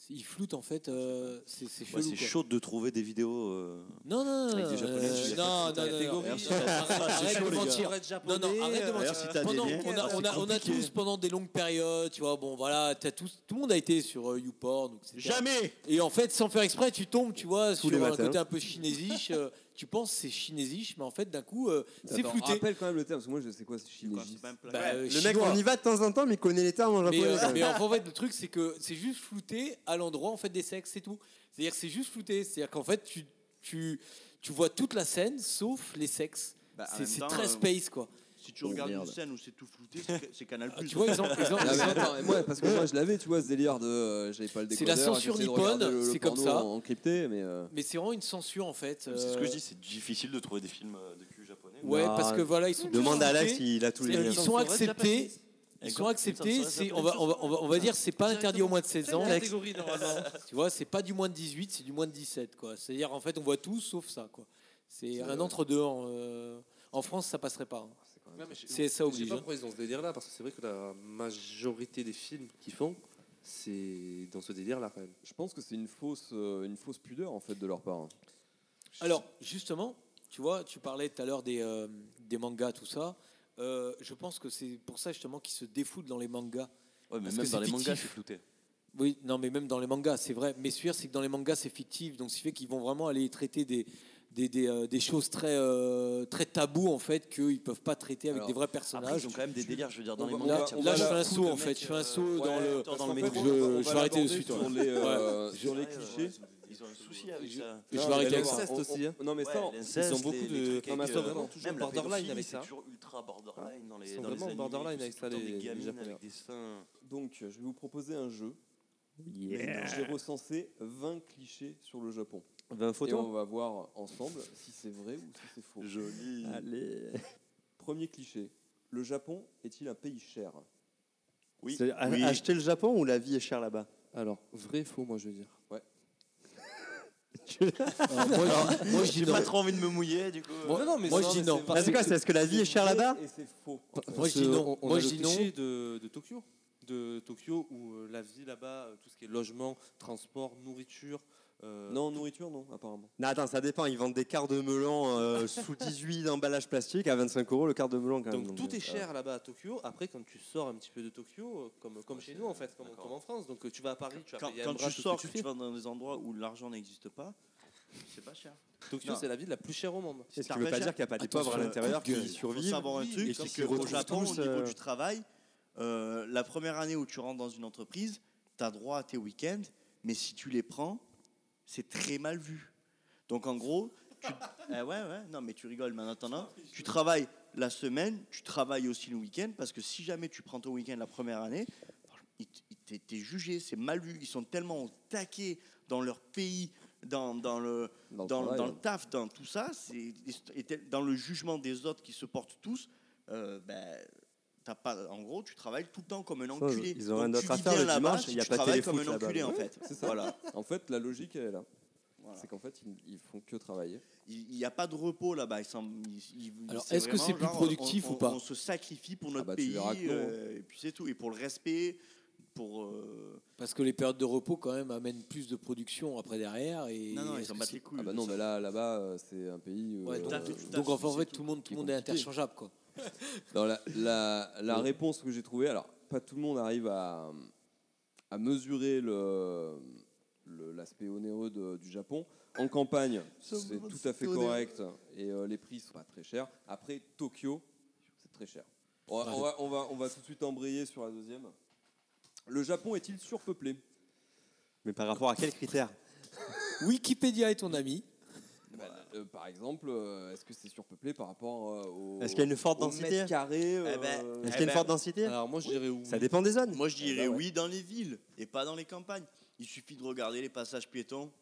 [SPEAKER 1] Ils floutent, en fait. euh, c'est c'est chelou.
[SPEAKER 7] Ouais, C'est
[SPEAKER 1] quoi.
[SPEAKER 7] chaud de trouver des vidéos. euh,
[SPEAKER 1] Non, non, non.
[SPEAKER 7] Avec des
[SPEAKER 1] euh,
[SPEAKER 7] Japonais, je suis
[SPEAKER 1] non,
[SPEAKER 4] T'as
[SPEAKER 1] non,
[SPEAKER 4] la
[SPEAKER 1] non, non.
[SPEAKER 4] catégorie,
[SPEAKER 1] Arrête-
[SPEAKER 4] euh,
[SPEAKER 1] Arrête de mentir. Non, non, arrête de
[SPEAKER 3] euh,
[SPEAKER 1] mentir.
[SPEAKER 7] D'ailleurs, si t'as des
[SPEAKER 1] Pendant-
[SPEAKER 7] liens,
[SPEAKER 1] on, a,
[SPEAKER 7] c'est
[SPEAKER 1] on, a, on a
[SPEAKER 7] compliqué.
[SPEAKER 1] tous pendant des longues périodes, tu vois, bon voilà, t'as tous, tout le monde a été sur euh, YouPorn. etc.
[SPEAKER 3] Jamais
[SPEAKER 1] Et en fait, sans faire exprès, tu tombes, tu vois,
[SPEAKER 6] Tous les
[SPEAKER 1] sur un
[SPEAKER 6] matins.
[SPEAKER 1] côté un peu chinésiche. euh, tu penses c'est chinésiche, mais en fait, d'un coup, euh, c'est
[SPEAKER 2] Attends,
[SPEAKER 1] flouté.
[SPEAKER 2] Rappelle quand même le terme, parce que moi, je sais quoi, c'est
[SPEAKER 3] Quoi,
[SPEAKER 2] chinégie.
[SPEAKER 3] c'est pas un plat.
[SPEAKER 1] Bah, euh,
[SPEAKER 6] Le mec,
[SPEAKER 1] chinois.
[SPEAKER 6] on y va de temps en temps, mais il connaît les termes en japonais.
[SPEAKER 1] Mais, euh,
[SPEAKER 6] quand même.
[SPEAKER 1] mais en- en fait, le truc, c'est que c'est juste flouté à l'endroit en fait des sexes, c'est tout. C'est-à-dire que c'est juste flouté. C'est-à-dire qu'en fait, tu, tu, tu vois toute la scène sauf les sexes.
[SPEAKER 3] Bah, en
[SPEAKER 1] C'est-
[SPEAKER 3] même
[SPEAKER 1] c'est
[SPEAKER 3] temps,
[SPEAKER 1] très
[SPEAKER 3] euh,
[SPEAKER 1] space, quoi.
[SPEAKER 3] Si tu
[SPEAKER 6] Oh,
[SPEAKER 3] regardes une scène où c'est tout flouté, c'est c'est Canal
[SPEAKER 1] Ah, tu vois, ils ont. ils ont-
[SPEAKER 2] Ah, mais
[SPEAKER 1] ils ont-
[SPEAKER 2] attends, mais moi, parce que moi, je l'avais, tu vois, ce délire de. euh, J'avais pas le
[SPEAKER 1] C'est
[SPEAKER 2] décodeur.
[SPEAKER 1] la censure
[SPEAKER 2] j'essayais de regarder
[SPEAKER 1] nippone,
[SPEAKER 2] le- le
[SPEAKER 1] c'est comme
[SPEAKER 2] porno
[SPEAKER 1] ça.
[SPEAKER 2] en- Encrypté, mais. euh,
[SPEAKER 1] Mais c'est vraiment une censure en fait.
[SPEAKER 7] C'est ce que
[SPEAKER 1] euh,
[SPEAKER 7] je dis, c'est difficile de trouver des films euh, de cul japonais.
[SPEAKER 1] Ouais,
[SPEAKER 6] Non,
[SPEAKER 1] parce que voilà, ils sont.
[SPEAKER 6] Demande
[SPEAKER 1] tous
[SPEAKER 6] à Alex,
[SPEAKER 1] floutés.
[SPEAKER 6] il a tous les
[SPEAKER 1] C'est-à-dire,
[SPEAKER 6] liens.
[SPEAKER 1] Ils sont acceptés. Ils
[SPEAKER 7] Et
[SPEAKER 1] sont
[SPEAKER 7] quand-
[SPEAKER 1] acceptés.
[SPEAKER 7] ça me
[SPEAKER 1] C'est
[SPEAKER 7] semble
[SPEAKER 1] on va on va on va- on va dire c'est pas interdit au moins de 16 ans.
[SPEAKER 4] C'est la catégorie, normalement.
[SPEAKER 1] Tu vois, c'est pas du moins de 18, c'est du moins de 17 quoi. C'est-à-dire en fait, on voit tout sauf ça quoi. C'est un entre deux en euh, en France, ça passerait pas. hein.
[SPEAKER 4] Ouais, mais je-
[SPEAKER 1] C'est ça
[SPEAKER 4] je sais
[SPEAKER 1] oblige.
[SPEAKER 4] pas
[SPEAKER 1] hein.
[SPEAKER 4] pourquoi ils ont ce délire-là, parce que c'est vrai que la majorité des films qu'ils font, c'est dans ce délire-là quand même.
[SPEAKER 2] Je pense que c'est une fausse, euh, une fausse pudeur en fait de leur part.
[SPEAKER 1] Alors, justement, tu vois, tu parlais tout à l'heure des, euh, des mangas, tout ça. Euh, je pense que c'est pour ça justement qu'ils se défoutent dans les mangas.
[SPEAKER 7] Ouais, mais
[SPEAKER 1] Parce
[SPEAKER 7] même
[SPEAKER 1] que
[SPEAKER 7] dans
[SPEAKER 1] c'est
[SPEAKER 7] les mangas,
[SPEAKER 1] fictif.
[SPEAKER 7] c'est flouté.
[SPEAKER 1] Oui, non, mais même dans les mangas, c'est vrai. Mais sûr, c'est que dans les mangas, c'est fictif. Donc, ce qui fait qu'ils vont vraiment aller traiter des, des, des, euh, des choses très, euh, très taboues, en fait, qu'ils ne peuvent pas traiter avec
[SPEAKER 2] Alors,
[SPEAKER 1] des vrais
[SPEAKER 7] Après,
[SPEAKER 1] personnages.
[SPEAKER 7] Ah, ils ont quand même des délires, je veux dire, dans
[SPEAKER 2] on
[SPEAKER 7] les
[SPEAKER 2] va-
[SPEAKER 7] mangas.
[SPEAKER 1] là,
[SPEAKER 7] t'as
[SPEAKER 1] là,
[SPEAKER 7] pas
[SPEAKER 1] je
[SPEAKER 7] le
[SPEAKER 1] fais un
[SPEAKER 7] coup
[SPEAKER 1] saut,
[SPEAKER 7] de
[SPEAKER 1] en fait.
[SPEAKER 7] mec,
[SPEAKER 1] Je fais un
[SPEAKER 7] euh,
[SPEAKER 1] saut dans le.
[SPEAKER 7] dans le métro.
[SPEAKER 1] je- je vais arrêter de suite,
[SPEAKER 2] Sur
[SPEAKER 1] ouais.
[SPEAKER 2] les, euh, sur les
[SPEAKER 7] Ouais,
[SPEAKER 2] clichés.
[SPEAKER 7] Ils ont un souci avec ça.
[SPEAKER 1] Je vais
[SPEAKER 2] Non, mais
[SPEAKER 1] arrêter
[SPEAKER 2] les-
[SPEAKER 1] avec ça.
[SPEAKER 4] l'inceste
[SPEAKER 2] on- on-
[SPEAKER 4] aussi, hein.
[SPEAKER 2] Non mais ça, on-
[SPEAKER 4] ils ont beaucoup de- non, mais ça, vraiment, toujours borderline avec ça.
[SPEAKER 7] C'est toujours ultra borderline dans les.
[SPEAKER 4] Ils sont
[SPEAKER 7] dans les
[SPEAKER 4] vraiment
[SPEAKER 7] animés,
[SPEAKER 4] borderline
[SPEAKER 7] tout,
[SPEAKER 4] avec
[SPEAKER 7] c'est
[SPEAKER 4] ça,
[SPEAKER 7] tout le temps
[SPEAKER 4] les-
[SPEAKER 7] Des
[SPEAKER 4] les
[SPEAKER 7] gamines
[SPEAKER 4] Japonais.
[SPEAKER 7] avec des seins.
[SPEAKER 2] donc euh, je vais vous proposer un jeu. J'ai recensé 20 clichés sur le Japon.
[SPEAKER 6] 20
[SPEAKER 2] Et on
[SPEAKER 6] photos
[SPEAKER 2] va voir ensemble si c'est vrai ou si c'est faux.
[SPEAKER 7] Joli.
[SPEAKER 6] Allez.
[SPEAKER 2] Premier cliché. Le Japon est-il un pays cher
[SPEAKER 7] Oui.
[SPEAKER 6] C'est- a- Acheter le Japon ou la vie est chère là-bas
[SPEAKER 4] Alors, vrai faux, moi je veux dire.
[SPEAKER 1] Alors, moi, je- moi, je dis
[SPEAKER 7] J'ai
[SPEAKER 1] non.
[SPEAKER 7] pas trop envie de me mouiller, du coup.
[SPEAKER 1] Moi,
[SPEAKER 4] non, mais
[SPEAKER 1] moi,
[SPEAKER 4] non,
[SPEAKER 1] je dis
[SPEAKER 4] mais
[SPEAKER 1] non.
[SPEAKER 4] c'est
[SPEAKER 6] Ah, C'est quoi c'est- Est-ce que la vie est chère là-bas
[SPEAKER 2] Et c'est faux.
[SPEAKER 1] Moi, je dis non.
[SPEAKER 4] On, on
[SPEAKER 1] Moi,
[SPEAKER 4] a
[SPEAKER 1] je
[SPEAKER 4] le
[SPEAKER 1] dis
[SPEAKER 4] cliché
[SPEAKER 1] non.
[SPEAKER 4] de, de Tokyo. de Tokyo où euh, la vie là-bas, euh, tout ce qui est logement, transport, nourriture. euh,
[SPEAKER 2] Non, nourriture, non, apparemment.
[SPEAKER 6] Non, attends, ça dépend. Ils vendent des quarts de melon euh, sous 18 emballages plastiques à 25 euros le quart de melon quand même. euh,
[SPEAKER 4] Donc tout est cher là-bas à Tokyo. Après, quand tu sors un petit peu de Tokyo, euh, comme, comme chez nous en fait, comme,
[SPEAKER 7] d'accord.
[SPEAKER 4] comme en France, donc euh, tu vas à Paris, tu vas
[SPEAKER 3] Quand,
[SPEAKER 4] payer un
[SPEAKER 3] quand
[SPEAKER 4] bras
[SPEAKER 3] tu
[SPEAKER 4] tout ce que
[SPEAKER 3] sors,
[SPEAKER 4] tu
[SPEAKER 3] tu,
[SPEAKER 4] fais.
[SPEAKER 3] vas dans des endroits où l'argent n'existe pas, c'est pas cher.
[SPEAKER 4] Tokyo,
[SPEAKER 3] Non.
[SPEAKER 4] c'est la ville la plus chère au monde.
[SPEAKER 6] Ce
[SPEAKER 3] C'est
[SPEAKER 6] qui veut
[SPEAKER 3] pas
[SPEAKER 6] pas
[SPEAKER 3] cher.
[SPEAKER 6] dire qu'il n'y a pas des
[SPEAKER 1] Attention,
[SPEAKER 6] pauvres à l'intérieur
[SPEAKER 1] coup de
[SPEAKER 6] qui
[SPEAKER 1] gueule.
[SPEAKER 3] Faut
[SPEAKER 6] survivent.
[SPEAKER 3] savoir un
[SPEAKER 6] Oui, et
[SPEAKER 3] truc,
[SPEAKER 6] qui
[SPEAKER 3] c'est
[SPEAKER 6] se
[SPEAKER 3] que au
[SPEAKER 6] retrouvent
[SPEAKER 3] Japon,
[SPEAKER 6] tous,
[SPEAKER 3] au niveau
[SPEAKER 6] euh,
[SPEAKER 3] du travail, euh, la première année où tu rentres dans une entreprise, tu as droit à tes week-ends, mais si tu les prends, c'est très mal vu. Donc en gros, tu, Eh ouais, ouais, non mais tu rigoles, mais en attendant, tu travailles la semaine, tu travailles aussi le week-end, parce que si jamais tu prends ton week-end la première année, il t- il t'est- t'es jugé, c'est mal vu. Ils sont tellement au taquet dans leur pays, dans, dans le
[SPEAKER 2] Dans le
[SPEAKER 3] dans,
[SPEAKER 2] travail,
[SPEAKER 3] dans le
[SPEAKER 2] ouais.
[SPEAKER 3] taf, dans tout ça, c'est et t'es- dans le jugement des autres qui se portent tous, euh, ben, t'as pas, en gros, tu travailles tout le temps comme un
[SPEAKER 6] Ça,
[SPEAKER 3] enculé.
[SPEAKER 6] ils ont
[SPEAKER 3] Donc,
[SPEAKER 6] rien
[SPEAKER 3] tu
[SPEAKER 6] d'autre à
[SPEAKER 3] vis
[SPEAKER 6] faire
[SPEAKER 3] bien
[SPEAKER 6] le
[SPEAKER 3] là-bas
[SPEAKER 6] dimanche,
[SPEAKER 3] si
[SPEAKER 6] il y a
[SPEAKER 3] tu
[SPEAKER 6] pas de
[SPEAKER 3] travailles
[SPEAKER 6] téléfoot
[SPEAKER 3] comme un
[SPEAKER 6] là-bas,
[SPEAKER 3] enculé, en
[SPEAKER 6] donc.
[SPEAKER 3] fait.
[SPEAKER 2] C'est ça.
[SPEAKER 3] Voilà.
[SPEAKER 2] En fait, la logique, elle est là.
[SPEAKER 3] Voilà.
[SPEAKER 2] C'est qu'en fait, ils, ils font que travailler.
[SPEAKER 3] Il n'y a pas de repos là-bas. Ils s'en- ils- ils-
[SPEAKER 1] Alors, est-ce que
[SPEAKER 3] vraiment
[SPEAKER 1] c'est plus
[SPEAKER 3] genre,
[SPEAKER 1] productif
[SPEAKER 3] on-
[SPEAKER 1] ou pas
[SPEAKER 3] On se sacrifie pour notre
[SPEAKER 6] Ah
[SPEAKER 2] bah, tu
[SPEAKER 3] pays,
[SPEAKER 2] verras que non.
[SPEAKER 3] euh, et puis c'est tout. Et pour le respect, pour. euh,
[SPEAKER 1] Parce que les périodes de repos, quand même, amènent plus de production après derrière. Et
[SPEAKER 3] Non, non, ils
[SPEAKER 1] est-ce
[SPEAKER 3] s'en
[SPEAKER 1] que
[SPEAKER 3] battent
[SPEAKER 1] c'est-
[SPEAKER 3] les couilles.
[SPEAKER 2] ah bah non,
[SPEAKER 3] ça.
[SPEAKER 2] mais là, là-bas, euh, c'est un pays.
[SPEAKER 1] Ouais,
[SPEAKER 2] euh,
[SPEAKER 1] donc,
[SPEAKER 3] t'as fait tout à
[SPEAKER 1] donc, en
[SPEAKER 3] fait,
[SPEAKER 1] fait,
[SPEAKER 3] c'est
[SPEAKER 1] tout le monde, tout le monde est
[SPEAKER 2] compliqué.
[SPEAKER 1] interchangeable, quoi.
[SPEAKER 2] Dans la, la- la
[SPEAKER 6] Ouais.
[SPEAKER 2] réponse que j'ai trouvée, alors pas tout le monde arrive à, à mesurer le- le- l'aspect onéreux de- du Japon. En campagne,
[SPEAKER 3] Ça me
[SPEAKER 2] c'est
[SPEAKER 3] va,
[SPEAKER 2] tout à fait
[SPEAKER 3] c'est onéreux.
[SPEAKER 2] correct et euh, les prix sont pas très chers. Après, Tokyo, c'est très cher. On va, on va- on va- on va tout de suite embrayer sur la deuxième. Le Japon est-il surpeuplé
[SPEAKER 6] Mais par rapport à quels critères
[SPEAKER 1] Wikipédia est ton ami.
[SPEAKER 2] Euh, Par exemple, euh, est-ce que c'est surpeuplé par rapport euh, au,
[SPEAKER 6] Est-ce qu'il y a une forte
[SPEAKER 2] au
[SPEAKER 6] densité
[SPEAKER 2] mètre carré euh,
[SPEAKER 3] Eh ben,
[SPEAKER 6] Est-ce
[SPEAKER 3] Eh
[SPEAKER 6] qu'il y a une
[SPEAKER 3] ben,
[SPEAKER 6] forte densité
[SPEAKER 4] Alors moi, je dirais où
[SPEAKER 6] Ça dépend des zones.
[SPEAKER 3] Moi, je dirais
[SPEAKER 1] eh ben
[SPEAKER 2] bah ouais.
[SPEAKER 3] oui dans les villes et pas dans les campagnes. Il suffit de regarder les passages piétons.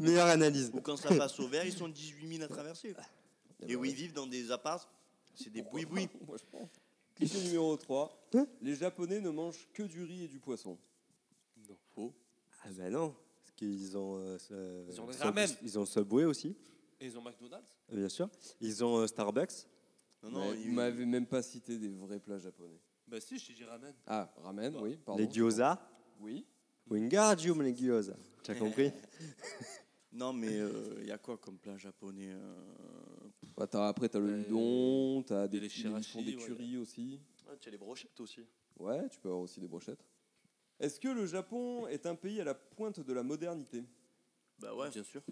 [SPEAKER 6] Meilleure analyse.
[SPEAKER 3] Ou quand ça passe au vert, ils sont 18 000 à
[SPEAKER 1] Ah,
[SPEAKER 3] traverser.
[SPEAKER 2] Eh
[SPEAKER 3] Et
[SPEAKER 2] ben,
[SPEAKER 3] où ils vivent dans des apparts, c'est des
[SPEAKER 2] Pourquoi
[SPEAKER 3] boui-boui.
[SPEAKER 2] pas, Moi, je pense. Cliché numéro 3.
[SPEAKER 6] Hein
[SPEAKER 2] Les Japonais ne mangent que du riz et du poisson.
[SPEAKER 6] Ah bah non, parce qu'ils ont. euh, ce-
[SPEAKER 4] Ils ont des
[SPEAKER 6] ce-
[SPEAKER 4] ramen.
[SPEAKER 6] Ils ont Subway aussi,
[SPEAKER 4] Et ils ont McDonald's
[SPEAKER 6] euh, bien sûr. Ils ont euh, Starbucks.
[SPEAKER 3] Non, non,
[SPEAKER 2] Mais
[SPEAKER 3] ils-
[SPEAKER 2] vous m'avez même pas cité des vrais plats japonais.
[SPEAKER 4] Bah si, je te dis ramen.
[SPEAKER 2] Ah, ramen, oui, pardon.
[SPEAKER 6] Bah, Les gyoza.
[SPEAKER 2] Oui.
[SPEAKER 6] Wingardium les gyoza. Tu as compris
[SPEAKER 3] non, mais il y a quoi comme plat japonais euh,
[SPEAKER 2] Bah, t'as- après, t'as le
[SPEAKER 4] Euh,
[SPEAKER 2] udon, t'as des,
[SPEAKER 4] les
[SPEAKER 2] ils font
[SPEAKER 4] shirashi,
[SPEAKER 2] des
[SPEAKER 4] ouais.
[SPEAKER 2] currys aussi.
[SPEAKER 7] Ah, tu as les brochettes aussi.
[SPEAKER 2] Ouais, tu peux avoir aussi des brochettes. Est-ce que le Japon est un pays à la pointe de la modernité
[SPEAKER 3] Bah ouais.
[SPEAKER 4] Bien sûr.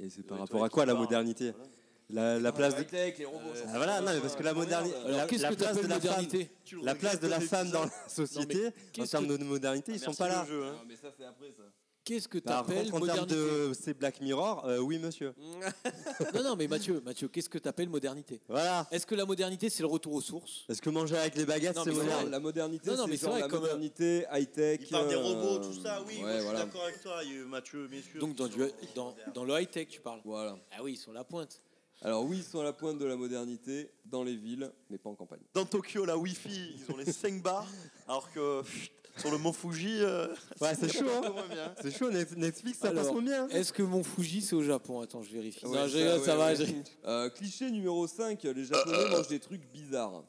[SPEAKER 6] Et c'est
[SPEAKER 7] Ouais,
[SPEAKER 6] par
[SPEAKER 7] toi,
[SPEAKER 6] rapport à
[SPEAKER 7] tu
[SPEAKER 6] quoi la
[SPEAKER 7] pars,
[SPEAKER 6] modernité La
[SPEAKER 4] Ah,
[SPEAKER 2] Ah,
[SPEAKER 6] la place de.
[SPEAKER 2] les robots.
[SPEAKER 4] ça.
[SPEAKER 6] Ah voilà, non, mais parce que la modernité.
[SPEAKER 1] Alors, qu'est-ce que tu
[SPEAKER 6] place de
[SPEAKER 1] appelles
[SPEAKER 6] la femme.
[SPEAKER 1] modernité
[SPEAKER 3] Tu le
[SPEAKER 6] La
[SPEAKER 3] regardes
[SPEAKER 6] place de la
[SPEAKER 3] des
[SPEAKER 6] femme dans
[SPEAKER 3] épisodes.
[SPEAKER 6] la société, en
[SPEAKER 1] qu'est-ce
[SPEAKER 6] termes de modernité, ils
[SPEAKER 7] Ah,
[SPEAKER 6] sont
[SPEAKER 7] merci
[SPEAKER 6] pas
[SPEAKER 7] le
[SPEAKER 6] là.
[SPEAKER 7] jeu, hein.
[SPEAKER 4] Non, mais ça, c'est après ça.
[SPEAKER 1] Qu'est-ce que tu
[SPEAKER 6] Par
[SPEAKER 1] appelles
[SPEAKER 6] contre, en termes
[SPEAKER 1] modernité
[SPEAKER 6] de c'est Black Mirror, euh, oui monsieur.
[SPEAKER 1] Non, non, mais Mathieu, Mathieu, qu'est-ce que tu appelles modernité
[SPEAKER 6] Voilà.
[SPEAKER 1] Est-ce que la modernité, c'est le retour aux sources
[SPEAKER 6] Est-ce que manger avec les baguettes,
[SPEAKER 1] Non,
[SPEAKER 6] c'est
[SPEAKER 1] mais c'est
[SPEAKER 6] moderne
[SPEAKER 1] vrai.
[SPEAKER 2] la modernité,
[SPEAKER 1] Non, non, mais
[SPEAKER 2] c'est
[SPEAKER 1] c'est
[SPEAKER 2] genre
[SPEAKER 1] vrai,
[SPEAKER 2] la
[SPEAKER 1] comme, euh,
[SPEAKER 2] modernité high-tech.
[SPEAKER 3] Ils parlent des
[SPEAKER 2] euh,
[SPEAKER 3] robots, tout ça, oui,
[SPEAKER 2] ouais,
[SPEAKER 3] moi, je suis
[SPEAKER 2] voilà.
[SPEAKER 3] d'accord avec toi, il y a eu Mathieu, bien sûr.
[SPEAKER 1] Donc, dans,
[SPEAKER 3] ils
[SPEAKER 1] du-
[SPEAKER 3] sont
[SPEAKER 1] dans,
[SPEAKER 3] modernes.
[SPEAKER 1] dans le high-tech, tu parles.
[SPEAKER 2] Voilà.
[SPEAKER 1] Ah oui, ils sont la pointe.
[SPEAKER 2] Alors oui, ils sont à la pointe de la modernité dans les villes, mais pas en campagne.
[SPEAKER 7] Dans Tokyo, la Wi-Fi, ils ont les 5 bars, alors que pff, sur le mont Fuji, euh,
[SPEAKER 6] Ouais, c'est chaud. hein.
[SPEAKER 7] moins bien.
[SPEAKER 6] C'est chaud. Net- Netflix, ça
[SPEAKER 1] Alors,
[SPEAKER 6] passe combien hein
[SPEAKER 1] Est-ce que mon Fuji, c'est au Japon Attends, je vérifie.
[SPEAKER 2] Ah Ouais,
[SPEAKER 1] non, je
[SPEAKER 2] ça,
[SPEAKER 1] rigole,
[SPEAKER 2] ouais,
[SPEAKER 1] ça va.
[SPEAKER 2] ouais.
[SPEAKER 1] je rigole.
[SPEAKER 2] Euh, cliché numéro 5, les
[SPEAKER 3] Euh,
[SPEAKER 2] Japonais mangent des trucs bizarres.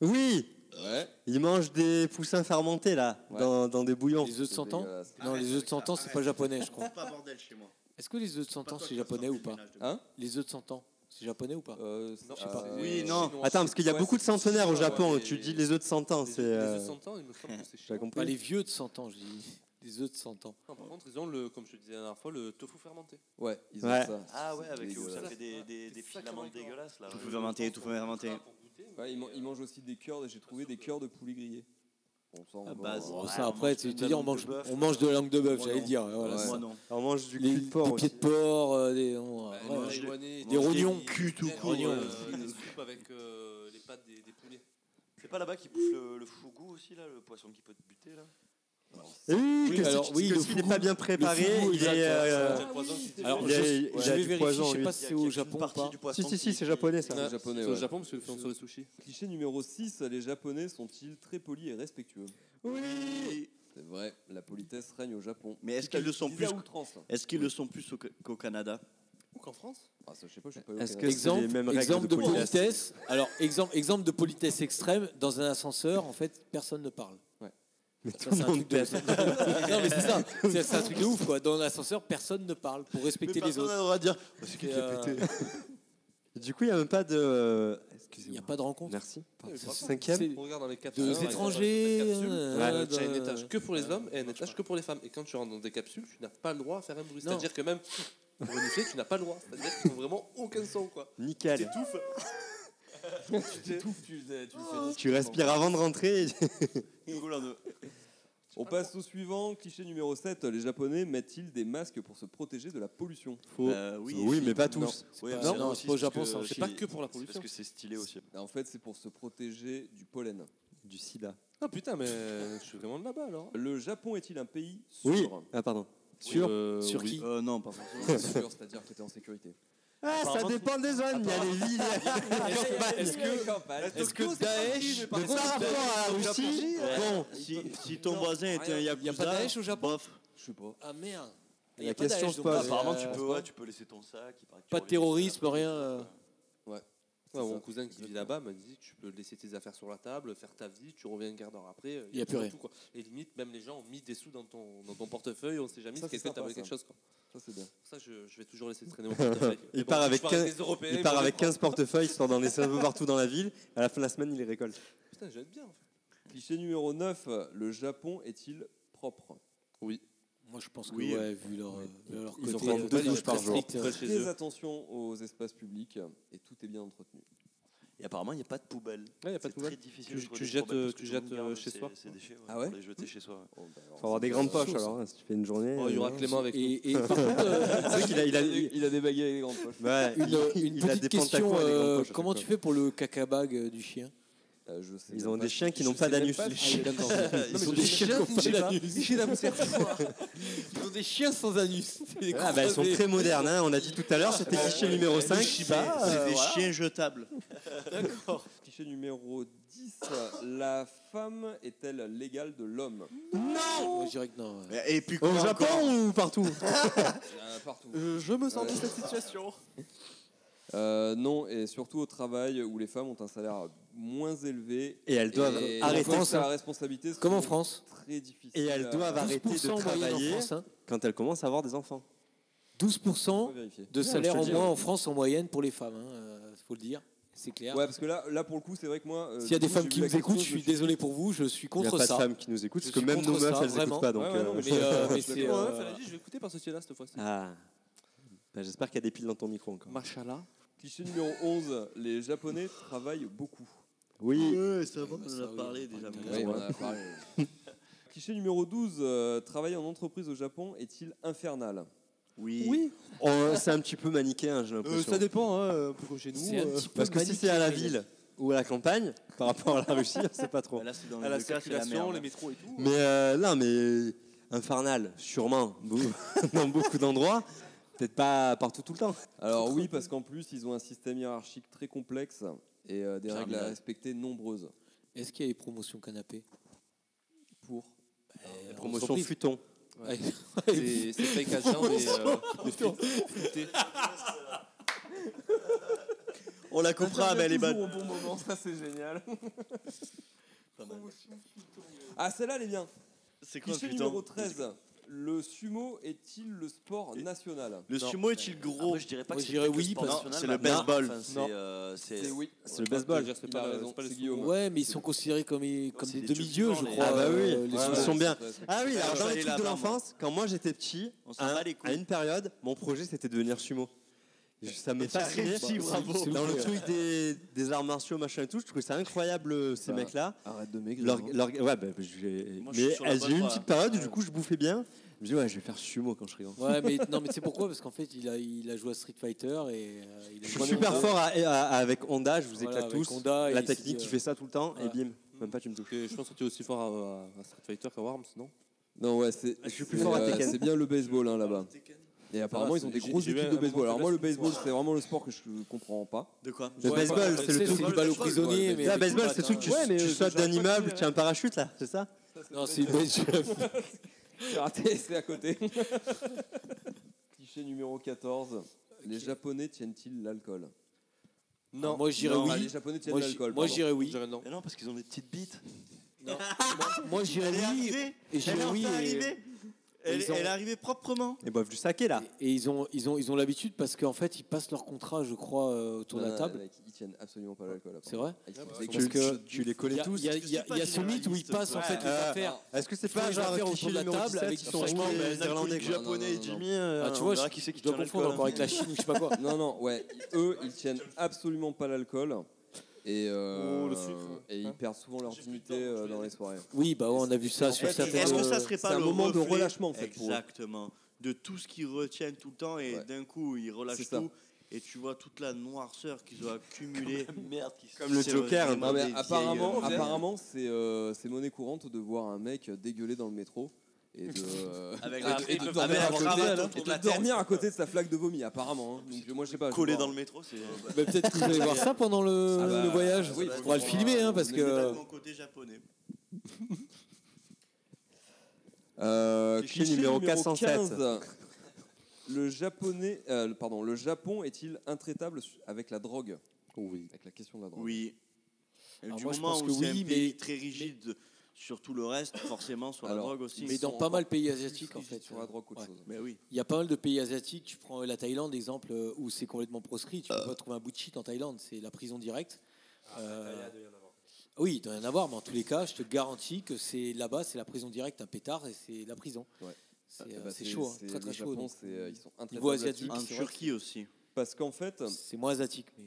[SPEAKER 6] Oui,
[SPEAKER 2] Ouais.
[SPEAKER 6] ils mangent des poussins fermentés là,
[SPEAKER 2] Ouais.
[SPEAKER 6] dans, dans des bouillons.
[SPEAKER 1] Les œufs de 100 ans
[SPEAKER 2] dégueulasse.
[SPEAKER 1] Non, les œufs de 100 ans, c'est pas japonais, je crois.
[SPEAKER 3] C'est pas bordel chez moi.
[SPEAKER 1] Est-ce que les œufs de 100 ans, c'est japonais ou pas Ah,
[SPEAKER 2] Hein
[SPEAKER 1] Les œufs de 100 ans, c'est japonais ou pas
[SPEAKER 2] Euh,
[SPEAKER 4] Non,
[SPEAKER 2] c'est-
[SPEAKER 4] je sais pas.
[SPEAKER 2] euh,
[SPEAKER 3] Oui, non.
[SPEAKER 6] Attends, parce qu'il y a
[SPEAKER 4] Ouais,
[SPEAKER 6] beaucoup de
[SPEAKER 4] c'est-
[SPEAKER 6] centenaires au
[SPEAKER 4] c'est-
[SPEAKER 6] Japon.
[SPEAKER 4] ouais,
[SPEAKER 6] tu
[SPEAKER 4] les-
[SPEAKER 6] dis les œufs de 100 ans,
[SPEAKER 4] Les-
[SPEAKER 6] c'est.
[SPEAKER 4] Les
[SPEAKER 6] euh,
[SPEAKER 4] œufs 100 ans, il me semble que c'est
[SPEAKER 6] Tu as
[SPEAKER 4] chiant.
[SPEAKER 1] Pas les
[SPEAKER 6] compris
[SPEAKER 1] vieux de 100 ans, je dis. Les œufs de 100 ans.
[SPEAKER 4] Non, par contre, ils ont, le, comme je te disais la dernière fois, le tofu fermenté.
[SPEAKER 2] Ouais, ils ont
[SPEAKER 6] Ouais.
[SPEAKER 2] ça.
[SPEAKER 7] Ah ouais, avec le, ça
[SPEAKER 2] Dégueulasse.
[SPEAKER 7] fait des, des, des
[SPEAKER 4] Sacrément
[SPEAKER 7] filaments
[SPEAKER 4] écœurant.
[SPEAKER 7] dégueulasses là.
[SPEAKER 3] Tout peut inventer, tout peut inventer.
[SPEAKER 4] Pour goûter, mais,
[SPEAKER 2] Ouais, ils, man-
[SPEAKER 4] euh,
[SPEAKER 2] ils mangent aussi des cœurs, j'ai trouvé des cœurs de poulet grillé. On sent
[SPEAKER 3] Ah,
[SPEAKER 2] bon,
[SPEAKER 3] bah,
[SPEAKER 2] euh,
[SPEAKER 3] c'est-
[SPEAKER 1] Bon,
[SPEAKER 3] Ouais,
[SPEAKER 1] ça,
[SPEAKER 3] on
[SPEAKER 1] après,
[SPEAKER 7] mange
[SPEAKER 1] tu
[SPEAKER 7] même
[SPEAKER 1] te
[SPEAKER 7] de la
[SPEAKER 1] dis, on
[SPEAKER 7] langue
[SPEAKER 1] mange,
[SPEAKER 7] de bœuf,
[SPEAKER 1] on mange de la langue de bœuf,
[SPEAKER 3] Moi,
[SPEAKER 1] j'allais
[SPEAKER 3] non.
[SPEAKER 1] dire. ouais, voilà.
[SPEAKER 2] Ouais.
[SPEAKER 3] Moi non.
[SPEAKER 6] On mange du
[SPEAKER 1] Les
[SPEAKER 6] cul de porc.
[SPEAKER 1] des pieds
[SPEAKER 6] aussi.
[SPEAKER 1] de porc, euh, des, on-
[SPEAKER 4] bah,
[SPEAKER 1] ouais,
[SPEAKER 4] les
[SPEAKER 1] ouais.
[SPEAKER 3] je-
[SPEAKER 4] Taïwanais,
[SPEAKER 1] des
[SPEAKER 4] ils mangent
[SPEAKER 1] rognons.
[SPEAKER 3] Cul tout
[SPEAKER 4] ils aiment,
[SPEAKER 3] court.
[SPEAKER 4] euh, Les soupes avec euh, les pattes des des poulets.
[SPEAKER 7] C'est pas là-bas qu'ils bouffent le, le fougou aussi là, le poisson qui peut te buter là.
[SPEAKER 6] Eh Oui,
[SPEAKER 1] Oui,
[SPEAKER 6] que si-
[SPEAKER 1] alors, oui,
[SPEAKER 6] que
[SPEAKER 1] le
[SPEAKER 6] s'il n'est
[SPEAKER 1] fugu-
[SPEAKER 6] pas bien préparé,
[SPEAKER 1] fugu,
[SPEAKER 6] il
[SPEAKER 1] exact,
[SPEAKER 6] est. euh,
[SPEAKER 4] Ah oui, c'est
[SPEAKER 1] Alors,
[SPEAKER 6] Il y a-
[SPEAKER 1] je,
[SPEAKER 6] il y a
[SPEAKER 1] je vais
[SPEAKER 6] du
[SPEAKER 1] vérifier,
[SPEAKER 6] poison,
[SPEAKER 1] je sais
[SPEAKER 6] lui.
[SPEAKER 1] pas
[SPEAKER 7] Il
[SPEAKER 1] si
[SPEAKER 7] y
[SPEAKER 1] c'est
[SPEAKER 7] a- il y a
[SPEAKER 1] au
[SPEAKER 7] qu'une
[SPEAKER 1] Japon ou
[SPEAKER 7] partie
[SPEAKER 1] pas.
[SPEAKER 7] du poisson
[SPEAKER 6] Si, si, si,
[SPEAKER 7] qui-
[SPEAKER 6] c'est japonais ça.
[SPEAKER 2] C'est
[SPEAKER 4] Ah,
[SPEAKER 2] japonais,
[SPEAKER 4] c'est
[SPEAKER 2] ouais.
[SPEAKER 4] au Japon parce qu'ils font sur les sushis.
[SPEAKER 2] Cliché numéro 6, les Japonais sont-ils très polis et respectueux
[SPEAKER 3] Oui.
[SPEAKER 2] C'est vrai, la politesse règne au Japon.
[SPEAKER 3] Mais est-ce qu'ils le sont
[SPEAKER 2] Disait à
[SPEAKER 3] plus-
[SPEAKER 2] outrance, là.
[SPEAKER 3] Est-ce qu'ils le sont plus au- qu'au Canada
[SPEAKER 4] Ou qu'en France
[SPEAKER 2] Ah, ça, je sais pas, je suis pas au
[SPEAKER 6] Est-ce
[SPEAKER 2] Canada.
[SPEAKER 6] que c'est les mêmes règles
[SPEAKER 1] exemple
[SPEAKER 6] de
[SPEAKER 1] de,
[SPEAKER 6] politesse
[SPEAKER 1] politesse. Alors, exemple, exemple de politesse extrême. Dans un ascenseur, en fait, personne ne parle.
[SPEAKER 2] Ouais.
[SPEAKER 1] Ça, c'est un truc de... non, mais c'est ça. C'est c'est un truc de ouf, quoi. Dans l'ascenseur, personne ne parle pour respecter les autres.
[SPEAKER 3] droit de dire. Oh, c'est qui qui a
[SPEAKER 1] Euh,
[SPEAKER 3] pété
[SPEAKER 6] Du coup, il n'y a même pas de.
[SPEAKER 1] Il
[SPEAKER 6] Excusez-moi.
[SPEAKER 1] n'y a pas de rencontre. Euh,
[SPEAKER 6] Merci. Cinquième.
[SPEAKER 1] C'est-
[SPEAKER 4] On regarde dans les capsules.
[SPEAKER 1] Deux
[SPEAKER 4] dans les-
[SPEAKER 1] étrangers,
[SPEAKER 4] dans les capsules,
[SPEAKER 1] euh,
[SPEAKER 4] t'as-
[SPEAKER 6] ouais,
[SPEAKER 4] t'as
[SPEAKER 1] de-
[SPEAKER 4] un étage que pour les hommes et un étage que pour les femmes. Et quand tu rentres dans des capsules, tu n'as pas le droit à faire un bruit.
[SPEAKER 1] Non.
[SPEAKER 4] C'est-à-dire que même pour renifler, tu n'as pas le droit. C'est-à-dire qu'ils n'ont vraiment aucun son. Quoi.
[SPEAKER 6] Nickel.
[SPEAKER 4] T'étouffes. tu t'étouffes, Oh, tu, le- tu le fais respirer.
[SPEAKER 6] Tu respires avant de rentrer.
[SPEAKER 3] Du coup, là, on-
[SPEAKER 2] On passe au suivant, cliché numéro 7. Les Japonais mettent-ils des masques pour se protéger de la pollution
[SPEAKER 3] Bah oui,
[SPEAKER 6] oui, mais pas tous.
[SPEAKER 3] Ouais,
[SPEAKER 1] pas-
[SPEAKER 3] mais
[SPEAKER 1] non,
[SPEAKER 3] c'est
[SPEAKER 1] non,
[SPEAKER 3] aussi
[SPEAKER 1] c'est pas au
[SPEAKER 3] parce
[SPEAKER 1] Japon,
[SPEAKER 3] que
[SPEAKER 1] ça,
[SPEAKER 4] C'est
[SPEAKER 3] aussi-
[SPEAKER 4] pas que pour la
[SPEAKER 7] C'est
[SPEAKER 4] pollution.
[SPEAKER 7] parce que c'est stylé aussi.
[SPEAKER 2] Ah, En fait, c'est pour se protéger du pollen.
[SPEAKER 6] Du sida.
[SPEAKER 4] Ah putain, mais je suis vraiment de là-bas alors.
[SPEAKER 2] Le Japon est-il un pays sûr
[SPEAKER 6] Oui. Ah, pardon. Sûr
[SPEAKER 4] Euh,
[SPEAKER 1] Sur
[SPEAKER 4] oui.
[SPEAKER 1] qui
[SPEAKER 3] Euh, non, pas forcément.
[SPEAKER 2] Sûr, c'est-à-dire que t'es en sécurité.
[SPEAKER 6] Ah, ça dépend des zones. Il y a les villes.
[SPEAKER 2] Est-ce que.
[SPEAKER 1] Est-ce que Daesh.
[SPEAKER 6] Mais par rapport à la Russie, bon,
[SPEAKER 3] Si, si ton voisin était un
[SPEAKER 1] rien. Y a
[SPEAKER 3] yakuza,
[SPEAKER 1] pas Daesh au Japon
[SPEAKER 3] bof.
[SPEAKER 2] Je sais pas.
[SPEAKER 1] Ah merde.
[SPEAKER 6] La
[SPEAKER 1] Il y a pas
[SPEAKER 6] question
[SPEAKER 1] Daesh,
[SPEAKER 6] se
[SPEAKER 1] donc,
[SPEAKER 6] pose.
[SPEAKER 1] euh,
[SPEAKER 7] Apparemment, tu
[SPEAKER 1] euh,
[SPEAKER 7] peux, ouais, tu peux laisser ton sac. il paraît que tu
[SPEAKER 1] Pas de
[SPEAKER 7] reviens
[SPEAKER 1] terrorisme,
[SPEAKER 7] après,
[SPEAKER 1] rien,
[SPEAKER 7] tout ça,
[SPEAKER 1] euh,
[SPEAKER 7] quoi.
[SPEAKER 4] Ouais,
[SPEAKER 2] C'est
[SPEAKER 4] mon
[SPEAKER 2] ça.
[SPEAKER 4] cousin qui vit
[SPEAKER 2] Exactement.
[SPEAKER 4] là-bas m'a dit tu peux laisser tes affaires sur la table, faire ta vie, tu reviens un quart d'heure après. euh,
[SPEAKER 1] Y a
[SPEAKER 4] tout
[SPEAKER 1] plus
[SPEAKER 4] dans
[SPEAKER 1] rien.
[SPEAKER 4] tout, quoi. Et limite, même les gens ont mis des sous dans ton, dans ton portefeuille, on sait jamais
[SPEAKER 2] Ça,
[SPEAKER 4] si
[SPEAKER 2] c'est
[SPEAKER 4] quelqu'un t'a
[SPEAKER 2] sympa,
[SPEAKER 4] volé quelque
[SPEAKER 2] ça.
[SPEAKER 4] chose. quoi.
[SPEAKER 2] Ça, c'est bien.
[SPEAKER 4] Pour ça, je, je vais toujours laisser traîner mon portefeuille.
[SPEAKER 6] Il
[SPEAKER 4] Mais
[SPEAKER 6] part avec
[SPEAKER 4] je pars avec
[SPEAKER 6] 15
[SPEAKER 4] des Européens,
[SPEAKER 6] il part
[SPEAKER 4] moi, je
[SPEAKER 6] avec
[SPEAKER 4] prends.
[SPEAKER 6] 15 portefeuilles, il se sort dans les un peu partout dans la ville. À la fin de la semaine, il les récolte.
[SPEAKER 4] Putain, j'aime bien. en fait.
[SPEAKER 2] Cliché numéro 9. Le Japon est-il propre
[SPEAKER 1] Moi, je pense que,
[SPEAKER 3] Oui.
[SPEAKER 1] ouais, vu leur, euh, vu leur
[SPEAKER 2] Ils ont
[SPEAKER 1] côté,
[SPEAKER 2] quand même
[SPEAKER 1] euh,
[SPEAKER 2] deux
[SPEAKER 1] très
[SPEAKER 2] douches par jour.
[SPEAKER 1] strict, euh,
[SPEAKER 4] Près de chez
[SPEAKER 2] Faites
[SPEAKER 4] eux.
[SPEAKER 2] attention aux espaces publics et tout est bien entretenu.
[SPEAKER 7] Et apparemment, il n'y a pas de poubelle.
[SPEAKER 4] Ouais, y a pas de
[SPEAKER 7] C'est
[SPEAKER 4] poubelle.
[SPEAKER 7] très
[SPEAKER 4] Tu-
[SPEAKER 7] difficile. de trouver
[SPEAKER 4] tu
[SPEAKER 7] des
[SPEAKER 4] jettes,
[SPEAKER 7] poubelles
[SPEAKER 4] euh,
[SPEAKER 7] parce que
[SPEAKER 4] tu
[SPEAKER 7] tout le monde
[SPEAKER 4] jettes, euh,
[SPEAKER 7] garde
[SPEAKER 4] chez
[SPEAKER 7] ses-
[SPEAKER 4] soi.
[SPEAKER 7] ses déchets, ouais,
[SPEAKER 2] Ah ouais
[SPEAKER 7] pour les jeter chez soi.
[SPEAKER 6] Faut avoir des grandes poches alors. hein, Si tu fais une journée.
[SPEAKER 4] Oh, il y aura
[SPEAKER 6] euh,
[SPEAKER 4] Clément avec nous.
[SPEAKER 1] Et, et par contre, euh,
[SPEAKER 6] C'est vrai qu'il a, il a, il-
[SPEAKER 2] Il a des baguettes avec des grandes poches.
[SPEAKER 6] ouais,
[SPEAKER 1] une,
[SPEAKER 6] il-
[SPEAKER 1] une
[SPEAKER 6] il a
[SPEAKER 1] petite
[SPEAKER 6] des pantalons
[SPEAKER 1] question
[SPEAKER 6] et des grandes
[SPEAKER 1] euh,
[SPEAKER 6] poches à
[SPEAKER 1] comment
[SPEAKER 6] chaque
[SPEAKER 1] tu fais pour le cacabag euh, du chien
[SPEAKER 2] Euh, je sais
[SPEAKER 6] Ils
[SPEAKER 2] même
[SPEAKER 6] ont
[SPEAKER 2] pas.
[SPEAKER 6] des chiens qui
[SPEAKER 2] Je
[SPEAKER 6] n'ont
[SPEAKER 2] sais
[SPEAKER 6] pas
[SPEAKER 2] même
[SPEAKER 6] d'anus.
[SPEAKER 2] pas
[SPEAKER 6] Les
[SPEAKER 2] si-
[SPEAKER 1] d'accord.
[SPEAKER 2] mais
[SPEAKER 1] Ils ont
[SPEAKER 2] je
[SPEAKER 1] des
[SPEAKER 2] sais
[SPEAKER 1] chiens
[SPEAKER 2] pas.
[SPEAKER 1] sans anus. Ils ont des chiens sans anus. C'est des
[SPEAKER 6] fois. Ah, bah, elles sont
[SPEAKER 1] croisés.
[SPEAKER 6] très modernes. hein, On a dit tout à l'heure, c'était cliché numéro 5.
[SPEAKER 3] c'est des chiens jetables.
[SPEAKER 2] Cliché numéro 10. La femme est-elle l'égale de l'homme
[SPEAKER 1] Moi, je dirais que non. ouais.
[SPEAKER 3] Et puis
[SPEAKER 6] Au
[SPEAKER 3] quoi encore
[SPEAKER 6] Japon ou partout
[SPEAKER 2] Partout.
[SPEAKER 7] je me
[SPEAKER 2] sens de
[SPEAKER 7] cette situation.
[SPEAKER 2] Euh, non, et surtout au travail où les femmes ont un salaire moins élevé.
[SPEAKER 6] Et elles doivent
[SPEAKER 2] et en
[SPEAKER 6] arrêter.
[SPEAKER 2] fait, ça, la responsabilité.
[SPEAKER 1] Comme en
[SPEAKER 2] c'est
[SPEAKER 1] France.
[SPEAKER 2] Très difficile.
[SPEAKER 6] Et elles
[SPEAKER 2] à-
[SPEAKER 6] doivent
[SPEAKER 2] à
[SPEAKER 6] arrêter de
[SPEAKER 1] 12% en moyenne en
[SPEAKER 6] travailler
[SPEAKER 1] France. hein.
[SPEAKER 6] quand elles commencent à avoir des enfants.
[SPEAKER 1] 12%
[SPEAKER 2] vérifier.
[SPEAKER 1] de salaire
[SPEAKER 6] te
[SPEAKER 1] en
[SPEAKER 6] dis,
[SPEAKER 1] moins
[SPEAKER 6] ouais.
[SPEAKER 1] en France en moyenne pour les femmes. hein, euh, Faut le dire. C'est clair.
[SPEAKER 2] Ouais, parce que là, là pour le coup, c'est vrai que moi. euh,
[SPEAKER 1] S'il y a
[SPEAKER 2] du
[SPEAKER 1] des
[SPEAKER 2] coup,
[SPEAKER 1] femmes
[SPEAKER 2] j'ai
[SPEAKER 1] qui
[SPEAKER 2] vu la
[SPEAKER 1] nous écoutent,
[SPEAKER 2] question,
[SPEAKER 1] je suis
[SPEAKER 2] me suis
[SPEAKER 1] désolé pour vous, je suis
[SPEAKER 6] Il n'y a
[SPEAKER 1] contre
[SPEAKER 6] pas de
[SPEAKER 1] ça.
[SPEAKER 6] femmes qui nous écoutent,
[SPEAKER 1] Je
[SPEAKER 6] parce que
[SPEAKER 1] suis
[SPEAKER 6] même
[SPEAKER 1] contre
[SPEAKER 6] nos meufs,
[SPEAKER 1] ça,
[SPEAKER 6] elles
[SPEAKER 1] vraiment.
[SPEAKER 6] n'écoutent pas. Donc,
[SPEAKER 2] Ouais, ouais, non,
[SPEAKER 6] euh,
[SPEAKER 2] mais
[SPEAKER 1] Mais, euh, mais c'est,
[SPEAKER 4] Ouais,
[SPEAKER 1] euh,
[SPEAKER 4] ouais, Ferrari, je vais écouter par ce là cette fois-ci.
[SPEAKER 6] Ah. Bah, J'espère qu'il y a des piles dans ton micro encore.
[SPEAKER 4] Machala.
[SPEAKER 2] Cliché numéro 11, les Japonais travaillent beaucoup.
[SPEAKER 6] Oui.
[SPEAKER 3] Ouais, ça va,
[SPEAKER 1] Ouais, bah,
[SPEAKER 3] on
[SPEAKER 1] ça,
[SPEAKER 3] en
[SPEAKER 1] oui,
[SPEAKER 3] a parlé
[SPEAKER 1] on
[SPEAKER 3] déjà.
[SPEAKER 1] parle
[SPEAKER 3] mais
[SPEAKER 1] Ouais,
[SPEAKER 3] bon.
[SPEAKER 6] on en a
[SPEAKER 2] parlé. Cliché numéro 12, euh, travailler en entreprise au Japon est-il infernal
[SPEAKER 3] Oui.
[SPEAKER 6] On- C'est un petit peu manichéen, j'ai l'impression.
[SPEAKER 3] dépend, hein, pour chez
[SPEAKER 1] C'est un petit peu
[SPEAKER 6] Parce que si
[SPEAKER 1] manique,
[SPEAKER 6] c'est à la
[SPEAKER 1] mais-
[SPEAKER 6] ville ou à la campagne, par rapport à la Russie, on sait pas trop.
[SPEAKER 3] Là, c'est dans
[SPEAKER 7] À
[SPEAKER 3] les
[SPEAKER 7] la
[SPEAKER 3] deux cas, c'est la
[SPEAKER 7] circulation, les
[SPEAKER 3] merde.
[SPEAKER 7] métros et tout.
[SPEAKER 6] Mais euh, non, mais infernal, sûrement, bou- dans beaucoup d'endroits. Peut-être pas partout tout le temps.
[SPEAKER 2] Alors oui, parce qu'en plus, ils ont un système hiérarchique très complexe et euh, des règles à
[SPEAKER 3] Pyramidal.
[SPEAKER 2] respecter nombreuses.
[SPEAKER 1] Est-ce qu'il y a des promotions canapé
[SPEAKER 2] Pour
[SPEAKER 1] Euh,
[SPEAKER 6] Promotion
[SPEAKER 1] entreprise.
[SPEAKER 6] futon.
[SPEAKER 1] Ouais.
[SPEAKER 4] C'est c'est fake agent et. euh,
[SPEAKER 3] On la coupera, mais elle est bonne.
[SPEAKER 2] au bon moment, ça c'est génial. Ah, celle-là, elle est bien.
[SPEAKER 3] C'est quoi,
[SPEAKER 2] Cliché
[SPEAKER 3] putain
[SPEAKER 2] numéro 13, le sumo est-il le sport national
[SPEAKER 3] Le
[SPEAKER 7] Non.
[SPEAKER 3] sumo est-il gros
[SPEAKER 7] Après, je dirais pas
[SPEAKER 1] Moi,
[SPEAKER 7] que
[SPEAKER 1] je
[SPEAKER 7] c'est
[SPEAKER 1] dirais
[SPEAKER 7] que
[SPEAKER 1] oui,
[SPEAKER 7] sport
[SPEAKER 1] parce-
[SPEAKER 7] national,
[SPEAKER 3] Non, c'est le
[SPEAKER 7] mais-
[SPEAKER 3] baseball.
[SPEAKER 7] enfin, c'est,
[SPEAKER 2] Non.
[SPEAKER 7] euh, c'est-
[SPEAKER 2] C'est oui.
[SPEAKER 6] C'est le baseball.
[SPEAKER 4] je veux dire, c'est
[SPEAKER 2] Il
[SPEAKER 4] pas
[SPEAKER 2] a
[SPEAKER 4] le-
[SPEAKER 2] raison,
[SPEAKER 4] c'est pas le
[SPEAKER 2] c'est
[SPEAKER 4] sumo.
[SPEAKER 2] Guillaume.
[SPEAKER 1] Ouais, mais ils sont considérés comme, comme
[SPEAKER 7] c'est
[SPEAKER 1] des
[SPEAKER 7] des
[SPEAKER 1] demi-dieux, je
[SPEAKER 7] tueurs, les-
[SPEAKER 1] crois.
[SPEAKER 6] Ah bah oui,
[SPEAKER 1] euh, les
[SPEAKER 6] ouais,
[SPEAKER 1] Sumo.
[SPEAKER 6] ouais. sont bien.
[SPEAKER 2] Ouais,
[SPEAKER 6] Ah oui,
[SPEAKER 3] Ah,
[SPEAKER 6] alors
[SPEAKER 3] je
[SPEAKER 6] dans
[SPEAKER 3] vais aller
[SPEAKER 6] les trucs de
[SPEAKER 3] là-bas,
[SPEAKER 6] l'enfance, quand moi j'étais petit,
[SPEAKER 3] On s'en
[SPEAKER 6] à,
[SPEAKER 3] bat les couilles.
[SPEAKER 6] à une période, mon projet c'était de devenir sumo. Je- Ça m'est
[SPEAKER 3] T'as
[SPEAKER 6] fasciné.
[SPEAKER 3] réussi, bravo.
[SPEAKER 6] Dans le truc des, des arts martiaux, machin et tout, je trouvais ça incroyable euh, ces
[SPEAKER 2] Bah,
[SPEAKER 6] mecs-là.
[SPEAKER 2] Arrête de maigrir.
[SPEAKER 6] L'org- l'org- ouais, bah, j'ai-
[SPEAKER 3] Moi, je suis
[SPEAKER 6] mais
[SPEAKER 3] sur la
[SPEAKER 6] elles- j'ai eu
[SPEAKER 3] bonne
[SPEAKER 6] une
[SPEAKER 3] voie.
[SPEAKER 6] petite période où du coup je bouffais bien. Je me dis ouais, je vais faire sumo quand je serai grand.
[SPEAKER 1] Ouais, mais non, mais c'est pourquoi Parce qu'en fait, il a, il a joué à Street Fighter et euh, il a
[SPEAKER 6] Je suis
[SPEAKER 1] joué
[SPEAKER 6] super
[SPEAKER 1] Honda.
[SPEAKER 6] fort à- à- avec Honda, je vous
[SPEAKER 1] Voilà,
[SPEAKER 6] éclate
[SPEAKER 1] avec
[SPEAKER 6] tous.
[SPEAKER 1] Honda, et
[SPEAKER 6] La
[SPEAKER 1] il s'est
[SPEAKER 6] technique
[SPEAKER 1] dit,
[SPEAKER 6] qui
[SPEAKER 1] euh,
[SPEAKER 6] fait ça tout le temps et
[SPEAKER 1] ouais.
[SPEAKER 6] bim, même pas tu me touches.
[SPEAKER 4] Et je pense que tu es aussi fort à, à Street Fighter qu'à Worms, non
[SPEAKER 2] Non, ouais, c'est.
[SPEAKER 6] Je suis plus
[SPEAKER 2] c'est,
[SPEAKER 6] fort à
[SPEAKER 2] euh,
[SPEAKER 6] Tekken.
[SPEAKER 2] C'est bien le baseball hein, là-bas. Et apparemment,
[SPEAKER 4] va,
[SPEAKER 2] ils ont des
[SPEAKER 4] j'ai-
[SPEAKER 2] grosses
[SPEAKER 4] j'ai eu
[SPEAKER 2] équipes de
[SPEAKER 4] un moment
[SPEAKER 2] baseball. Alors, moi,
[SPEAKER 4] de
[SPEAKER 2] le baseball, c'est vraiment le sport que je comprends pas.
[SPEAKER 3] De quoi
[SPEAKER 6] Le
[SPEAKER 1] Ouais,
[SPEAKER 6] baseball,
[SPEAKER 1] bah,
[SPEAKER 6] c'est
[SPEAKER 1] tu
[SPEAKER 6] le
[SPEAKER 1] sais,
[SPEAKER 6] truc.
[SPEAKER 1] C'est une balle au
[SPEAKER 3] Ouais,
[SPEAKER 1] prisonnier. mais
[SPEAKER 6] Là,
[SPEAKER 1] avec
[SPEAKER 6] baseball,
[SPEAKER 1] une
[SPEAKER 6] c'est le
[SPEAKER 1] patte,
[SPEAKER 6] truc, tu,
[SPEAKER 1] hein.
[SPEAKER 2] Ouais, mais,
[SPEAKER 6] tu
[SPEAKER 2] euh,
[SPEAKER 6] sautes
[SPEAKER 2] je vois
[SPEAKER 6] d'un
[SPEAKER 2] pas
[SPEAKER 6] immeuble,
[SPEAKER 2] qui,
[SPEAKER 6] tu as un parachute là, c'est ça
[SPEAKER 1] Non, c'est une
[SPEAKER 2] Raté, c'est à côté. Cliché numéro 14. Les Japonais tiennent-ils l'alcool
[SPEAKER 1] Non. Moi, j'irais
[SPEAKER 2] Non,
[SPEAKER 1] oui.
[SPEAKER 2] ah, Les Japonais tiennent
[SPEAKER 1] Moi, j-
[SPEAKER 2] l'alcool.
[SPEAKER 1] moi,
[SPEAKER 2] pardon.
[SPEAKER 1] j'irais oui.
[SPEAKER 4] Je dirais non.
[SPEAKER 7] Mais non, parce qu'ils ont des petites bites.
[SPEAKER 1] Moi, j'irais
[SPEAKER 3] Elle est
[SPEAKER 1] oui.
[SPEAKER 3] arrivée.
[SPEAKER 1] Et
[SPEAKER 3] Elle est
[SPEAKER 1] j'irais
[SPEAKER 3] enfin
[SPEAKER 1] oui. et-
[SPEAKER 3] arrivée. Elle,
[SPEAKER 1] ils ont-
[SPEAKER 3] elle est arrivée proprement.
[SPEAKER 6] Ils boivent du saké là.
[SPEAKER 1] Et ils ont, ils ont, ils ont l'habitude parce qu'en fait, ils passent leur contrat, je crois, euh, autour
[SPEAKER 2] Non,
[SPEAKER 1] de la
[SPEAKER 2] non,
[SPEAKER 1] table.
[SPEAKER 2] mec, Ils tiennent absolument pas l'alcool. apparemment.
[SPEAKER 1] C'est vrai
[SPEAKER 2] Ah, ils sont-
[SPEAKER 1] Parce
[SPEAKER 6] Tu,
[SPEAKER 1] que-
[SPEAKER 6] tu- tu les
[SPEAKER 1] Il y
[SPEAKER 6] connais
[SPEAKER 1] a,
[SPEAKER 6] tous. Ah,
[SPEAKER 1] il y a-
[SPEAKER 3] parce que
[SPEAKER 1] il y a-
[SPEAKER 3] c'est pas
[SPEAKER 1] il y a ce mythe où ils
[SPEAKER 3] généraliste,
[SPEAKER 1] passent en
[SPEAKER 3] ouais.
[SPEAKER 1] fait les
[SPEAKER 7] Euh,
[SPEAKER 1] affaires.
[SPEAKER 6] Est-ce que c'est
[SPEAKER 1] Ils
[SPEAKER 6] pas
[SPEAKER 1] font les
[SPEAKER 6] genre
[SPEAKER 1] affaires
[SPEAKER 6] qui
[SPEAKER 1] autour
[SPEAKER 6] chez
[SPEAKER 1] de la
[SPEAKER 6] le numéro
[SPEAKER 1] table
[SPEAKER 6] 17,
[SPEAKER 1] avec
[SPEAKER 6] ils
[SPEAKER 1] son
[SPEAKER 6] sont
[SPEAKER 1] chemin,
[SPEAKER 6] avec
[SPEAKER 1] mais
[SPEAKER 6] les
[SPEAKER 1] les
[SPEAKER 6] Irlandais, quoi.
[SPEAKER 7] japonais et Jimmy.
[SPEAKER 1] Ah, tu vois, je,
[SPEAKER 7] qui c'est qui
[SPEAKER 1] je dois
[SPEAKER 7] tient
[SPEAKER 1] confondre encore
[SPEAKER 2] hein.
[SPEAKER 7] l'alcool,
[SPEAKER 1] avec la Chine ou je sais pas quoi.
[SPEAKER 2] Non, non, ouais. Eux, ils tiennent absolument pas l'alcool. Et, euh,
[SPEAKER 4] Oh, le sucre.
[SPEAKER 2] et ils
[SPEAKER 4] Hein
[SPEAKER 2] perdent souvent leur
[SPEAKER 7] J'ai plus de
[SPEAKER 2] dignité
[SPEAKER 7] temps,
[SPEAKER 2] euh,
[SPEAKER 7] je vais
[SPEAKER 2] dans
[SPEAKER 7] aller.
[SPEAKER 2] les soirées.
[SPEAKER 1] Oui, bah ouais, on a vu ça sur
[SPEAKER 3] Est-ce que-
[SPEAKER 1] certaines.
[SPEAKER 3] est-ce que ça
[SPEAKER 1] euh,
[SPEAKER 3] serait
[SPEAKER 2] c'est
[SPEAKER 3] pas
[SPEAKER 2] un
[SPEAKER 3] le
[SPEAKER 2] moment de
[SPEAKER 3] reflet
[SPEAKER 2] relâchement, en fait, pour eux.
[SPEAKER 3] Exactement. De tout ce qu'ils retiennent tout le temps et
[SPEAKER 2] Ouais.
[SPEAKER 3] d'un coup ils
[SPEAKER 2] C'est
[SPEAKER 3] relâchent
[SPEAKER 2] ça.
[SPEAKER 3] tout et tu vois toute la noirceur qu'ils ont accumulée.
[SPEAKER 7] Merde, qui
[SPEAKER 6] Comme le Joker,
[SPEAKER 2] Non, mais
[SPEAKER 7] euh,
[SPEAKER 2] apparemment, apparemment c'est euh, c'est monnaie courante de voir un mec dégueuler dans le métro et de, euh,
[SPEAKER 3] Avec
[SPEAKER 2] et
[SPEAKER 3] la-
[SPEAKER 2] de- et de
[SPEAKER 3] avec la
[SPEAKER 2] dormir à côté,
[SPEAKER 3] cravate
[SPEAKER 2] hein,
[SPEAKER 3] autour
[SPEAKER 2] et
[SPEAKER 3] de
[SPEAKER 2] de
[SPEAKER 3] la tête.
[SPEAKER 2] dormir à côté de sa flaque de vomi, apparemment. hein. Donc, moi, je sais pas. je
[SPEAKER 7] collé
[SPEAKER 2] vois.
[SPEAKER 7] dans le métro, c'est.
[SPEAKER 1] mais peut-être que vous allez voir ça pendant le,
[SPEAKER 2] Ah bah,
[SPEAKER 1] le
[SPEAKER 3] euh,
[SPEAKER 1] voyage.
[SPEAKER 2] oui,
[SPEAKER 1] on
[SPEAKER 2] faut
[SPEAKER 1] pourra le
[SPEAKER 2] qu'on-
[SPEAKER 1] filmer, hein, parce
[SPEAKER 2] on est
[SPEAKER 1] que.
[SPEAKER 3] Mon côté japonais.
[SPEAKER 6] Euh,
[SPEAKER 2] Cliché
[SPEAKER 6] Clé numéro 407.
[SPEAKER 2] 15. Le japonais, euh, pardon, le Japon est-il intraitable su- avec la drogue
[SPEAKER 1] Oh
[SPEAKER 2] Oui. Avec la question de la drogue.
[SPEAKER 3] Oui.
[SPEAKER 1] Alors
[SPEAKER 3] du
[SPEAKER 1] moi, je
[SPEAKER 3] moment
[SPEAKER 1] pense
[SPEAKER 3] où
[SPEAKER 1] que
[SPEAKER 3] c'est
[SPEAKER 1] oui,
[SPEAKER 3] un pays
[SPEAKER 1] mais-
[SPEAKER 3] très rigide sur tout le reste, forcément sur
[SPEAKER 2] Alors,
[SPEAKER 3] la drogue aussi.
[SPEAKER 1] Mais
[SPEAKER 3] Ils
[SPEAKER 1] dans
[SPEAKER 3] sont
[SPEAKER 1] pas mal
[SPEAKER 3] encore
[SPEAKER 1] de pays
[SPEAKER 2] Plus
[SPEAKER 1] asiatiques, en
[SPEAKER 2] rigide
[SPEAKER 1] fait.
[SPEAKER 2] sur la drogue qu'autre
[SPEAKER 1] Ouais.
[SPEAKER 2] chose.
[SPEAKER 3] Mais oui.
[SPEAKER 1] Il y a pas mal de pays asiatiques. Tu prends la Thaïlande, exemple, euh, où c'est complètement proscrit. Tu peux pas trouver un bout de shit en Thaïlande. C'est la prison directe. Euh, oui, il doit y en avoir, mais en tous les cas, je te garantis que c'est là-bas, c'est la prison directe, un pétard, et c'est la prison.
[SPEAKER 2] Ouais.
[SPEAKER 1] C'est
[SPEAKER 2] Eh
[SPEAKER 1] euh,
[SPEAKER 2] ben,
[SPEAKER 1] c'est chaud, hein,
[SPEAKER 2] c'est-
[SPEAKER 1] très très
[SPEAKER 2] le
[SPEAKER 1] chaud.
[SPEAKER 2] Japon,
[SPEAKER 1] donc.
[SPEAKER 2] c'est, euh, ils sont
[SPEAKER 1] Niveau
[SPEAKER 2] intraitables
[SPEAKER 1] asiatique,
[SPEAKER 3] En
[SPEAKER 1] c'est vrai
[SPEAKER 3] Turquie aussi.
[SPEAKER 2] là-dessus. Parce qu'en fait,
[SPEAKER 1] que c'est moins asiatique, mais,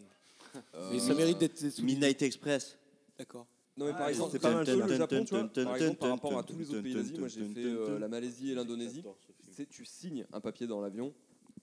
[SPEAKER 2] euh,
[SPEAKER 1] mais ça mérite d'être souligné.
[SPEAKER 3] Midnight Express.
[SPEAKER 1] D'accord.
[SPEAKER 2] Non mais par
[SPEAKER 3] ils
[SPEAKER 2] exemple,
[SPEAKER 3] ont
[SPEAKER 2] c'est
[SPEAKER 3] fait
[SPEAKER 2] pas mal
[SPEAKER 3] tel,
[SPEAKER 2] de le
[SPEAKER 3] tel,
[SPEAKER 2] Japon,
[SPEAKER 3] tel,
[SPEAKER 2] tu vois.
[SPEAKER 3] tel,
[SPEAKER 2] Par
[SPEAKER 3] tel,
[SPEAKER 2] exemple, par
[SPEAKER 3] tel,
[SPEAKER 2] rapport à
[SPEAKER 3] tel,
[SPEAKER 2] tous les
[SPEAKER 3] tel,
[SPEAKER 2] autres pays
[SPEAKER 3] tel,
[SPEAKER 2] d'Asie, moi j'ai
[SPEAKER 3] tel,
[SPEAKER 2] fait
[SPEAKER 3] tel,
[SPEAKER 2] euh,
[SPEAKER 3] tel.
[SPEAKER 2] la Malaisie et l'Indonésie. C'est tu signes un papier dans l'avion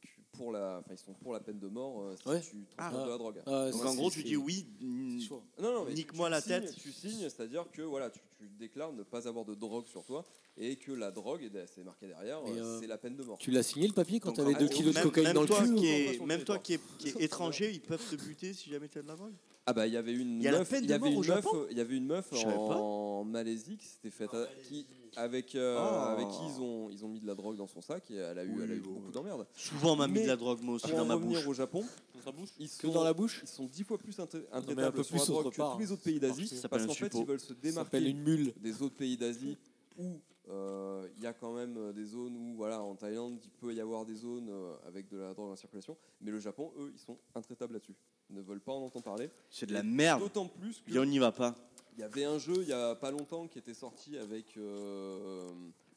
[SPEAKER 2] tu- pour la, enfin ils sont pour la peine de mort euh, si
[SPEAKER 1] Ouais.
[SPEAKER 2] tu
[SPEAKER 3] Ah.
[SPEAKER 2] transportes de la drogue.
[SPEAKER 1] Ah,
[SPEAKER 3] Donc
[SPEAKER 1] ça,
[SPEAKER 3] en gros,
[SPEAKER 1] c'est-
[SPEAKER 3] tu
[SPEAKER 1] c'est-
[SPEAKER 3] dis oui. mm,
[SPEAKER 1] c'est chaud.
[SPEAKER 2] Non, non, mais
[SPEAKER 3] Nique-moi
[SPEAKER 2] tu
[SPEAKER 3] la
[SPEAKER 2] signes-
[SPEAKER 3] tête.
[SPEAKER 2] Tu signes, c'est-à-dire que voilà, tu, tu déclares ne pas avoir de drogue sur toi et que la drogue, et c'est marqué derrière,
[SPEAKER 1] Mais,
[SPEAKER 2] euh,
[SPEAKER 1] euh,
[SPEAKER 2] c'est la peine de mort.
[SPEAKER 1] Tu l'as signé le papier quand
[SPEAKER 2] Donc,
[SPEAKER 1] tu avais
[SPEAKER 2] en
[SPEAKER 1] 2
[SPEAKER 2] gros,
[SPEAKER 1] kilos de
[SPEAKER 3] même-
[SPEAKER 1] cocaïne
[SPEAKER 3] même
[SPEAKER 1] dans le
[SPEAKER 3] toi
[SPEAKER 1] cul
[SPEAKER 3] qui
[SPEAKER 2] ou
[SPEAKER 3] est-
[SPEAKER 2] pas sur le
[SPEAKER 3] même toi
[SPEAKER 2] territoire
[SPEAKER 3] qui est, qui est étranger, ils peuvent te buter si jamais tu as de la drogue.
[SPEAKER 2] Ah bah il y avait une
[SPEAKER 3] Il y a la
[SPEAKER 2] meuf,
[SPEAKER 3] peine
[SPEAKER 2] il
[SPEAKER 3] de
[SPEAKER 2] y avait
[SPEAKER 3] mort
[SPEAKER 2] une
[SPEAKER 3] au
[SPEAKER 2] meuf,
[SPEAKER 3] Japon
[SPEAKER 2] il y avait une meuf
[SPEAKER 3] Je savais pas.
[SPEAKER 2] en Malaisie qui s'était faite à- qui avec euh,
[SPEAKER 3] Ah.
[SPEAKER 2] avec qui ils ont ils ont mis de la drogue dans son sac et elle a eu
[SPEAKER 3] Oui,
[SPEAKER 2] elle a eu
[SPEAKER 3] bon.
[SPEAKER 2] beaucoup d'emmerdes.
[SPEAKER 3] Souvent, on m'a mis
[SPEAKER 2] Mais
[SPEAKER 3] de la drogue moi aussi
[SPEAKER 2] Pour
[SPEAKER 3] dans
[SPEAKER 2] en
[SPEAKER 3] ma
[SPEAKER 2] revenir
[SPEAKER 3] bouche.
[SPEAKER 2] au Japon,
[SPEAKER 4] Ça bouge
[SPEAKER 2] ils sont
[SPEAKER 1] Que dans la bouche
[SPEAKER 2] ils sont dix fois plus intra-
[SPEAKER 1] mais un peu
[SPEAKER 2] intraitables sur la
[SPEAKER 1] plus,
[SPEAKER 2] drogue
[SPEAKER 1] autre
[SPEAKER 2] que
[SPEAKER 1] part.
[SPEAKER 2] tous les autres pays
[SPEAKER 3] Ça
[SPEAKER 2] d'Asie
[SPEAKER 3] s'appelle
[SPEAKER 2] parce
[SPEAKER 3] un
[SPEAKER 2] qu'en fait
[SPEAKER 3] suppôt.
[SPEAKER 2] ils veulent se
[SPEAKER 1] Ça s'appelle
[SPEAKER 2] démarquer
[SPEAKER 1] une mule.
[SPEAKER 2] des autres pays d'Asie où euh, il y a quand même euh, des zones où, voilà, en Thaïlande, il peut y avoir des zones euh, avec de la drogue en circulation, mais le Japon, eux, ils sont intraitables là-dessus. Ils ne veulent pas en entendre parler.
[SPEAKER 3] C'est de la merde.
[SPEAKER 2] D'autant plus
[SPEAKER 3] Et on
[SPEAKER 2] qu'il
[SPEAKER 3] n'y va pas.
[SPEAKER 2] y avait un jeu il n'y a pas longtemps qui était sorti avec euh,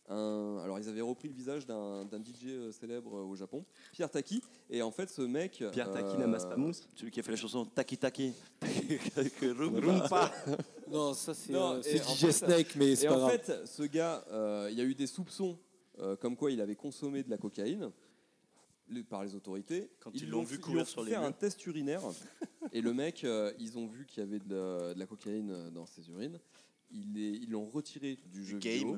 [SPEAKER 2] un. Alors, ils avaient repris le visage d'un d'un DJ euh, célèbre euh, au Japon, Pierre Taki, et en fait, ce mec.
[SPEAKER 7] Pierre Taki
[SPEAKER 2] euh,
[SPEAKER 7] n'amasse pas mousse. Celui qui a fait la chanson Taki Taki. Avec Rumba.
[SPEAKER 2] Rumpa.
[SPEAKER 1] Non, ça c'est
[SPEAKER 2] Non,
[SPEAKER 1] euh,
[SPEAKER 2] et
[SPEAKER 1] c'est
[SPEAKER 2] en
[SPEAKER 1] DJ
[SPEAKER 2] fait,
[SPEAKER 1] Snake, mais c'est
[SPEAKER 2] Et
[SPEAKER 1] pas
[SPEAKER 2] en
[SPEAKER 1] grave.
[SPEAKER 2] fait, ce gars, euh, il y a eu des soupçons euh, comme quoi il avait consommé de la cocaïne les- par les autorités.
[SPEAKER 3] Quand ils l'ont
[SPEAKER 2] l'ont
[SPEAKER 3] vu
[SPEAKER 2] fait-
[SPEAKER 3] courir
[SPEAKER 2] ils ont
[SPEAKER 3] sur
[SPEAKER 2] fait
[SPEAKER 3] les
[SPEAKER 2] un
[SPEAKER 3] murs.
[SPEAKER 2] test urinaire. et le mec, euh, ils ont vu qu'il y avait de la, de la cocaïne euh, dans ses urines. Il est- Ils l'ont retiré du jeu
[SPEAKER 3] game.
[SPEAKER 2] vidéo.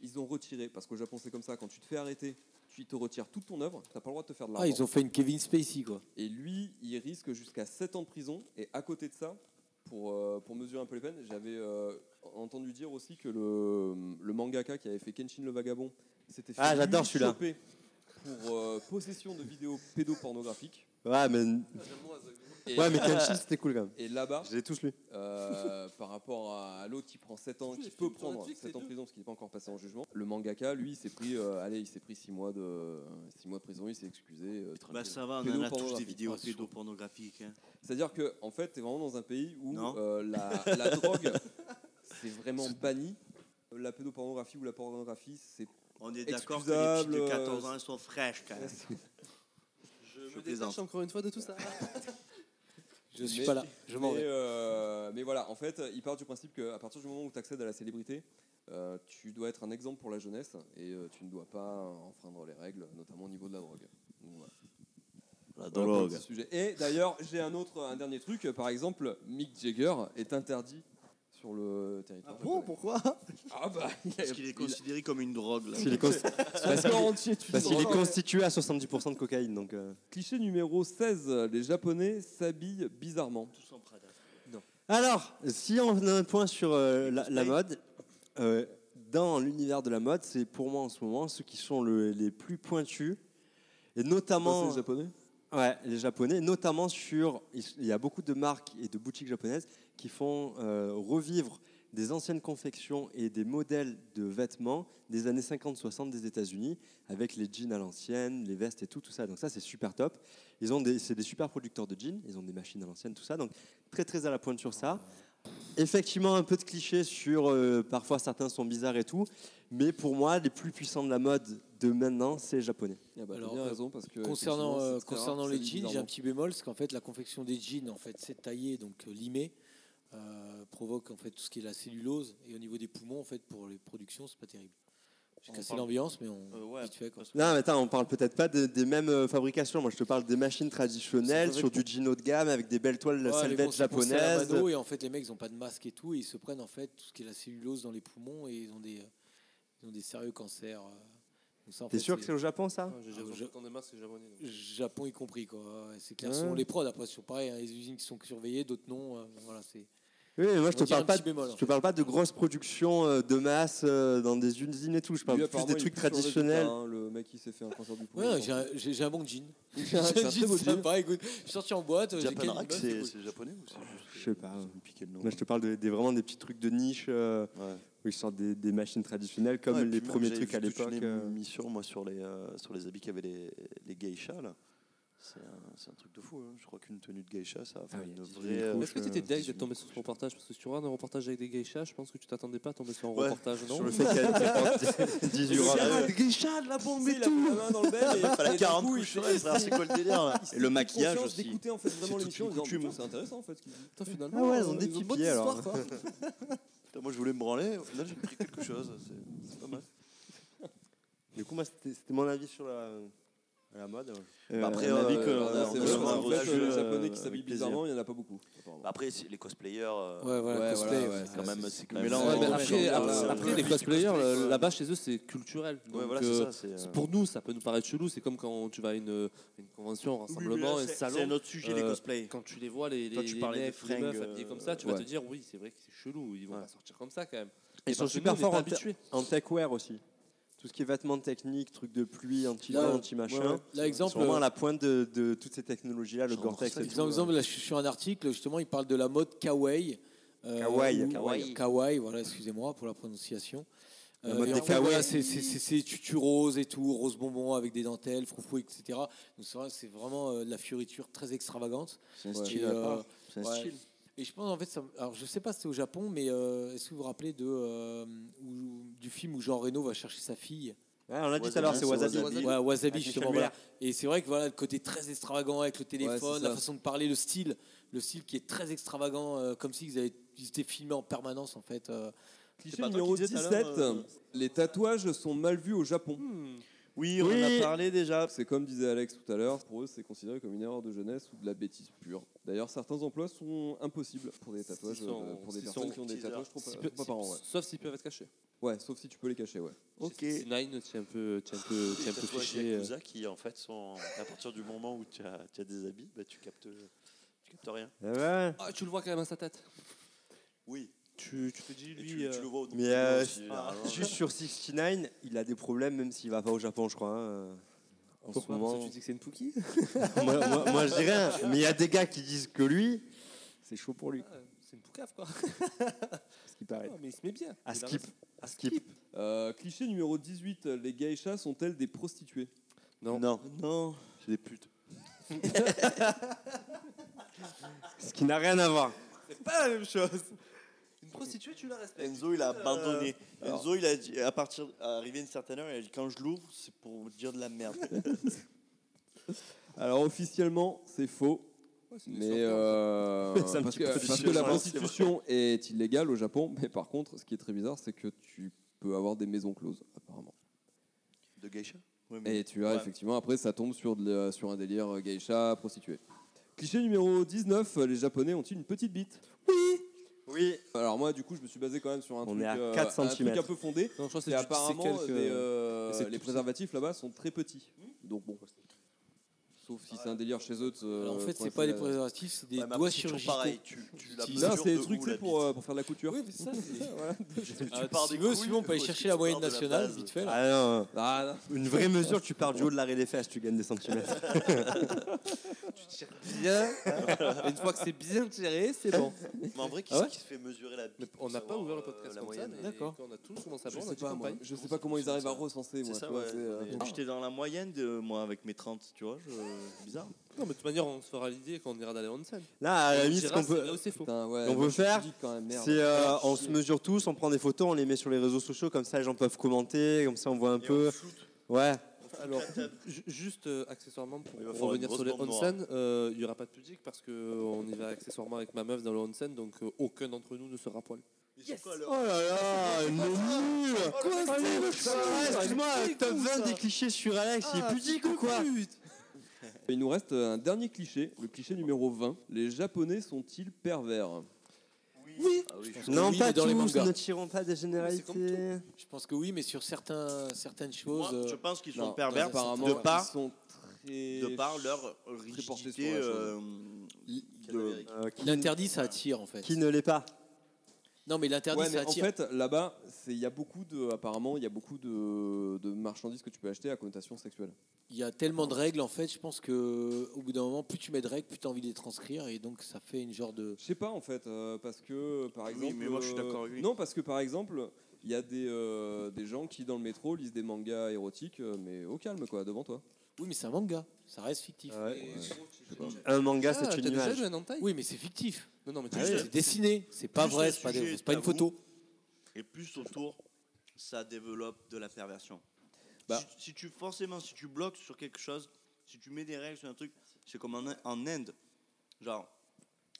[SPEAKER 2] Ils ont retiré, parce qu'au Japon c'est comme ça, quand tu te fais arrêter, tu te retires toute ton œuvre, t'as pas le droit de te faire de l'argent.
[SPEAKER 1] Ah, ils ont fait une Kevin Spacey quoi.
[SPEAKER 2] Et lui, il risque jusqu'à 7 ans de prison. Et à côté de ça, pour, euh, pour mesurer un peu les peines, j'avais euh, entendu dire aussi que le, le mangaka qui avait fait Kenshin le Vagabond s'était fait
[SPEAKER 7] Ah, j'adore
[SPEAKER 2] lui
[SPEAKER 7] celui-là.
[SPEAKER 2] choper pour euh, possession de vidéos pédopornographiques.
[SPEAKER 6] Ouais, mais,
[SPEAKER 2] Et,
[SPEAKER 6] ouais, mais Kenshi, c'était cool quand même.
[SPEAKER 2] et là-bas,
[SPEAKER 6] Je les ai tous lus.
[SPEAKER 2] euh, par rapport à, à l'autre qui prend 7 ans,
[SPEAKER 8] Tous les
[SPEAKER 2] qui peut
[SPEAKER 8] films sur
[SPEAKER 2] prendre
[SPEAKER 8] Netflix,
[SPEAKER 2] 7
[SPEAKER 8] les
[SPEAKER 2] ans de
[SPEAKER 8] deux.
[SPEAKER 2] prison parce qu'il n'est pas encore passé en jugement, le mangaka, lui, il s'est pris, euh, allez, il s'est pris 6 mois de, six mois de prison, il s'est excusé. euh,
[SPEAKER 3] Bah
[SPEAKER 2] tranquille.
[SPEAKER 3] ça va, on en a tous des
[SPEAKER 2] Pédopornographie.
[SPEAKER 3] vidéos
[SPEAKER 2] Ah, c'est chaud.
[SPEAKER 3] pédopornographiques. hein.
[SPEAKER 2] C'est-à-dire que en fait, t'es vraiment dans un pays où
[SPEAKER 3] Non.
[SPEAKER 2] euh, la, la drogue, c'est vraiment banni. La pédopornographie ou la pornographie, c'est
[SPEAKER 3] On est d'accord que les petites de 14 ans elles sont fraîches quand même.
[SPEAKER 8] Je
[SPEAKER 3] Je
[SPEAKER 8] me
[SPEAKER 3] plaisante.
[SPEAKER 8] détache encore une fois de tout ça.
[SPEAKER 1] Je suis
[SPEAKER 2] Mais-
[SPEAKER 1] pas là, je m'en
[SPEAKER 2] mais,
[SPEAKER 1] vais.
[SPEAKER 2] euh, mais voilà, en fait, il part du principe qu'à partir du moment où tu accèdes à la célébrité, euh, tu dois être un exemple pour la jeunesse et euh, tu ne dois pas enfreindre les règles, notamment au niveau de la drogue. Donc, voilà.
[SPEAKER 7] La
[SPEAKER 2] Voilà pour le
[SPEAKER 7] drogue.
[SPEAKER 2] petit sujet. Et d'ailleurs, j'ai un autre, un dernier truc. Par exemple, Mick Jagger est interdit sur le territoire. japonais.
[SPEAKER 8] pourquoi
[SPEAKER 2] Ah bah, il a-
[SPEAKER 3] Parce qu'il est
[SPEAKER 2] il a-
[SPEAKER 3] considéré comme une drogue là.
[SPEAKER 7] S'il est cons-
[SPEAKER 2] Parce qu'il est,
[SPEAKER 7] Parce qu'il est constitué à 70% de cocaïne, donc. euh,
[SPEAKER 2] Cliché numéro 16, les Japonais s'habillent bizarrement.
[SPEAKER 3] Tous en
[SPEAKER 2] Euh,
[SPEAKER 3] Prada.
[SPEAKER 7] Alors, si on a un point sur euh, la, la
[SPEAKER 3] Cosplay.
[SPEAKER 7] mode, euh, dans l'univers de la mode,
[SPEAKER 2] Bah,
[SPEAKER 7] c'est pour moi en ce moment ceux qui sont le- les plus pointus, et notamment
[SPEAKER 2] japonais
[SPEAKER 6] Ouais, les Japonais, notamment sur. Il y a beaucoup de marques et de boutiques japonaises qui font euh, revivre des anciennes confections et des modèles de vêtements des années 50-60 des États-Unis, avec les jeans à l'ancienne, les vestes et tout, tout ça. Donc ça, c'est super top. Ils ont des, c'est des super producteurs de jeans, ils ont des machines à l'ancienne, tout ça. Donc très très à la pointe sur ça. Effectivement, un peu de clichés sur euh, parfois certains sont bizarres et tout, mais pour moi, les plus puissants de la mode de maintenant, c'est les japonais.
[SPEAKER 2] Ah bah, t'as
[SPEAKER 1] Alors,
[SPEAKER 2] bien
[SPEAKER 1] euh,
[SPEAKER 2] raison, parce que,
[SPEAKER 1] Concernant,
[SPEAKER 2] effectivement,
[SPEAKER 1] euh,
[SPEAKER 2] c'est très
[SPEAKER 1] concernant
[SPEAKER 2] rare,
[SPEAKER 1] les
[SPEAKER 2] c'est
[SPEAKER 1] jeans, j'ai un
[SPEAKER 2] bizarrement.
[SPEAKER 1] petit bémol, c'est qu'en fait la confection des jeans, en fait, c'est taillé, donc euh, limé, euh, provoque en fait tout ce qui est la cellulose et au niveau des poumons, en fait, pour les productions, c'est pas terrible. J'ai
[SPEAKER 3] On
[SPEAKER 1] cassé
[SPEAKER 3] parle-
[SPEAKER 1] l'ambiance, mais on
[SPEAKER 3] Euh, ouais,
[SPEAKER 1] vite fait quoi.
[SPEAKER 3] parce que-
[SPEAKER 6] Non, mais attends, on parle peut-être pas des- des mêmes euh, fabrications. Moi, je te parle des machines traditionnelles,
[SPEAKER 1] C'est
[SPEAKER 6] sur
[SPEAKER 1] vrai
[SPEAKER 6] du jean haut de gamme, avec des belles toiles de
[SPEAKER 1] Ouais, les
[SPEAKER 6] selvettes
[SPEAKER 1] bons c'est pour
[SPEAKER 6] japonaises.
[SPEAKER 1] Salamado, et en fait les mecs ils ont pas de masque et tout et ils se prennent en fait tout ce qui est la cellulose dans les poumons et ils ont des euh, ils ont des sérieux cancers. euh. Donc ça, en
[SPEAKER 6] T'es
[SPEAKER 1] fait,
[SPEAKER 6] sûr que c'est au Japon, ça
[SPEAKER 4] J'ai
[SPEAKER 1] Ah,
[SPEAKER 4] jamais
[SPEAKER 1] je-
[SPEAKER 4] entendu des masques japonais. donc.
[SPEAKER 1] Japon y compris quoi. Ouais, C'est clair,
[SPEAKER 6] Ouais.
[SPEAKER 1] ce sont les prods après sur pareil, hein, les usines qui sont surveillées, d'autres non. euh, voilà, c'est
[SPEAKER 6] Oui, mais moi, je
[SPEAKER 1] On
[SPEAKER 6] te
[SPEAKER 1] dirait
[SPEAKER 6] parle
[SPEAKER 1] un
[SPEAKER 6] pas.
[SPEAKER 1] petit bémol, en
[SPEAKER 6] Je te parle pas de grosses productions euh, de masse euh, dans des usines et tout. Je parle
[SPEAKER 2] Lui,
[SPEAKER 6] plus
[SPEAKER 2] apparemment,
[SPEAKER 6] des
[SPEAKER 2] il
[SPEAKER 6] trucs
[SPEAKER 2] pousse sur le
[SPEAKER 6] traditionnels.
[SPEAKER 2] résultat, hein. Le mec, il s'est fait un cancer du poumon.
[SPEAKER 1] Ouais, j'ai un- j'ai j'ai un bon jean.
[SPEAKER 2] J'ai un-
[SPEAKER 1] J'ai
[SPEAKER 2] c'est
[SPEAKER 1] un
[SPEAKER 2] un très beau
[SPEAKER 1] jean
[SPEAKER 2] jean.
[SPEAKER 1] sympa, écoute. Je suis sorti en boîte. j'ai
[SPEAKER 7] Japan
[SPEAKER 1] quel
[SPEAKER 7] Rack,
[SPEAKER 1] immeuble,
[SPEAKER 7] c'est
[SPEAKER 1] cool.
[SPEAKER 7] c'est japonais ou c'est juste.
[SPEAKER 6] Je sais pas.
[SPEAKER 7] ils ont piqué le
[SPEAKER 2] Bah,
[SPEAKER 7] nom.
[SPEAKER 6] Moi, je te parle de- des- vraiment des petits trucs de niche euh,
[SPEAKER 7] Ouais.
[SPEAKER 6] où ils sortent des, des machines traditionnelles comme
[SPEAKER 7] Ouais, et
[SPEAKER 6] les
[SPEAKER 7] puis même,
[SPEAKER 6] premiers
[SPEAKER 7] j'avais
[SPEAKER 6] trucs à
[SPEAKER 7] vu toute
[SPEAKER 6] l'époque.
[SPEAKER 7] une
[SPEAKER 6] euh.
[SPEAKER 7] émission, moi, sur les, euh, sur les habits qu'avaient les, les geishas, là. C'est un, c'est un truc de fou. hein. Je crois qu'une tenue de geisha, ça va faire
[SPEAKER 6] Ah oui,
[SPEAKER 7] une
[SPEAKER 6] il y a
[SPEAKER 7] vraie.
[SPEAKER 6] 18 micros.
[SPEAKER 7] euh,
[SPEAKER 4] Est-ce que tu étais deg de
[SPEAKER 7] 18
[SPEAKER 4] tomber sur ce reportage Parce que si tu regardes un reportage avec des geishas, je pense que tu t'attendais pas à tomber sur un
[SPEAKER 7] Ouais,
[SPEAKER 4] reportage, non
[SPEAKER 6] Sur le fait qu'il y a 18 euros.
[SPEAKER 7] geisha, de la bombe
[SPEAKER 2] Il a mis la main dans le bel et-
[SPEAKER 7] Il fallait
[SPEAKER 2] et du
[SPEAKER 7] 40
[SPEAKER 2] coup, il
[SPEAKER 7] couches sur
[SPEAKER 2] s'est-
[SPEAKER 7] elle, frère, c'est quoi le délire là
[SPEAKER 2] il s'est
[SPEAKER 7] Et le
[SPEAKER 2] pris
[SPEAKER 7] maquillage
[SPEAKER 2] conscience
[SPEAKER 7] aussi.
[SPEAKER 2] d'écouter en fait vraiment
[SPEAKER 7] toute
[SPEAKER 2] l'émission en
[SPEAKER 7] une
[SPEAKER 2] disant,
[SPEAKER 7] coutume.
[SPEAKER 2] putain, c'est intéressant en fait. ce qu'ils disent.
[SPEAKER 4] Putain,
[SPEAKER 6] Ah
[SPEAKER 4] finalement,
[SPEAKER 6] ouais, ils ont
[SPEAKER 2] Ils ont bonne
[SPEAKER 6] dépiqué
[SPEAKER 2] histoire,
[SPEAKER 6] alors.
[SPEAKER 2] quoi.
[SPEAKER 7] Putain, Moi je voulais me branler, au final j'ai pris quelque chose. c'est- C'est pas mal.
[SPEAKER 6] Du coup, moi, c'était c'était mon avis sur la, la mode.
[SPEAKER 7] Bah
[SPEAKER 6] Euh,
[SPEAKER 7] après,
[SPEAKER 6] un
[SPEAKER 7] euh,
[SPEAKER 6] avis que-
[SPEAKER 7] euh,
[SPEAKER 2] C'est
[SPEAKER 7] on
[SPEAKER 2] vrai,
[SPEAKER 7] a un
[SPEAKER 2] en fait,
[SPEAKER 7] reçu,
[SPEAKER 2] les
[SPEAKER 7] euh,
[SPEAKER 2] Japonais qui s'habillent
[SPEAKER 7] avec plaisir.
[SPEAKER 2] bizarement, il n'y en a pas beaucoup.
[SPEAKER 7] Bah Après, c'est- les cosplayers. euh,
[SPEAKER 1] Ouais, voilà,
[SPEAKER 2] Ouais,
[SPEAKER 1] cosplay.
[SPEAKER 2] voilà, ouais,
[SPEAKER 1] ouais.
[SPEAKER 7] Quand même, c'est quand
[SPEAKER 2] c'est-
[SPEAKER 7] même
[SPEAKER 2] Mais là,
[SPEAKER 4] Ouais,
[SPEAKER 2] on-
[SPEAKER 4] mais
[SPEAKER 2] on-
[SPEAKER 4] après,
[SPEAKER 2] on-
[SPEAKER 4] après-
[SPEAKER 2] on-
[SPEAKER 4] après, les cosplayers, euh, là-bas chez eux, c'est culturel.
[SPEAKER 7] Ouais,
[SPEAKER 4] Donc,
[SPEAKER 7] voilà,
[SPEAKER 4] euh,
[SPEAKER 7] c'est ça. c'est, euh,
[SPEAKER 4] c'est- Pour nous, ça peut nous paraître chelou. C'est comme quand tu vas à
[SPEAKER 2] euh,
[SPEAKER 4] une, une convention, un
[SPEAKER 7] oui, mais
[SPEAKER 4] rassemblement,
[SPEAKER 7] là,
[SPEAKER 4] un
[SPEAKER 7] c'est-
[SPEAKER 4] salon.
[SPEAKER 7] C'est un autre sujet, les
[SPEAKER 4] euh,
[SPEAKER 7] cosplays.
[SPEAKER 4] Quand tu les vois, les, les,
[SPEAKER 7] Toi, tu
[SPEAKER 4] les
[SPEAKER 7] parlais des
[SPEAKER 4] mecs, les meufs
[SPEAKER 7] fringues,
[SPEAKER 4] habillés comme
[SPEAKER 7] euh,
[SPEAKER 4] ça, tu vas
[SPEAKER 6] ouais.
[SPEAKER 4] te dire oui, c'est vrai que c'est chelou. Ils vont
[SPEAKER 7] Ouais.
[SPEAKER 4] pas sortir comme ça quand même.
[SPEAKER 6] Ils
[SPEAKER 4] Et
[SPEAKER 6] sont
[SPEAKER 4] parce que
[SPEAKER 6] super
[SPEAKER 4] nous, on est
[SPEAKER 6] forts
[SPEAKER 4] pas
[SPEAKER 6] en,
[SPEAKER 4] habitués.
[SPEAKER 6] en techwear aussi. Tout ce qui est vêtements techniques, trucs de pluie, anti-vent,
[SPEAKER 1] Là,
[SPEAKER 6] anti-machin.
[SPEAKER 1] Là,
[SPEAKER 6] Ils
[SPEAKER 1] exemple,
[SPEAKER 6] sont vraiment à la pointe de, de toutes ces technologies-là, le
[SPEAKER 7] Genre
[SPEAKER 6] Gore-Tex
[SPEAKER 7] ça,
[SPEAKER 6] et
[SPEAKER 1] Par
[SPEAKER 6] tout.
[SPEAKER 1] exemple, exemple, là, je suis sur un article, justement, il parle de la mode kawaii. euh,
[SPEAKER 6] Kawaii,
[SPEAKER 1] ou-
[SPEAKER 6] kawaii.
[SPEAKER 1] kawaii, voilà, excusez-moi pour la prononciation. Euh,
[SPEAKER 6] La mode
[SPEAKER 1] et en
[SPEAKER 6] des
[SPEAKER 1] fait,
[SPEAKER 6] kawaii.
[SPEAKER 1] voilà, c'est c'est- c'est- c'est tutu rose et tout, rose bonbon avec des dentelles, froufrou, etc. Donc c'est vrai, c'est vraiment euh, de la fioriture très extravagante.
[SPEAKER 7] C'est un
[SPEAKER 1] Et,
[SPEAKER 7] style.
[SPEAKER 1] euh,
[SPEAKER 7] euh, C'est un
[SPEAKER 1] ouais.
[SPEAKER 7] style.
[SPEAKER 1] Et je pense en fait, ça- alors je sais pas si c'est au Japon, mais euh, est-ce que vous vous rappelez de, euh, où- du film où Jean Reno va chercher sa fille
[SPEAKER 6] Ah, on l'a dit tout à
[SPEAKER 7] Wasabi,
[SPEAKER 6] l'heure, c'est
[SPEAKER 7] c'est
[SPEAKER 6] Wasabi.
[SPEAKER 7] Wasabi.
[SPEAKER 1] Ouais, Wasabi
[SPEAKER 6] Avec
[SPEAKER 1] justement.
[SPEAKER 6] Michel
[SPEAKER 1] voilà. Et c'est vrai que voilà le côté très extravagant avec le téléphone,
[SPEAKER 2] c'est
[SPEAKER 1] la
[SPEAKER 2] ça.
[SPEAKER 1] façon de parler, le style, le style qui est très extravagant, euh, comme s'ils avaient ils étaient filmés en permanence en fait. euh.
[SPEAKER 2] Cliché
[SPEAKER 7] C'est pas toi
[SPEAKER 2] numéro
[SPEAKER 7] qui disais tout à
[SPEAKER 2] 17,
[SPEAKER 7] l'heure, euh,
[SPEAKER 2] les tatouages sont mal vus au Japon.
[SPEAKER 7] Oui, on en a parlé déjà.
[SPEAKER 2] C'est comme disait Alex tout à l'heure, pour eux c'est considéré comme une erreur de jeunesse ou de la bêtise pure. D'ailleurs certains emplois sont impossibles pour des tatouages,
[SPEAKER 4] S'ils sont-
[SPEAKER 2] euh, pour des
[SPEAKER 4] s'ils
[SPEAKER 2] personnes
[SPEAKER 4] sont
[SPEAKER 2] qui ont des
[SPEAKER 7] teasers.
[SPEAKER 2] tatouages trop pas,
[SPEAKER 4] Si
[SPEAKER 2] trop
[SPEAKER 4] peu-
[SPEAKER 2] pas
[SPEAKER 4] euh, si-
[SPEAKER 2] parents. Ouais.
[SPEAKER 4] Sauf s'ils peuvent être cachés.
[SPEAKER 2] Ouais, sauf si tu peux les cacher, ouais.
[SPEAKER 7] Ok.
[SPEAKER 4] Chez 69, tu es un peu, tu es un peu, tu es un peu fiché. euh,
[SPEAKER 7] Yakuza qui en fait sont à partir du moment où tu as, tu as des habits, bah, tu captes tu captes rien.
[SPEAKER 6] Ah ouais.
[SPEAKER 4] Ah, tu le vois quand même à sa tête.
[SPEAKER 7] Oui.
[SPEAKER 4] Tu, tu te dis, lui.
[SPEAKER 7] tu,
[SPEAKER 4] euh,
[SPEAKER 7] le vois au
[SPEAKER 6] Mais euh, juste sur 69, il a des problèmes, même s'il va pas au Japon, je crois. hein. En ce
[SPEAKER 4] pourquoi Parce que
[SPEAKER 6] moment,
[SPEAKER 4] tu dis que c'est une Pookie
[SPEAKER 6] moi, moi- moi, je dis rien. Mais il y a des gars qui disent que lui, c'est chaud pour lui,
[SPEAKER 4] Ah, C'est une poucave quoi.
[SPEAKER 6] ce qui paraît.
[SPEAKER 4] Non, mais il se met bien.
[SPEAKER 6] À
[SPEAKER 4] Il a
[SPEAKER 6] skip.
[SPEAKER 4] raison.
[SPEAKER 6] À skip.
[SPEAKER 2] Euh, cliché numéro 18, les geishas sont-elles des prostituées
[SPEAKER 4] Non.
[SPEAKER 7] Non. Non. C'est des putes.
[SPEAKER 6] Ce qui n'a rien à voir.
[SPEAKER 4] C'est pas la même chose. Une prostituée, tu la respectes.
[SPEAKER 7] Enzo, il a abandonné.
[SPEAKER 2] alors.
[SPEAKER 7] Enzo, il a dit, à partir, arrivé à une certaine heure, il a dit quand je l'ouvre, c'est pour dire de la merde.
[SPEAKER 2] Alors officiellement c'est faux.
[SPEAKER 4] Ouais, c'est une
[SPEAKER 2] Mais
[SPEAKER 4] sorte, hein.
[SPEAKER 2] euh,
[SPEAKER 6] C'est un
[SPEAKER 2] parce,
[SPEAKER 6] petit
[SPEAKER 2] que,
[SPEAKER 6] peu
[SPEAKER 2] parce
[SPEAKER 6] difficile,
[SPEAKER 2] que la
[SPEAKER 7] ouais,
[SPEAKER 2] prostitution est illégale au Japon, mais par contre, ce qui est très bizarre, c'est que tu peux avoir des maisons closes, apparemment.
[SPEAKER 7] De geisha Ouais, mais-
[SPEAKER 2] Et tu as
[SPEAKER 7] Ouais.
[SPEAKER 2] effectivement, après, ça tombe sur, de la- sur un délire euh, geisha prostituée. Cliché numéro 19, les Japonais ont-ils une petite bite Oui
[SPEAKER 6] Oui.
[SPEAKER 2] Alors moi, du coup, je me suis basé quand même sur un,
[SPEAKER 6] On
[SPEAKER 2] truc,
[SPEAKER 6] est à
[SPEAKER 2] euh,
[SPEAKER 6] 4
[SPEAKER 2] un truc
[SPEAKER 6] centimètres.
[SPEAKER 2] un peu fondé.
[SPEAKER 4] Non, je crois que
[SPEAKER 2] Et
[SPEAKER 4] c'est du-
[SPEAKER 2] apparemment,
[SPEAKER 4] c'est quelques-
[SPEAKER 2] des, euh,
[SPEAKER 4] Mais c'est
[SPEAKER 2] les
[SPEAKER 4] tout-
[SPEAKER 3] Mmh. Bah,
[SPEAKER 2] préservatifs là-bas sont très petits. Donc bon. Sauf si c'est un délire chez eux. de se-
[SPEAKER 1] Alors, en fait, c'est
[SPEAKER 2] coincer
[SPEAKER 1] pas des
[SPEAKER 2] la-
[SPEAKER 1] préservatifs, c'est des
[SPEAKER 3] Ouais, mais après,
[SPEAKER 1] doigts
[SPEAKER 3] c'est toujours
[SPEAKER 1] chirurgicaux.
[SPEAKER 3] Pareil, tu, tu la
[SPEAKER 2] Non,
[SPEAKER 3] mesures
[SPEAKER 2] c'est des
[SPEAKER 3] de
[SPEAKER 2] trucs tu
[SPEAKER 3] où
[SPEAKER 2] sais,
[SPEAKER 3] la
[SPEAKER 2] pour,
[SPEAKER 3] bite.
[SPEAKER 2] euh, pour faire de la couture.
[SPEAKER 1] Oui, mais ça, c'est.
[SPEAKER 2] Voilà.
[SPEAKER 3] Tu
[SPEAKER 1] Ah,
[SPEAKER 3] pars
[SPEAKER 1] si
[SPEAKER 3] des
[SPEAKER 1] tu veux,
[SPEAKER 3] couilles,
[SPEAKER 1] Simon, on peut aller
[SPEAKER 3] faut
[SPEAKER 1] chercher
[SPEAKER 3] que
[SPEAKER 1] la
[SPEAKER 3] tu
[SPEAKER 1] moyenne
[SPEAKER 3] pars de la
[SPEAKER 1] nationale,
[SPEAKER 3] base.
[SPEAKER 1] vite fait. là.
[SPEAKER 6] Ah non,
[SPEAKER 2] Ah, non.
[SPEAKER 6] une vraie mesure, tu pars du haut de l'arrêt des fesses, tu gagnes des centimètres.
[SPEAKER 9] Bien. Une fois que c'est bien tiré, c'est bon.
[SPEAKER 3] Mais en vrai, qui
[SPEAKER 9] Ah
[SPEAKER 3] c'est
[SPEAKER 9] ouais
[SPEAKER 3] qui se fait mesurer la bite
[SPEAKER 4] Mais on
[SPEAKER 3] pour
[SPEAKER 4] n'a pas
[SPEAKER 3] savoir,
[SPEAKER 4] ouvert le
[SPEAKER 3] euh,
[SPEAKER 4] podcast
[SPEAKER 3] la
[SPEAKER 4] comme ça,
[SPEAKER 3] moyenne
[SPEAKER 4] mais
[SPEAKER 3] et-
[SPEAKER 1] D'accord.
[SPEAKER 4] quand on a tous commencé à
[SPEAKER 2] Je
[SPEAKER 4] boire, on a
[SPEAKER 2] sais
[SPEAKER 4] dit
[SPEAKER 2] pas, moi.
[SPEAKER 4] campagne.
[SPEAKER 2] Je sais pas comment ils arrivent à recenser.
[SPEAKER 3] C'est
[SPEAKER 2] moi,
[SPEAKER 3] ça,
[SPEAKER 2] tu vois,
[SPEAKER 3] ouais.
[SPEAKER 2] c'est, euh,
[SPEAKER 3] Donc, J'étais dans la moyenne, de, moi, avec mes 30, tu vois, je- bizarre.
[SPEAKER 4] Non, mais de toute manière, on se fera l'idée quand on ira d'aller en scène.
[SPEAKER 6] Là, à la
[SPEAKER 4] On
[SPEAKER 6] limite, ce
[SPEAKER 4] dira,
[SPEAKER 6] qu'on
[SPEAKER 4] c'est
[SPEAKER 6] peut.
[SPEAKER 4] Là où c'est faux.
[SPEAKER 2] putain, ouais, moi,
[SPEAKER 6] On veut
[SPEAKER 2] je me
[SPEAKER 6] faire,
[SPEAKER 2] dis quand même, merde.
[SPEAKER 6] C'est, euh, on se mesure tous, on prend des photos, on les met sur les réseaux sociaux, comme ça les gens peuvent commenter, comme ça on voit un peu. Ouais.
[SPEAKER 4] Alors, ju- juste euh, accessoirement pour
[SPEAKER 3] Il va
[SPEAKER 4] pour
[SPEAKER 3] falloir une
[SPEAKER 4] revenir
[SPEAKER 3] grosse
[SPEAKER 4] sur les
[SPEAKER 3] bande noire.
[SPEAKER 4] onsen, euh, il n'y aura pas de public parce qu'on y va accessoirement avec ma meuf dans le onsen, donc euh, aucun d'entre nous ne sera poil.
[SPEAKER 6] Oh là là, il est nul
[SPEAKER 1] Oh,
[SPEAKER 6] Allez, le chat
[SPEAKER 1] Ah,
[SPEAKER 6] Excuse-moi, top 20 des clichés sur Alex, il est pudique ou quoi
[SPEAKER 2] Il nous reste euh, un dernier cliché, le cliché numéro 20. Les Japonais sont-ils pervers
[SPEAKER 6] Oui
[SPEAKER 3] Ah oui, je-
[SPEAKER 6] Non,
[SPEAKER 1] Oui,
[SPEAKER 6] pas
[SPEAKER 1] mais dans les
[SPEAKER 6] tous,
[SPEAKER 1] mangas.
[SPEAKER 6] ne tirons pas des généralités.
[SPEAKER 1] Je pense que oui, mais sur certains, certaines
[SPEAKER 3] Moi,
[SPEAKER 1] choses.
[SPEAKER 3] je
[SPEAKER 1] euh,
[SPEAKER 3] pense qu'ils sont
[SPEAKER 2] Non,
[SPEAKER 3] pervers
[SPEAKER 2] apparemment,
[SPEAKER 3] de
[SPEAKER 2] ils
[SPEAKER 3] par,
[SPEAKER 2] sont très...
[SPEAKER 3] de par leur
[SPEAKER 2] portés sur la
[SPEAKER 3] rigidité.
[SPEAKER 2] chose.
[SPEAKER 3] euh, de-
[SPEAKER 6] Euh, qui-
[SPEAKER 1] L'interdit, ça attire en fait.
[SPEAKER 6] Qui ne l'est pas
[SPEAKER 1] Non, mais l'interdit,
[SPEAKER 2] Ouais, mais
[SPEAKER 1] ça
[SPEAKER 2] en
[SPEAKER 1] attire.
[SPEAKER 2] fait, là-bas, c'est- il y a beaucoup de, apparemment, il y a beaucoup de, de marchandises que tu peux acheter à connotation sexuelle.
[SPEAKER 1] Il y a tellement de règles en fait. Je pense que au bout d'un moment, plus tu mets de règles, plus tu as envie de les transcrire, et donc ça fait une genre de.
[SPEAKER 2] Je sais pas en fait, euh, parce que par
[SPEAKER 3] Oui,
[SPEAKER 2] exemple.
[SPEAKER 3] mais moi, je suis
[SPEAKER 2] euh,
[SPEAKER 3] d'accord avec lui.
[SPEAKER 2] Non, parce que par exemple, il y a des, euh, des gens qui dans le métro lisent des mangas érotiques, euh, mais au calme quoi, devant toi.
[SPEAKER 1] Oui, mais c'est un manga. Ça reste fictif.
[SPEAKER 6] Un manga,
[SPEAKER 4] Ah,
[SPEAKER 6] c'est
[SPEAKER 4] t'as
[SPEAKER 6] une
[SPEAKER 4] déjà
[SPEAKER 6] image.
[SPEAKER 4] joué à Nantai
[SPEAKER 1] Oui, mais c'est fictif.
[SPEAKER 4] Non, non, mais
[SPEAKER 3] Ah
[SPEAKER 4] tu
[SPEAKER 3] oui.
[SPEAKER 4] sais,
[SPEAKER 1] C'est dessiné. C'est pas
[SPEAKER 3] Plus
[SPEAKER 1] vrai.
[SPEAKER 3] le
[SPEAKER 1] C'est pas, des-
[SPEAKER 3] sujet
[SPEAKER 1] c'est pas une
[SPEAKER 3] tabou.
[SPEAKER 1] photo.
[SPEAKER 3] Et plus autour, ça développe de la perversion.
[SPEAKER 2] Bah.
[SPEAKER 3] Si, si tu forcément, si tu bloques sur quelque chose, si tu mets des règles sur un truc, c'est comme en, en Inde, genre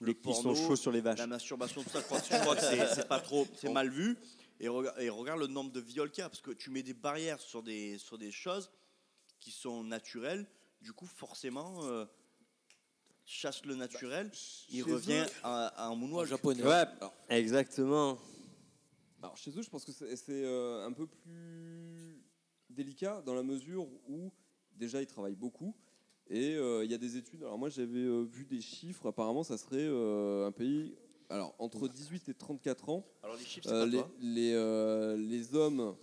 [SPEAKER 6] Les qui sont chauds sur les vaches.
[SPEAKER 3] la masturbation, tout ça. Quand tu crois que c'est c'est pas trop, c'est mal vu. Et, rega- et regarde le nombre de viols qu'il y a, parce que tu mets des barrières sur des sur des choses qui sont naturelles. Du coup, forcément, euh, chasse le naturel. il
[SPEAKER 2] Bah, chez
[SPEAKER 3] revient à, à un
[SPEAKER 1] En
[SPEAKER 3] moonwalk.
[SPEAKER 1] japonais.
[SPEAKER 6] Ouais, exactement.
[SPEAKER 2] Alors chez eux, je pense que c'est c'est, euh, un peu plus délicat dans la mesure où déjà ils travaillent beaucoup et euh, il y a des études. Alors moi j'avais euh, vu des chiffres, apparemment ça serait euh, un pays. Alors entre 18 et 34 ans,
[SPEAKER 3] Alors les chiffres, c'est
[SPEAKER 2] euh,
[SPEAKER 3] pas
[SPEAKER 2] les,
[SPEAKER 3] toi.
[SPEAKER 2] les, euh, les hommes,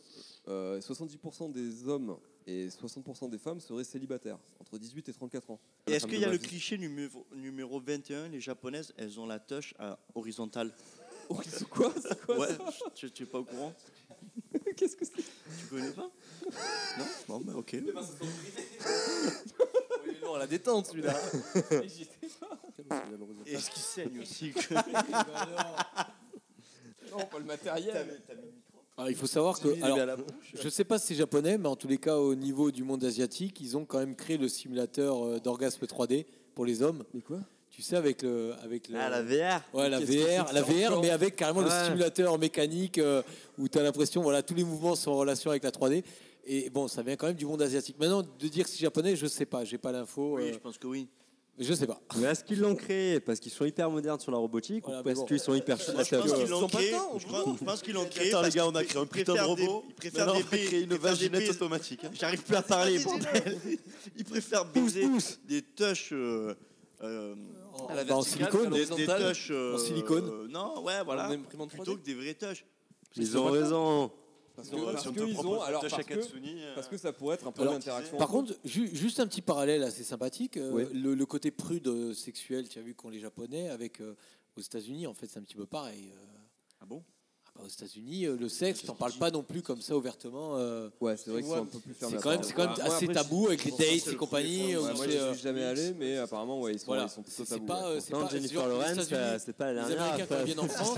[SPEAKER 2] euh, 70% des hommes et 60% des femmes seraient célibataires entre 18 et 34 ans.
[SPEAKER 3] Et est-ce
[SPEAKER 2] La femme
[SPEAKER 3] qu'il y a
[SPEAKER 2] de
[SPEAKER 3] le
[SPEAKER 2] ma vie.
[SPEAKER 3] cliché numéro, numéro 21 Les japonaises, elles ont la touche à horizontale.
[SPEAKER 2] Oh, c'est quoi, c'est quoi
[SPEAKER 3] Ouais,
[SPEAKER 2] ça
[SPEAKER 3] tu, tu es pas au courant
[SPEAKER 2] Qu'est-ce que c'est
[SPEAKER 3] Tu connais pas Non Bon, bah ok.
[SPEAKER 4] on la détente celui-là.
[SPEAKER 3] Et ce qui saigne aussi que-
[SPEAKER 2] Non, pas le matériel.
[SPEAKER 1] Ah, il faut savoir que. alors, je sais pas si c'est japonais, mais en tous les cas, au niveau du monde asiatique, ils ont quand même créé le simulateur euh, d'orgasme 3D pour les hommes.
[SPEAKER 2] Mais quoi
[SPEAKER 1] Tu sais, avec le. Avec le
[SPEAKER 6] Ah, la VR
[SPEAKER 1] Ouais, la
[SPEAKER 6] Qu'est-ce que c'est
[SPEAKER 1] VR,
[SPEAKER 6] que
[SPEAKER 1] la
[SPEAKER 6] ça
[SPEAKER 1] VR,
[SPEAKER 6] encore
[SPEAKER 1] mais avec carrément le
[SPEAKER 6] Ouais.
[SPEAKER 1] simulateur mécanique euh, où tu as l'impression, voilà, tous les mouvements sont en relation avec la 3D. Et bon, ça vient quand même du monde asiatique. Maintenant, de dire si japonais, je sais pas, j'ai pas l'info,
[SPEAKER 3] Oui,
[SPEAKER 1] euh,
[SPEAKER 3] je pense que oui.
[SPEAKER 1] je sais pas.
[SPEAKER 6] Mais est-ce qu'ils l'ont créé Parce qu'ils sont hyper modernes sur la robotique
[SPEAKER 1] Voilà,
[SPEAKER 6] ou
[SPEAKER 1] mais
[SPEAKER 6] parce
[SPEAKER 1] bon.
[SPEAKER 6] qu'ils sont hyper chauds
[SPEAKER 3] Moi, euh, je pense qu'ils
[SPEAKER 4] Ils
[SPEAKER 3] l'ont
[SPEAKER 4] ont pas
[SPEAKER 3] créé.
[SPEAKER 4] le temps, au
[SPEAKER 3] Je pense, je pense qu'ils l'ont créé.
[SPEAKER 7] Attends, les
[SPEAKER 3] parce
[SPEAKER 7] gars, on a
[SPEAKER 3] qu'ils
[SPEAKER 7] créé un putain de
[SPEAKER 3] préfèrent des-
[SPEAKER 7] robot.
[SPEAKER 3] Ils préfèrent
[SPEAKER 7] Maintenant,
[SPEAKER 3] des
[SPEAKER 7] on va créer
[SPEAKER 3] baies.
[SPEAKER 7] une
[SPEAKER 3] ils préfèrent des
[SPEAKER 7] vaginette
[SPEAKER 3] baies-
[SPEAKER 7] automatique. hein.
[SPEAKER 3] J'arrive plus à parler. bordel. Ils préfèrent baiser des touches. euh, euh,
[SPEAKER 1] En,
[SPEAKER 4] la
[SPEAKER 1] bah, en
[SPEAKER 4] verticale,
[SPEAKER 1] silicone,
[SPEAKER 4] la
[SPEAKER 3] des, des
[SPEAKER 4] horizontale,
[SPEAKER 3] touches euh,
[SPEAKER 1] en silicone.
[SPEAKER 3] euh, non, ouais,
[SPEAKER 4] Voilà.
[SPEAKER 3] voilà. Plutôt que des vraies touches.
[SPEAKER 6] Ils ont raison.
[SPEAKER 2] Parce
[SPEAKER 7] Donc,
[SPEAKER 2] que, parce
[SPEAKER 7] si on
[SPEAKER 2] que
[SPEAKER 7] te
[SPEAKER 2] ils
[SPEAKER 7] propose
[SPEAKER 2] ont,
[SPEAKER 7] la
[SPEAKER 2] alors
[SPEAKER 7] touche à
[SPEAKER 2] parce que,
[SPEAKER 7] Katsuni, euh,
[SPEAKER 2] parce que ça pourrait être un peu
[SPEAKER 1] Alors,
[SPEAKER 2] d'interaction.
[SPEAKER 1] Par contre, ju- juste un petit parallèle assez sympathique, euh,
[SPEAKER 2] Oui.
[SPEAKER 1] le, le côté prude euh, sexuel, tu as vu qu'ont les Japonais, avec euh, aux États-Unis, en fait, c'est un petit peu pareil. euh.
[SPEAKER 3] Ah bon
[SPEAKER 1] Ah bah, aux États-Unis, euh, le sexe, t'en parles pas non plus comme ça ouvertement. euh,
[SPEAKER 2] ouais, c'est vrai qu'ils sont un peu plus
[SPEAKER 1] c'est
[SPEAKER 2] fermés. à
[SPEAKER 1] quand même,
[SPEAKER 2] ça.
[SPEAKER 1] c'est quand même
[SPEAKER 2] Moi,
[SPEAKER 1] assez
[SPEAKER 2] après,
[SPEAKER 1] tabou avec les
[SPEAKER 3] je pense que
[SPEAKER 1] dates
[SPEAKER 3] c'est
[SPEAKER 1] et
[SPEAKER 3] le
[SPEAKER 1] compagnie.
[SPEAKER 3] premier
[SPEAKER 1] où
[SPEAKER 3] point.
[SPEAKER 2] Ouais, moi,
[SPEAKER 1] c'est, euh,
[SPEAKER 2] je suis jamais allé, mais apparemment, ouais, ils sont,
[SPEAKER 1] Voilà.
[SPEAKER 2] ils sont
[SPEAKER 1] C'est-
[SPEAKER 2] plutôt
[SPEAKER 1] c'est
[SPEAKER 2] tabous.
[SPEAKER 1] pas,
[SPEAKER 2] ouais.
[SPEAKER 1] euh,
[SPEAKER 6] Tant
[SPEAKER 1] pas-
[SPEAKER 6] Jennifer
[SPEAKER 1] c'est-
[SPEAKER 6] Lawrence,
[SPEAKER 1] aux États-Unis,
[SPEAKER 6] euh, c'est pas la
[SPEAKER 1] les
[SPEAKER 6] dernière.
[SPEAKER 1] Américains, quand ils viennent en France,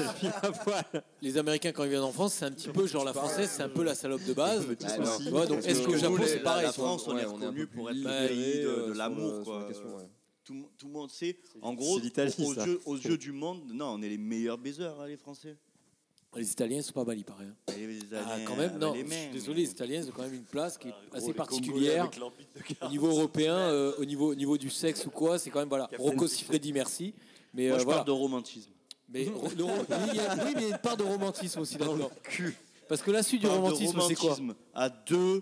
[SPEAKER 1] les Américains, quand ils viennent en France, c'est un petit peu genre la française, c'est un peu la salope de base.
[SPEAKER 2] Ouais,
[SPEAKER 1] Alors,
[SPEAKER 2] non.
[SPEAKER 1] tu vois, donc
[SPEAKER 2] Parce
[SPEAKER 1] est-ce
[SPEAKER 2] que
[SPEAKER 1] qu'au
[SPEAKER 2] nous,
[SPEAKER 1] Japon,
[SPEAKER 3] les-
[SPEAKER 1] c'est pareil
[SPEAKER 3] la
[SPEAKER 1] ils sont-
[SPEAKER 3] France, on est
[SPEAKER 2] un peu
[SPEAKER 3] reconnu
[SPEAKER 2] plus
[SPEAKER 3] pour être
[SPEAKER 2] libéré,
[SPEAKER 3] le pays de-
[SPEAKER 2] euh,
[SPEAKER 3] de
[SPEAKER 2] sur
[SPEAKER 3] l'amour,
[SPEAKER 2] le- sur
[SPEAKER 3] quoi.
[SPEAKER 2] la question, ouais.
[SPEAKER 3] Tout, le- tout le monde sait. En gros,
[SPEAKER 6] c'est l'Italie,
[SPEAKER 3] aux,
[SPEAKER 6] ça.
[SPEAKER 3] yeux, aux yeux du monde, non, on est les meilleurs baiseurs, hein, les Français.
[SPEAKER 1] Les Italiens sont pas mal, il paraît. hein.
[SPEAKER 3] Et les
[SPEAKER 1] Ah,
[SPEAKER 3] Italiens,
[SPEAKER 1] quand même,
[SPEAKER 3] avec
[SPEAKER 1] non.
[SPEAKER 3] les
[SPEAKER 1] je
[SPEAKER 3] mains,
[SPEAKER 1] suis
[SPEAKER 3] mais- Ah,
[SPEAKER 1] désolé, les Italiens ils ont quand même une place qui est
[SPEAKER 7] gros,
[SPEAKER 1] assez
[SPEAKER 7] les Congolais
[SPEAKER 1] particulière.
[SPEAKER 7] avec leur bite de
[SPEAKER 1] Au
[SPEAKER 7] garde.
[SPEAKER 1] niveau européen, euh, au niveau au niveau du sexe ou quoi, c'est quand même voilà.
[SPEAKER 6] Captain
[SPEAKER 1] Rocco
[SPEAKER 6] Pictet.
[SPEAKER 1] Siffredi, merci. Mais
[SPEAKER 3] Moi,
[SPEAKER 1] euh,
[SPEAKER 3] je
[SPEAKER 1] voilà.
[SPEAKER 3] parle de romantisme.
[SPEAKER 1] Mais ro- le ro- oui, il y a- oui, mais il y a une part de romantisme aussi là-dedans. Parce que la suite du
[SPEAKER 3] Parle de
[SPEAKER 1] romantisme, c'est quoi
[SPEAKER 3] romantisme À deux.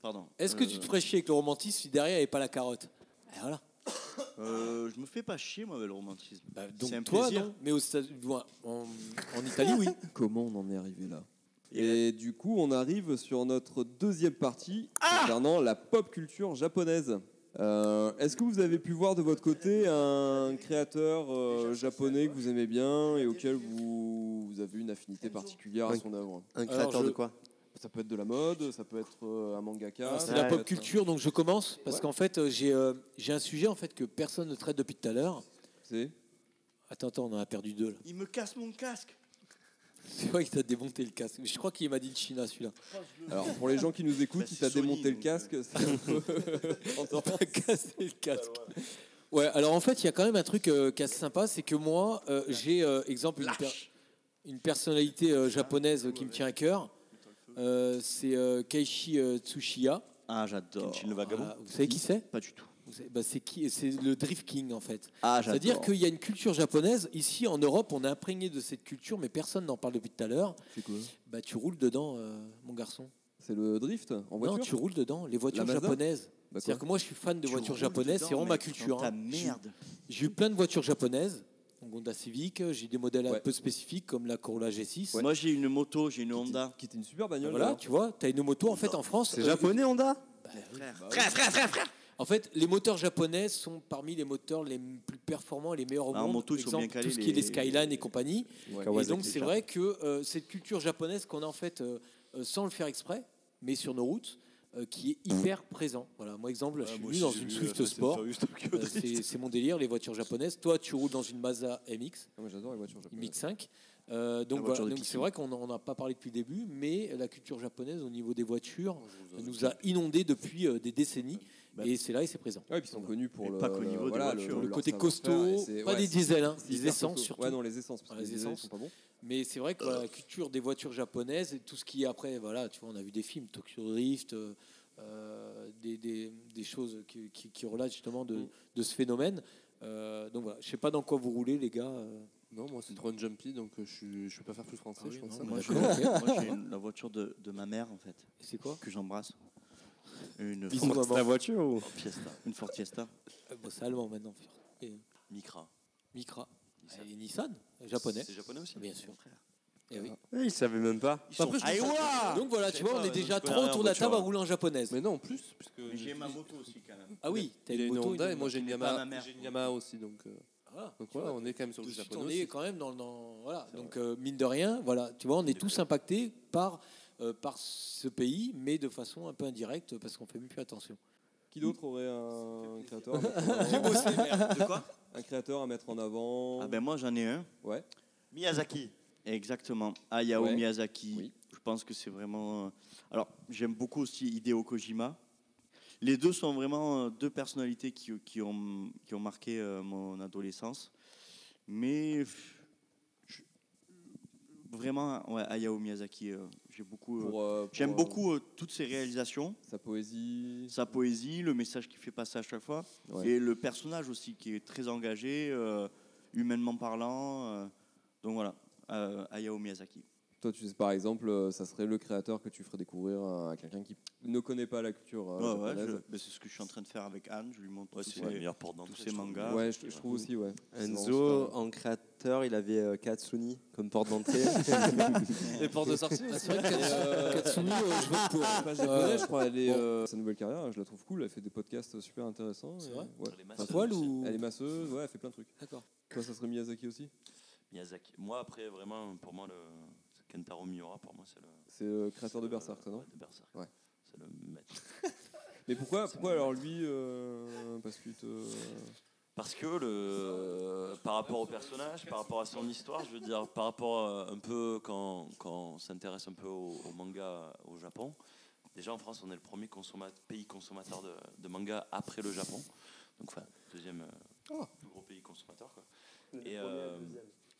[SPEAKER 3] Pardon.
[SPEAKER 1] Est-ce que
[SPEAKER 3] Euh,
[SPEAKER 1] tu te ferais chier avec le romantisme si derrière il n'y avait pas la carotte Et voilà.
[SPEAKER 3] Euh, je me fais pas chier, moi, avec le romantisme.
[SPEAKER 1] Bah,
[SPEAKER 3] C'est un
[SPEAKER 1] donc toi,
[SPEAKER 3] plaisir.
[SPEAKER 1] non mais aux États- ouais, en, en Italie, oui.
[SPEAKER 2] Comment on en est arrivé là Et du coup, on arrive sur notre deuxième partie
[SPEAKER 1] Ah
[SPEAKER 2] concernant la pop culture japonaise. Euh, Est-ce que vous avez pu voir de votre côté un créateur euh, japonais que vous aimez bien et auquel vous, vous avez une affinité particulière à son œuvre
[SPEAKER 6] Un
[SPEAKER 1] créateur je- de
[SPEAKER 6] quoi
[SPEAKER 2] Ça peut être de la mode, ça peut être euh, un mangaka.
[SPEAKER 1] C'est
[SPEAKER 2] ça
[SPEAKER 1] la
[SPEAKER 2] peut
[SPEAKER 1] pop
[SPEAKER 2] être-
[SPEAKER 1] culture, donc je commence parce qu'en fait euh, j'ai euh, j'ai un sujet en fait que personne ne traite depuis tout à l'heure.
[SPEAKER 2] C'est
[SPEAKER 1] Attends, attends, on en a perdu deux là.
[SPEAKER 3] Il me casse mon casque.
[SPEAKER 1] C'est vrai qu'il t'a démonté le casque. Je crois qu'il m'a dit le China celui-là.
[SPEAKER 2] Alors pour les gens qui nous écoutent,
[SPEAKER 3] Bah,
[SPEAKER 2] si
[SPEAKER 3] c'est
[SPEAKER 2] t'as
[SPEAKER 3] Sony,
[SPEAKER 2] démonté le
[SPEAKER 3] donc,
[SPEAKER 2] casque, c'est un peu...
[SPEAKER 1] On t'a cassé le casque. Ouais, alors en fait, il y a quand même un truc euh, qui est assez sympa, c'est que moi, euh, j'ai, euh, exemple, une, per- une personnalité euh, japonaise qui me tient à cœur. Euh, c'est euh, Keiichi euh, Tsuchiya.
[SPEAKER 3] Ah, j'adore.
[SPEAKER 7] Kenshin le vagabond.
[SPEAKER 1] Voilà. vous savez qui c'est
[SPEAKER 3] Pas du tout.
[SPEAKER 1] Vous savez- bah, C'est qui C'est le Drift King en fait.
[SPEAKER 3] Ah,
[SPEAKER 1] C'est-à-dire qu'il y a une culture japonaise. Ici, en Europe, on est imprégné de cette culture, mais personne n'en parle depuis tout à l'heure.
[SPEAKER 2] C'est quoi
[SPEAKER 1] Bah, tu roules dedans, euh, mon garçon.
[SPEAKER 2] C'est le drift en voiture
[SPEAKER 1] Non, tu roules dedans. Les voitures
[SPEAKER 2] La Mazda
[SPEAKER 1] japonaises.
[SPEAKER 2] Bah, quoi
[SPEAKER 1] C'est-à-dire que moi, je suis fan de
[SPEAKER 3] Tu
[SPEAKER 1] voitures
[SPEAKER 3] roules
[SPEAKER 1] japonaises.
[SPEAKER 3] dedans,
[SPEAKER 1] C'est vraiment ma
[SPEAKER 3] mec, dans
[SPEAKER 1] culture.
[SPEAKER 3] Ta
[SPEAKER 1] hein. Je-
[SPEAKER 3] merde.
[SPEAKER 1] J'ai eu plein de voitures japonaises, donc Honda Civic, j'ai des modèles
[SPEAKER 2] Ouais.
[SPEAKER 1] un peu spécifiques comme la Corolla G6.
[SPEAKER 3] Moi, j'ai une moto, j'ai une Honda.
[SPEAKER 2] qui était une super bagnole.
[SPEAKER 1] Voilà,
[SPEAKER 2] d'ailleurs.
[SPEAKER 1] tu vois, tu as une moto en fait en France.
[SPEAKER 6] C'est
[SPEAKER 1] euh,
[SPEAKER 6] japonais, Honda
[SPEAKER 1] En fait, les moteurs japonais sont parmi les moteurs les m- plus performants et les meilleurs au
[SPEAKER 3] Ah, en
[SPEAKER 1] monde.
[SPEAKER 3] moto, ils sont
[SPEAKER 1] Exemple,
[SPEAKER 3] bien calés,
[SPEAKER 1] tout ce qui est les
[SPEAKER 3] les-
[SPEAKER 1] Skyline et compagnie. et
[SPEAKER 6] Kawasaki,
[SPEAKER 1] donc, c'est vrai que euh, cette culture japonaise qu'on a en fait euh, euh, sans le faire exprès, mais sur nos routes, euh, qui est hyper présent. Voilà, moi, exemple, je suis venu dans une Swift Sport. Euh, c'est c'est mon délire, les voitures japonaises. Toi, tu roules dans une Mazda MX.
[SPEAKER 2] Ah, Moi j'adore les voitures japonaises.
[SPEAKER 1] Mix 5. Euh, donc
[SPEAKER 3] voiture
[SPEAKER 1] voilà,
[SPEAKER 3] de
[SPEAKER 1] donc
[SPEAKER 3] Piki.
[SPEAKER 1] c'est vrai qu'on n'en a pas parlé depuis le début, mais la culture japonaise au niveau des voitures nous a inondés depuis euh, des décennies.
[SPEAKER 3] Bah,
[SPEAKER 1] Et c'est là et c'est présent.
[SPEAKER 2] Ouais, Ah puis ils sont connus pour
[SPEAKER 3] Et
[SPEAKER 2] le,
[SPEAKER 3] pas qu'au niveau des
[SPEAKER 2] voilà,
[SPEAKER 3] voitures.
[SPEAKER 1] Le
[SPEAKER 2] leur
[SPEAKER 1] côté
[SPEAKER 2] savoir-faire, et
[SPEAKER 1] costaud,
[SPEAKER 2] c'est-
[SPEAKER 1] pas
[SPEAKER 2] ouais,
[SPEAKER 1] des
[SPEAKER 2] c'est-
[SPEAKER 1] diesels, hein,
[SPEAKER 2] c'est
[SPEAKER 1] des
[SPEAKER 2] hyper
[SPEAKER 1] essences
[SPEAKER 2] costaud.
[SPEAKER 1] surtout.
[SPEAKER 2] Ouais, non, les essences, parce que
[SPEAKER 1] Ah,
[SPEAKER 2] les,
[SPEAKER 1] les
[SPEAKER 2] diesels, ils
[SPEAKER 1] essences.
[SPEAKER 2] sont pas bons.
[SPEAKER 1] Mais c'est vrai que voilà, la culture des voitures japonaises et tout ce qui est après, voilà, tu vois, on a vu des films, Tokyo Drift, euh, euh, des, des- des choses qui, qui- qui relatent justement de,
[SPEAKER 4] Mm.
[SPEAKER 1] de ce phénomène. Euh, donc voilà, je sais pas dans quoi vous roulez, les gars. euh.
[SPEAKER 4] Non, moi c'est trop un jumpy, donc euh, je ne je peux pas faire plus français,
[SPEAKER 1] Ah oui,
[SPEAKER 4] je pense.
[SPEAKER 1] non,
[SPEAKER 3] Moi,
[SPEAKER 1] mais
[SPEAKER 3] j'ai
[SPEAKER 1] d'accord,
[SPEAKER 3] moi, j'ai une- la voiture de, de ma mère, en fait,
[SPEAKER 1] C'est quoi
[SPEAKER 3] que j'embrasse. Une
[SPEAKER 1] Bisous,
[SPEAKER 3] Ford
[SPEAKER 1] maman.
[SPEAKER 6] voiture ou
[SPEAKER 3] Fiesta. Une Ford Fiesta.
[SPEAKER 1] Euh, bon, c'est allemand maintenant. Et-
[SPEAKER 7] Micra.
[SPEAKER 1] Micra. Et Nissan, japonais.
[SPEAKER 7] C'est japonais aussi
[SPEAKER 1] Bien sûr. Eh oui.
[SPEAKER 6] Il savait même pas.
[SPEAKER 3] Ils sont
[SPEAKER 1] Après, je
[SPEAKER 3] Aïe,
[SPEAKER 1] trouve ça-
[SPEAKER 3] ouah
[SPEAKER 1] Donc voilà,
[SPEAKER 7] Je
[SPEAKER 1] tu
[SPEAKER 7] sais
[SPEAKER 1] vois,
[SPEAKER 7] pas,
[SPEAKER 1] on est
[SPEAKER 7] non,
[SPEAKER 1] déjà
[SPEAKER 7] je peux
[SPEAKER 1] trois
[SPEAKER 7] aller en
[SPEAKER 1] autour de la
[SPEAKER 7] voiture,
[SPEAKER 1] table à
[SPEAKER 7] hein.
[SPEAKER 1] rouler en japonaise.
[SPEAKER 4] Mais non, en plus, puisque
[SPEAKER 3] Mais Euh, J'ai ma moto aussi, quand même.
[SPEAKER 1] Ah oui, t'as
[SPEAKER 4] il a
[SPEAKER 1] une Ah.
[SPEAKER 4] une
[SPEAKER 1] moto,
[SPEAKER 4] Honda et moi j'ai une
[SPEAKER 3] mais pas ma
[SPEAKER 4] Yamaha,
[SPEAKER 3] mère.
[SPEAKER 4] j'ai une Yamaha aussi, donc, euh,
[SPEAKER 1] Voilà.
[SPEAKER 4] donc voilà, on est quand même sur
[SPEAKER 1] De
[SPEAKER 4] du
[SPEAKER 1] suite,
[SPEAKER 4] japonais.
[SPEAKER 1] on est
[SPEAKER 4] aussi.
[SPEAKER 1] quand même dans, dans- voilà. Donc euh, mine de rien, voilà, tu vois, on est tous impactés par euh, par ce pays, mais de façon un peu indirecte parce qu'on fait même plus attention.
[SPEAKER 2] Qui d'autre aurait un créateur à mettre
[SPEAKER 3] De quoi
[SPEAKER 2] en- Un créateur à mettre en avant
[SPEAKER 3] Ah ben moi, j'en ai un.
[SPEAKER 2] Ouais.
[SPEAKER 3] Miyazaki. Exactement. Hayao
[SPEAKER 2] Ouais.
[SPEAKER 3] Miyazaki.
[SPEAKER 2] Oui.
[SPEAKER 3] Je pense que c'est vraiment... euh, Alors, j'aime beaucoup aussi Hideo Kojima. Les deux sont vraiment euh, deux personnalités qui, qui ont, qui ont marqué euh, mon adolescence. Mais pff, je- vraiment, ouais, Hayao Miyazaki, euh, j'ai beaucoup... euh,
[SPEAKER 2] pour, euh, pour,
[SPEAKER 3] J'aime
[SPEAKER 2] euh,
[SPEAKER 3] beaucoup euh, toutes ses réalisations,
[SPEAKER 2] sa poésie.
[SPEAKER 3] sa poésie, le message qu'il fait passer à chaque fois,
[SPEAKER 2] Ouais.
[SPEAKER 3] et le personnage aussi qui est très engagé, euh, humainement parlant. euh, donc voilà, euh, Hayao Miyazaki.
[SPEAKER 2] Toi, tu sais, par exemple, euh, ça serait le créateur que tu ferais découvrir à à quelqu'un qui ne connaît pas la culture euh,
[SPEAKER 3] Ouais, ouais,
[SPEAKER 2] japonaise.
[SPEAKER 3] je- ben, c'est ce que je suis en train de faire avec Anne, je lui montre tous
[SPEAKER 7] c'est
[SPEAKER 3] ses-
[SPEAKER 7] la meilleure porte d'entrée.
[SPEAKER 3] tous ces
[SPEAKER 7] je trouve.
[SPEAKER 3] mangas.
[SPEAKER 2] Ouais, je, je trouve aussi, ouais. C'est vraiment
[SPEAKER 6] Enzo,
[SPEAKER 2] super.
[SPEAKER 6] en créateur, il avait euh, Katsuni comme porte d'entrée.
[SPEAKER 8] Les portes de sortie
[SPEAKER 1] Ah, c'est vrai que Katsu- Katsumi, euh, je vote pour.
[SPEAKER 2] C'est pas japonais, je crois. Elle est,
[SPEAKER 1] Bon.
[SPEAKER 2] euh, sa nouvelle carrière, je la trouve cool. Elle fait des podcasts super intéressants.
[SPEAKER 1] C'est
[SPEAKER 2] et-
[SPEAKER 1] vrai
[SPEAKER 2] ouais.
[SPEAKER 7] Les
[SPEAKER 1] À
[SPEAKER 7] masseurs
[SPEAKER 1] poil
[SPEAKER 7] aussi.
[SPEAKER 1] ou
[SPEAKER 2] Elle est masseuse, ouais, elle fait plein de trucs.
[SPEAKER 1] D'accord.
[SPEAKER 2] Toi, ça serait Miyazaki aussi
[SPEAKER 7] Miyazaki. Moi, après, vraiment, pour moi, le... Kentaro Miura, pour moi, c'est le.
[SPEAKER 2] C'est le créateur de
[SPEAKER 7] c'est le-
[SPEAKER 2] Berserk, ça, non
[SPEAKER 7] ouais, de Berserk.
[SPEAKER 2] Ouais.
[SPEAKER 7] C'est le maître.
[SPEAKER 2] Mais pourquoi, pourquoi alors lui euh, Parce qu'il te.
[SPEAKER 7] Parce que le, par rapport au personnage, par rapport à son histoire, je veux dire, par rapport à un peu quand, quand on s'intéresse un peu au, au manga au Japon, déjà en France, on est le premier consomma- pays consommateur de, de manga après le Japon. Donc, enfin, deuxième euh,
[SPEAKER 2] Ah.
[SPEAKER 7] plus gros pays consommateur. Quoi. Et, euh,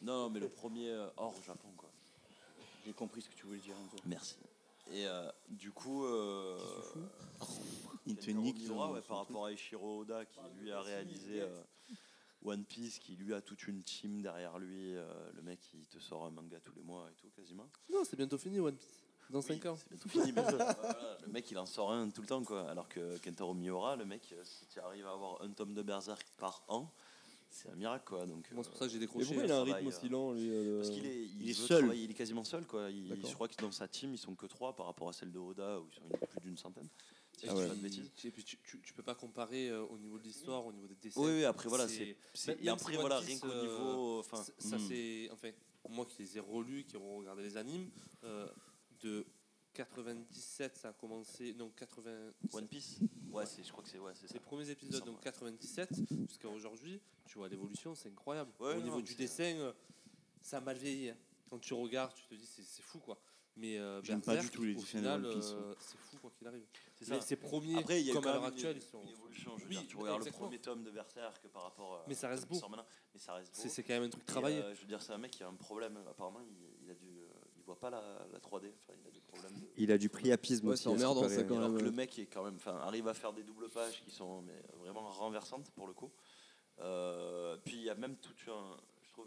[SPEAKER 7] non, non, mais le premier euh, hors Japon. Quoi.
[SPEAKER 3] J'ai compris ce que tu voulais dire, Anzo.
[SPEAKER 7] Merci. Et euh, du coup, euh,
[SPEAKER 3] Il te
[SPEAKER 7] Kentaro
[SPEAKER 3] nique
[SPEAKER 7] Miura,
[SPEAKER 3] son-
[SPEAKER 7] ouais,
[SPEAKER 3] son
[SPEAKER 7] par
[SPEAKER 3] truc.
[SPEAKER 7] rapport à Eiichiro Oda qui lui a réalisé euh, One Piece, qui lui a toute une team derrière lui. euh, le mec, il te sort un manga tous les mois et tout, quasiment.
[SPEAKER 4] Non, c'est bientôt fini One Piece.
[SPEAKER 2] dans 5 ans.
[SPEAKER 7] C'est tout fini, mais, euh, voilà, le mec il en sort un tout le temps quoi. Alors que Kentaro Miura, le mec, euh, si tu arrives à avoir un tome de Berserk par an, c'est un miracle quoi. Donc,
[SPEAKER 4] Moi, c'est pour ça que j'ai
[SPEAKER 2] Mais
[SPEAKER 4] décroché.
[SPEAKER 2] pourquoi il a un
[SPEAKER 7] travail,
[SPEAKER 2] rythme
[SPEAKER 7] euh,
[SPEAKER 2] aussi lent, lui euh,
[SPEAKER 7] Parce qu'il est, il
[SPEAKER 3] Il est
[SPEAKER 7] veut
[SPEAKER 3] seul.
[SPEAKER 7] travailler, Il est quasiment seul quoi. Il-
[SPEAKER 2] D'accord.
[SPEAKER 7] je crois que dans sa team ils sont que trois par rapport à celle de Oda où ils sont plus d'une centaine. Si
[SPEAKER 4] Et
[SPEAKER 7] je
[SPEAKER 4] puis-
[SPEAKER 7] dis pas de bêtises.
[SPEAKER 4] et puis tu, tu, tu peux pas comparer euh, au niveau de l'histoire, au niveau des dessins.
[SPEAKER 7] Oui, oui, après voilà, c'est.
[SPEAKER 4] C'est-
[SPEAKER 7] c'est-
[SPEAKER 4] même-
[SPEAKER 7] Et
[SPEAKER 4] même
[SPEAKER 7] après
[SPEAKER 4] si One
[SPEAKER 7] voilà,
[SPEAKER 4] Piece,
[SPEAKER 7] rien qu'au
[SPEAKER 4] euh,
[SPEAKER 7] niveau. Enfin,
[SPEAKER 4] Ça- ça
[SPEAKER 3] hmm.
[SPEAKER 4] c'est enfin moi qui les ai relus qui ont regardé les animes euh, de 97 ça a commencé non 80
[SPEAKER 7] One Piece Ouais, c'est- je crois que c'est ouais, c'est ça.
[SPEAKER 4] les premiers épisodes
[SPEAKER 7] Ça,
[SPEAKER 4] donc
[SPEAKER 7] ouais.
[SPEAKER 4] 97 jusqu'à aujourd'hui tu vois l'évolution c'est incroyable
[SPEAKER 7] Ouais,
[SPEAKER 4] au
[SPEAKER 7] non,
[SPEAKER 4] niveau
[SPEAKER 7] mais
[SPEAKER 4] du
[SPEAKER 7] c'est-
[SPEAKER 4] dessin euh, ça a mal vieilli hein. quand tu regardes tu te dis c'est c'est fou quoi mais euh,
[SPEAKER 3] J'aime pas du
[SPEAKER 4] Berserk,
[SPEAKER 3] tout les
[SPEAKER 4] au
[SPEAKER 3] dessins de One
[SPEAKER 4] final,
[SPEAKER 3] Piece,
[SPEAKER 7] hein.
[SPEAKER 4] euh, c'est fou quoi qu'il arrive
[SPEAKER 7] C'est
[SPEAKER 4] Mais
[SPEAKER 7] ça.
[SPEAKER 4] ces premiers
[SPEAKER 7] Après, il y a eu
[SPEAKER 4] comme
[SPEAKER 7] quand
[SPEAKER 4] à l'heure
[SPEAKER 7] même une-
[SPEAKER 4] actuelle ils sont
[SPEAKER 7] une évolution. Je veux
[SPEAKER 4] Oui,
[SPEAKER 7] dire, tu regardes
[SPEAKER 4] exactement.
[SPEAKER 7] le premier tome de Berserk par rapport. euh, à-
[SPEAKER 4] Mais ça reste
[SPEAKER 7] à Tom
[SPEAKER 4] beau.
[SPEAKER 7] Sormanin, Mais ça reste beau.
[SPEAKER 4] c'est c'est quand même un truc
[SPEAKER 7] Et,
[SPEAKER 4] travaillé
[SPEAKER 7] euh, je veux dire, c'est un mec qui a un problème. Apparemment, il, il a dû, euh, il voit pas la, la 3D. Enfin, il a des problèmes. de-
[SPEAKER 6] Il a du priapisme
[SPEAKER 2] Ouais,
[SPEAKER 6] aussi.
[SPEAKER 2] c'est
[SPEAKER 6] à ce qui
[SPEAKER 2] emmerdant,
[SPEAKER 6] paraît.
[SPEAKER 2] ça, quand
[SPEAKER 7] Alors
[SPEAKER 2] même.
[SPEAKER 7] que le mec est quand même, euh, enfin, arrive à faire des doubles pages qui sont mais, vraiment renversantes pour le coup. Euh, puis il y a même tout un, je trouve,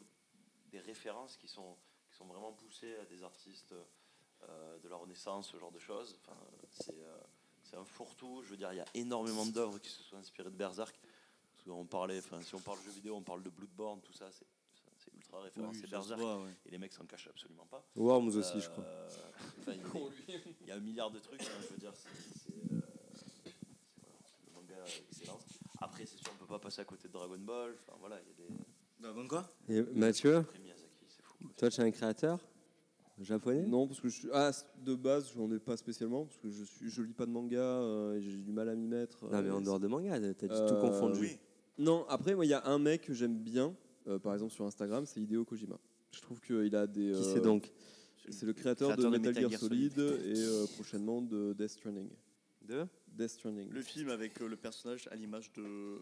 [SPEAKER 7] des références qui sont, qui sont vraiment poussées à des artistes euh, de la Renaissance, ce genre de choses. Enfin, c'est, euh, c'est un fourre-tout. Je veux dire, il y a énormément d'œuvres qui se sont inspirées de Berserk. Parce qu'on parlait, enfin, si on parle jeux vidéo, on parle de Bloodborne, tout ça, c'est, c'est ultra référence,
[SPEAKER 3] Oui,
[SPEAKER 7] c'est
[SPEAKER 3] ça se
[SPEAKER 7] Berserk.
[SPEAKER 3] voit, ouais.
[SPEAKER 7] Et les mecs s'en cachent absolument pas.
[SPEAKER 6] Worms aussi, je crois.
[SPEAKER 7] Euh, enfin, il y a des- il y a un milliard de trucs, hein, je veux dire, c'est c'est, euh, c'est- voilà, le manga excellent. Après, c'est sûr, on peut pas passer à côté de Dragon Ball. Enfin, voilà, il y a des
[SPEAKER 3] Dragon quoi
[SPEAKER 2] Ah,
[SPEAKER 6] Et Mathieu,
[SPEAKER 7] après Miyazaki, c'est fou. quoi.
[SPEAKER 6] toi, tu es un créateur japonais
[SPEAKER 2] Non, parce que je suis. Ah, de base, j'en ai pas spécialement, parce que je, suis, je lis pas de manga, euh, et j'ai du mal à m'y mettre.
[SPEAKER 6] Non, mais
[SPEAKER 2] euh,
[SPEAKER 6] en dehors de manga, t'as dit tout
[SPEAKER 2] Euh,
[SPEAKER 6] confondu.
[SPEAKER 2] oui. Non, après, moi, il y a un mec que j'aime bien, euh, par exemple sur Instagram, c'est Hideo Kojima. Je trouve qu'il a des.
[SPEAKER 6] Qui
[SPEAKER 2] euh,
[SPEAKER 6] c'est donc
[SPEAKER 2] C'est le créateur,
[SPEAKER 3] Créateur
[SPEAKER 2] de, Metal, Gear Solid, et euh, prochainement de Death Stranding.
[SPEAKER 6] Deux
[SPEAKER 2] Death Stranding.
[SPEAKER 3] Le film avec euh, le personnage à l'image de.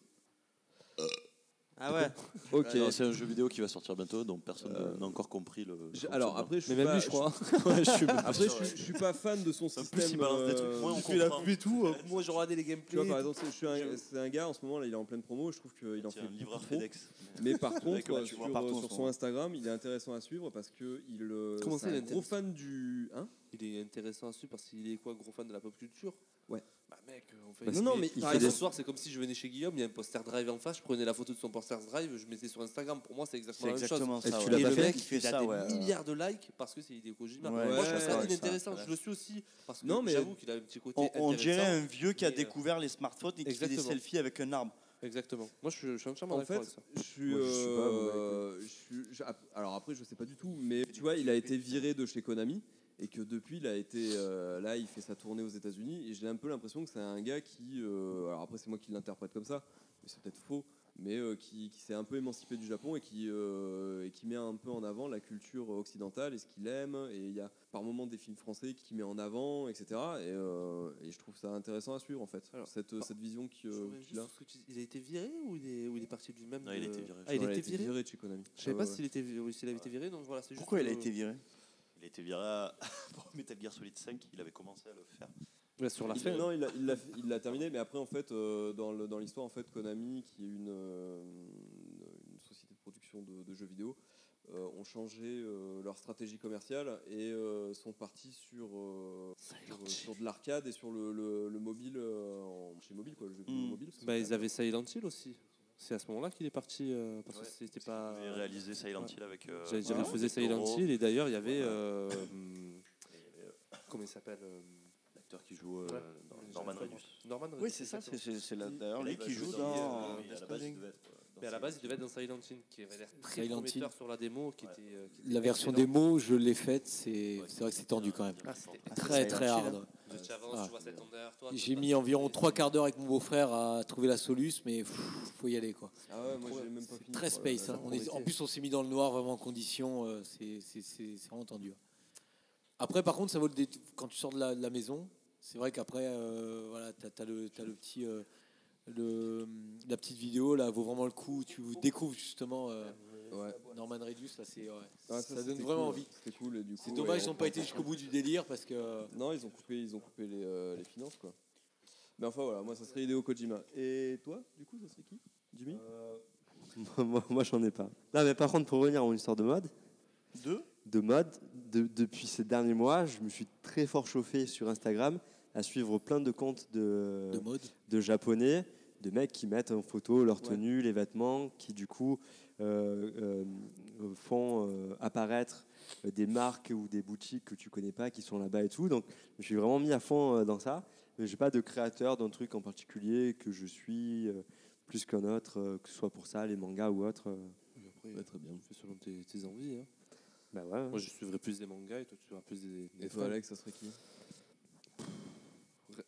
[SPEAKER 6] Ah ouais Ok.
[SPEAKER 7] Ouais, non, c'est un jeu vidéo qui va sortir bientôt, donc personne
[SPEAKER 2] Euh,
[SPEAKER 7] n'a encore compris le.
[SPEAKER 2] J'ai- Alors après, je suis pas-
[SPEAKER 6] Ouais, je suis-
[SPEAKER 2] Après, je suis, je suis pas fan de son
[SPEAKER 7] En
[SPEAKER 2] système.
[SPEAKER 7] plus, il balance des trucs,
[SPEAKER 2] euh,
[SPEAKER 7] moins on
[SPEAKER 3] Il fait la
[SPEAKER 7] comprend.
[SPEAKER 3] pub et tout. hein.
[SPEAKER 4] moi je regardais les gameplays
[SPEAKER 2] Tu vois, par exemple, je suis un- c'est un gars en ce moment, là, il est en pleine promo. Je trouve qu'il en
[SPEAKER 7] C'est
[SPEAKER 2] fait
[SPEAKER 7] un livreur
[SPEAKER 2] beaucoup trop.
[SPEAKER 7] FedEx.
[SPEAKER 2] Mais par
[SPEAKER 7] Le mec,
[SPEAKER 2] contre,
[SPEAKER 7] ouais,
[SPEAKER 2] euh,
[SPEAKER 7] tu
[SPEAKER 2] sur,
[SPEAKER 7] vois partout en
[SPEAKER 2] sur
[SPEAKER 7] ce
[SPEAKER 2] son
[SPEAKER 7] moment.
[SPEAKER 2] Instagram, il est intéressant à suivre parce que il euh,
[SPEAKER 4] Comment ça,
[SPEAKER 2] c'est
[SPEAKER 4] il
[SPEAKER 2] un
[SPEAKER 4] est
[SPEAKER 2] gros fan du. Hein
[SPEAKER 4] Il est intéressant à suivre parce qu'il est quoi, gros fan de la pop culture
[SPEAKER 2] Ouais.
[SPEAKER 4] Bah mec, euh, on fait.
[SPEAKER 6] Bah,
[SPEAKER 2] non, non, mais
[SPEAKER 6] il
[SPEAKER 2] par
[SPEAKER 6] fait
[SPEAKER 4] ce
[SPEAKER 6] des-
[SPEAKER 2] exemple,
[SPEAKER 4] soir, c'est comme si je venais chez Guillaume, il y a un poster drive en face, je prenais la photo de son poster drive, je mettais sur Instagram. Pour moi, c'est exactement
[SPEAKER 3] C'est
[SPEAKER 4] la même chose.
[SPEAKER 3] exactement
[SPEAKER 6] Et
[SPEAKER 3] ça.
[SPEAKER 6] tu
[SPEAKER 3] ouais.
[SPEAKER 6] l'as
[SPEAKER 3] Et
[SPEAKER 6] pas
[SPEAKER 3] le
[SPEAKER 6] fait
[SPEAKER 3] mec, il fait
[SPEAKER 4] Il a
[SPEAKER 3] ça,
[SPEAKER 4] des
[SPEAKER 3] ouais.
[SPEAKER 4] milliards de likes parce que c'est Hideo Kojima.
[SPEAKER 3] Ouais,
[SPEAKER 4] Moi, je
[SPEAKER 2] ouais,
[SPEAKER 4] trouve ça
[SPEAKER 3] ouais, ça,
[SPEAKER 4] inintéressant.
[SPEAKER 3] ça,
[SPEAKER 4] Je le suis aussi parce que
[SPEAKER 2] Non, mais-
[SPEAKER 4] j'avoue qu'il a un petit côté
[SPEAKER 3] On, on
[SPEAKER 4] intéressant.
[SPEAKER 3] dirait un vieux qui a
[SPEAKER 4] Et, euh,
[SPEAKER 3] découvert les smartphones et qui fait des
[SPEAKER 4] exactement.
[SPEAKER 3] selfies avec un arbre.
[SPEAKER 4] Exactement. Moi, je suis, je suis entièrement
[SPEAKER 2] en
[SPEAKER 4] d'accord
[SPEAKER 2] fait,
[SPEAKER 4] avec ça.
[SPEAKER 2] je suis.
[SPEAKER 6] Moi, je suis pas, moi,
[SPEAKER 2] euh, je suis- je- alors après, je sais pas du tout, mais tu vois, il a été viré de chez Konami et que depuis, il a été euh, là, il fait sa tournée aux États-Unis et j'ai un peu l'impression que c'est un gars qui. euh, alors après, c'est moi qui l'interprète comme ça, mais c'est peut-être faux. Mais euh, qui, qui s'est un peu émancipé du Japon et qui, euh, et qui met un peu en avant la culture occidentale et ce qu'il aime. Et il y a par moments des films français qui met en avant, etc. Et, euh, et je trouve ça intéressant à suivre en fait,
[SPEAKER 4] Alors,
[SPEAKER 2] cette, cette vision qui,
[SPEAKER 4] Je
[SPEAKER 2] euh,
[SPEAKER 4] reviens
[SPEAKER 2] qu'il
[SPEAKER 4] juste
[SPEAKER 2] a.
[SPEAKER 4] sur ce que tu dis. Il a été viré ou il est, ou il est parti lui-même
[SPEAKER 7] Non, il a
[SPEAKER 4] de-
[SPEAKER 7] été viré,
[SPEAKER 4] Ah, il a
[SPEAKER 2] Ouais,
[SPEAKER 4] été viré
[SPEAKER 2] de chez Konami.
[SPEAKER 4] Je savais
[SPEAKER 2] Ouais,
[SPEAKER 4] pas
[SPEAKER 2] ouais.
[SPEAKER 4] s'il était viré- s'il avait été viré, donc voilà, c'est juste.
[SPEAKER 3] Pourquoi il a
[SPEAKER 4] euh,
[SPEAKER 3] été viré
[SPEAKER 7] Il était viré à- pour Metal Gear Solid 5, il avait commencé à le faire.
[SPEAKER 4] ouais, sur la
[SPEAKER 2] Il-
[SPEAKER 4] fin
[SPEAKER 2] non, il l'a- il l'a il l'a terminé, mais après, en fait, euh, dans le- dans l'histoire, en fait, Konami, qui est une, euh, une- une société de production de, de jeux vidéo, euh, ont changé euh, leur stratégie commerciale et euh, sont partis sur, euh, sur, sur de l'arcade et sur le, le- le mobile, euh, en- chez mobile, quoi, le jeu vidéo
[SPEAKER 1] Hmm.
[SPEAKER 3] Mm.
[SPEAKER 2] mobile.
[SPEAKER 4] Bah, ils avaient Silent Hill aussi. C'est à ce moment-là qu'il est parti euh, parce
[SPEAKER 7] Ouais,
[SPEAKER 4] que c'était
[SPEAKER 7] Il
[SPEAKER 4] pas.
[SPEAKER 7] avait réalisé Silent Hill avec. euh,
[SPEAKER 4] J'avais
[SPEAKER 7] voilà,
[SPEAKER 4] faisait
[SPEAKER 7] avec
[SPEAKER 4] Silent
[SPEAKER 7] Toro,
[SPEAKER 4] Hill et d'ailleurs il y avait.
[SPEAKER 7] Voilà.
[SPEAKER 4] euh, hum,
[SPEAKER 7] et il y avait, euh,
[SPEAKER 4] comment il s'appelle euh,
[SPEAKER 7] L'acteur qui joue euh,
[SPEAKER 4] Ouais.
[SPEAKER 7] dans- Norman Reedus.
[SPEAKER 4] Norman Reedus.
[SPEAKER 3] Oui, c'est ça.
[SPEAKER 4] exactement.
[SPEAKER 3] C'est
[SPEAKER 4] là-
[SPEAKER 3] d'ailleurs
[SPEAKER 7] Et
[SPEAKER 3] lui
[SPEAKER 7] là,
[SPEAKER 3] qui
[SPEAKER 7] il va
[SPEAKER 3] joue
[SPEAKER 7] jouer dans-
[SPEAKER 3] dans.
[SPEAKER 7] oui, à la base, il devait être, euh,
[SPEAKER 4] Mais
[SPEAKER 7] dans
[SPEAKER 4] à la
[SPEAKER 7] Silent
[SPEAKER 4] base il
[SPEAKER 7] Hill.
[SPEAKER 4] devait être dans Silent Hill qui avait l'air très
[SPEAKER 1] Silent
[SPEAKER 4] prometteur
[SPEAKER 1] Hill.
[SPEAKER 4] sur la démo qui
[SPEAKER 7] Ouais.
[SPEAKER 4] était. euh, qui était
[SPEAKER 1] La version
[SPEAKER 4] excellente.
[SPEAKER 1] démo, je l'ai faite, c'est
[SPEAKER 7] Ouais,
[SPEAKER 1] c'est vrai que c'est tendu quand même.
[SPEAKER 4] Ah, c'était euh,
[SPEAKER 1] Très très
[SPEAKER 3] Silent Hill,
[SPEAKER 1] hard.
[SPEAKER 4] De tu avances,
[SPEAKER 1] Ah.
[SPEAKER 4] tu vois cette onde derrière toi.
[SPEAKER 1] J'ai mis environ trois quarts d'heure avec mon beau-frère à trouver la soluce, mais pff, faut y aller quoi.
[SPEAKER 2] Ah ouais, moi, j'ai même pas
[SPEAKER 1] Très
[SPEAKER 2] fini. Oh là là,
[SPEAKER 1] space. hein.
[SPEAKER 2] ça
[SPEAKER 1] On est- en
[SPEAKER 2] promettait.
[SPEAKER 1] plus, on s'est mis dans le noir vraiment en condition. euh, c'est- c'est c'est- c'est vraiment tendu. hein. Après, par contre, ça vaut le dé- quand tu sors de la, de la maison. C'est vrai qu'après, euh, voilà, t'as as le, t'as le petit, euh, le, la petite vidéo là, vaut vraiment le coup. Tu découvres justement euh,
[SPEAKER 2] Ouais.
[SPEAKER 1] Norman Reedus là, c'est ouais,
[SPEAKER 2] Ah,
[SPEAKER 1] ça, donne
[SPEAKER 2] c'était
[SPEAKER 1] vraiment
[SPEAKER 2] cool,
[SPEAKER 1] envie.
[SPEAKER 2] C'était cool. et du
[SPEAKER 1] C'est
[SPEAKER 2] coup,
[SPEAKER 1] dommage,
[SPEAKER 2] ouais,
[SPEAKER 1] ils n'ont pas été jusqu'au bout du délire parce que. euh,
[SPEAKER 2] euh, Non, ils ont coupé, ils ont coupé les, euh, les finances, quoi. Mais enfin, voilà, moi, ça serait Hideo Kojima. Et toi, du coup, ça serait qui Jimmy
[SPEAKER 6] moi, moi, j'en ai pas. Non, mais par contre, pour revenir à une histoire de mode,
[SPEAKER 3] Deux
[SPEAKER 6] de mode. De- depuis ces derniers mois, je me suis très fort chauffé sur Instagram à suivre plein de comptes de,
[SPEAKER 1] de mode.
[SPEAKER 6] de japonais, de mecs qui mettent en photo leur
[SPEAKER 2] Ouais.
[SPEAKER 6] tenue, les vêtements, qui du coup euh, euh, font euh, apparaître euh, des marques ou des boutiques que tu connais pas qui sont là-bas et tout. Donc je suis vraiment mis à fond euh, dans ça. Mais j'ai pas de créateur d'un truc en particulier que je suis euh, plus qu'un autre, euh, que ce soit pour ça, les mangas ou autre. euh.
[SPEAKER 4] Après, très bien. Fais selon tes, tes envies. hein.
[SPEAKER 6] Bah ouais, ouais.
[SPEAKER 4] Moi, je suivrai plus des mangas et toi, tu suivras plus des. des
[SPEAKER 2] Et toi,
[SPEAKER 4] fans.
[SPEAKER 2] Alex, ça serait qui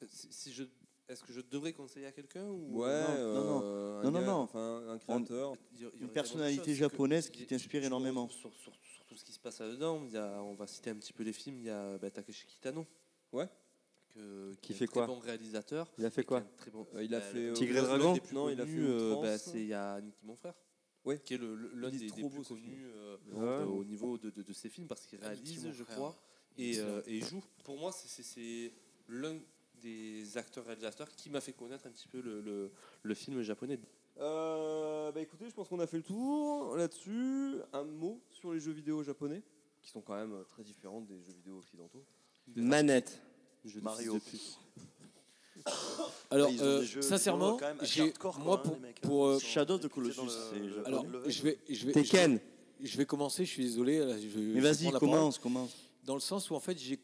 [SPEAKER 4] Si, si je, est-ce que je devrais conseiller à quelqu'un ou
[SPEAKER 2] Ouais,
[SPEAKER 3] non,
[SPEAKER 2] euh,
[SPEAKER 3] non,
[SPEAKER 2] un
[SPEAKER 3] Non, non,
[SPEAKER 2] gars,
[SPEAKER 3] non.
[SPEAKER 2] Enfin, un créateur.
[SPEAKER 4] Il y aurait- il y
[SPEAKER 3] Une
[SPEAKER 4] aurait tellement de
[SPEAKER 3] personnalité
[SPEAKER 4] choses que-
[SPEAKER 3] japonaise qui
[SPEAKER 4] y-
[SPEAKER 3] t'inspire énormément.
[SPEAKER 4] Sur, sur- sur tout ce qui se passe là-dedans, il y a- on va citer un petit peu les films. Il y a bah, Takeshi Kitano.
[SPEAKER 2] Ouais.
[SPEAKER 4] Que- qui
[SPEAKER 6] Qui
[SPEAKER 4] est un
[SPEAKER 6] fait quoi
[SPEAKER 4] Très bon réalisateur.
[SPEAKER 6] Il a fait
[SPEAKER 4] et qui est
[SPEAKER 6] quoi
[SPEAKER 4] un très bon-
[SPEAKER 2] Euh, il a
[SPEAKER 4] bah,
[SPEAKER 2] fait.
[SPEAKER 4] le-
[SPEAKER 2] euh,
[SPEAKER 6] Tigre et
[SPEAKER 2] l'un des
[SPEAKER 6] Dragon
[SPEAKER 2] plus Non, il a fait.
[SPEAKER 4] connu, euh,
[SPEAKER 2] Outrance.
[SPEAKER 4] bah, c'est il y a Nicky mon frère.
[SPEAKER 2] Ouais.
[SPEAKER 4] Qui est le- le- l'un
[SPEAKER 2] Il est
[SPEAKER 4] des, des
[SPEAKER 2] trop
[SPEAKER 4] plus
[SPEAKER 2] beau, ce film. Ah,
[SPEAKER 4] connus euh,
[SPEAKER 6] Ouais.
[SPEAKER 4] euh, au niveau de, de- de ses films parce qu'il réalise, je crois, et, euh, et joue. Pour moi, c'est- c'est- c'est l'un des acteurs réalisateurs qui m'a fait connaître un petit peu le, le- le film japonais.
[SPEAKER 2] Euh, bah écoutez, je pense qu'on a fait le tour là-dessus. Un mot sur les jeux vidéo japonais, qui sont quand même euh, très différents des jeux vidéo occidentaux.
[SPEAKER 6] Manette.
[SPEAKER 4] Je
[SPEAKER 7] Mario.
[SPEAKER 1] Alors,
[SPEAKER 7] Ils ont
[SPEAKER 1] euh,
[SPEAKER 7] des jeux
[SPEAKER 1] sincèrement,
[SPEAKER 7] vidéo quand même assez
[SPEAKER 1] j'ai-
[SPEAKER 7] hardcore,
[SPEAKER 1] moi
[SPEAKER 7] quoi, hein,
[SPEAKER 1] pour,
[SPEAKER 7] les mecs, hein.
[SPEAKER 1] pour, euh,
[SPEAKER 7] Ils sont
[SPEAKER 3] Shadow of the
[SPEAKER 7] impliqués dans
[SPEAKER 3] Colossus,
[SPEAKER 7] le-
[SPEAKER 3] c'est
[SPEAKER 7] le
[SPEAKER 3] japonais.
[SPEAKER 1] alors
[SPEAKER 7] level.
[SPEAKER 1] je vais, je vais, je vais,
[SPEAKER 6] Tekken.
[SPEAKER 1] je vais commencer. Je suis désolé. là, je- je
[SPEAKER 3] Mais
[SPEAKER 1] vais
[SPEAKER 3] vas-y,
[SPEAKER 1] prendre la parole.
[SPEAKER 3] commence, commence.
[SPEAKER 1] Dans le sens où en fait, j'ai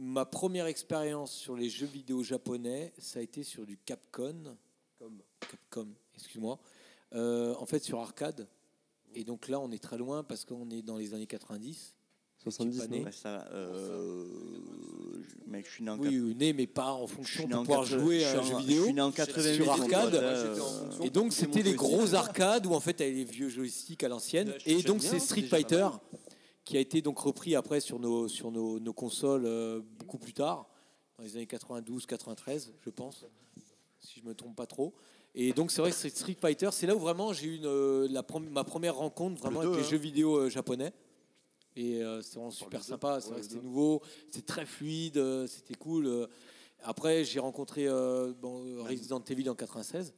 [SPEAKER 1] ma première expérience sur les jeux vidéo japonais, ça a été sur du Capcom.
[SPEAKER 2] Comme.
[SPEAKER 1] Capcom, excuse-moi. Euh, en fait, sur arcade. Et donc là, on est très loin parce qu'on est dans les années 90.
[SPEAKER 6] 70,
[SPEAKER 1] Japonais.
[SPEAKER 6] non
[SPEAKER 3] Bah, ça, euh, je- mec, je suis né en
[SPEAKER 1] Oui, ou né, mais pas en
[SPEAKER 3] Je suis
[SPEAKER 1] fonction
[SPEAKER 3] né
[SPEAKER 1] pour
[SPEAKER 3] en
[SPEAKER 1] pouvoir
[SPEAKER 3] 80
[SPEAKER 1] jouer
[SPEAKER 3] je suis
[SPEAKER 1] à un
[SPEAKER 3] en-
[SPEAKER 1] jeu vidéo.
[SPEAKER 3] Je suis né en 88.
[SPEAKER 1] sur
[SPEAKER 3] donc,
[SPEAKER 1] arcade.
[SPEAKER 3] euh,
[SPEAKER 2] Ouais, j'étais en fonction.
[SPEAKER 1] Et donc,
[SPEAKER 3] c'est mon
[SPEAKER 1] c'était les
[SPEAKER 3] petit.
[SPEAKER 1] gros arcades où en fait, t'avais les vieux joysticks à l'ancienne.
[SPEAKER 4] Ouais, je
[SPEAKER 1] Et
[SPEAKER 4] sais
[SPEAKER 1] donc,
[SPEAKER 4] bien,
[SPEAKER 1] c'est
[SPEAKER 4] c'est
[SPEAKER 1] Street
[SPEAKER 4] déjà pas
[SPEAKER 1] Fighter
[SPEAKER 4] mal.
[SPEAKER 1] qui a été donc repris après sur nos, sur nos, nos consoles euh, beaucoup plus tard, dans les années 92, 93, je pense, si je me trompe pas trop. Et donc, c'est vrai que c'est Street Fighter, c'est là où vraiment j'ai eu une, euh, la prom- ma première rencontre vraiment
[SPEAKER 3] Le deux,
[SPEAKER 1] avec
[SPEAKER 3] hein.
[SPEAKER 1] les jeux vidéo euh, japonais. Et euh, c'était vraiment super
[SPEAKER 7] le deux.
[SPEAKER 1] sympa, c'est
[SPEAKER 7] Ouais,
[SPEAKER 1] vrai
[SPEAKER 7] le
[SPEAKER 1] que c'était
[SPEAKER 7] deux.
[SPEAKER 1] nouveau, c'était très fluide, euh, c'était cool. euh, après, j'ai rencontré euh, bon, Resident Evil en 96,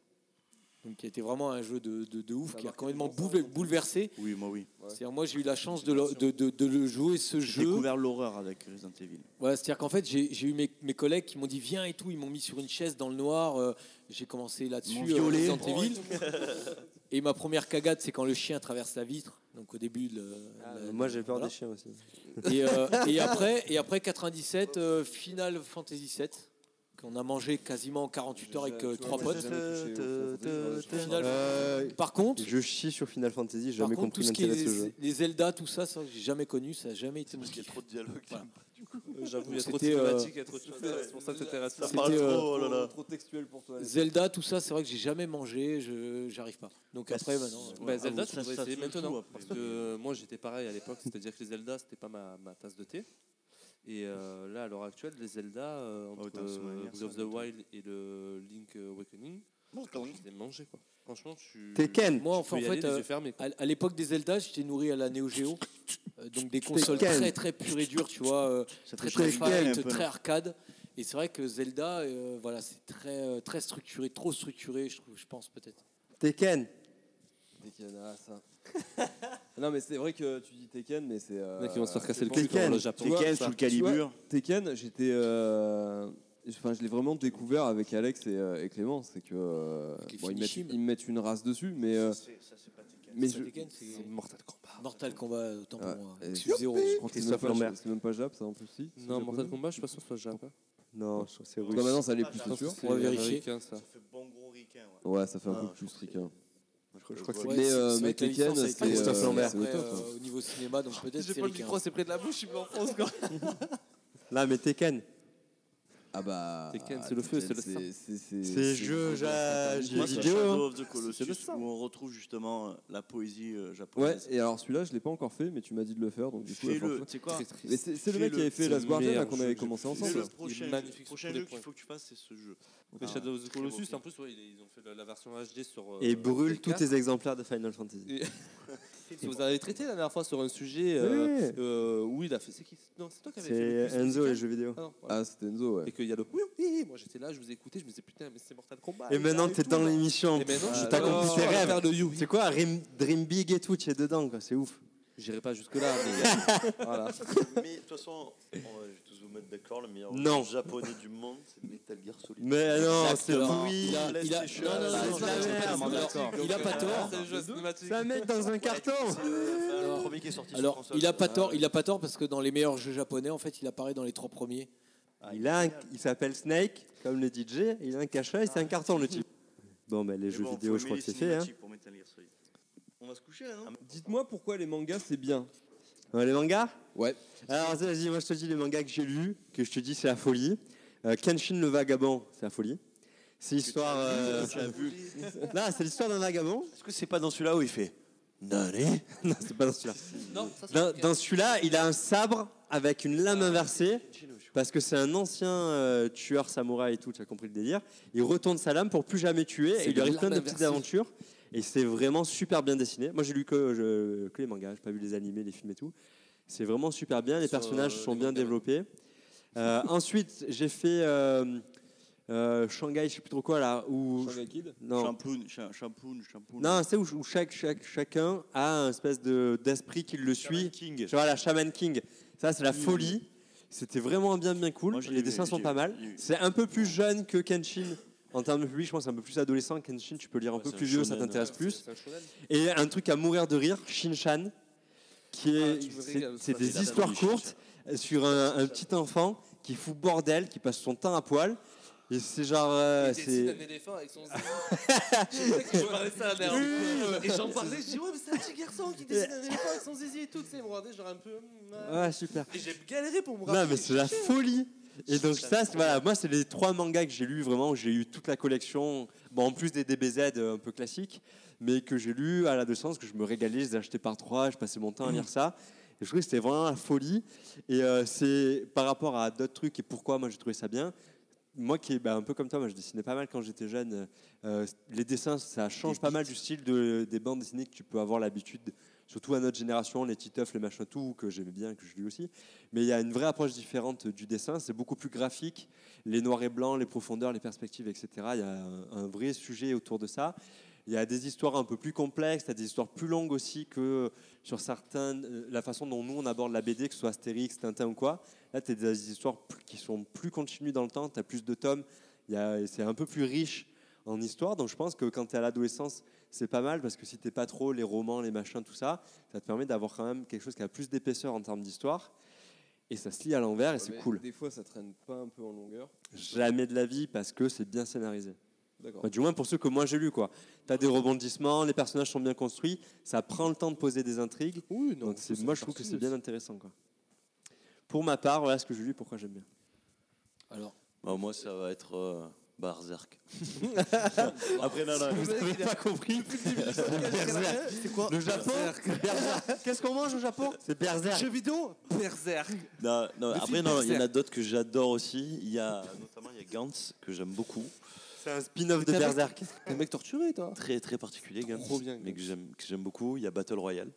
[SPEAKER 1] donc qui était vraiment un jeu de, de, de ouf,
[SPEAKER 2] Ça a
[SPEAKER 1] qui a
[SPEAKER 2] marqué
[SPEAKER 1] complètement
[SPEAKER 2] les gens, ça,
[SPEAKER 1] boule-
[SPEAKER 2] avant tout.
[SPEAKER 1] bouleversé.
[SPEAKER 3] Oui, moi, oui.
[SPEAKER 2] Ouais.
[SPEAKER 1] C'est-à-dire, moi, j'ai eu la chance de le, de, de- de le jouer ce
[SPEAKER 3] J'ai
[SPEAKER 1] jeu.
[SPEAKER 3] découvert l'horreur avec Resident Evil.
[SPEAKER 1] Voilà, c'est-à-dire qu'en fait, j'ai j'ai eu mes, mes collègues qui m'ont dit viens et tout, ils m'ont mis sur une chaise dans le noir. euh, j'ai commencé
[SPEAKER 3] Ils m'ont
[SPEAKER 1] là-dessus, euh,
[SPEAKER 3] violé.
[SPEAKER 1] Resident Evil. Et ma première cagade, c'est quand le chien traverse la vitre. Donc au début, de le- la-
[SPEAKER 6] Moi j'ai peur
[SPEAKER 1] voilà.
[SPEAKER 6] des chiens aussi.
[SPEAKER 1] Et, euh, et après, et après 97, euh, Final Fantasy VII, qu'on a mangé quasiment en 48 heures avec euh, trois potes. Final-
[SPEAKER 2] euh,
[SPEAKER 1] Par contre,
[SPEAKER 6] Euh, Je chie sur Final Fantasy, j'ai
[SPEAKER 1] par
[SPEAKER 6] jamais
[SPEAKER 1] contre, tout
[SPEAKER 6] compris
[SPEAKER 1] ce qui est
[SPEAKER 6] l'intérêt de
[SPEAKER 1] les,
[SPEAKER 6] ce jeu.
[SPEAKER 1] les Zelda, tout ça, ça j'ai jamais connu, ça a jamais été mon
[SPEAKER 7] Parce qu'il y a
[SPEAKER 1] kiff.
[SPEAKER 7] trop de dialogues.
[SPEAKER 1] Voilà.
[SPEAKER 4] J'avoue, il y a trop de
[SPEAKER 1] C'était, euh,
[SPEAKER 4] thématiques, il y a trop de choses. C'est pour ça que ça t'intéresse pas.
[SPEAKER 1] C'était, euh,
[SPEAKER 2] Oh
[SPEAKER 7] là là.
[SPEAKER 2] Trop textuel pour toi.
[SPEAKER 1] Zelda, tout ça, c'est vrai que j'ai jamais mangé, je j'arrive pas. Donc après,
[SPEAKER 3] Bah,
[SPEAKER 1] maintenant,
[SPEAKER 3] c'est-
[SPEAKER 1] euh,
[SPEAKER 4] Bah,
[SPEAKER 3] Ouais,
[SPEAKER 4] Zelda,
[SPEAKER 3] ah,
[SPEAKER 4] tu
[SPEAKER 3] ça-
[SPEAKER 4] devrais
[SPEAKER 3] ça
[SPEAKER 4] essayer
[SPEAKER 3] tue hein. le tout,
[SPEAKER 4] maintenant.
[SPEAKER 3] après.
[SPEAKER 4] Parce que moi, j'étais pareil à l'époque, c'est-à-dire que les Zelda, c'était pas ma, ma tasse de thé. Et euh, là, à l'heure actuelle, les Zelda, euh,
[SPEAKER 3] Oh,
[SPEAKER 4] entre
[SPEAKER 3] t'as un souvenir,
[SPEAKER 4] euh, Breath
[SPEAKER 3] ça,
[SPEAKER 4] of the
[SPEAKER 3] putain.
[SPEAKER 4] Wild et le Link Awakening, je les ai mangés, quoi. Franchement, tu.
[SPEAKER 6] Tekken
[SPEAKER 1] moi,
[SPEAKER 4] tu
[SPEAKER 1] enfin,
[SPEAKER 4] peux
[SPEAKER 1] en
[SPEAKER 4] y
[SPEAKER 1] fait,
[SPEAKER 4] aller les
[SPEAKER 1] euh,
[SPEAKER 4] yeux fermés, quoi.
[SPEAKER 1] à, à l'époque des Zelda, j'étais nourri à la Neo Geo. euh, donc des consoles
[SPEAKER 6] Tekken.
[SPEAKER 1] très très pures et dures, tu vois, euh,
[SPEAKER 3] Ça
[SPEAKER 1] très
[SPEAKER 3] fait
[SPEAKER 1] très
[SPEAKER 3] chier le gain, un
[SPEAKER 1] fight,
[SPEAKER 3] peu,
[SPEAKER 1] très
[SPEAKER 3] là.
[SPEAKER 1] arcade. Et c'est vrai que Zelda, euh, voilà, c'est très euh, très structuré, trop structuré, je, trouve, je pense peut-être.
[SPEAKER 6] Tekken
[SPEAKER 2] Dès qu'il y en a ça. hein. non, mais c'est vrai que tu dis Tekken, mais c'est. euh,
[SPEAKER 4] Mec, ils vont se faire casser le
[SPEAKER 2] c'est
[SPEAKER 4] cul
[SPEAKER 2] pas-
[SPEAKER 4] dans
[SPEAKER 3] Tekken,
[SPEAKER 4] le Japon.
[SPEAKER 2] Tu vois,
[SPEAKER 3] sous le
[SPEAKER 2] tu vois,
[SPEAKER 3] calibre.
[SPEAKER 2] Tekken, j'étais. euh, Enfin, je l'ai vraiment découvert avec Alex et, euh, et Clément. C'est que. euh,
[SPEAKER 1] Avec les
[SPEAKER 2] bon, ils, mettent,
[SPEAKER 1] finishim.
[SPEAKER 2] ils me mettent une race dessus, mais. euh, mais
[SPEAKER 1] Ça,
[SPEAKER 2] je,
[SPEAKER 1] Tekken, c'est
[SPEAKER 4] Mortal Kombat.
[SPEAKER 1] Mortal Combat, autant pour
[SPEAKER 2] Ouais.
[SPEAKER 1] moi.
[SPEAKER 2] Et-
[SPEAKER 1] Sub-Zero.
[SPEAKER 2] je crois que c'est même,
[SPEAKER 6] Christophe
[SPEAKER 2] pas-
[SPEAKER 6] Lambert.
[SPEAKER 2] c'est même pas Jap, ça en plus. Si, c'est
[SPEAKER 4] Non, Mortal
[SPEAKER 2] japonais.
[SPEAKER 4] Kombat, je suis pas sûr que ce soit Japon.
[SPEAKER 6] Non, je- c'est russe.
[SPEAKER 2] Non, maintenant, ça l'est plus, c'est
[SPEAKER 3] Jap.
[SPEAKER 2] sûr.
[SPEAKER 1] On va vérifier.
[SPEAKER 4] ça.
[SPEAKER 3] fait bon gros ricain, ouais.
[SPEAKER 2] Ouais, ça fait un
[SPEAKER 3] Ah,
[SPEAKER 2] peu
[SPEAKER 3] je
[SPEAKER 2] plus hein.
[SPEAKER 3] crois que
[SPEAKER 2] ricain.
[SPEAKER 6] Je crois que
[SPEAKER 1] Ouais,
[SPEAKER 6] c'est
[SPEAKER 2] mais,
[SPEAKER 1] c'est-
[SPEAKER 2] euh,
[SPEAKER 1] c'est vrai
[SPEAKER 2] mais
[SPEAKER 1] que la
[SPEAKER 2] Tekken,
[SPEAKER 1] licence a été
[SPEAKER 2] c'est,
[SPEAKER 1] euh,
[SPEAKER 6] Christophe Lambert.
[SPEAKER 1] après,
[SPEAKER 2] c'est au top,
[SPEAKER 1] euh, au niveau cinéma, donc peut-être
[SPEAKER 8] J'ai
[SPEAKER 1] c'est
[SPEAKER 8] pas le
[SPEAKER 1] Rick,
[SPEAKER 8] micro,
[SPEAKER 1] hein.
[SPEAKER 8] c'est près de la bouche, je suis plus en France, quoi.
[SPEAKER 6] Là, mais Tekken
[SPEAKER 2] Ah bah.
[SPEAKER 4] Tekken, c'est le feu,
[SPEAKER 2] Tekken,
[SPEAKER 4] c'est le
[SPEAKER 2] C'est c'est-
[SPEAKER 6] C'est jeu, j'ai
[SPEAKER 3] Moi, c'est
[SPEAKER 6] vidéo.
[SPEAKER 3] Shadow
[SPEAKER 6] hein.
[SPEAKER 3] of the Colossus, où on retrouve justement euh, la poésie euh,
[SPEAKER 2] Ouais,
[SPEAKER 3] japonaise.
[SPEAKER 2] et alors celui-là, je l'ai pas encore fait, mais tu m'as dit de le faire, donc du coup.
[SPEAKER 3] Fais-le,
[SPEAKER 2] franchement-
[SPEAKER 3] tu sais quoi
[SPEAKER 4] Très triste.
[SPEAKER 2] Mais c'est c'est le mec
[SPEAKER 3] Fais-le.
[SPEAKER 2] qui avait fait
[SPEAKER 4] C'est
[SPEAKER 2] la
[SPEAKER 4] le
[SPEAKER 2] Guardian là,
[SPEAKER 4] meilleur
[SPEAKER 2] qu'on
[SPEAKER 4] jeu
[SPEAKER 2] avait
[SPEAKER 4] que
[SPEAKER 2] commencé
[SPEAKER 4] j'ai
[SPEAKER 3] Fais
[SPEAKER 2] ensemble.
[SPEAKER 3] le
[SPEAKER 4] Il
[SPEAKER 3] prochain,
[SPEAKER 4] est magnifique sur
[SPEAKER 3] le prochain
[SPEAKER 4] tous les
[SPEAKER 3] jeu
[SPEAKER 4] points.
[SPEAKER 3] qu'il faut que tu fasses, c'est ce jeu.
[SPEAKER 4] Mais Shadow of the
[SPEAKER 3] très beau
[SPEAKER 4] Colossus,
[SPEAKER 3] film.
[SPEAKER 4] en plus, ouais, ils ont fait la, la version HD sur. euh,
[SPEAKER 6] Et brûle
[SPEAKER 4] PS4.
[SPEAKER 6] tous tes exemplaires de Final Fantasy.
[SPEAKER 4] Et Vous avez traité la dernière fois sur un sujet. euh,
[SPEAKER 2] Ouais.
[SPEAKER 4] euh, où il a fait. C'est qui Non, c'est toi qui avais fait. le
[SPEAKER 6] C'est
[SPEAKER 4] plus
[SPEAKER 6] Enzo les
[SPEAKER 4] musical.
[SPEAKER 6] jeux vidéo.
[SPEAKER 4] Ah non, voilà.
[SPEAKER 2] Ah, c'était Enzo, ouais.
[SPEAKER 4] Et qu'il y a le. Oui, oui, moi j'étais là, je vous écoutais, je me disais putain, Ah, mais c'est Mortal Kombat.
[SPEAKER 6] Et maintenant, t'es dans l'émission.
[SPEAKER 4] Et maintenant,
[SPEAKER 6] Je
[SPEAKER 4] je
[SPEAKER 6] t'accomplis tes rêves.
[SPEAKER 4] de You.
[SPEAKER 6] C'est quoi, Dream, Dream Big et tout, tu es dedans, quoi, c'est ouf.
[SPEAKER 4] J'irai pas jusque-là, mais voilà.
[SPEAKER 7] Mais de toute façon, on va tous vous mettre d'accord. Le meilleur
[SPEAKER 6] Non.
[SPEAKER 7] jeu japonais du monde, c'est Metal Gear Solid.
[SPEAKER 6] Mais non, c'est
[SPEAKER 1] Exactement.
[SPEAKER 6] vrai.
[SPEAKER 1] Il a- il a-
[SPEAKER 7] PlayStation.
[SPEAKER 1] non, non, non, non,
[SPEAKER 7] Ah,
[SPEAKER 1] non,
[SPEAKER 7] c'est
[SPEAKER 1] non,
[SPEAKER 7] pas
[SPEAKER 1] non,
[SPEAKER 7] d'accord.
[SPEAKER 1] il a pas tort.
[SPEAKER 4] C'est le jeu cinématique.
[SPEAKER 6] C'est un mec dans un carton.
[SPEAKER 7] C'est le, enfin, le premier qui est sorti sur
[SPEAKER 1] Alors,
[SPEAKER 7] console.
[SPEAKER 1] il a pas tort, il a pas tort parce que dans les meilleurs jeux japonais, en fait, il apparaît dans les trois premiers.
[SPEAKER 6] Il, a un- il s'appelle Snake, comme le DJ. Il a un cachet et c'est un carton, le type. Bon, ben les
[SPEAKER 7] Mais
[SPEAKER 6] jeux
[SPEAKER 7] bon,
[SPEAKER 6] vidéo,
[SPEAKER 7] faut
[SPEAKER 6] je crois que
[SPEAKER 7] aimer
[SPEAKER 6] c'est
[SPEAKER 7] les
[SPEAKER 6] fait. Hein.
[SPEAKER 7] cinématiques pour Metal Gear Solid. On va se coucher hein. là, non
[SPEAKER 2] Dites-moi pourquoi les mangas c'est bien.
[SPEAKER 6] Ouais, les mangas
[SPEAKER 10] Ouais.
[SPEAKER 6] Alors, vas-y, moi je te dis les mangas que j'ai lus, que je te dis c'est la folie. Euh, Kenshin le vagabond, c'est la folie. C'est l'histoire. euh, Non, c'est l'histoire d'un vagabond.
[SPEAKER 7] Est-ce que c'est pas dans celui-là où il fait Nani
[SPEAKER 6] Non, c'est pas dans celui-là.
[SPEAKER 4] Non, ça, c'est
[SPEAKER 6] Dans,
[SPEAKER 4] lequel
[SPEAKER 6] dans celui-là, il a un sabre avec une lame inversée. Parce que c'est un ancien euh, tueur samouraï et tout, tu as compris le délire. Il retourne sa lame pour plus jamais tuer
[SPEAKER 4] C'est
[SPEAKER 6] et il lui
[SPEAKER 4] une
[SPEAKER 6] arrive plein
[SPEAKER 4] lame
[SPEAKER 6] de petites
[SPEAKER 4] inversée.
[SPEAKER 6] aventures. Et c'est vraiment super bien dessiné. Moi j'ai lu que, je- que les mangas, j'ai pas vu les animés, les films et tout. C'est vraiment super bien, les
[SPEAKER 4] Sur,
[SPEAKER 6] personnages
[SPEAKER 4] euh,
[SPEAKER 6] sont
[SPEAKER 4] les
[SPEAKER 6] bien
[SPEAKER 4] mangas.
[SPEAKER 6] développés. Euh, ensuite, j'ai fait euh, euh, Shanghai, je sais plus trop quoi là. Où,
[SPEAKER 2] Manga Kid.
[SPEAKER 6] non.
[SPEAKER 7] Champoun, cha- champoun, champoun.
[SPEAKER 6] Non, c'est où, où chaque, chaque- chacun a un espèce de- d'esprit qui le suit.
[SPEAKER 7] King.
[SPEAKER 6] Tu vois, la Shaman King, ça c'est la
[SPEAKER 4] Mm.
[SPEAKER 6] folie. C'était vraiment bien, bien cool.
[SPEAKER 7] Moi, je l'ai
[SPEAKER 6] les
[SPEAKER 7] vu,
[SPEAKER 6] dessins
[SPEAKER 7] je
[SPEAKER 6] sont
[SPEAKER 7] l'ai
[SPEAKER 6] pas
[SPEAKER 7] vu,
[SPEAKER 6] mal.
[SPEAKER 7] je l'ai vu.
[SPEAKER 6] C'est un peu plus jeune que Kenshin. En termes de public, je pense un peu plus adolescent. Kenshin, tu peux lire un
[SPEAKER 7] Ouais,
[SPEAKER 6] peu
[SPEAKER 7] c'est
[SPEAKER 6] plus
[SPEAKER 7] un
[SPEAKER 6] vieux, ça
[SPEAKER 7] shonen,
[SPEAKER 6] t'intéresse
[SPEAKER 4] C'est-
[SPEAKER 6] plus.
[SPEAKER 4] c'est un shonen.
[SPEAKER 6] Et un truc à mourir de rire, Shinchan, qui est,
[SPEAKER 4] Ah, tu me
[SPEAKER 6] c'est-
[SPEAKER 4] régales, ça,
[SPEAKER 6] c'est
[SPEAKER 4] c'est
[SPEAKER 6] des
[SPEAKER 4] la
[SPEAKER 6] histoires
[SPEAKER 7] dame du
[SPEAKER 6] courtes euh, sur un, un petit enfant qui fout bordel, qui passe son temps à poil. Et c'est genre, euh,
[SPEAKER 4] Il dessine
[SPEAKER 6] c'est
[SPEAKER 4] un éléphant avec son. je sais que je parlais de ça la dernière fois. Et j'en parlais, je dis ouais, mais c'est un petit garçon qui dessine un éléphant avec son zizi et tout. Tu sais, ils me regardaient genre un peu. hmm, ah.
[SPEAKER 6] ouais super.
[SPEAKER 4] Et j'ai galéré pour me
[SPEAKER 6] Non,
[SPEAKER 4] rappeler.
[SPEAKER 6] mais c'est la folie. Et donc
[SPEAKER 4] Ça,
[SPEAKER 6] ça,
[SPEAKER 4] c'est
[SPEAKER 6] c'est- voilà, moi, c'est les trois mangas que j'ai lus vraiment. J'ai eu toute la collection, bon, en plus des DBZ euh, un peu classiques, mais que j'ai lu à l'adolescence, que je me régalais, je les achetais par trois, je passais mon temps à lire ça. Et je trouvais que c'était vraiment la folie. Et euh, c'est par rapport à d'autres trucs et pourquoi moi j'ai trouvé ça bien. Moi qui est bah, un peu comme toi, moi je dessinais pas mal quand j'étais jeune. Euh, les dessins, ça change pas mal du style de- des bandes dessinées que tu peux avoir l'habitude, surtout à notre génération, les Titeuf, les machins tout, que j'aimais bien, que je lis aussi. Mais il y a une vraie approche différente du dessin, c'est beaucoup plus graphique, les noirs et blancs, les profondeurs, les perspectives, etc. Il y a un, un vrai sujet autour de ça. Il y a des histoires un peu plus complexes, il y a des histoires plus longues aussi que sur certaines, euh, la façon dont nous on aborde la BD, que ce soit Astérix, Tintin ou quoi. Là, tu as des histoires plus- qui sont plus continues dans le temps, tu as plus de tomes, il y a- c'est un peu plus riche en histoire. Donc je pense que quand tu es à l'adolescence, c'est pas mal parce que si t'es pas trop les romans, les machins, tout ça, ça te permet d'avoir quand même quelque chose qui a plus d'épaisseur en termes d'histoire. Et ça se lie à l'envers et c'est
[SPEAKER 2] Ouais, mais
[SPEAKER 6] cool.
[SPEAKER 2] Des fois ça traîne pas un peu en longueur.
[SPEAKER 6] Jamais de la vie parce que c'est bien scénarisé.
[SPEAKER 2] D'accord.
[SPEAKER 6] Enfin, du moins pour ceux que moi j'ai lu quoi. T'as des rebondissements, les personnages sont bien construits, ça prend le temps de poser des intrigues.
[SPEAKER 2] Oui,
[SPEAKER 6] Donc c'est- moi je trouve que c'est bien intéressant quoi. Pour ma part, voilà ce que je lis, pourquoi j'aime bien.
[SPEAKER 1] Alors,
[SPEAKER 7] Bah, moi, ça va être euh, Berserk. Après, non, non.
[SPEAKER 6] Vous avez pas compris
[SPEAKER 10] C'est quoi
[SPEAKER 6] Le Japon Berserk. Qu'est-ce qu'on mange au Japon C'est Berserk.
[SPEAKER 10] vidéo
[SPEAKER 4] Berserk.
[SPEAKER 7] Non, non, après,
[SPEAKER 4] film
[SPEAKER 7] non, il y en a
[SPEAKER 4] Berserk.
[SPEAKER 7] d'autres que j'adore aussi. Il y a notamment il y a Gantz que j'aime beaucoup.
[SPEAKER 6] C'est un spin-off de Berserk.
[SPEAKER 4] T'es un mec torturé, toi.
[SPEAKER 7] Très, très particulier, Gantz.
[SPEAKER 4] Trop bien,
[SPEAKER 7] Mais que j'aime que j'aime beaucoup. Il y a Battle Royale.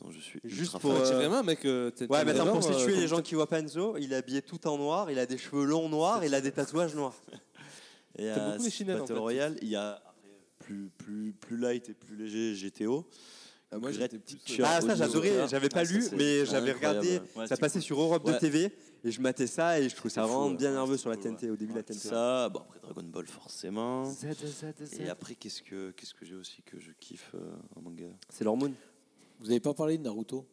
[SPEAKER 7] dont je suis
[SPEAKER 6] Juste
[SPEAKER 7] ultra
[SPEAKER 6] pour,
[SPEAKER 7] fan.
[SPEAKER 6] euh,
[SPEAKER 8] C'est vraiment un mec. euh, t'es-
[SPEAKER 6] Ouais,
[SPEAKER 8] t'es
[SPEAKER 6] mais attends, pour
[SPEAKER 8] d'abord, euh,
[SPEAKER 6] situer les gens qui voient pas Enzo, il est habillé tout en noir, il a des cheveux longs noirs, il a des tatouages noirs.
[SPEAKER 7] Et il y
[SPEAKER 8] T'aimes
[SPEAKER 7] a
[SPEAKER 8] beaucoup les chinelles, en
[SPEAKER 7] Battle
[SPEAKER 8] fait.
[SPEAKER 7] Royale. Il y a après, plus, plus, plus light et plus léger GTO.
[SPEAKER 2] Ah, moi
[SPEAKER 7] Red
[SPEAKER 2] j'étais plus.
[SPEAKER 7] Teacher.
[SPEAKER 6] Ah, ça,
[SPEAKER 7] Oliver.
[SPEAKER 6] j'adorais, j'avais pas
[SPEAKER 7] Ah, ça,
[SPEAKER 6] lu,
[SPEAKER 7] c'est
[SPEAKER 6] mais j'avais
[SPEAKER 7] incroyable.
[SPEAKER 6] regardé,
[SPEAKER 7] Ouais,
[SPEAKER 6] ça
[SPEAKER 7] c'est
[SPEAKER 6] passait sur Europe de
[SPEAKER 7] Ouais.
[SPEAKER 6] TV, et je matais ça, et je trouvais ça
[SPEAKER 7] C'est
[SPEAKER 6] vraiment
[SPEAKER 7] fou,
[SPEAKER 6] bien
[SPEAKER 7] ouais.
[SPEAKER 6] nerveux sur la
[SPEAKER 7] Ouais.
[SPEAKER 6] TNT, au début de la TNT.
[SPEAKER 7] Ça, bon, après Dragon Ball forcément.
[SPEAKER 6] Z, Z, Z, Z.
[SPEAKER 7] Et après, qu'est-ce que, qu'est-ce que j'ai aussi que je kiffe euh, en manga
[SPEAKER 6] C'est l'hormone.
[SPEAKER 1] vous n'avez pas parlé de Naruto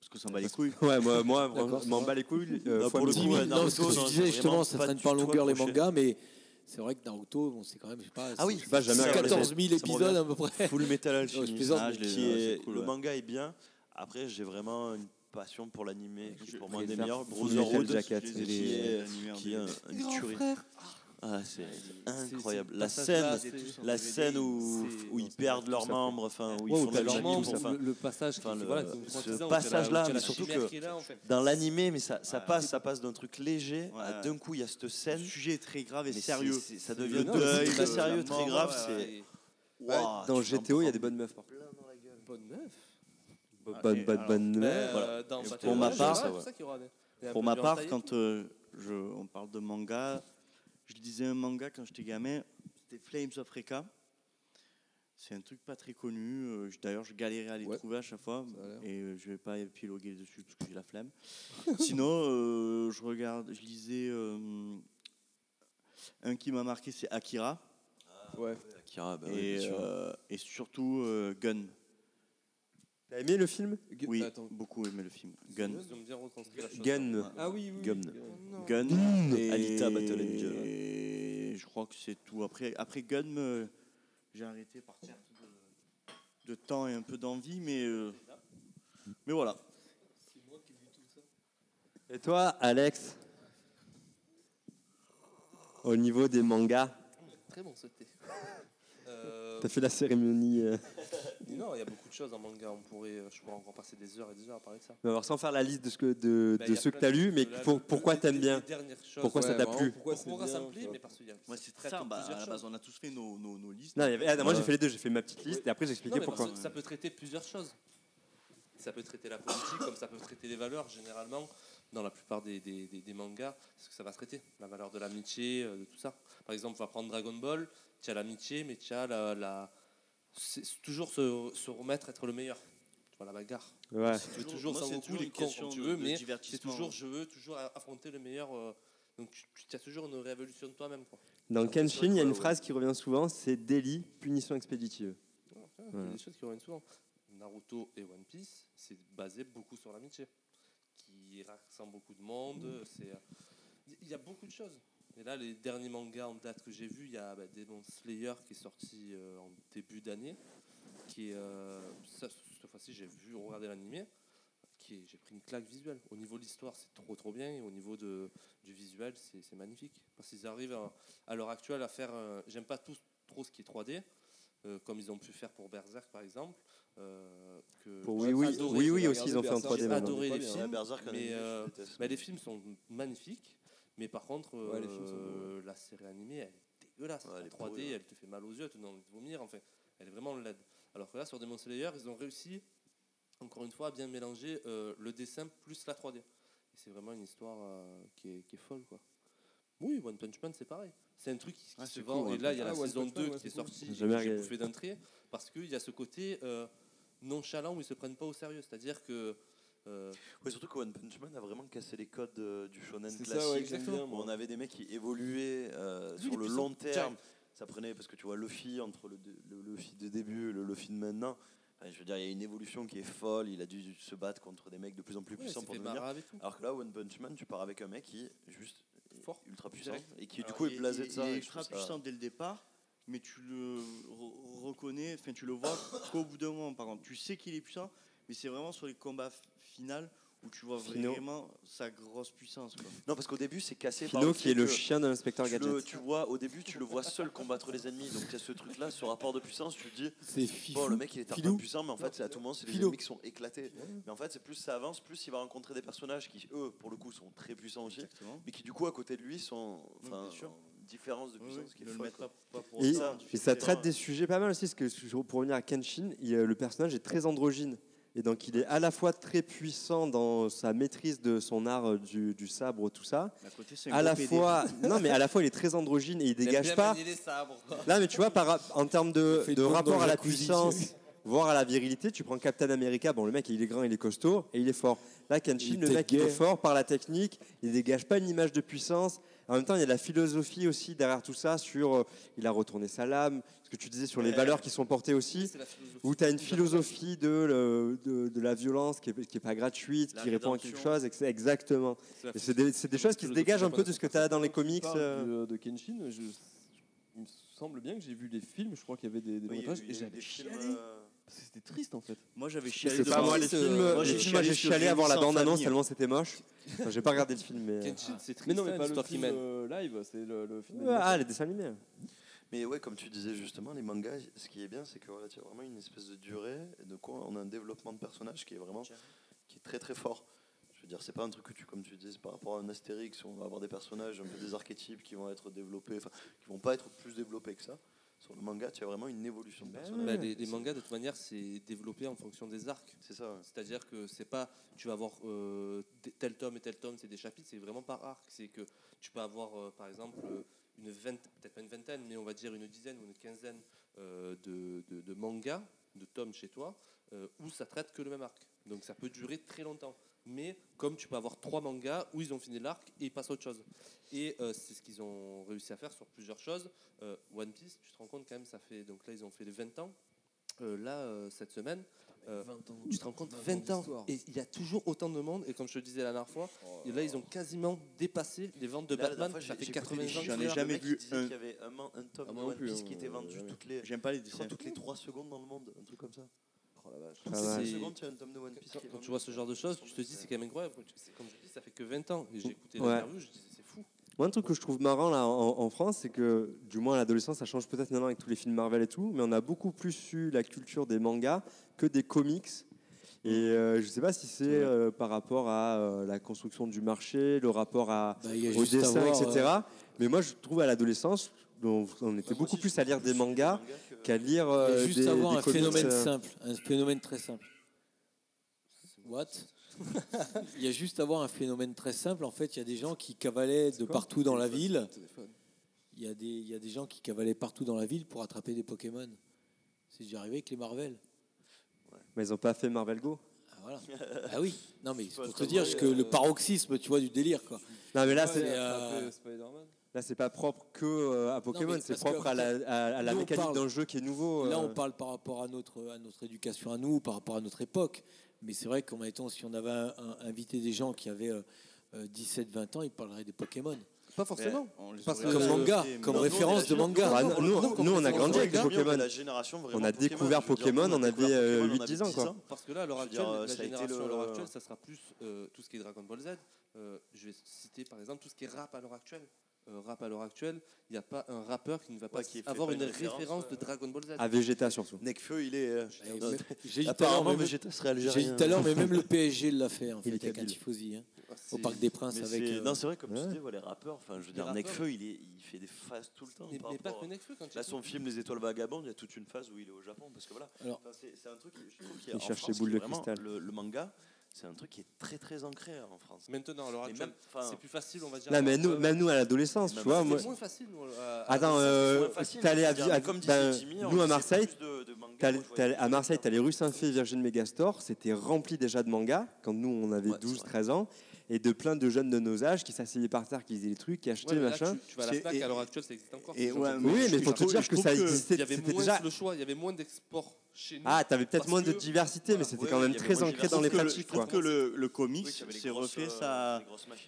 [SPEAKER 7] Parce qu'on s'en bat les couilles.
[SPEAKER 6] Ouais, moi, moi
[SPEAKER 1] D'accord,
[SPEAKER 6] je m'en
[SPEAKER 1] ça
[SPEAKER 6] bats les couilles. euh,
[SPEAKER 7] Non,
[SPEAKER 6] fois
[SPEAKER 7] pour le
[SPEAKER 6] mille.
[SPEAKER 7] coup, ouais,
[SPEAKER 1] non, parce que
[SPEAKER 7] Naruto,
[SPEAKER 1] tu
[SPEAKER 7] non,
[SPEAKER 1] disais
[SPEAKER 7] c'est
[SPEAKER 1] justement,
[SPEAKER 7] vraiment
[SPEAKER 1] ça
[SPEAKER 7] pas
[SPEAKER 1] traîne
[SPEAKER 7] du
[SPEAKER 1] pas en
[SPEAKER 7] tout
[SPEAKER 1] longueur les
[SPEAKER 7] accroché.
[SPEAKER 1] mangas, mais c'est vrai que Naruto, bon, c'est quand même, je sais pas,
[SPEAKER 7] Ah oui,
[SPEAKER 1] c'est-
[SPEAKER 6] Je sais pas, jamais
[SPEAKER 7] Ça,
[SPEAKER 6] regardé.
[SPEAKER 1] 14 000
[SPEAKER 7] Ça me revient.
[SPEAKER 1] épisodes à peu près.
[SPEAKER 7] Full Metal
[SPEAKER 1] Non, je
[SPEAKER 7] Alchemist.
[SPEAKER 1] plaisante,
[SPEAKER 7] Ah,
[SPEAKER 1] mais
[SPEAKER 7] je l'ai-
[SPEAKER 1] qui
[SPEAKER 7] ah,
[SPEAKER 1] est-
[SPEAKER 7] c'est cool, le manga est bien. Après, j'ai vraiment une passion pour l'animé qui est pour moi un des
[SPEAKER 6] préfère
[SPEAKER 7] meilleurs.
[SPEAKER 6] Full Metal
[SPEAKER 7] Brotherhood,
[SPEAKER 6] Jacket.
[SPEAKER 7] qui est- qui est euh, un- une tuerie. Ah, c'est incroyable. La
[SPEAKER 4] passage-là,
[SPEAKER 7] scène,
[SPEAKER 4] c'est-
[SPEAKER 7] la scène où
[SPEAKER 4] c'est-
[SPEAKER 7] où ils
[SPEAKER 4] c'est-
[SPEAKER 7] perdent leurs
[SPEAKER 4] tout ça,
[SPEAKER 7] membres, enfin où ils
[SPEAKER 6] Ouais, où
[SPEAKER 7] font
[SPEAKER 6] t'as
[SPEAKER 7] de
[SPEAKER 6] leurs
[SPEAKER 7] la
[SPEAKER 6] membres,
[SPEAKER 7] chimie, tout ça.
[SPEAKER 4] le, le passage,
[SPEAKER 7] Enfin,
[SPEAKER 4] qui-
[SPEAKER 7] le-
[SPEAKER 4] voilà, comme
[SPEAKER 7] ce
[SPEAKER 4] on disait, où t'as la-
[SPEAKER 7] passage-là,
[SPEAKER 4] où t'as
[SPEAKER 7] mais
[SPEAKER 4] la
[SPEAKER 7] surtout
[SPEAKER 4] chimère
[SPEAKER 7] que-
[SPEAKER 4] qui est là, en fait.
[SPEAKER 7] Dans l'animé, mais ça, ça
[SPEAKER 3] Ouais.
[SPEAKER 7] passe, ça passe d'un truc léger à
[SPEAKER 3] Ouais.
[SPEAKER 7] d'un coup il y a cette
[SPEAKER 3] Le
[SPEAKER 7] scène.
[SPEAKER 3] sujet est très grave et
[SPEAKER 7] mais
[SPEAKER 3] sérieux.
[SPEAKER 7] c'est- c'est- ça
[SPEAKER 3] Le
[SPEAKER 7] devient
[SPEAKER 3] deuil,
[SPEAKER 7] deuil, très
[SPEAKER 3] le-
[SPEAKER 7] sérieux,
[SPEAKER 3] la
[SPEAKER 7] très
[SPEAKER 3] mort,
[SPEAKER 7] grave.
[SPEAKER 3] ouais.
[SPEAKER 7] c'est
[SPEAKER 6] Ouais,
[SPEAKER 7] Ouah,
[SPEAKER 6] Dans
[SPEAKER 7] tu t'en
[SPEAKER 6] GTO, il y a
[SPEAKER 7] prends
[SPEAKER 6] des bonnes meufs. hein. par contre.
[SPEAKER 4] Bonne meuf.
[SPEAKER 6] Bonnes, bonnes,
[SPEAKER 3] alors,
[SPEAKER 6] bonnes
[SPEAKER 4] Mais,
[SPEAKER 6] meufs.
[SPEAKER 4] euh, dans
[SPEAKER 7] Et
[SPEAKER 4] Battle
[SPEAKER 7] pour ma
[SPEAKER 4] Royale,
[SPEAKER 7] part,
[SPEAKER 4] c'est
[SPEAKER 7] ça,
[SPEAKER 4] pour
[SPEAKER 7] ouais.
[SPEAKER 4] ça qu'il y aura des- des un
[SPEAKER 7] Pour
[SPEAKER 4] peu
[SPEAKER 7] ma
[SPEAKER 4] plus
[SPEAKER 7] part,
[SPEAKER 4] entaillés.
[SPEAKER 7] quand euh, je, on parle de manga, je lisais un manga quand j'étais gamin, c'était Flames of Reka.
[SPEAKER 3] C'est un truc pas très connu. euh, je- D'ailleurs, je galérais à les
[SPEAKER 2] Ouais.
[SPEAKER 3] trouver à chaque fois.
[SPEAKER 2] Ça a l'air.
[SPEAKER 3] Et euh, je vais pas épiloguer dessus parce que j'ai la flemme. Sinon, euh, je regarde, je lisais euh, un qui m'a marqué, c'est Akira.
[SPEAKER 2] Ouais.
[SPEAKER 7] Akira, bah oui,
[SPEAKER 3] et,
[SPEAKER 7] bien sûr.
[SPEAKER 3] euh, et surtout euh, Gun.
[SPEAKER 6] T'as aimé le film
[SPEAKER 3] Oui,
[SPEAKER 2] Attends.
[SPEAKER 3] beaucoup aimé le film. Gun.
[SPEAKER 4] Ils ont bien retranscrit la chose.
[SPEAKER 6] Gun.
[SPEAKER 2] Ah oui, oui.
[SPEAKER 6] Gun.
[SPEAKER 3] Gun.
[SPEAKER 10] Gun.
[SPEAKER 3] et-
[SPEAKER 7] Alita Battle Angel.
[SPEAKER 3] Et je crois que c'est tout. Après, après Gun, euh, j'ai arrêté par perte de, de temps et un peu d'envie, mais, euh, mais voilà.
[SPEAKER 6] Et toi, Alex Au niveau des mangas,
[SPEAKER 4] Très bon ce thé. Euh,
[SPEAKER 6] t'as fait la cérémonie. euh,
[SPEAKER 4] non, il y a beaucoup de choses en manga. On pourrait, euh, je pourrais encore passer des heures et des heures à parler de ça.
[SPEAKER 6] mais Alors, sans faire la liste de, ce que, de,
[SPEAKER 4] Bah,
[SPEAKER 6] de
[SPEAKER 4] il y a
[SPEAKER 6] ceux que
[SPEAKER 4] plein
[SPEAKER 6] t'as
[SPEAKER 4] de
[SPEAKER 6] lus,
[SPEAKER 4] choses
[SPEAKER 6] mais
[SPEAKER 2] euh,
[SPEAKER 4] de la-
[SPEAKER 6] pour, pourquoi
[SPEAKER 4] des-
[SPEAKER 6] t'aimes
[SPEAKER 4] des-
[SPEAKER 6] bien
[SPEAKER 4] des dernières choses.
[SPEAKER 6] Pourquoi
[SPEAKER 2] Ouais,
[SPEAKER 6] ça t'a
[SPEAKER 2] vraiment,
[SPEAKER 6] plu
[SPEAKER 2] Pourquoi c'est
[SPEAKER 4] Pourquoi ça me
[SPEAKER 2] bien,
[SPEAKER 4] plaît
[SPEAKER 2] quoi.
[SPEAKER 4] Mais parce qu'il y a
[SPEAKER 3] Moi,
[SPEAKER 4] ça
[SPEAKER 3] c'est
[SPEAKER 4] traite
[SPEAKER 3] ça,
[SPEAKER 4] de
[SPEAKER 3] bah,
[SPEAKER 4] plusieurs
[SPEAKER 3] à la
[SPEAKER 4] choses.
[SPEAKER 3] base, on a tous fait nos, nos, nos listes. Euh,
[SPEAKER 6] Non, il y avait- ah, non, moi j'ai
[SPEAKER 3] Ouais.
[SPEAKER 6] fait les deux, j'ai fait ma petite liste et après j'ai
[SPEAKER 4] Non,
[SPEAKER 6] expliqué
[SPEAKER 4] mais
[SPEAKER 6] pourquoi.
[SPEAKER 4] parce que ça peut traiter plusieurs choses. Ça peut traiter la politique, comme ça peut traiter les valeurs, généralement, dans la plupart des, des- des- des mangas, c'est ce que ça va traiter. La valeur de l'amitié, euh, de tout ça. Par exemple, on va prendre Dragon Ball, tu as l'amitié, mais tu as la. la- c'est toujours se, se remettre être le meilleur. Tu vois, la bagarre.
[SPEAKER 6] Ouais.
[SPEAKER 4] Tu veux
[SPEAKER 3] Toujours-
[SPEAKER 4] toujours
[SPEAKER 3] moi,
[SPEAKER 4] Sangoku,
[SPEAKER 3] c'est toujours
[SPEAKER 4] les
[SPEAKER 3] une
[SPEAKER 4] cons,
[SPEAKER 3] question
[SPEAKER 4] comme tu
[SPEAKER 3] de-
[SPEAKER 4] veux,
[SPEAKER 3] de
[SPEAKER 4] mais c'est
[SPEAKER 3] divertissement,
[SPEAKER 4] toujours
[SPEAKER 3] ouais.
[SPEAKER 4] je veux toujours a- affronter le meilleur. euh, donc tu, tu as toujours une révolution de toi-même. Quoi.
[SPEAKER 6] Dans Kenshin, il y a une
[SPEAKER 7] ouais.
[SPEAKER 6] phrase qui revient souvent c'est délit, punition expéditive.
[SPEAKER 4] Ah,
[SPEAKER 6] Voilà.
[SPEAKER 4] C'est des choses qui reviennent souvent. Naruto et One Piece, c'est basé beaucoup sur l'amitié, qui rassemble beaucoup de monde. c'est euh, Il y a beaucoup de choses. Et là, les derniers mangas en date que j'ai vus, il y a bah, Demon Slayer qui est sorti euh, en début d'année, qui est, euh, ça, cette fois-ci, j'ai vu regarder l'animé, qui est- j'ai pris une claque visuelle. Au niveau de l'histoire, c'est trop trop bien, et au niveau de, du visuel, c'est c'est magnifique. Parce qu'ils arrivent à, à l'heure actuelle à faire. euh, J'aime pas tous trop ce qui est 3D, euh, comme ils ont pu faire pour Berserk par exemple. euh, que
[SPEAKER 6] Pour
[SPEAKER 2] J'ai
[SPEAKER 6] oui, oui,
[SPEAKER 2] adoré,
[SPEAKER 6] oui,
[SPEAKER 2] j'ai
[SPEAKER 6] oui,
[SPEAKER 2] regardé
[SPEAKER 6] aussi, ils ont fait en
[SPEAKER 2] Berserk.
[SPEAKER 6] 3D
[SPEAKER 4] j'ai
[SPEAKER 6] maintenant.
[SPEAKER 4] adoré
[SPEAKER 2] Pas
[SPEAKER 4] les
[SPEAKER 2] bien.
[SPEAKER 4] films.
[SPEAKER 7] Berserk, en
[SPEAKER 4] mais,
[SPEAKER 7] animé, je
[SPEAKER 4] euh,
[SPEAKER 7] déteste.
[SPEAKER 4] mais les films sont magnifiques, mais par contre,
[SPEAKER 2] Ouais, les films sont
[SPEAKER 4] euh, la série animée, elle est dégueulasse.
[SPEAKER 7] Ouais,
[SPEAKER 4] En
[SPEAKER 7] elle est
[SPEAKER 4] 3D,
[SPEAKER 7] pourrie, ouais.
[SPEAKER 4] elle te fait mal aux yeux, tu as envie de vomir, enfin, elle est vraiment laide. Alors que là, sur Demon Slayer, ils ont réussi, encore une fois, à bien mélanger euh, le dessin plus la 3D. Et c'est vraiment une histoire euh, qui, est, qui est folle, quoi. Oui, One Punch Man, c'est pareil. C'est un truc qui, qui
[SPEAKER 3] Ah,
[SPEAKER 4] se
[SPEAKER 3] c'est
[SPEAKER 4] vend.
[SPEAKER 3] cool,
[SPEAKER 4] et
[SPEAKER 3] One
[SPEAKER 4] là, il y a
[SPEAKER 2] Punch Man.
[SPEAKER 4] la
[SPEAKER 2] Ah, One
[SPEAKER 4] saison
[SPEAKER 2] Punch Man,
[SPEAKER 4] 2
[SPEAKER 2] ouais,
[SPEAKER 4] qui est
[SPEAKER 2] c'est cool.
[SPEAKER 4] sortie.
[SPEAKER 6] J'ai
[SPEAKER 4] et
[SPEAKER 6] jamais
[SPEAKER 4] que J'ai
[SPEAKER 6] regardé.
[SPEAKER 4] bouffé d'entrée parce qu'il y a ce côté euh, nonchalant où ils se prennent pas au sérieux. C'est-à-dire que. euh,
[SPEAKER 7] Ouais, surtout que One Punch Man a vraiment cassé les codes euh, du shonen
[SPEAKER 2] C'est
[SPEAKER 7] classique.
[SPEAKER 2] ça, ouais, que j'aime bien.
[SPEAKER 7] Où
[SPEAKER 2] moi.
[SPEAKER 7] on avait des mecs qui évoluaient euh,
[SPEAKER 4] Lui, il
[SPEAKER 7] sur
[SPEAKER 4] est
[SPEAKER 7] le
[SPEAKER 4] puissant.
[SPEAKER 7] long
[SPEAKER 4] Tiens.
[SPEAKER 7] terme. Ça prenait, parce que tu vois, Luffy, entre le, dé- le Luffy de début et le Luffy de maintenant, enfin, je veux dire, il y a une évolution qui est folle. Il a dû se battre contre des mecs de plus en plus
[SPEAKER 4] ouais,
[SPEAKER 7] puissants
[SPEAKER 4] c'est
[SPEAKER 7] pour
[SPEAKER 4] fait
[SPEAKER 7] devenir.
[SPEAKER 4] Mara avec tout.
[SPEAKER 7] Alors que là, One Punch Man, tu pars avec un mec qui est juste
[SPEAKER 4] Fort.
[SPEAKER 7] ultra puissant
[SPEAKER 4] Direct.
[SPEAKER 7] et qui, du
[SPEAKER 3] Alors,
[SPEAKER 7] coup,
[SPEAKER 3] il
[SPEAKER 7] est blasé de ça.
[SPEAKER 3] Il est
[SPEAKER 7] et je trouve
[SPEAKER 3] ultra
[SPEAKER 7] ça-
[SPEAKER 3] puissant dès le départ, mais tu le re- reconnais, enfin tu le vois qu'au bout d'un moment, par contre. Tu sais qu'il est puissant, mais c'est vraiment sur les combats finaux où tu vois
[SPEAKER 6] Finaux.
[SPEAKER 3] vraiment sa grosse puissance. quoi.
[SPEAKER 7] Non, parce qu'au début, c'est cassé par.
[SPEAKER 6] Philo,
[SPEAKER 7] fait
[SPEAKER 6] qui est le
[SPEAKER 7] que-
[SPEAKER 6] chien de l'inspecteur
[SPEAKER 7] tu, le-
[SPEAKER 6] Gadget.
[SPEAKER 7] tu vois, au début, tu le vois seul combattre les ennemis. Donc, il y a ce truc-là, ce rapport de puissance. Tu te dis,
[SPEAKER 1] C'est fifou.
[SPEAKER 7] bon, le mec, il est un peu
[SPEAKER 1] Filou.
[SPEAKER 7] puissant, mais en fait, c'est à tout moment, c'est les
[SPEAKER 1] Filou.
[SPEAKER 7] ennemis qui sont éclatés. Mais en fait, c'est plus ça avance, plus il va rencontrer des personnages qui, eux, pour le coup, sont très puissants aussi,
[SPEAKER 3] Exactement.
[SPEAKER 7] mais qui, du coup, à côté de lui, sont. Enfin,
[SPEAKER 3] bien sûr.
[SPEAKER 7] en différence de
[SPEAKER 3] Oui,
[SPEAKER 7] puissance
[SPEAKER 3] oui,
[SPEAKER 7] qui est
[SPEAKER 3] ne le
[SPEAKER 7] folle,
[SPEAKER 3] mettent
[SPEAKER 7] quoi.
[SPEAKER 3] pas- pas pour
[SPEAKER 6] Et,
[SPEAKER 3] autant,
[SPEAKER 6] et
[SPEAKER 3] tu
[SPEAKER 6] ça
[SPEAKER 3] fais-
[SPEAKER 6] traite des sujets pas mal aussi, parce que je- pour revenir à Kenshin, il, euh, le personnage est très androgyne. Et donc il est à la fois très puissant dans sa maîtrise de son art euh, du, du sabre, tout ça.
[SPEAKER 3] À côté, c'est un
[SPEAKER 6] À
[SPEAKER 3] gros
[SPEAKER 6] la
[SPEAKER 3] PD.
[SPEAKER 6] fois, non mais à la fois il est très androgyne et il
[SPEAKER 4] Il aime
[SPEAKER 6] dégage
[SPEAKER 4] bien
[SPEAKER 6] pas.
[SPEAKER 4] manier les sabres, quoi.
[SPEAKER 6] Là mais tu vois, par, rap- en termes de,
[SPEAKER 1] Il fait
[SPEAKER 6] de
[SPEAKER 1] une bombe dans
[SPEAKER 6] rapport
[SPEAKER 1] le
[SPEAKER 6] à la
[SPEAKER 1] jacuzzi,
[SPEAKER 6] puissance, voire à la virilité, tu prends Captain America, bon le mec il est grand, il est costaud et il est fort. Là Kenshin,
[SPEAKER 1] Il
[SPEAKER 6] le
[SPEAKER 1] était
[SPEAKER 6] mec il est
[SPEAKER 1] gay.
[SPEAKER 6] fort par la technique, il dégage pas une image de puissance. En même temps, il y a de la philosophie aussi derrière tout ça sur euh, il a retourné sa lame, ce que tu disais sur les valeurs qui sont portées aussi
[SPEAKER 4] C'est la philosophie.
[SPEAKER 6] où tu as une philosophie de, le- de, de la violence qui n'est pas gratuite,
[SPEAKER 3] La
[SPEAKER 6] qui répond à quelque
[SPEAKER 3] rédemption.
[SPEAKER 6] chose, et que c'est- exactement.
[SPEAKER 4] C'est la
[SPEAKER 6] Et C'est des, c'est des choses qui se
[SPEAKER 4] philosophie
[SPEAKER 6] dégagent un peu de
[SPEAKER 4] japonaise.
[SPEAKER 6] ce que tu as dans les comics.
[SPEAKER 2] parle
[SPEAKER 6] euh.
[SPEAKER 2] de, de Kenshin, je, il me semble bien que j'ai vu les films, je crois qu'il y avait des, des
[SPEAKER 7] Oui, il y a
[SPEAKER 2] montages,
[SPEAKER 7] eu- il
[SPEAKER 2] et
[SPEAKER 7] y a eu
[SPEAKER 2] j'avais
[SPEAKER 7] des films,
[SPEAKER 2] chialé.
[SPEAKER 7] euh,
[SPEAKER 2] C'était triste en fait.
[SPEAKER 3] Moi, j'avais chialé.
[SPEAKER 6] C'est pas
[SPEAKER 3] devant-
[SPEAKER 6] moi les films,
[SPEAKER 2] euh,
[SPEAKER 6] moi
[SPEAKER 3] moi,
[SPEAKER 6] j'ai
[SPEAKER 3] j'ai
[SPEAKER 6] chialé,
[SPEAKER 3] chialé
[SPEAKER 6] j'ai
[SPEAKER 3] sur
[SPEAKER 6] chialé à voir la
[SPEAKER 3] Rémi sans
[SPEAKER 6] bande-annonce
[SPEAKER 3] famille.
[SPEAKER 6] tellement c'était moche. Enfin, j'ai pas regardé le film, mais. euh,
[SPEAKER 4] Kenshin, c'est triste,
[SPEAKER 2] Mais non, mais
[SPEAKER 4] hein,
[SPEAKER 2] pas le
[SPEAKER 4] l'histoire qui
[SPEAKER 2] film
[SPEAKER 4] mène.
[SPEAKER 2] euh, live, c'est le, le film.
[SPEAKER 6] ouais,
[SPEAKER 2] animé.
[SPEAKER 6] Ah, les dessins animés.
[SPEAKER 7] Mais ouais, comme tu disais justement, les mangas, ce qui est bien, c'est que voilà, tu as vraiment une espèce de durée, et de quoi on a un développement de personnage qui est vraiment qui est très très fort. Je veux dire, c'est pas un truc que tu, comme tu disais, c'est par rapport à un Astérix, on va avoir des personnages, un peu des archétypes qui vont être développés, enfin, qui vont pas être plus développés que ça. Sur le manga, tu as vraiment une évolution de personnage.
[SPEAKER 4] Bah, les, les mangas, de toute manière, c'est développé en fonction des arcs.
[SPEAKER 7] C'est ça.
[SPEAKER 4] C'est-à-dire que c'est pas, tu vas avoir euh, t- tel tome et tel tome, c'est des chapitres, c'est vraiment par arc. C'est que tu peux avoir, euh, par exemple, euh, une vingtaine, peut-être pas une vingtaine, mais on va dire une dizaine ou une quinzaine euh, de, de- de mangas, de tomes chez toi, euh, où ça traite que le même arc. Donc ça peut durer très longtemps. Mais comme tu peux avoir trois mangas où ils ont fini l'arc et ils passent à autre chose. Et euh, c'est ce qu'ils ont réussi à faire sur plusieurs choses. Euh, One Piece, tu te rends compte quand même, ça fait. Donc là, ils ont fait les 20 ans. Euh, là, euh, cette semaine, euh, tu te rends compte, 20 ans. Et il y a toujours autant de monde. Et comme je te le disais la dernière fois, et là, ils ont quasiment dépassé les ventes de
[SPEAKER 7] Oh. Là, la
[SPEAKER 4] Batman.
[SPEAKER 7] dernière fois,
[SPEAKER 4] ça fait
[SPEAKER 7] j'ai-
[SPEAKER 4] 80 ans.
[SPEAKER 7] j'en ai
[SPEAKER 4] que c'est
[SPEAKER 7] jamais
[SPEAKER 4] là. Le mec,
[SPEAKER 7] vu
[SPEAKER 4] il disait
[SPEAKER 7] un.
[SPEAKER 4] qu'il y
[SPEAKER 7] avait un, man- un tome
[SPEAKER 4] Ah,
[SPEAKER 7] de
[SPEAKER 4] moi non
[SPEAKER 7] One
[SPEAKER 4] plus,
[SPEAKER 7] Piece
[SPEAKER 4] hein,
[SPEAKER 7] qui était vendu
[SPEAKER 4] jamais.
[SPEAKER 7] toutes les.
[SPEAKER 4] J'aime pas les
[SPEAKER 7] je crois
[SPEAKER 4] dessins.
[SPEAKER 7] toutes les 3 secondes dans le monde, un truc comme ça. Oh la vache.
[SPEAKER 4] Ah ouais.
[SPEAKER 7] 3
[SPEAKER 4] C'est-
[SPEAKER 7] secondes, tu as un tome de One Piece.
[SPEAKER 4] Quand tu vois ce genre de choses, tu te dis c'est quand même incroyable. C'est Comme je dis, ça fait que 20 ans. Et j'ai écouté
[SPEAKER 6] Ouais.
[SPEAKER 4] l'interview, je disais c'est fou.
[SPEAKER 6] Moi, un truc que je trouve marrant là, en, en France, c'est que, du moins à l'adolescence, ça change peut-être maintenant avec tous les films Marvel et tout, mais on a beaucoup plus eu la culture des mangas que des comics. Et euh, je sais pas si c'est euh, par rapport à euh, la construction du marché, le rapport à,
[SPEAKER 7] Bah,
[SPEAKER 1] il y a
[SPEAKER 6] au
[SPEAKER 1] juste à
[SPEAKER 6] dessin,
[SPEAKER 1] voir,
[SPEAKER 6] etc.
[SPEAKER 1] euh,
[SPEAKER 6] Mais moi, je trouve à l'adolescence, on, on était beaucoup plus à lire des mangas qu'à lire
[SPEAKER 1] Il y
[SPEAKER 6] euh,
[SPEAKER 1] a juste
[SPEAKER 6] des,
[SPEAKER 1] avoir
[SPEAKER 6] des
[SPEAKER 1] un
[SPEAKER 6] comics,
[SPEAKER 1] phénomène
[SPEAKER 6] euh.
[SPEAKER 1] simple, un phénomène très simple. What Il y a juste avoir un phénomène très simple. En fait, il y a des gens qui cavalaient de partout dans la ville. Il y, a des, il y a des gens qui cavalaient partout dans la ville pour attraper des Pokémon. C'est déjà arrivé avec les Marvel.
[SPEAKER 6] Mais ils n'ont pas fait Marvel Go.
[SPEAKER 1] Ah, voilà. Ah oui. Non, mais c'est pour te
[SPEAKER 6] attraper,
[SPEAKER 1] dire que le
[SPEAKER 6] euh,
[SPEAKER 1] paroxysme, tu vois, du délire. Quoi.
[SPEAKER 6] Non, mais là, c'est-
[SPEAKER 1] euh,
[SPEAKER 6] Là, c'est pas propre que euh, à Pokémon,
[SPEAKER 1] mais
[SPEAKER 6] c'est
[SPEAKER 1] parce que,
[SPEAKER 6] propre à la, à- à la
[SPEAKER 1] nous, on
[SPEAKER 6] mécanique
[SPEAKER 1] parle-
[SPEAKER 6] d'un jeu qui est nouveau.
[SPEAKER 1] Là,
[SPEAKER 6] euh.
[SPEAKER 1] on parle par rapport à notre, à notre éducation à nous, par rapport à notre époque. Mais c'est vrai qu'en étant, si on avait un- un- invité des gens qui avaient 17-20 ans, ils parleraient des Pokémon.
[SPEAKER 4] Pas forcément.
[SPEAKER 1] on les
[SPEAKER 6] Parce
[SPEAKER 1] aurait comme
[SPEAKER 6] que-
[SPEAKER 1] manga, comme référence de manga. Ah,
[SPEAKER 6] Bah, nous, nous, on a grandi avec les Pokémon.
[SPEAKER 7] la génération vraiment
[SPEAKER 6] On a
[SPEAKER 7] Pokémon,
[SPEAKER 6] découvert
[SPEAKER 7] je veux dire,
[SPEAKER 6] Pokémon,
[SPEAKER 7] nous, on
[SPEAKER 6] on
[SPEAKER 7] a
[SPEAKER 6] avait
[SPEAKER 7] découvert
[SPEAKER 6] euh,
[SPEAKER 7] Pokémon, on avait
[SPEAKER 6] 8-10 ans.
[SPEAKER 7] 10
[SPEAKER 6] quoi.
[SPEAKER 7] ans.
[SPEAKER 4] Parce que là, à l'heure
[SPEAKER 7] Je veux
[SPEAKER 4] actuelle,
[SPEAKER 7] dire, euh,
[SPEAKER 4] la
[SPEAKER 7] ça a été
[SPEAKER 4] génération à
[SPEAKER 7] le-
[SPEAKER 4] l'heure actuelle, ça sera plus euh, tout ce qui est Dragon Ball Z. Euh, je vais citer par exemple tout ce qui est rap à l'heure actuelle. Euh, rap à l'heure actuelle, il n'y a pas un rappeur qui ne va pas
[SPEAKER 7] qui fait
[SPEAKER 4] avoir
[SPEAKER 7] pas
[SPEAKER 4] une
[SPEAKER 7] une référence, euh,
[SPEAKER 4] référence, de Dragon Ball Z. Ah,
[SPEAKER 6] À Vegeta surtout.
[SPEAKER 7] Nekfeu, il est. euh,
[SPEAKER 1] Mais- J'ai dit tout à l'heure,
[SPEAKER 7] Apparemment,
[SPEAKER 1] mais-
[SPEAKER 7] Vegeta serait
[SPEAKER 1] J'ai dit
[SPEAKER 7] algérien.
[SPEAKER 1] tout à l'heure, mais même le PSG l'a fait, en fait,
[SPEAKER 7] Il est
[SPEAKER 1] avec un
[SPEAKER 7] kabyle.
[SPEAKER 1] tifosi. hein,
[SPEAKER 7] C'est-
[SPEAKER 1] au Parc des Princes
[SPEAKER 7] mais
[SPEAKER 1] avec.
[SPEAKER 7] c'est-
[SPEAKER 1] euh,
[SPEAKER 7] Non, c'est vrai, comme
[SPEAKER 1] ouais.
[SPEAKER 7] tu dis, voilà, les rappeurs, enfin, je veux
[SPEAKER 1] Les
[SPEAKER 7] dire,
[SPEAKER 1] rappeurs.
[SPEAKER 7] Nekfeu, il, est- il fait des phases tout le temps.
[SPEAKER 4] Mais-
[SPEAKER 7] par
[SPEAKER 4] mais pas
[SPEAKER 7] rapport
[SPEAKER 4] que
[SPEAKER 7] à-
[SPEAKER 4] Nekfeu, quand tu
[SPEAKER 7] Là,
[SPEAKER 4] écoutes.
[SPEAKER 7] son film Les Étoiles Vagabondes, il y a toute une phase où il est au Japon. Parce que voilà,
[SPEAKER 1] Alors-
[SPEAKER 7] enfin, c'est c'est un truc, qui- je trouve qu'il y
[SPEAKER 6] Il
[SPEAKER 7] a. en
[SPEAKER 6] cherche
[SPEAKER 7] France
[SPEAKER 6] les boules
[SPEAKER 7] qui est
[SPEAKER 6] de
[SPEAKER 7] vraiment-
[SPEAKER 6] cristal.
[SPEAKER 7] Le, le manga, c'est un truc qui est très très ancré hein, en France.
[SPEAKER 4] Maintenant, à l'heure
[SPEAKER 7] Et
[SPEAKER 4] actuelle,
[SPEAKER 7] même, enfin,
[SPEAKER 4] c'est plus facile, on va dire.
[SPEAKER 6] Là, mais nous,
[SPEAKER 4] Euh,
[SPEAKER 6] même nous à l'adolescence, tu
[SPEAKER 4] Même
[SPEAKER 6] vois.
[SPEAKER 4] c'était
[SPEAKER 6] moi-
[SPEAKER 4] moins facile, nous, à- à-
[SPEAKER 6] Attends,
[SPEAKER 4] à-
[SPEAKER 6] euh,
[SPEAKER 4] moins facile,
[SPEAKER 6] t'es allé à,
[SPEAKER 4] c'est-à-dire,
[SPEAKER 6] à-
[SPEAKER 4] comme disait
[SPEAKER 6] ben,
[SPEAKER 4] Jimmy, on
[SPEAKER 6] nous à
[SPEAKER 4] lisait
[SPEAKER 6] Marseille,
[SPEAKER 4] plus de- de mangas,
[SPEAKER 6] t'es allé-
[SPEAKER 4] moi, je
[SPEAKER 6] t'es allé- à Marseille, t'allais rue Saint-Fé, Virgin Megastore, c'était rempli déjà de mangas quand nous on avait 12, 13 ans, et de plein de jeunes de nos âges qui s'asseyaient par terre, qui lisaient les trucs, qui achetaient
[SPEAKER 4] Ouais, mais là,
[SPEAKER 6] machin.
[SPEAKER 4] tu, tu vas à la
[SPEAKER 6] C'est-
[SPEAKER 4] FNAC,
[SPEAKER 6] et-
[SPEAKER 4] à l'heure actuelle, ça existe encore.
[SPEAKER 6] et
[SPEAKER 4] ce genre
[SPEAKER 6] ouais,
[SPEAKER 4] de
[SPEAKER 6] mais
[SPEAKER 4] truc.
[SPEAKER 6] oui, mais faut te dire
[SPEAKER 4] je
[SPEAKER 6] que
[SPEAKER 4] trouve
[SPEAKER 6] ça existait-
[SPEAKER 4] Il y avait
[SPEAKER 6] c'était
[SPEAKER 4] moins
[SPEAKER 6] déjà-
[SPEAKER 4] le choix, il y avait moins d'export chez nous.
[SPEAKER 6] Ah, t'avais peut-être
[SPEAKER 4] parce
[SPEAKER 6] moins de
[SPEAKER 4] que-
[SPEAKER 6] diversité, mais c'était quand même très ancré dans les pratiques.
[SPEAKER 3] Je trouve
[SPEAKER 6] quoi.
[SPEAKER 3] que le, le comics
[SPEAKER 7] Oui, t'avais les
[SPEAKER 3] s'est
[SPEAKER 7] grosses,
[SPEAKER 3] refait
[SPEAKER 7] euh,
[SPEAKER 3] ça.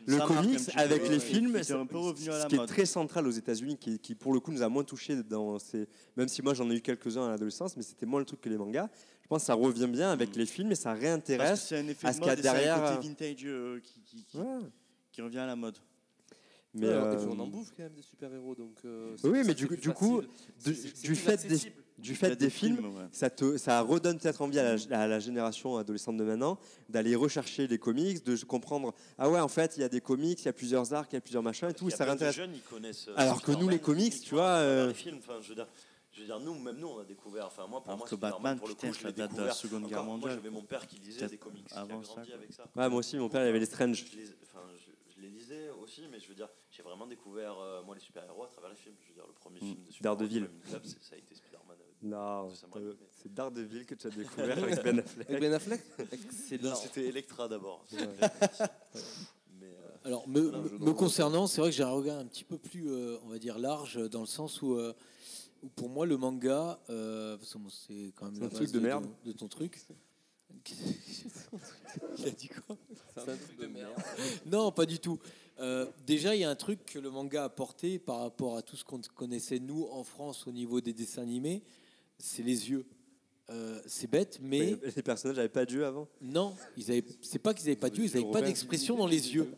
[SPEAKER 6] Le
[SPEAKER 3] ça marque un
[SPEAKER 6] comics
[SPEAKER 3] petit peu,
[SPEAKER 6] avec
[SPEAKER 3] ouais,
[SPEAKER 6] les
[SPEAKER 3] ouais.
[SPEAKER 6] films,
[SPEAKER 3] C'était
[SPEAKER 6] c'est
[SPEAKER 3] un peu revenu à
[SPEAKER 6] ce
[SPEAKER 3] la
[SPEAKER 6] qui est
[SPEAKER 3] mode.
[SPEAKER 6] très central aux États-Unis, qui, qui, pour le coup nous a moins touché dans ces. Même si moi j'en ai eu quelques-uns à l'adolescence, mais c'était moins le truc que les mangas. Je pense que ça revient bien avec
[SPEAKER 3] Mm.
[SPEAKER 6] les films et ça
[SPEAKER 3] Parce que
[SPEAKER 6] réintéresse
[SPEAKER 3] c'est un effet
[SPEAKER 6] à
[SPEAKER 3] de
[SPEAKER 6] ce qu'il y a
[SPEAKER 3] mode et c'est un
[SPEAKER 6] derrière.
[SPEAKER 3] côté vintage euh, qui, qui- qui- qui revient à la mode.
[SPEAKER 6] Mais,
[SPEAKER 4] Ouais,
[SPEAKER 6] euh,
[SPEAKER 4] et puis on en bouffe quand même des super-héros. donc. euh, c'est
[SPEAKER 6] oui,
[SPEAKER 4] pour ça
[SPEAKER 6] mais
[SPEAKER 4] que
[SPEAKER 6] du,
[SPEAKER 4] c'est
[SPEAKER 6] coup-
[SPEAKER 4] plus
[SPEAKER 6] du coup,
[SPEAKER 4] facile. C'est-
[SPEAKER 6] du,
[SPEAKER 4] c'est
[SPEAKER 6] du
[SPEAKER 4] plus
[SPEAKER 6] fait des,
[SPEAKER 4] accessible.
[SPEAKER 6] du fait des films, ça, te, ça redonne peut-être envie à la, à la génération adolescente de maintenant d'aller rechercher les comics, de comprendre ah ouais en fait il y a des comics, il y a plusieurs arcs, il y a plusieurs machins et tout,
[SPEAKER 7] Il y a
[SPEAKER 6] ça
[SPEAKER 7] plein de
[SPEAKER 6] réintéresse.
[SPEAKER 7] jeunes, ils connaissent, euh,
[SPEAKER 6] Alors que nous les
[SPEAKER 7] Spider-Man,
[SPEAKER 6] comics, tu vois, euh,
[SPEAKER 7] les films, enfin, je veux dire, je veux dire, nous, même nous, on a découvert. Enfin, moi, pour
[SPEAKER 3] Alors
[SPEAKER 7] moi,
[SPEAKER 3] que
[SPEAKER 7] Spider-Man,
[SPEAKER 3] Batman,
[SPEAKER 7] pour le
[SPEAKER 3] putain,
[SPEAKER 7] coup, je
[SPEAKER 3] ça
[SPEAKER 7] l'ai
[SPEAKER 3] date de la
[SPEAKER 7] découvert.
[SPEAKER 3] Seconde
[SPEAKER 7] Encore,
[SPEAKER 3] Guerre
[SPEAKER 7] Moi,
[SPEAKER 3] mondiale,
[SPEAKER 7] j'avais mon père qui lisait
[SPEAKER 3] peut-être
[SPEAKER 7] des comics, qui a
[SPEAKER 3] avant
[SPEAKER 7] grandi
[SPEAKER 3] ça, quoi.
[SPEAKER 7] avec ça.
[SPEAKER 6] Ouais, moi aussi, mon père, il avait les Strange.
[SPEAKER 7] Je les, enfin, je, je les lisais aussi, mais je veux dire, j'ai vraiment découvert euh, moi les super-héros à travers les films. Je veux dire, le premier film de super
[SPEAKER 6] Mm. Daredevil.
[SPEAKER 7] ça a été Spider-Man. euh,
[SPEAKER 6] Non,
[SPEAKER 7] ça me
[SPEAKER 6] t'as-
[SPEAKER 7] rappelle.
[SPEAKER 6] c'est Daredevil que tu as découvert avec Ben Affleck.
[SPEAKER 4] Avec Ben Affleck
[SPEAKER 7] Non,
[SPEAKER 4] Excellent.
[SPEAKER 7] C'était Electra d'abord.
[SPEAKER 1] Ouais.
[SPEAKER 7] Mais, euh,
[SPEAKER 1] Alors, me,
[SPEAKER 7] voilà, je
[SPEAKER 1] me
[SPEAKER 7] dois-
[SPEAKER 1] concernant, c'est vrai que j'ai un regard un petit peu plus, euh, on va dire, large, euh, dans le sens où, euh, où pour moi, le manga, euh, parce que moi, c'est quand même
[SPEAKER 6] C'est
[SPEAKER 1] la
[SPEAKER 6] un truc
[SPEAKER 1] base
[SPEAKER 6] de merde.
[SPEAKER 1] De, ton truc. Il a dit quoi
[SPEAKER 4] C'est un truc de merde.
[SPEAKER 1] Non, pas du tout. Euh, déjà, il y a un truc que le manga a apporté par rapport à tout ce qu'on connaissait nous en France au niveau des dessins animés, c'est les yeux. Euh, c'est bête, mais
[SPEAKER 6] Les personnages n'avaient pas d'yeux avant.
[SPEAKER 1] non, ils avaient, c'est pas qu'ils n'avaient pas d'yeux, ils n'avaient pas
[SPEAKER 6] Robert.
[SPEAKER 1] d'expression dans les yeux.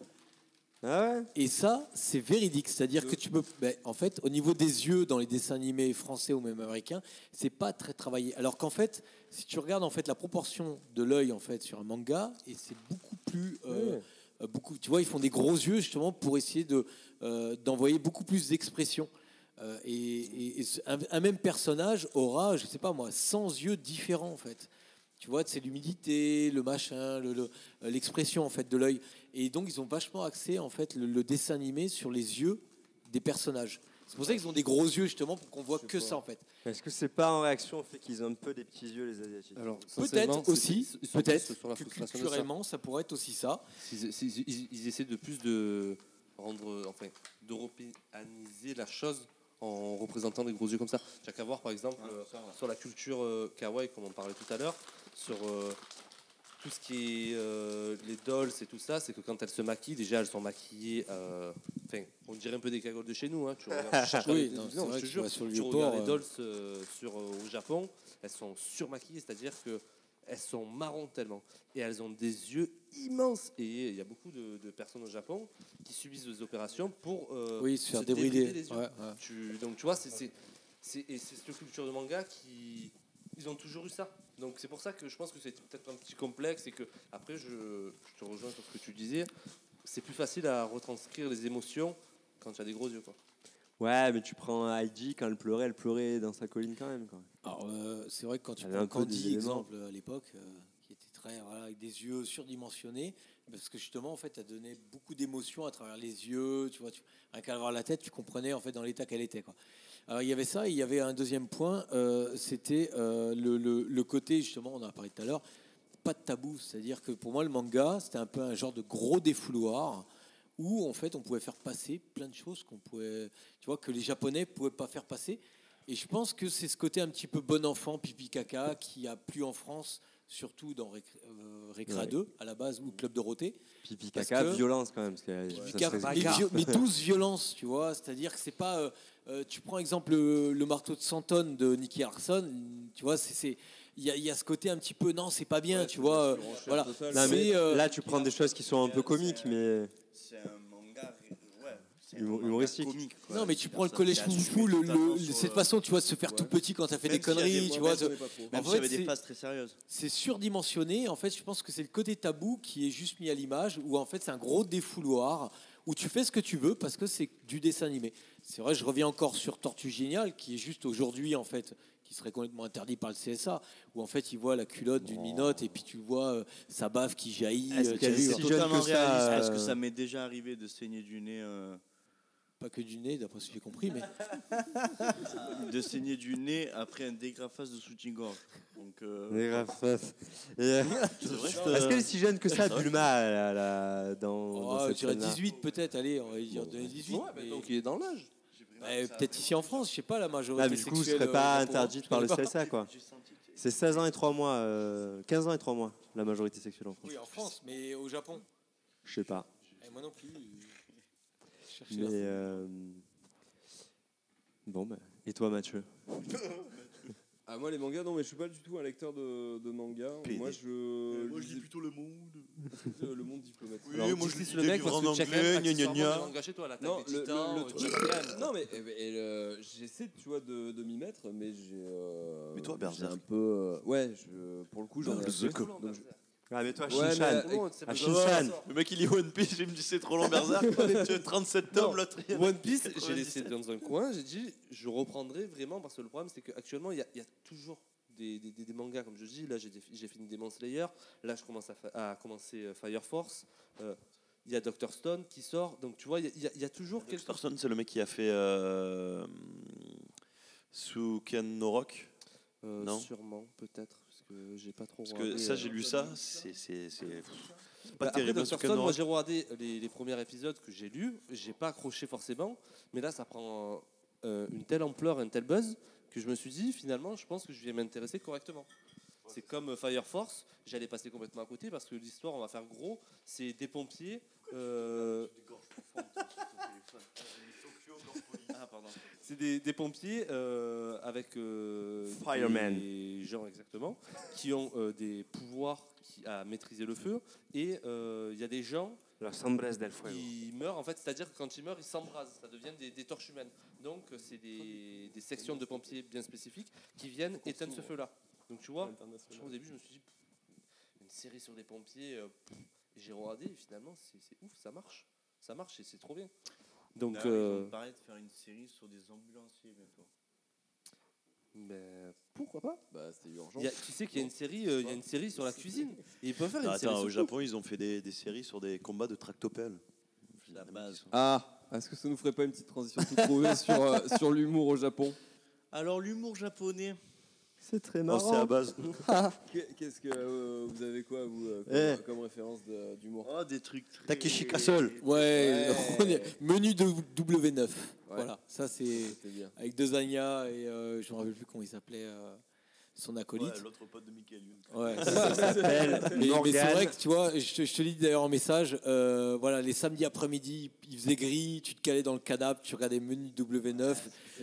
[SPEAKER 1] Et ça, c'est véridique, c'est-à-dire que tu peux, ben, en fait, au niveau des yeux dans les dessins animés français ou même américains, c'est pas très travaillé. Alors qu'en fait, si tu regardes en fait la proportion de l'œil en fait sur un manga, et c'est beaucoup plus, euh,
[SPEAKER 6] Ouais.
[SPEAKER 1] euh, beaucoup, tu vois, ils font des gros yeux justement pour essayer de euh, d'envoyer beaucoup plus d'expression. Euh, et et- et ce- un, un même personnage aura, je sais pas moi, 100 yeux différents en fait. Tu vois, c'est l'humidité, le machin, le- le- euh, l'expression en fait de l'œil. Et donc ils ont vachement axé en fait le, le dessin animé sur les yeux des personnages. C'est pour ça qu'ils ont des gros yeux justement pour qu'on voit que ça en fait.
[SPEAKER 6] Est-ce que c'est pas en réaction au fait qu'ils ont un peu des petits yeux, les Asiatiques
[SPEAKER 4] Alors,
[SPEAKER 1] Peut-être aussi, peut-être
[SPEAKER 4] sur la
[SPEAKER 1] que
[SPEAKER 4] frustration de
[SPEAKER 1] culturellement ça pourrait être aussi ça.
[SPEAKER 4] Ils, ils- ils- ils essaient de plus de rendre, enfin, d'européaniser la chose en représentant les gros yeux comme ça. J'ai qu'à voir, par exemple, euh, sur la culture euh, kawaii, comme on parlait tout à l'heure, sur euh, tout ce qui est euh, les dolls et tout ça, c'est que quand elles se maquillent, déjà, elles sont maquillées, euh, enfin, on dirait un peu des cagoles de chez nous. hein. Tu regardes, tu cherches
[SPEAKER 1] Oui,
[SPEAKER 4] les-
[SPEAKER 1] non, c'est
[SPEAKER 4] non,
[SPEAKER 1] vrai
[SPEAKER 4] je te
[SPEAKER 1] que tu
[SPEAKER 4] jure,
[SPEAKER 1] vas sur le
[SPEAKER 4] tu
[SPEAKER 1] Vieux-Port,
[SPEAKER 4] regardes
[SPEAKER 1] euh,
[SPEAKER 4] les dolls euh, sur, euh, au Japon, elles sont surmaquillées, c'est-à-dire que elles sont marron tellement. Et elles ont des yeux immenses. Et il y a beaucoup de, de personnes au Japon qui subissent des opérations pour euh,
[SPEAKER 1] Oui, se faire débrider.
[SPEAKER 4] les yeux.
[SPEAKER 1] Ouais, ouais.
[SPEAKER 4] Tu- donc tu vois, c'est c'est- c'est- et c'est cette culture de manga qui... Ils ont toujours eu ça. Donc c'est pour ça que je pense que c'est peut-être un petit complexe et que après je, je te rejoins sur ce que tu disais. C'est plus facile à retranscrire les émotions quand tu as des gros yeux. Quoi.
[SPEAKER 6] Ouais, mais tu prends Heidi, quand elle pleurait, elle pleurait dans sa colline quand même. Quoi.
[SPEAKER 1] Alors, euh, c'est vrai que quand tu
[SPEAKER 6] Elle a
[SPEAKER 1] prends
[SPEAKER 6] un peu des
[SPEAKER 1] Candy,
[SPEAKER 6] éléments.
[SPEAKER 1] exemple, à l'époque, euh, qui était très, voilà, avec des yeux surdimensionnés, parce que justement, en fait, elle donnait beaucoup d'émotions à travers les yeux, tu vois, tu, rien qu'à voir la tête, tu comprenais, en fait, dans l'état qu'elle était, quoi. Alors, il y avait ça, et il y avait un deuxième point, euh, c'était euh, le, le- le côté, justement, on en a parlé tout à l'heure, pas de tabou, c'est-à-dire que pour moi, le manga, c'était un peu un genre de gros défouloir, où, en fait, on pouvait faire passer plein de choses qu'on pouvait, tu vois, que les Japonais pouvaient pas faire passer, et je pense que c'est ce côté un petit peu bon enfant, pipi caca, qui a plu en France, surtout dans Récré- euh, Récréa
[SPEAKER 6] Ouais.
[SPEAKER 1] 2, à la base, ou Club Dorothée.
[SPEAKER 6] Pipi
[SPEAKER 1] Parce
[SPEAKER 6] caca,
[SPEAKER 1] que-
[SPEAKER 6] violence quand même. Parce que
[SPEAKER 1] Pipi
[SPEAKER 6] ça
[SPEAKER 1] caca,
[SPEAKER 6] serait-
[SPEAKER 1] mais, vio- mais douce violence, tu vois. C'est-à-dire que c'est pas. euh, euh, tu prends exemple le, le marteau de 100 tonnes de Nicky Harrison, tu vois, c'est- c'est. Il y, a- il y a ce côté un petit peu non, c'est pas bien, tu vois. euh, voilà.
[SPEAKER 6] Non, mais
[SPEAKER 1] C'est, euh,
[SPEAKER 6] là, tu prends des choses qui sont un peu comiques, mais.
[SPEAKER 3] C'est un manga. Ouais. c'est un
[SPEAKER 6] Humo-
[SPEAKER 3] manga
[SPEAKER 6] humoristique.
[SPEAKER 3] comique, quoi.
[SPEAKER 1] non, mais tu prends le
[SPEAKER 3] Ça,
[SPEAKER 1] collège
[SPEAKER 3] c'est
[SPEAKER 1] foufou, le,
[SPEAKER 3] assumé totalement
[SPEAKER 1] le-
[SPEAKER 3] sur,
[SPEAKER 1] cette
[SPEAKER 3] euh,
[SPEAKER 1] façon, tu vois, de se faire tout petit quand t'as fait des
[SPEAKER 3] Même s'il y a des
[SPEAKER 1] conneries, tu vois.
[SPEAKER 3] mauvaises,
[SPEAKER 1] ce-
[SPEAKER 3] on est pas pro.
[SPEAKER 1] en
[SPEAKER 3] Même
[SPEAKER 1] fait,
[SPEAKER 3] s'il y avait des
[SPEAKER 1] c'est-
[SPEAKER 3] phases très sérieuses.
[SPEAKER 1] c'est surdimensionné. En fait, je pense que c'est le côté tabou qui est juste mis à l'image, où en fait c'est un gros défouloir, où tu fais ce que tu veux parce que c'est du dessin animé. C'est vrai, je reviens encore sur Tortue Géniale, qui est juste aujourd'hui en fait, qui serait complètement interdit par le CSA, où en fait il voit la culotte d'une minote et puis tu vois euh, sa baffe qui jaillit.
[SPEAKER 3] Est-ce
[SPEAKER 1] euh,
[SPEAKER 3] que
[SPEAKER 1] tu
[SPEAKER 3] c'est
[SPEAKER 1] vois.
[SPEAKER 3] totalement
[SPEAKER 6] que ça,
[SPEAKER 3] réaliste
[SPEAKER 6] euh,
[SPEAKER 3] Est-ce que ça m'est déjà arrivé de saigner du nez euh,
[SPEAKER 1] Pas que du nez, d'après ce que j'ai compris, mais
[SPEAKER 3] de saigner du nez après un dégrafage de soutien-gorge. Donc, euh,
[SPEAKER 6] Les graffes. Et, euh,
[SPEAKER 3] c'est vrai, c'est,
[SPEAKER 6] Est-ce
[SPEAKER 3] euh,
[SPEAKER 6] qu'elle est si jeune que ça, Bulma, elle a- elle a- dans,
[SPEAKER 1] oh,
[SPEAKER 6] dans
[SPEAKER 1] je
[SPEAKER 6] cette
[SPEAKER 1] dirais
[SPEAKER 6] scène-là
[SPEAKER 1] 18 peut-être. Allez, on va dire
[SPEAKER 6] Bon,
[SPEAKER 1] 18. mais-
[SPEAKER 4] donc il est dans l'âge.
[SPEAKER 1] bah, peut-être ici en France, je sais pas la majorité.
[SPEAKER 6] Ah, mais du coup, ce
[SPEAKER 1] sexuelle,
[SPEAKER 6] serait pas
[SPEAKER 1] euh, au Japon,
[SPEAKER 6] interdite
[SPEAKER 1] je
[SPEAKER 6] par le
[SPEAKER 1] sais pas.
[SPEAKER 6] CSA, quoi. C'est 16 ans et 3 mois, euh, 15 ans et 3 mois, la majorité sexuelle en France.
[SPEAKER 1] Oui, en France, mais au Japon.
[SPEAKER 6] Je sais pas.
[SPEAKER 1] Eh, moi non plus. euh, je cherchais
[SPEAKER 6] Mais.
[SPEAKER 1] la-
[SPEAKER 6] euh, Bon, bah, et toi, Mathieu
[SPEAKER 2] Ah, moi, les mangas, non, mais je suis pas du tout un lecteur de, de manga.
[SPEAKER 3] PD.
[SPEAKER 2] Euh, Moi, je.
[SPEAKER 7] Euh,
[SPEAKER 3] Moi, je
[SPEAKER 2] lisais
[SPEAKER 3] lis plutôt le monde.
[SPEAKER 2] plus, euh, le monde diplomatique.
[SPEAKER 3] Oui, moi, je lis
[SPEAKER 4] le mec parce que tu as quand même accessoirement des
[SPEAKER 3] anglais.
[SPEAKER 4] mangas chez toi, la
[SPEAKER 2] Non,
[SPEAKER 4] tête
[SPEAKER 2] le,
[SPEAKER 4] des
[SPEAKER 2] le-
[SPEAKER 4] titans,
[SPEAKER 2] le
[SPEAKER 4] euh,
[SPEAKER 2] truc-
[SPEAKER 4] Jack Chan.
[SPEAKER 2] non mais eh ben, et le- j'essaie, tu vois, de, de m'y mettre, mais j'ai. euh,
[SPEAKER 3] Mais toi,
[SPEAKER 2] j'ai
[SPEAKER 3] Berserk.
[SPEAKER 2] un peu, euh, ouais, je- pour le coup, j'en ai. assez. Donc, je-
[SPEAKER 6] Ah, mais toi,
[SPEAKER 2] Ouais,
[SPEAKER 6] Shinchan.
[SPEAKER 2] mais, euh,
[SPEAKER 6] Ah, Shinchan.
[SPEAKER 7] Le mec il lit One Piece, il me dit c'est trop long Berserk. Tu as 37 tomes, Ah
[SPEAKER 4] Non.
[SPEAKER 7] l'autre il y en a
[SPEAKER 4] One Piece, j'ai
[SPEAKER 7] 97.
[SPEAKER 4] laissé dans un coin, j'ai dit je reprendrai vraiment parce que le problème c'est qu'actuellement il y a- il y, a toujours des, des- des- des mangas comme je dis. Là j'ai des- j'ai fini Demon Slayer, là je commence à, fa- à commencer euh, Fire Force, Euh, il y a Doctor Stone qui sort, donc tu vois, il y a- il y, a- il y a toujours quelque chose.
[SPEAKER 7] Personne, c'est le mec qui a fait euh, Suken no Rock.
[SPEAKER 4] Euh,
[SPEAKER 7] Non.
[SPEAKER 4] Sûrement, peut-être, parce que j'ai pas trop
[SPEAKER 7] Parce
[SPEAKER 4] regardé,
[SPEAKER 7] que ça,
[SPEAKER 4] euh.
[SPEAKER 7] j'ai lu ça, c'est c'est- c'est- pff, c'est pas
[SPEAKER 4] Bah, après,
[SPEAKER 7] terrible.
[SPEAKER 4] Dr.
[SPEAKER 7] Suken
[SPEAKER 4] Stone,
[SPEAKER 7] no
[SPEAKER 4] moi
[SPEAKER 7] Rock.
[SPEAKER 4] j'ai regardé les, les premiers épisodes que j'ai lus, j'ai pas accroché forcément, mais là ça prend euh, une telle ampleur, un tel buzz que je me suis dit finalement je pense que je vais m'intéresser correctement. C'est comme euh, Fire Force, j'allais passer complètement à côté parce que l'histoire on va faire gros, c'est des pompiers. euh,
[SPEAKER 3] Ah, pardon.
[SPEAKER 4] C'est des, des pompiers euh, avec euh,
[SPEAKER 6] Firemen.
[SPEAKER 4] des gens exactement qui ont euh, des pouvoirs qui- à maîtriser le feu et euh, il y a des gens
[SPEAKER 6] Los Hombres del Fuego.
[SPEAKER 4] Ils meurent en fait, c'est-à-dire que quand ils meurent, ils s'embrasent, ça devient des, des torches humaines. Donc euh, c'est des, des sections de pompiers bien spécifiques qui viennent éteindre ce feu-là. Donc tu vois, je crois, au début je me suis dit, pff, une série sur des pompiers, euh, pff, et j'ai regardé et finalement c'est c'est ouf, ça marche, ça marche et c'est trop bien. Donc,
[SPEAKER 3] D'ailleurs, ils
[SPEAKER 4] euh,
[SPEAKER 3] ont parlé de faire une série sur des ambulanciers bientôt.
[SPEAKER 4] ben, pourquoi pas
[SPEAKER 11] Bah, c'était urgent.
[SPEAKER 4] Il y a- Tu sais qu'il y a une série, euh, il y a une série sur la cuisine. Et ils peuvent faire une
[SPEAKER 7] Attends,
[SPEAKER 4] série sur
[SPEAKER 7] au
[SPEAKER 4] tout.
[SPEAKER 7] Japon, ils ont fait des, des séries sur des combats de tractopelles. La base.
[SPEAKER 2] Ah, est-ce que ça nous ferait pas une petite transition toute trouvée sur, euh, sur l'humour au Japon Oh,
[SPEAKER 3] Alors, l'humour japonais.
[SPEAKER 6] Oh, C'est très
[SPEAKER 3] marrant.
[SPEAKER 2] c'est à base.
[SPEAKER 3] Ah.
[SPEAKER 2] Que- Qu'est-ce que euh, vous avez quoi, vous, euh, comme,
[SPEAKER 3] Eh.
[SPEAKER 2] comme référence de- d'humour
[SPEAKER 3] Oh, des trucs très...
[SPEAKER 1] Takeshi Castle. Ouais, on est- menu de W9. Voilà, ça c'est
[SPEAKER 2] C'était bien.
[SPEAKER 1] avec deux Anya et euh, je me rappelle plus comment il s'appelait euh, son acolyte.
[SPEAKER 7] Ouais, l'autre pote de Michael Youn.
[SPEAKER 1] Ouais,
[SPEAKER 7] Ça s'appelle
[SPEAKER 1] mais, mais c'est
[SPEAKER 7] Morgane.
[SPEAKER 1] vrai que tu vois, je te, je te lis d'ailleurs en message, euh, voilà, les samedis après-midi, il faisait gris, tu te calais dans le cadavre, tu regardais menu W9.
[SPEAKER 2] C'était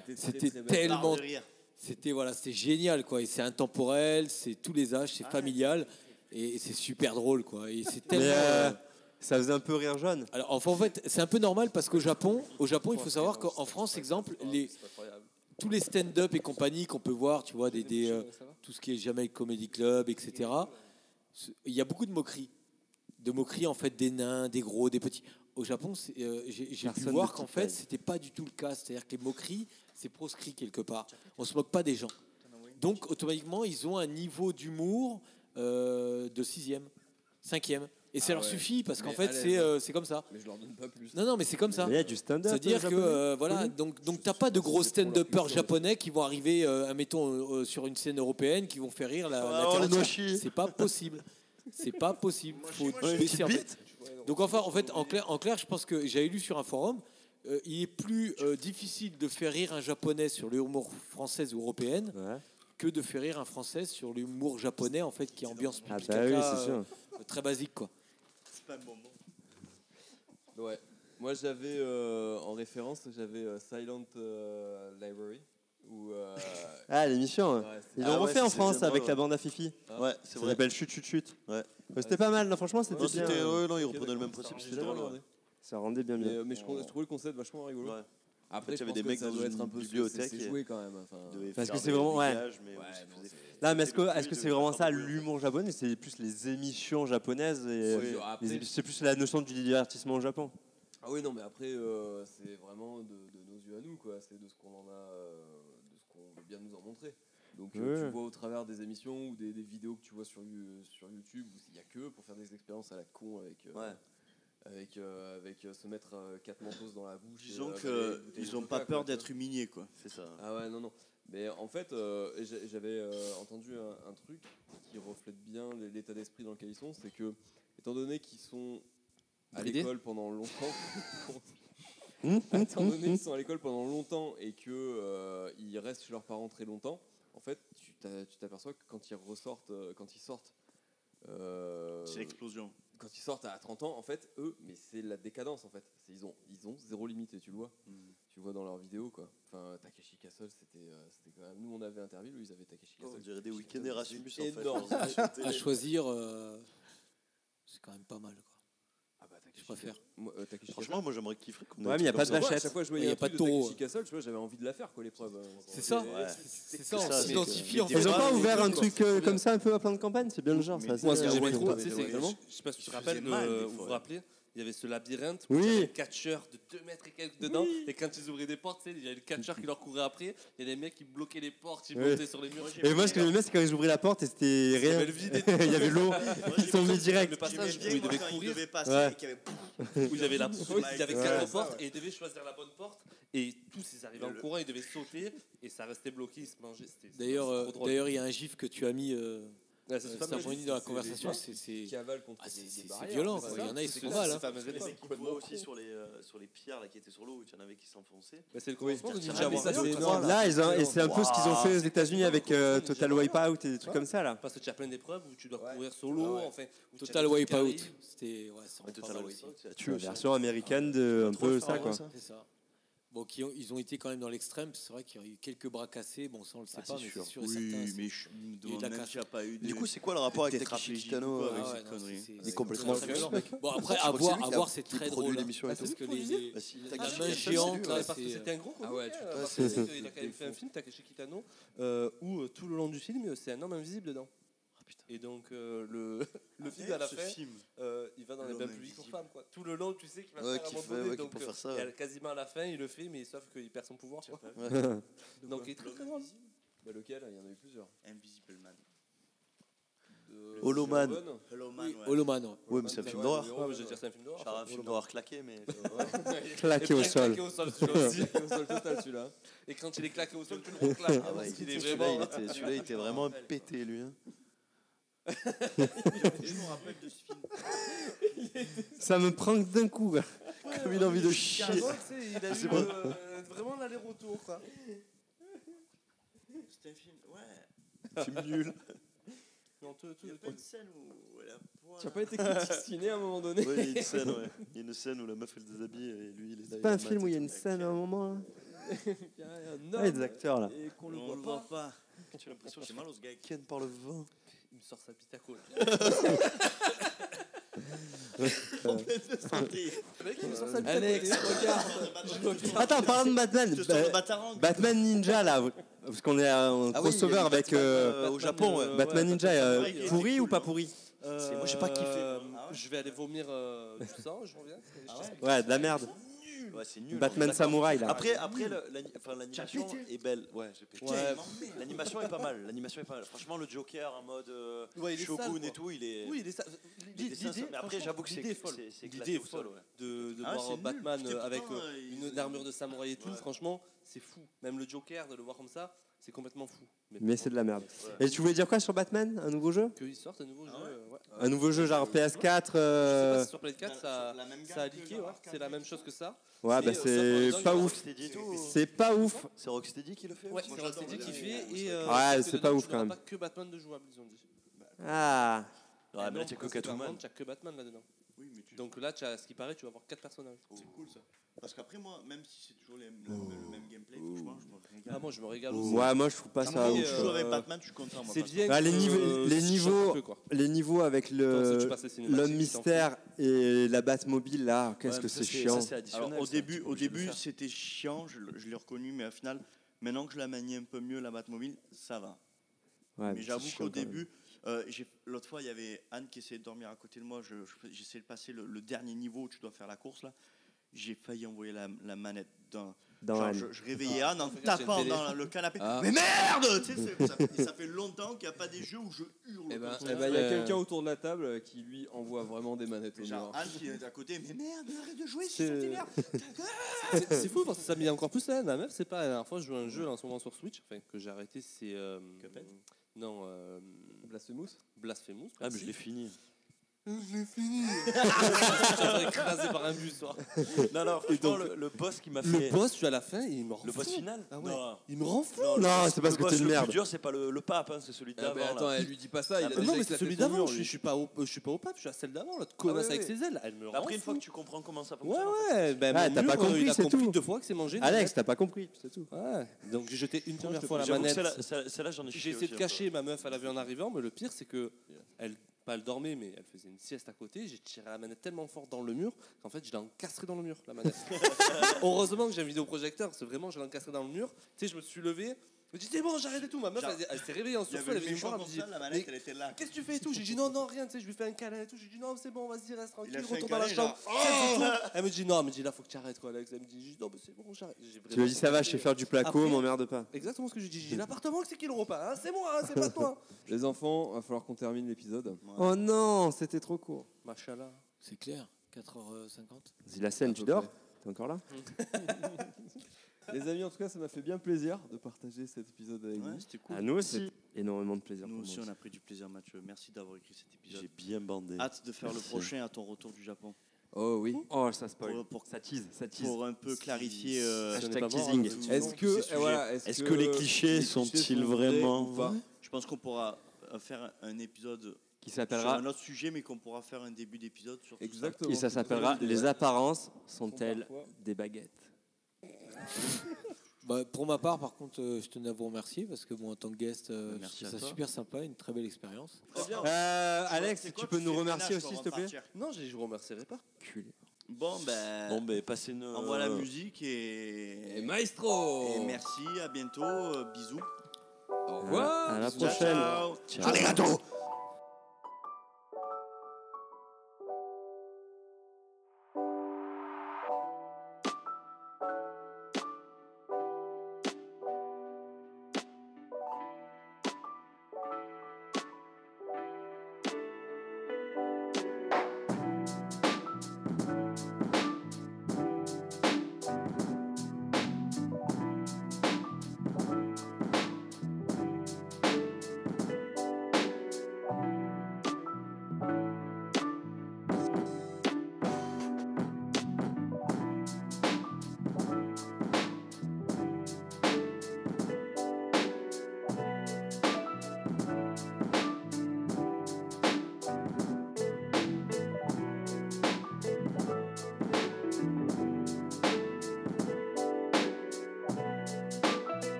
[SPEAKER 2] très,
[SPEAKER 1] C'était
[SPEAKER 2] très belle.
[SPEAKER 1] tellement.
[SPEAKER 2] Barre de rire.
[SPEAKER 1] C'était voilà, c'était génial quoi. Et c'est intemporel, c'est tous les âges, c'est familial et c'est super drôle quoi. Et c'est tellement.
[SPEAKER 6] euh,
[SPEAKER 1] euh,
[SPEAKER 6] Ça faisait un peu rire jeune.
[SPEAKER 1] alors, enfin, en fait, c'est un peu normal parce qu'au Japon, au Japon, il faut savoir qu'en France, exemple, les, tous les stand-up et compagnie qu'on peut voir, tu vois, des, des, euh, tout ce qui est jamais comedy club, etc. ce- Il y a beaucoup de moqueries, de moqueries en fait des nains, des gros, des petits. Au Japon, c'est, euh, j'ai j'ai pu
[SPEAKER 6] Personne
[SPEAKER 1] voir
[SPEAKER 6] ne
[SPEAKER 1] qu'en
[SPEAKER 6] te
[SPEAKER 1] fait,
[SPEAKER 6] paye.
[SPEAKER 1] c'était pas du tout le cas. C'est-à-dire que les moqueries, c'est proscrit quelque part. On se moque pas des gens. Donc, automatiquement, ils ont un niveau d'humour euh, de sixième, cinquième. Et ça
[SPEAKER 2] Ah
[SPEAKER 1] leur
[SPEAKER 2] ouais.
[SPEAKER 1] suffit parce qu'en
[SPEAKER 2] Mais
[SPEAKER 1] fait,
[SPEAKER 2] allez,
[SPEAKER 1] c'est
[SPEAKER 2] non.
[SPEAKER 1] euh, c'est comme ça.
[SPEAKER 2] Mais je leur donne pas plus.
[SPEAKER 1] Non, non, mais c'est comme ça.
[SPEAKER 6] Mais il y a du stand-up,
[SPEAKER 1] C'est-à-dire
[SPEAKER 6] euh,
[SPEAKER 1] que,
[SPEAKER 6] japonais.
[SPEAKER 1] euh, voilà, donc, donc t'as pas de gros stand-uppers japonais qui vont arriver, euh, admettons, euh, euh, sur une scène européenne, qui vont faire rire la, la
[SPEAKER 7] Oh,
[SPEAKER 1] terre
[SPEAKER 7] le
[SPEAKER 1] entière.
[SPEAKER 7] mochi.
[SPEAKER 1] C'est pas possible. C'est pas possible. Faut
[SPEAKER 7] mochi.
[SPEAKER 1] baisser, en fait.
[SPEAKER 7] Petite
[SPEAKER 1] Donc, enfin, en fait, en clair, en clair, je pense que j'avais lu sur un forum, euh, il est plus euh, difficile de faire rire un japonais sur l'humour française ou européenne que de faire rire un français sur l'humour japonais, en fait, qui est ambiance
[SPEAKER 6] Ah
[SPEAKER 1] pipi
[SPEAKER 6] bah oui,
[SPEAKER 1] caca,
[SPEAKER 6] c'est sûr.
[SPEAKER 1] euh, très basique, quoi.
[SPEAKER 3] C'est pas le moment.
[SPEAKER 2] Ouais. Moi, j'avais euh, en référence, j'avais euh, Silent euh, Library. Où, euh,
[SPEAKER 6] Ah, l'émission.
[SPEAKER 2] Ouais, c'est-
[SPEAKER 6] Ils
[SPEAKER 2] Ah
[SPEAKER 6] l'ont
[SPEAKER 2] ouais,
[SPEAKER 6] refait en
[SPEAKER 2] c'est
[SPEAKER 6] France
[SPEAKER 2] bien,
[SPEAKER 6] avec
[SPEAKER 2] ouais.
[SPEAKER 6] la bande à Fifi.
[SPEAKER 2] Ah. Ouais, c'est
[SPEAKER 6] Ça
[SPEAKER 2] vrai.
[SPEAKER 6] s'appelle Chut Chut Chut.
[SPEAKER 7] Ouais.
[SPEAKER 6] Mais C'était pas mal, non, franchement, c'était
[SPEAKER 2] Non,
[SPEAKER 6] bien.
[SPEAKER 2] c'était- ouais,
[SPEAKER 7] non, ils
[SPEAKER 2] reprenaient le même principe, c'était drôle,
[SPEAKER 7] hein.
[SPEAKER 2] ouais.
[SPEAKER 6] Ça rendait bien
[SPEAKER 2] Mais,
[SPEAKER 6] bien.
[SPEAKER 2] euh, mais je, con- je trouvais le concept vachement rigolo.
[SPEAKER 7] En fait,
[SPEAKER 2] Après,
[SPEAKER 7] il y
[SPEAKER 2] je
[SPEAKER 7] avait
[SPEAKER 2] pense
[SPEAKER 7] des
[SPEAKER 2] que
[SPEAKER 7] mecs
[SPEAKER 2] ça
[SPEAKER 7] dans
[SPEAKER 2] doit
[SPEAKER 7] une
[SPEAKER 2] être un peu
[SPEAKER 7] bibliothèque
[SPEAKER 2] C'est
[SPEAKER 7] et-
[SPEAKER 2] joué quand même. enfin.
[SPEAKER 7] Ils devaient
[SPEAKER 6] Parce que
[SPEAKER 7] faire
[SPEAKER 6] c'est
[SPEAKER 7] des
[SPEAKER 6] vraiment. Ouais.
[SPEAKER 7] dégages, mais bon, ça faisait-
[SPEAKER 6] Non, mais est-ce que
[SPEAKER 7] C'était
[SPEAKER 6] est-ce que c'est vraiment ça l'humour japonais C'est plus les émissions japonaises et euh,
[SPEAKER 2] Oui.
[SPEAKER 6] les
[SPEAKER 2] Après-
[SPEAKER 6] émissions- c'est plus la notion du divertissement au Japon.
[SPEAKER 2] Ah oui, non, mais après, euh, c'est vraiment de, de nos yeux à nous, quoi. C'est de ce qu'on en a, euh, de ce qu'on veut bien nous en montrer. Donc, euh,
[SPEAKER 6] Ouais.
[SPEAKER 2] tu vois au travers des émissions ou des, des vidéos que tu vois sur, You- sur YouTube, où il n'y a que pour faire des expériences à la con avec. euh, Avec, euh, avec euh, se mettre euh, quatre mentos dans la bouche.
[SPEAKER 3] Disons
[SPEAKER 2] et, euh, avaler une bouteille
[SPEAKER 3] qu'ils
[SPEAKER 2] de
[SPEAKER 3] n'ont pas
[SPEAKER 2] coca,
[SPEAKER 3] peur
[SPEAKER 2] quoi, tu
[SPEAKER 3] d'être humiliés, quoi. C'est ça.
[SPEAKER 2] ah ouais, non, non. Mais en fait, euh, j'a- j'avais euh, entendu un, un truc qui reflète bien l- l'état d'esprit dans lequel ils sont, c'est que, étant donné qu'ils sont à
[SPEAKER 4] Bridés
[SPEAKER 2] l'école pendant longtemps,
[SPEAKER 6] Hum, hum,
[SPEAKER 2] étant
[SPEAKER 6] hum,
[SPEAKER 2] donné
[SPEAKER 6] hum.
[SPEAKER 2] qu'ils sont à l'école pendant longtemps et que euh, ils restent chez leurs parents très longtemps, en fait, tu t'a- tu t'aperçois que quand ils ressortent, euh, quand ils sortent, euh,
[SPEAKER 3] C'est l'explosion.
[SPEAKER 2] quand ils sortent à 30 ans, en fait, eux, mais c'est la décadence en fait. C'est- Ils ont, ils ont zéro limite et tu le vois. Tu le vois dans leurs vidéos quoi. Enfin, Takeshi Castle, c'était euh, c'était quand même. Nous, on avait Interville où ils avaient Takeshi
[SPEAKER 7] Oh,
[SPEAKER 2] Castle.
[SPEAKER 7] on dirait des
[SPEAKER 2] Takeshi
[SPEAKER 7] week-ends
[SPEAKER 2] Castle,
[SPEAKER 7] Erasmus,
[SPEAKER 2] c'est
[SPEAKER 7] en fait.
[SPEAKER 2] énorme.
[SPEAKER 1] À choisir, euh, c'est quand même pas mal, quoi. Je préfère.
[SPEAKER 2] Moi, euh, Takeshi
[SPEAKER 7] Franchement, moi j'aimerais kiffer. qu'on ait
[SPEAKER 6] Ouais,
[SPEAKER 7] un
[SPEAKER 6] mais y a
[SPEAKER 7] truc
[SPEAKER 6] pas
[SPEAKER 7] comme
[SPEAKER 6] de
[SPEAKER 7] ça.
[SPEAKER 2] Moi, à
[SPEAKER 6] vachette.
[SPEAKER 2] chaque fois, je voyais
[SPEAKER 1] Il y a
[SPEAKER 2] un
[SPEAKER 1] pas
[SPEAKER 2] truc
[SPEAKER 1] de taureau.
[SPEAKER 2] Takeshi Castle, tu vois, j'avais envie de la faire quoi l'épreuve. euh,
[SPEAKER 1] C'est ça.
[SPEAKER 7] Ouais.
[SPEAKER 1] C'est ça,
[SPEAKER 7] C'est
[SPEAKER 1] on
[SPEAKER 7] ça,
[SPEAKER 1] s'identifie en fait.
[SPEAKER 6] Ils ont pas
[SPEAKER 1] à des
[SPEAKER 6] ouvert un
[SPEAKER 1] trucs, quoi.
[SPEAKER 6] truc euh, comme ça un peu à plein de campagnes, c'est bien le genre. ça,
[SPEAKER 4] Moi, ce
[SPEAKER 6] c'est-
[SPEAKER 4] que
[SPEAKER 6] Ouais,
[SPEAKER 4] j'aimais
[SPEAKER 6] ouais,
[SPEAKER 4] trop,
[SPEAKER 6] ouais.
[SPEAKER 4] tu sais, c'est
[SPEAKER 6] Vraiment.
[SPEAKER 4] je sais pas si tu te
[SPEAKER 7] faisait
[SPEAKER 4] rappelles,
[SPEAKER 7] mal,
[SPEAKER 4] euh,
[SPEAKER 7] des
[SPEAKER 4] vous
[SPEAKER 7] fois.
[SPEAKER 4] vous rappelez il y avait ce labyrinthe,
[SPEAKER 6] Oui.
[SPEAKER 4] il y avait le catcheur de 2 mètres et quelques dedans, et quand ils ouvraient des portes, tu sais, il y avait le catcheur qui leur courait après, il y a des mecs qui bloquaient les portes, ils
[SPEAKER 6] Ouais.
[SPEAKER 4] montaient sur les murs.
[SPEAKER 6] Et moi, ce que j'aimais, c'est quand j'ouvrais la porte et c'était
[SPEAKER 4] Il y
[SPEAKER 6] rien.
[SPEAKER 4] avait le vide et tout.
[SPEAKER 6] Il y avait l'eau. Ils sont venus
[SPEAKER 4] Le
[SPEAKER 6] direct.
[SPEAKER 4] passage
[SPEAKER 3] J'aimais
[SPEAKER 4] où
[SPEAKER 3] bien,
[SPEAKER 4] ils
[SPEAKER 3] moi,
[SPEAKER 4] devaient
[SPEAKER 3] quand ils
[SPEAKER 4] courir,
[SPEAKER 3] devaient passer
[SPEAKER 6] Ouais.
[SPEAKER 3] et qu'il y avait-
[SPEAKER 4] où il y avait la
[SPEAKER 3] Slide.
[SPEAKER 4] il y avait
[SPEAKER 3] Ouais.
[SPEAKER 4] quatre
[SPEAKER 3] Ouais.
[SPEAKER 4] portes, et ils devaient choisir la bonne porte, et tous ils arrivaient en
[SPEAKER 3] Le-
[SPEAKER 4] courant, ils devaient sauter, et ça restait bloqué, ils se mangeaient. c'était- c'était
[SPEAKER 1] D'ailleurs, euh,
[SPEAKER 4] trop drôle.
[SPEAKER 1] d'ailleurs, il y a un gif que tu as mis. Euh,
[SPEAKER 4] Ouais, c'est
[SPEAKER 1] euh,
[SPEAKER 4] ce
[SPEAKER 1] cet
[SPEAKER 4] fameux
[SPEAKER 1] après-midi
[SPEAKER 4] gif,
[SPEAKER 1] dans la
[SPEAKER 4] c'est
[SPEAKER 1] conversation,
[SPEAKER 4] des-
[SPEAKER 1] c'est c'est
[SPEAKER 2] Qui avale contre
[SPEAKER 1] ah, c'est-
[SPEAKER 2] des-
[SPEAKER 1] c'est-
[SPEAKER 2] des
[SPEAKER 1] c'est
[SPEAKER 2] barrières,
[SPEAKER 1] violent.
[SPEAKER 2] c'est
[SPEAKER 1] quoi.
[SPEAKER 2] ça.
[SPEAKER 1] Il y en a, ils
[SPEAKER 4] C'est
[SPEAKER 1] sont
[SPEAKER 4] ça,
[SPEAKER 1] mal.
[SPEAKER 4] c'est
[SPEAKER 1] hein.
[SPEAKER 4] fameux
[SPEAKER 7] Les
[SPEAKER 4] élément.
[SPEAKER 7] mecs qui couraient aussi sur les, euh, sur les pierres là, qui étaient sur l'eau, il y en avait qui s'enfonçaient.
[SPEAKER 2] Bah, c'est le
[SPEAKER 4] Oui.
[SPEAKER 2] commencement de
[SPEAKER 4] Ah,
[SPEAKER 2] Ninja
[SPEAKER 4] mais ça,
[SPEAKER 2] Warrior,
[SPEAKER 4] c'est
[SPEAKER 2] quoi.
[SPEAKER 4] énorme.
[SPEAKER 6] Là, ils ont- et c'est un peu ce qu'ils ont
[SPEAKER 7] Waouh.
[SPEAKER 6] fait aux États-Unis avec euh, Total Wipeout et des trucs comme ça là.
[SPEAKER 4] Parce que tu as plein d'épreuves où tu dois
[SPEAKER 2] Ouais.
[SPEAKER 4] courir solo,
[SPEAKER 2] Ouais, ouais.
[SPEAKER 4] enfin. où tu as
[SPEAKER 1] Total
[SPEAKER 4] des trucs qui
[SPEAKER 1] Wipeout.
[SPEAKER 4] arrivent.
[SPEAKER 1] C'était ouais, c'est
[SPEAKER 7] Ouais,
[SPEAKER 1] vraiment pas
[SPEAKER 7] Total
[SPEAKER 1] mal aussi.
[SPEAKER 7] Wipeout, ça tue
[SPEAKER 6] La
[SPEAKER 7] aussi.
[SPEAKER 6] version américaine de un peu ça quoi.
[SPEAKER 1] C'est ça. Bon, qui ont- ils ont été quand même dans l'extrême. C'est vrai qu'il y a eu quelques bras cassés. Bon, ça on le sait
[SPEAKER 3] Ah,
[SPEAKER 1] pas,
[SPEAKER 3] c'est
[SPEAKER 1] mais
[SPEAKER 3] sûr.
[SPEAKER 1] c'est sûr et certain.
[SPEAKER 3] Oui,
[SPEAKER 1] c'est-
[SPEAKER 3] mais je me
[SPEAKER 1] Il y a eu de la
[SPEAKER 3] demande même
[SPEAKER 1] classe.
[SPEAKER 3] s'il n'y a pas eu de...
[SPEAKER 7] Du coup, c'est quoi le rapport avec Takeshi
[SPEAKER 3] tétraplégique
[SPEAKER 7] Kitano
[SPEAKER 3] ou pas
[SPEAKER 7] euh,
[SPEAKER 1] Ah
[SPEAKER 3] avec
[SPEAKER 1] ouais,
[SPEAKER 3] cette
[SPEAKER 1] non,
[SPEAKER 3] connerie.
[SPEAKER 1] c'est-
[SPEAKER 11] Il est
[SPEAKER 1] c'est
[SPEAKER 11] complètement
[SPEAKER 1] très violent.
[SPEAKER 11] fou.
[SPEAKER 1] Bon
[SPEAKER 11] Je
[SPEAKER 1] après, à
[SPEAKER 11] crois que c'est
[SPEAKER 1] voir,
[SPEAKER 11] lui
[SPEAKER 1] à
[SPEAKER 11] qui a-
[SPEAKER 1] voir, c'est
[SPEAKER 11] qui
[SPEAKER 1] très
[SPEAKER 11] produit
[SPEAKER 1] drôle. hein.
[SPEAKER 11] l'émission et
[SPEAKER 1] Parce
[SPEAKER 11] tout.
[SPEAKER 1] que les,
[SPEAKER 7] Bah, si,
[SPEAKER 1] la
[SPEAKER 4] Ah,
[SPEAKER 1] main
[SPEAKER 7] Takeshi Kitano, c'est
[SPEAKER 1] géante,
[SPEAKER 7] lui,
[SPEAKER 1] là,
[SPEAKER 4] parce que
[SPEAKER 1] c'est-
[SPEAKER 4] c'était un gros comique.
[SPEAKER 2] Ah ouais,
[SPEAKER 4] hein,
[SPEAKER 2] tu-
[SPEAKER 4] parce
[SPEAKER 11] ouais,
[SPEAKER 4] que
[SPEAKER 11] c'est-
[SPEAKER 4] Il a quand même fait un film, Takeshi Kitano, euh, où euh, tout le long du film, c'est un homme invisible dedans. Et donc, euh, le, le film à la
[SPEAKER 3] ce
[SPEAKER 4] fin,
[SPEAKER 3] film.
[SPEAKER 4] euh, il va dans les
[SPEAKER 3] L'homme
[SPEAKER 4] bains publics pour
[SPEAKER 3] invisible.
[SPEAKER 4] femmes. Quoi. Tout le long, tu sais qu'il va
[SPEAKER 3] Ouais,
[SPEAKER 4] faire
[SPEAKER 3] qu'il
[SPEAKER 4] un moment
[SPEAKER 3] fait-
[SPEAKER 4] donné,
[SPEAKER 3] ouais,
[SPEAKER 4] donc,
[SPEAKER 3] qu'il peut
[SPEAKER 4] euh,
[SPEAKER 3] faire ça, ouais.
[SPEAKER 4] et quasiment à la fin, il le fait, mais sauf qu'il perd son pouvoir. quoi.
[SPEAKER 6] Ouais.
[SPEAKER 4] donc, il est très très drôle.
[SPEAKER 2] Bah, lequel Il y en a eu plusieurs.
[SPEAKER 3] Invisible Man.
[SPEAKER 4] Euh,
[SPEAKER 2] De-
[SPEAKER 10] Holoman.
[SPEAKER 2] de Owen.
[SPEAKER 3] Holoman,
[SPEAKER 1] Oui,
[SPEAKER 3] ouais.
[SPEAKER 1] Holoman, ouais.
[SPEAKER 10] Ouais, mais c'est un film
[SPEAKER 4] Ouais,
[SPEAKER 10] d'horreur.
[SPEAKER 4] mais Je veux dire, c'est un film d'horreur.
[SPEAKER 7] Genre un film d'horreur claqué, mais.
[SPEAKER 6] Claqué
[SPEAKER 4] Et
[SPEAKER 6] au
[SPEAKER 4] puis,
[SPEAKER 6] sol.
[SPEAKER 4] Claqué au sol, celui-là aussi.
[SPEAKER 2] C'est au sol total, celui-là.
[SPEAKER 4] Et quand il est claqué au sol, tu le reclaques.
[SPEAKER 10] Ah ouais,
[SPEAKER 4] parce qu'il est
[SPEAKER 10] celui-là,
[SPEAKER 4] vraiment.
[SPEAKER 10] il était, celui-là, il était vraiment pété, lui. hein.
[SPEAKER 3] Je me rappelle de ce film.
[SPEAKER 6] Ça me prend d'un coup. quoi.
[SPEAKER 10] Comme il a envie de chier.
[SPEAKER 4] Carrément, tu sais, il a eu
[SPEAKER 10] C'est
[SPEAKER 6] hein.
[SPEAKER 10] bon.
[SPEAKER 4] euh, vraiment l'aller-retour. quoi.
[SPEAKER 3] C'était un film. Ouais.
[SPEAKER 10] Film nul.
[SPEAKER 4] Non, te- te-
[SPEAKER 3] Il y a pas une scène où elle a poil.
[SPEAKER 2] Tu as pas été critique ciné à un moment donné
[SPEAKER 10] Ouais, il y a une scène, ouais. Il y a une scène où la meuf elle se déshabille et lui il est là.
[SPEAKER 6] Pas
[SPEAKER 10] il
[SPEAKER 6] un
[SPEAKER 10] la
[SPEAKER 6] film
[SPEAKER 10] mate
[SPEAKER 6] où il y a
[SPEAKER 10] et
[SPEAKER 6] une
[SPEAKER 10] tout.
[SPEAKER 6] scène à un moment. là
[SPEAKER 2] Il y a un
[SPEAKER 6] Ah, les
[SPEAKER 2] homme
[SPEAKER 6] acteurs là.
[SPEAKER 2] et qu'on
[SPEAKER 3] On
[SPEAKER 2] le
[SPEAKER 3] le
[SPEAKER 2] voit pas.
[SPEAKER 3] voit pas. J'ai l'impression que j'ai mal aux gars.
[SPEAKER 10] Ken par le vent.
[SPEAKER 4] Il me sort sa bite à colle.
[SPEAKER 3] Le mec, il me sort sa
[SPEAKER 2] Alex, regarde
[SPEAKER 6] Attends, parlant de Batman.
[SPEAKER 3] Je sors
[SPEAKER 6] bah,
[SPEAKER 3] le batarang.
[SPEAKER 6] Batman Ninja là. Parce qu'on est en
[SPEAKER 10] Ah oui, il
[SPEAKER 6] crossover
[SPEAKER 10] y a eu
[SPEAKER 6] avec
[SPEAKER 10] Batman,
[SPEAKER 6] euh,
[SPEAKER 7] euh, au Japon, ouais.
[SPEAKER 6] Batman Ninja. euh,
[SPEAKER 3] Ninja, ouais.
[SPEAKER 6] pourri ou
[SPEAKER 3] cool,
[SPEAKER 6] pas
[SPEAKER 3] hein.
[SPEAKER 6] pourri
[SPEAKER 7] C'est- moi, j'ai pas kiffé.
[SPEAKER 4] Euh,
[SPEAKER 3] Ah ouais
[SPEAKER 4] Je vais aller vomir euh, du sang, je reviens.
[SPEAKER 6] Ouais, de la merde.
[SPEAKER 7] Ouais, c'est nul. on est
[SPEAKER 6] Batman
[SPEAKER 7] d'accord.
[SPEAKER 6] Samouraï là.
[SPEAKER 7] Après,
[SPEAKER 4] Ah,
[SPEAKER 7] après le- l'ani- enfin, l'animation est belle. Ouais, j'ai pété.
[SPEAKER 3] Ah,
[SPEAKER 4] Ouais,
[SPEAKER 7] L'animation est pas mal. L'animation est pas mal. Franchement, le Joker en mode euh,
[SPEAKER 4] Ouais, il est
[SPEAKER 7] Shogun
[SPEAKER 4] sale, quoi.
[SPEAKER 7] et tout, il est.
[SPEAKER 4] Oui, il est ça.
[SPEAKER 7] les dessins sont- mais après, j'avoue que c'est
[SPEAKER 4] l'idée est folle.
[SPEAKER 7] c'est- c'est
[SPEAKER 4] L'idée
[SPEAKER 7] éclaté
[SPEAKER 4] est
[SPEAKER 7] au sol.
[SPEAKER 4] folle
[SPEAKER 7] ouais.
[SPEAKER 4] de, de
[SPEAKER 3] Ah ouais,
[SPEAKER 4] voir
[SPEAKER 3] c'est nul.
[SPEAKER 4] Batman
[SPEAKER 3] Putain,
[SPEAKER 4] euh, avec
[SPEAKER 3] putain,
[SPEAKER 4] euh,
[SPEAKER 3] ils-
[SPEAKER 4] une armure de samouraï et tout.
[SPEAKER 3] Ouais.
[SPEAKER 4] Franchement, c'est fou. Même le Joker, de le voir comme ça, c'est complètement fou.
[SPEAKER 6] Mais c'est de la merde. Et tu voulais dire quoi sur Batman Un nouveau
[SPEAKER 10] Euh,
[SPEAKER 6] jeu
[SPEAKER 4] Qu'ils sortent un nouveau jeu.
[SPEAKER 3] ouais.
[SPEAKER 4] euh, ouais.
[SPEAKER 6] Un nouveau jeu genre
[SPEAKER 4] Je
[SPEAKER 6] PS4
[SPEAKER 4] sais
[SPEAKER 6] euh,
[SPEAKER 4] pas si sur Play 4 ça, ça a leaké, ouais. c'est la même chose que ça.
[SPEAKER 6] Ouais,
[SPEAKER 4] c'est-
[SPEAKER 6] bah c'est
[SPEAKER 4] euh, ça,
[SPEAKER 6] pas
[SPEAKER 4] par
[SPEAKER 6] ouf.
[SPEAKER 7] Rocksteady et tout.
[SPEAKER 6] C'est pas ouf.
[SPEAKER 7] C'est Rocksteady qui le fait
[SPEAKER 4] Ouais,
[SPEAKER 7] Moi,
[SPEAKER 4] c'est
[SPEAKER 7] j'adore.
[SPEAKER 4] Rocksteady qui
[SPEAKER 3] ouais,
[SPEAKER 4] fait.
[SPEAKER 3] ouais,
[SPEAKER 4] et, euh,
[SPEAKER 6] Ouais,
[SPEAKER 4] parce que
[SPEAKER 6] c'est pas
[SPEAKER 4] dedans,
[SPEAKER 6] ouf,
[SPEAKER 4] tu n'auras
[SPEAKER 6] quand
[SPEAKER 4] pas que Batman de jouable, ils ont dit.
[SPEAKER 6] Ah.
[SPEAKER 7] Ouais, mais là,
[SPEAKER 4] Non,
[SPEAKER 7] t'as que
[SPEAKER 4] principalement,
[SPEAKER 7] Catwoman.
[SPEAKER 4] t'as que Batman là-dedans.
[SPEAKER 3] Oui, mais tu-
[SPEAKER 4] Donc oh. là, tu as- ce qui paraît, tu vas avoir 4 personnages.
[SPEAKER 3] c'est cool ça. Parce qu'après, moi, même si c'est toujours les- le, le même gameplay, franchement, je me
[SPEAKER 4] Ah,
[SPEAKER 3] régale.
[SPEAKER 4] moi, je me régale aussi.
[SPEAKER 6] Ouais, moi je trouve pas
[SPEAKER 3] Ah,
[SPEAKER 6] ça
[SPEAKER 3] moi,
[SPEAKER 6] ouf.
[SPEAKER 3] je joue avec Batman, je suis content. moi,
[SPEAKER 4] C'est
[SPEAKER 3] par
[SPEAKER 4] bien.
[SPEAKER 6] Bah,
[SPEAKER 4] que,
[SPEAKER 6] les niveaux-
[SPEAKER 4] euh,
[SPEAKER 6] les
[SPEAKER 4] ça
[SPEAKER 6] niveaux-
[SPEAKER 4] choque un peu, quoi.
[SPEAKER 6] Les niveaux avec
[SPEAKER 4] Attends, si
[SPEAKER 6] le
[SPEAKER 4] tu passes les cinématiques,
[SPEAKER 6] l'homme
[SPEAKER 4] ils s'en
[SPEAKER 6] mystère et la Batmobile là, qu'est-ce
[SPEAKER 7] Ouais,
[SPEAKER 6] que
[SPEAKER 7] ça,
[SPEAKER 6] c'est chiant.
[SPEAKER 7] ça, c'est additionnel,
[SPEAKER 3] Alors, au
[SPEAKER 7] ça,
[SPEAKER 3] début,
[SPEAKER 7] t'es
[SPEAKER 3] au
[SPEAKER 7] obligé de le
[SPEAKER 3] début,
[SPEAKER 7] faire.
[SPEAKER 3] c'était chiant, je, le- je l'ai reconnu, mais au final, maintenant que je la manie un peu mieux, la Batmobile, ça va.
[SPEAKER 6] Ouais,
[SPEAKER 3] mais
[SPEAKER 6] c'est
[SPEAKER 3] j'avoue
[SPEAKER 6] Ah, chiant,
[SPEAKER 3] qu'au
[SPEAKER 6] quand même.
[SPEAKER 3] début, euh, j'ai- l'autre fois, il y avait Anne qui essayait de dormir à côté de moi. je- je- J'essayais de passer le, le dernier niveau où tu dois faire la course là. J'ai failli envoyer la, la manette dans.
[SPEAKER 6] Dans
[SPEAKER 3] genre,
[SPEAKER 6] Anne.
[SPEAKER 3] je, je réveillais Anne en
[SPEAKER 4] regarde,
[SPEAKER 3] tapant
[SPEAKER 4] j'ai le Ah. télé.
[SPEAKER 3] dans le canapé.
[SPEAKER 4] Ah.
[SPEAKER 3] Mais merde Tu sais, c'est- ça, fait- ça fait longtemps qu'il n'y a pas des jeux où je hurle.
[SPEAKER 4] Eh ben,
[SPEAKER 3] comme ça.
[SPEAKER 2] Eh ben, Il y a
[SPEAKER 4] Euh,
[SPEAKER 2] quelqu'un autour de la table euh, qui lui envoie vraiment des manettes au
[SPEAKER 3] Genre
[SPEAKER 2] mur.
[SPEAKER 3] Anne qui est à côté, mais merde, mais arrête de jouer,
[SPEAKER 4] C'est-
[SPEAKER 3] c'est ça t'énerve.
[SPEAKER 4] C'est c'est fou parce que ça me met encore plus la haine. Ma meuf, c'est pas la dernière fois, je joue à un jeu là, en ce moment sur Switch, enfin que j'ai arrêté, c'est. euh,
[SPEAKER 3] Cuphead
[SPEAKER 4] Non, euh,
[SPEAKER 2] Blasphemous
[SPEAKER 4] Blasphemous.
[SPEAKER 7] Ah, mais je l'ai fini.
[SPEAKER 4] l'ai écrasé par un bus. toi.
[SPEAKER 7] Non, non, franchement, le, le boss qui m'a fait.
[SPEAKER 4] Le boss, je suis à la fin, il me rend
[SPEAKER 7] Le boss
[SPEAKER 4] fou.
[SPEAKER 7] final
[SPEAKER 4] Ah ouais.
[SPEAKER 7] Non.
[SPEAKER 4] Il me rend fou.
[SPEAKER 6] Non, c'est parce
[SPEAKER 7] le
[SPEAKER 6] que
[SPEAKER 7] boss
[SPEAKER 6] t'es une
[SPEAKER 7] le
[SPEAKER 6] merde.
[SPEAKER 7] plus dur, c'est pas le, le pape, hein, c'est
[SPEAKER 3] bah,
[SPEAKER 7] celui d'avant.
[SPEAKER 2] Ah, mais
[SPEAKER 7] là.
[SPEAKER 2] attends, elle lui dit pas ça. Il a
[SPEAKER 7] Ah,
[SPEAKER 2] déjà
[SPEAKER 4] bah, non, mais
[SPEAKER 2] éclaté
[SPEAKER 4] c'est celui
[SPEAKER 2] son mur,
[SPEAKER 4] d'avant. Je,
[SPEAKER 2] lui.
[SPEAKER 4] je suis pas au, je suis pas au pape, je suis à celle d'avant. L'autre connasse
[SPEAKER 2] oui,
[SPEAKER 4] avec
[SPEAKER 2] oui.
[SPEAKER 4] ses ailes, elle me rend.
[SPEAKER 7] Après, une
[SPEAKER 4] fou.
[SPEAKER 7] fois que tu comprends comment ça
[SPEAKER 4] Ouais,
[SPEAKER 7] fonctionne. en fait,
[SPEAKER 4] ouais, ben,
[SPEAKER 6] Ah,
[SPEAKER 4] mon
[SPEAKER 6] t'as
[SPEAKER 4] mur,
[SPEAKER 6] pas compris,
[SPEAKER 4] il a
[SPEAKER 6] c'est
[SPEAKER 4] compris
[SPEAKER 6] tout.
[SPEAKER 4] deux fois que c'est mangé.
[SPEAKER 6] Alex, t'as pas compris, c'est tout.
[SPEAKER 4] Ouais. Donc j'ai jeté une première fois la
[SPEAKER 7] J'avoue que
[SPEAKER 4] manette.
[SPEAKER 7] celle-là- celle- Celle-là, j'en ai
[SPEAKER 4] J'ai
[SPEAKER 7] chié
[SPEAKER 4] essayé de
[SPEAKER 7] aussi un peu.
[SPEAKER 4] cacher ma meuf, elle avait en arrivant, mais le pire c'est que elle pas elle dormait, mais elle faisait une sieste à côté. J'ai tiré la manette tellement fort dans le mur qu'en fait je l'ai encastrée dans le mur, la manette. Heureusement que j'ai un vidéoprojecteur, parce que vraiment je l'ai encastrée dans le mur. Tu sais, je me suis levé, je me dis c'est bon, j'arrête et tout. Ma meuf,
[SPEAKER 3] Genre,
[SPEAKER 4] elle, elle s'est réveillée en
[SPEAKER 3] Il y
[SPEAKER 4] sursaut,
[SPEAKER 3] avait
[SPEAKER 4] elle
[SPEAKER 3] le
[SPEAKER 4] est venue me
[SPEAKER 3] méchant
[SPEAKER 4] voir, elle
[SPEAKER 3] comme
[SPEAKER 4] me dit
[SPEAKER 3] ça, la
[SPEAKER 4] mais
[SPEAKER 3] manette, elle était là.
[SPEAKER 4] qu'est-ce que tu fais et tout J'ai dit non, non, rien. Tu sais, je lui fais un câlin et tout. J'ai dit non, c'est bon, vas-y, reste
[SPEAKER 3] Il a fait
[SPEAKER 4] tranquille,
[SPEAKER 3] un
[SPEAKER 4] retourne dans la
[SPEAKER 3] câlin,
[SPEAKER 4] chambre.
[SPEAKER 3] genre, ah.
[SPEAKER 4] Casse et tout. Elle me dit non, elle me dit là, faut que tu arrêtes quoi, Alex. Elle me dit J'ai dit, non, mais c'est bon, j'arrête. J'ai
[SPEAKER 6] Tu lui
[SPEAKER 4] vraiment
[SPEAKER 6] dis ça va,
[SPEAKER 4] arrêté.
[SPEAKER 6] je sais faire du placo,
[SPEAKER 4] Après-
[SPEAKER 6] m'emmerde pas.
[SPEAKER 4] Exactement ce que j'ai dit. J'ai dit l'appartement, c'est qui le repas hein C'est moi, hein, c'est pas toi.
[SPEAKER 2] Les enfants, va falloir qu'on termine l'épisode.
[SPEAKER 6] Oh non, c'était trop court.
[SPEAKER 4] Machallah.
[SPEAKER 1] C'est clair, 4h50.
[SPEAKER 6] Dis la scène, tu dors T'es encore là
[SPEAKER 2] Les amis, en tout cas, ça m'a fait bien plaisir de partager cet épisode avec vous.
[SPEAKER 3] Ouais, c'était cool.
[SPEAKER 6] Ah, nous aussi. Énormément de plaisir. pour
[SPEAKER 3] Nous
[SPEAKER 6] moi
[SPEAKER 3] aussi,
[SPEAKER 6] aussi.
[SPEAKER 3] on a pris du plaisir, Mathieu. Merci d'avoir écrit cet épisode.
[SPEAKER 7] J'ai bien bandé.
[SPEAKER 6] Ah,
[SPEAKER 3] Hâte de faire
[SPEAKER 6] Merci.
[SPEAKER 3] le prochain à ton retour du Japon.
[SPEAKER 2] Oh oui.
[SPEAKER 6] Oh, ça spoil.
[SPEAKER 3] Pour, pour,
[SPEAKER 6] Ça tease, ça tease.
[SPEAKER 3] pour un peu clarifier. euh,
[SPEAKER 4] Si on est
[SPEAKER 6] Hashtag
[SPEAKER 4] pas mort,
[SPEAKER 6] teasing.
[SPEAKER 4] hein, de toute
[SPEAKER 2] Est-ce
[SPEAKER 4] façon.
[SPEAKER 2] que,
[SPEAKER 3] ces
[SPEAKER 2] eh, voilà,
[SPEAKER 7] Est-ce que les clichés sont-ils
[SPEAKER 2] vrais
[SPEAKER 7] vraiment
[SPEAKER 2] ou pas
[SPEAKER 3] je pense qu'on pourra euh, faire un épisode
[SPEAKER 6] Qui
[SPEAKER 3] sur
[SPEAKER 6] s'appellera
[SPEAKER 3] un autre sujet, mais qu'on pourra faire un début d'épisode sur tout ça.
[SPEAKER 2] Exactement.
[SPEAKER 6] Et ça s'appellera Les apparences sont-elles
[SPEAKER 2] Parfois.
[SPEAKER 6] des baguettes
[SPEAKER 1] Bah, pour ma part, par contre, euh, je tenais à vous remercier parce que, moi, en tant que guest, euh,
[SPEAKER 3] Bah, Merci
[SPEAKER 1] je
[SPEAKER 3] à
[SPEAKER 1] trouve ça
[SPEAKER 3] toi.
[SPEAKER 1] super sympa, une très belle expérience.
[SPEAKER 3] Très bien.
[SPEAKER 6] Euh, Alex,
[SPEAKER 3] C'est quoi
[SPEAKER 6] tu peux
[SPEAKER 3] qui
[SPEAKER 6] nous
[SPEAKER 3] fait le
[SPEAKER 6] remercier
[SPEAKER 3] ménage
[SPEAKER 6] aussi, s'il
[SPEAKER 3] avant
[SPEAKER 6] te
[SPEAKER 3] de
[SPEAKER 6] plaît
[SPEAKER 3] partir
[SPEAKER 4] Non, je je vous remercierai pas.
[SPEAKER 3] Bon, ben.
[SPEAKER 7] Bon, ben, passez une.
[SPEAKER 3] envoie la
[SPEAKER 7] euh,
[SPEAKER 3] musique et.
[SPEAKER 2] Et maestro
[SPEAKER 3] et merci, à bientôt, euh, bisous.
[SPEAKER 2] Au
[SPEAKER 6] À la prochaine.
[SPEAKER 3] Ciao, ciao. Arigato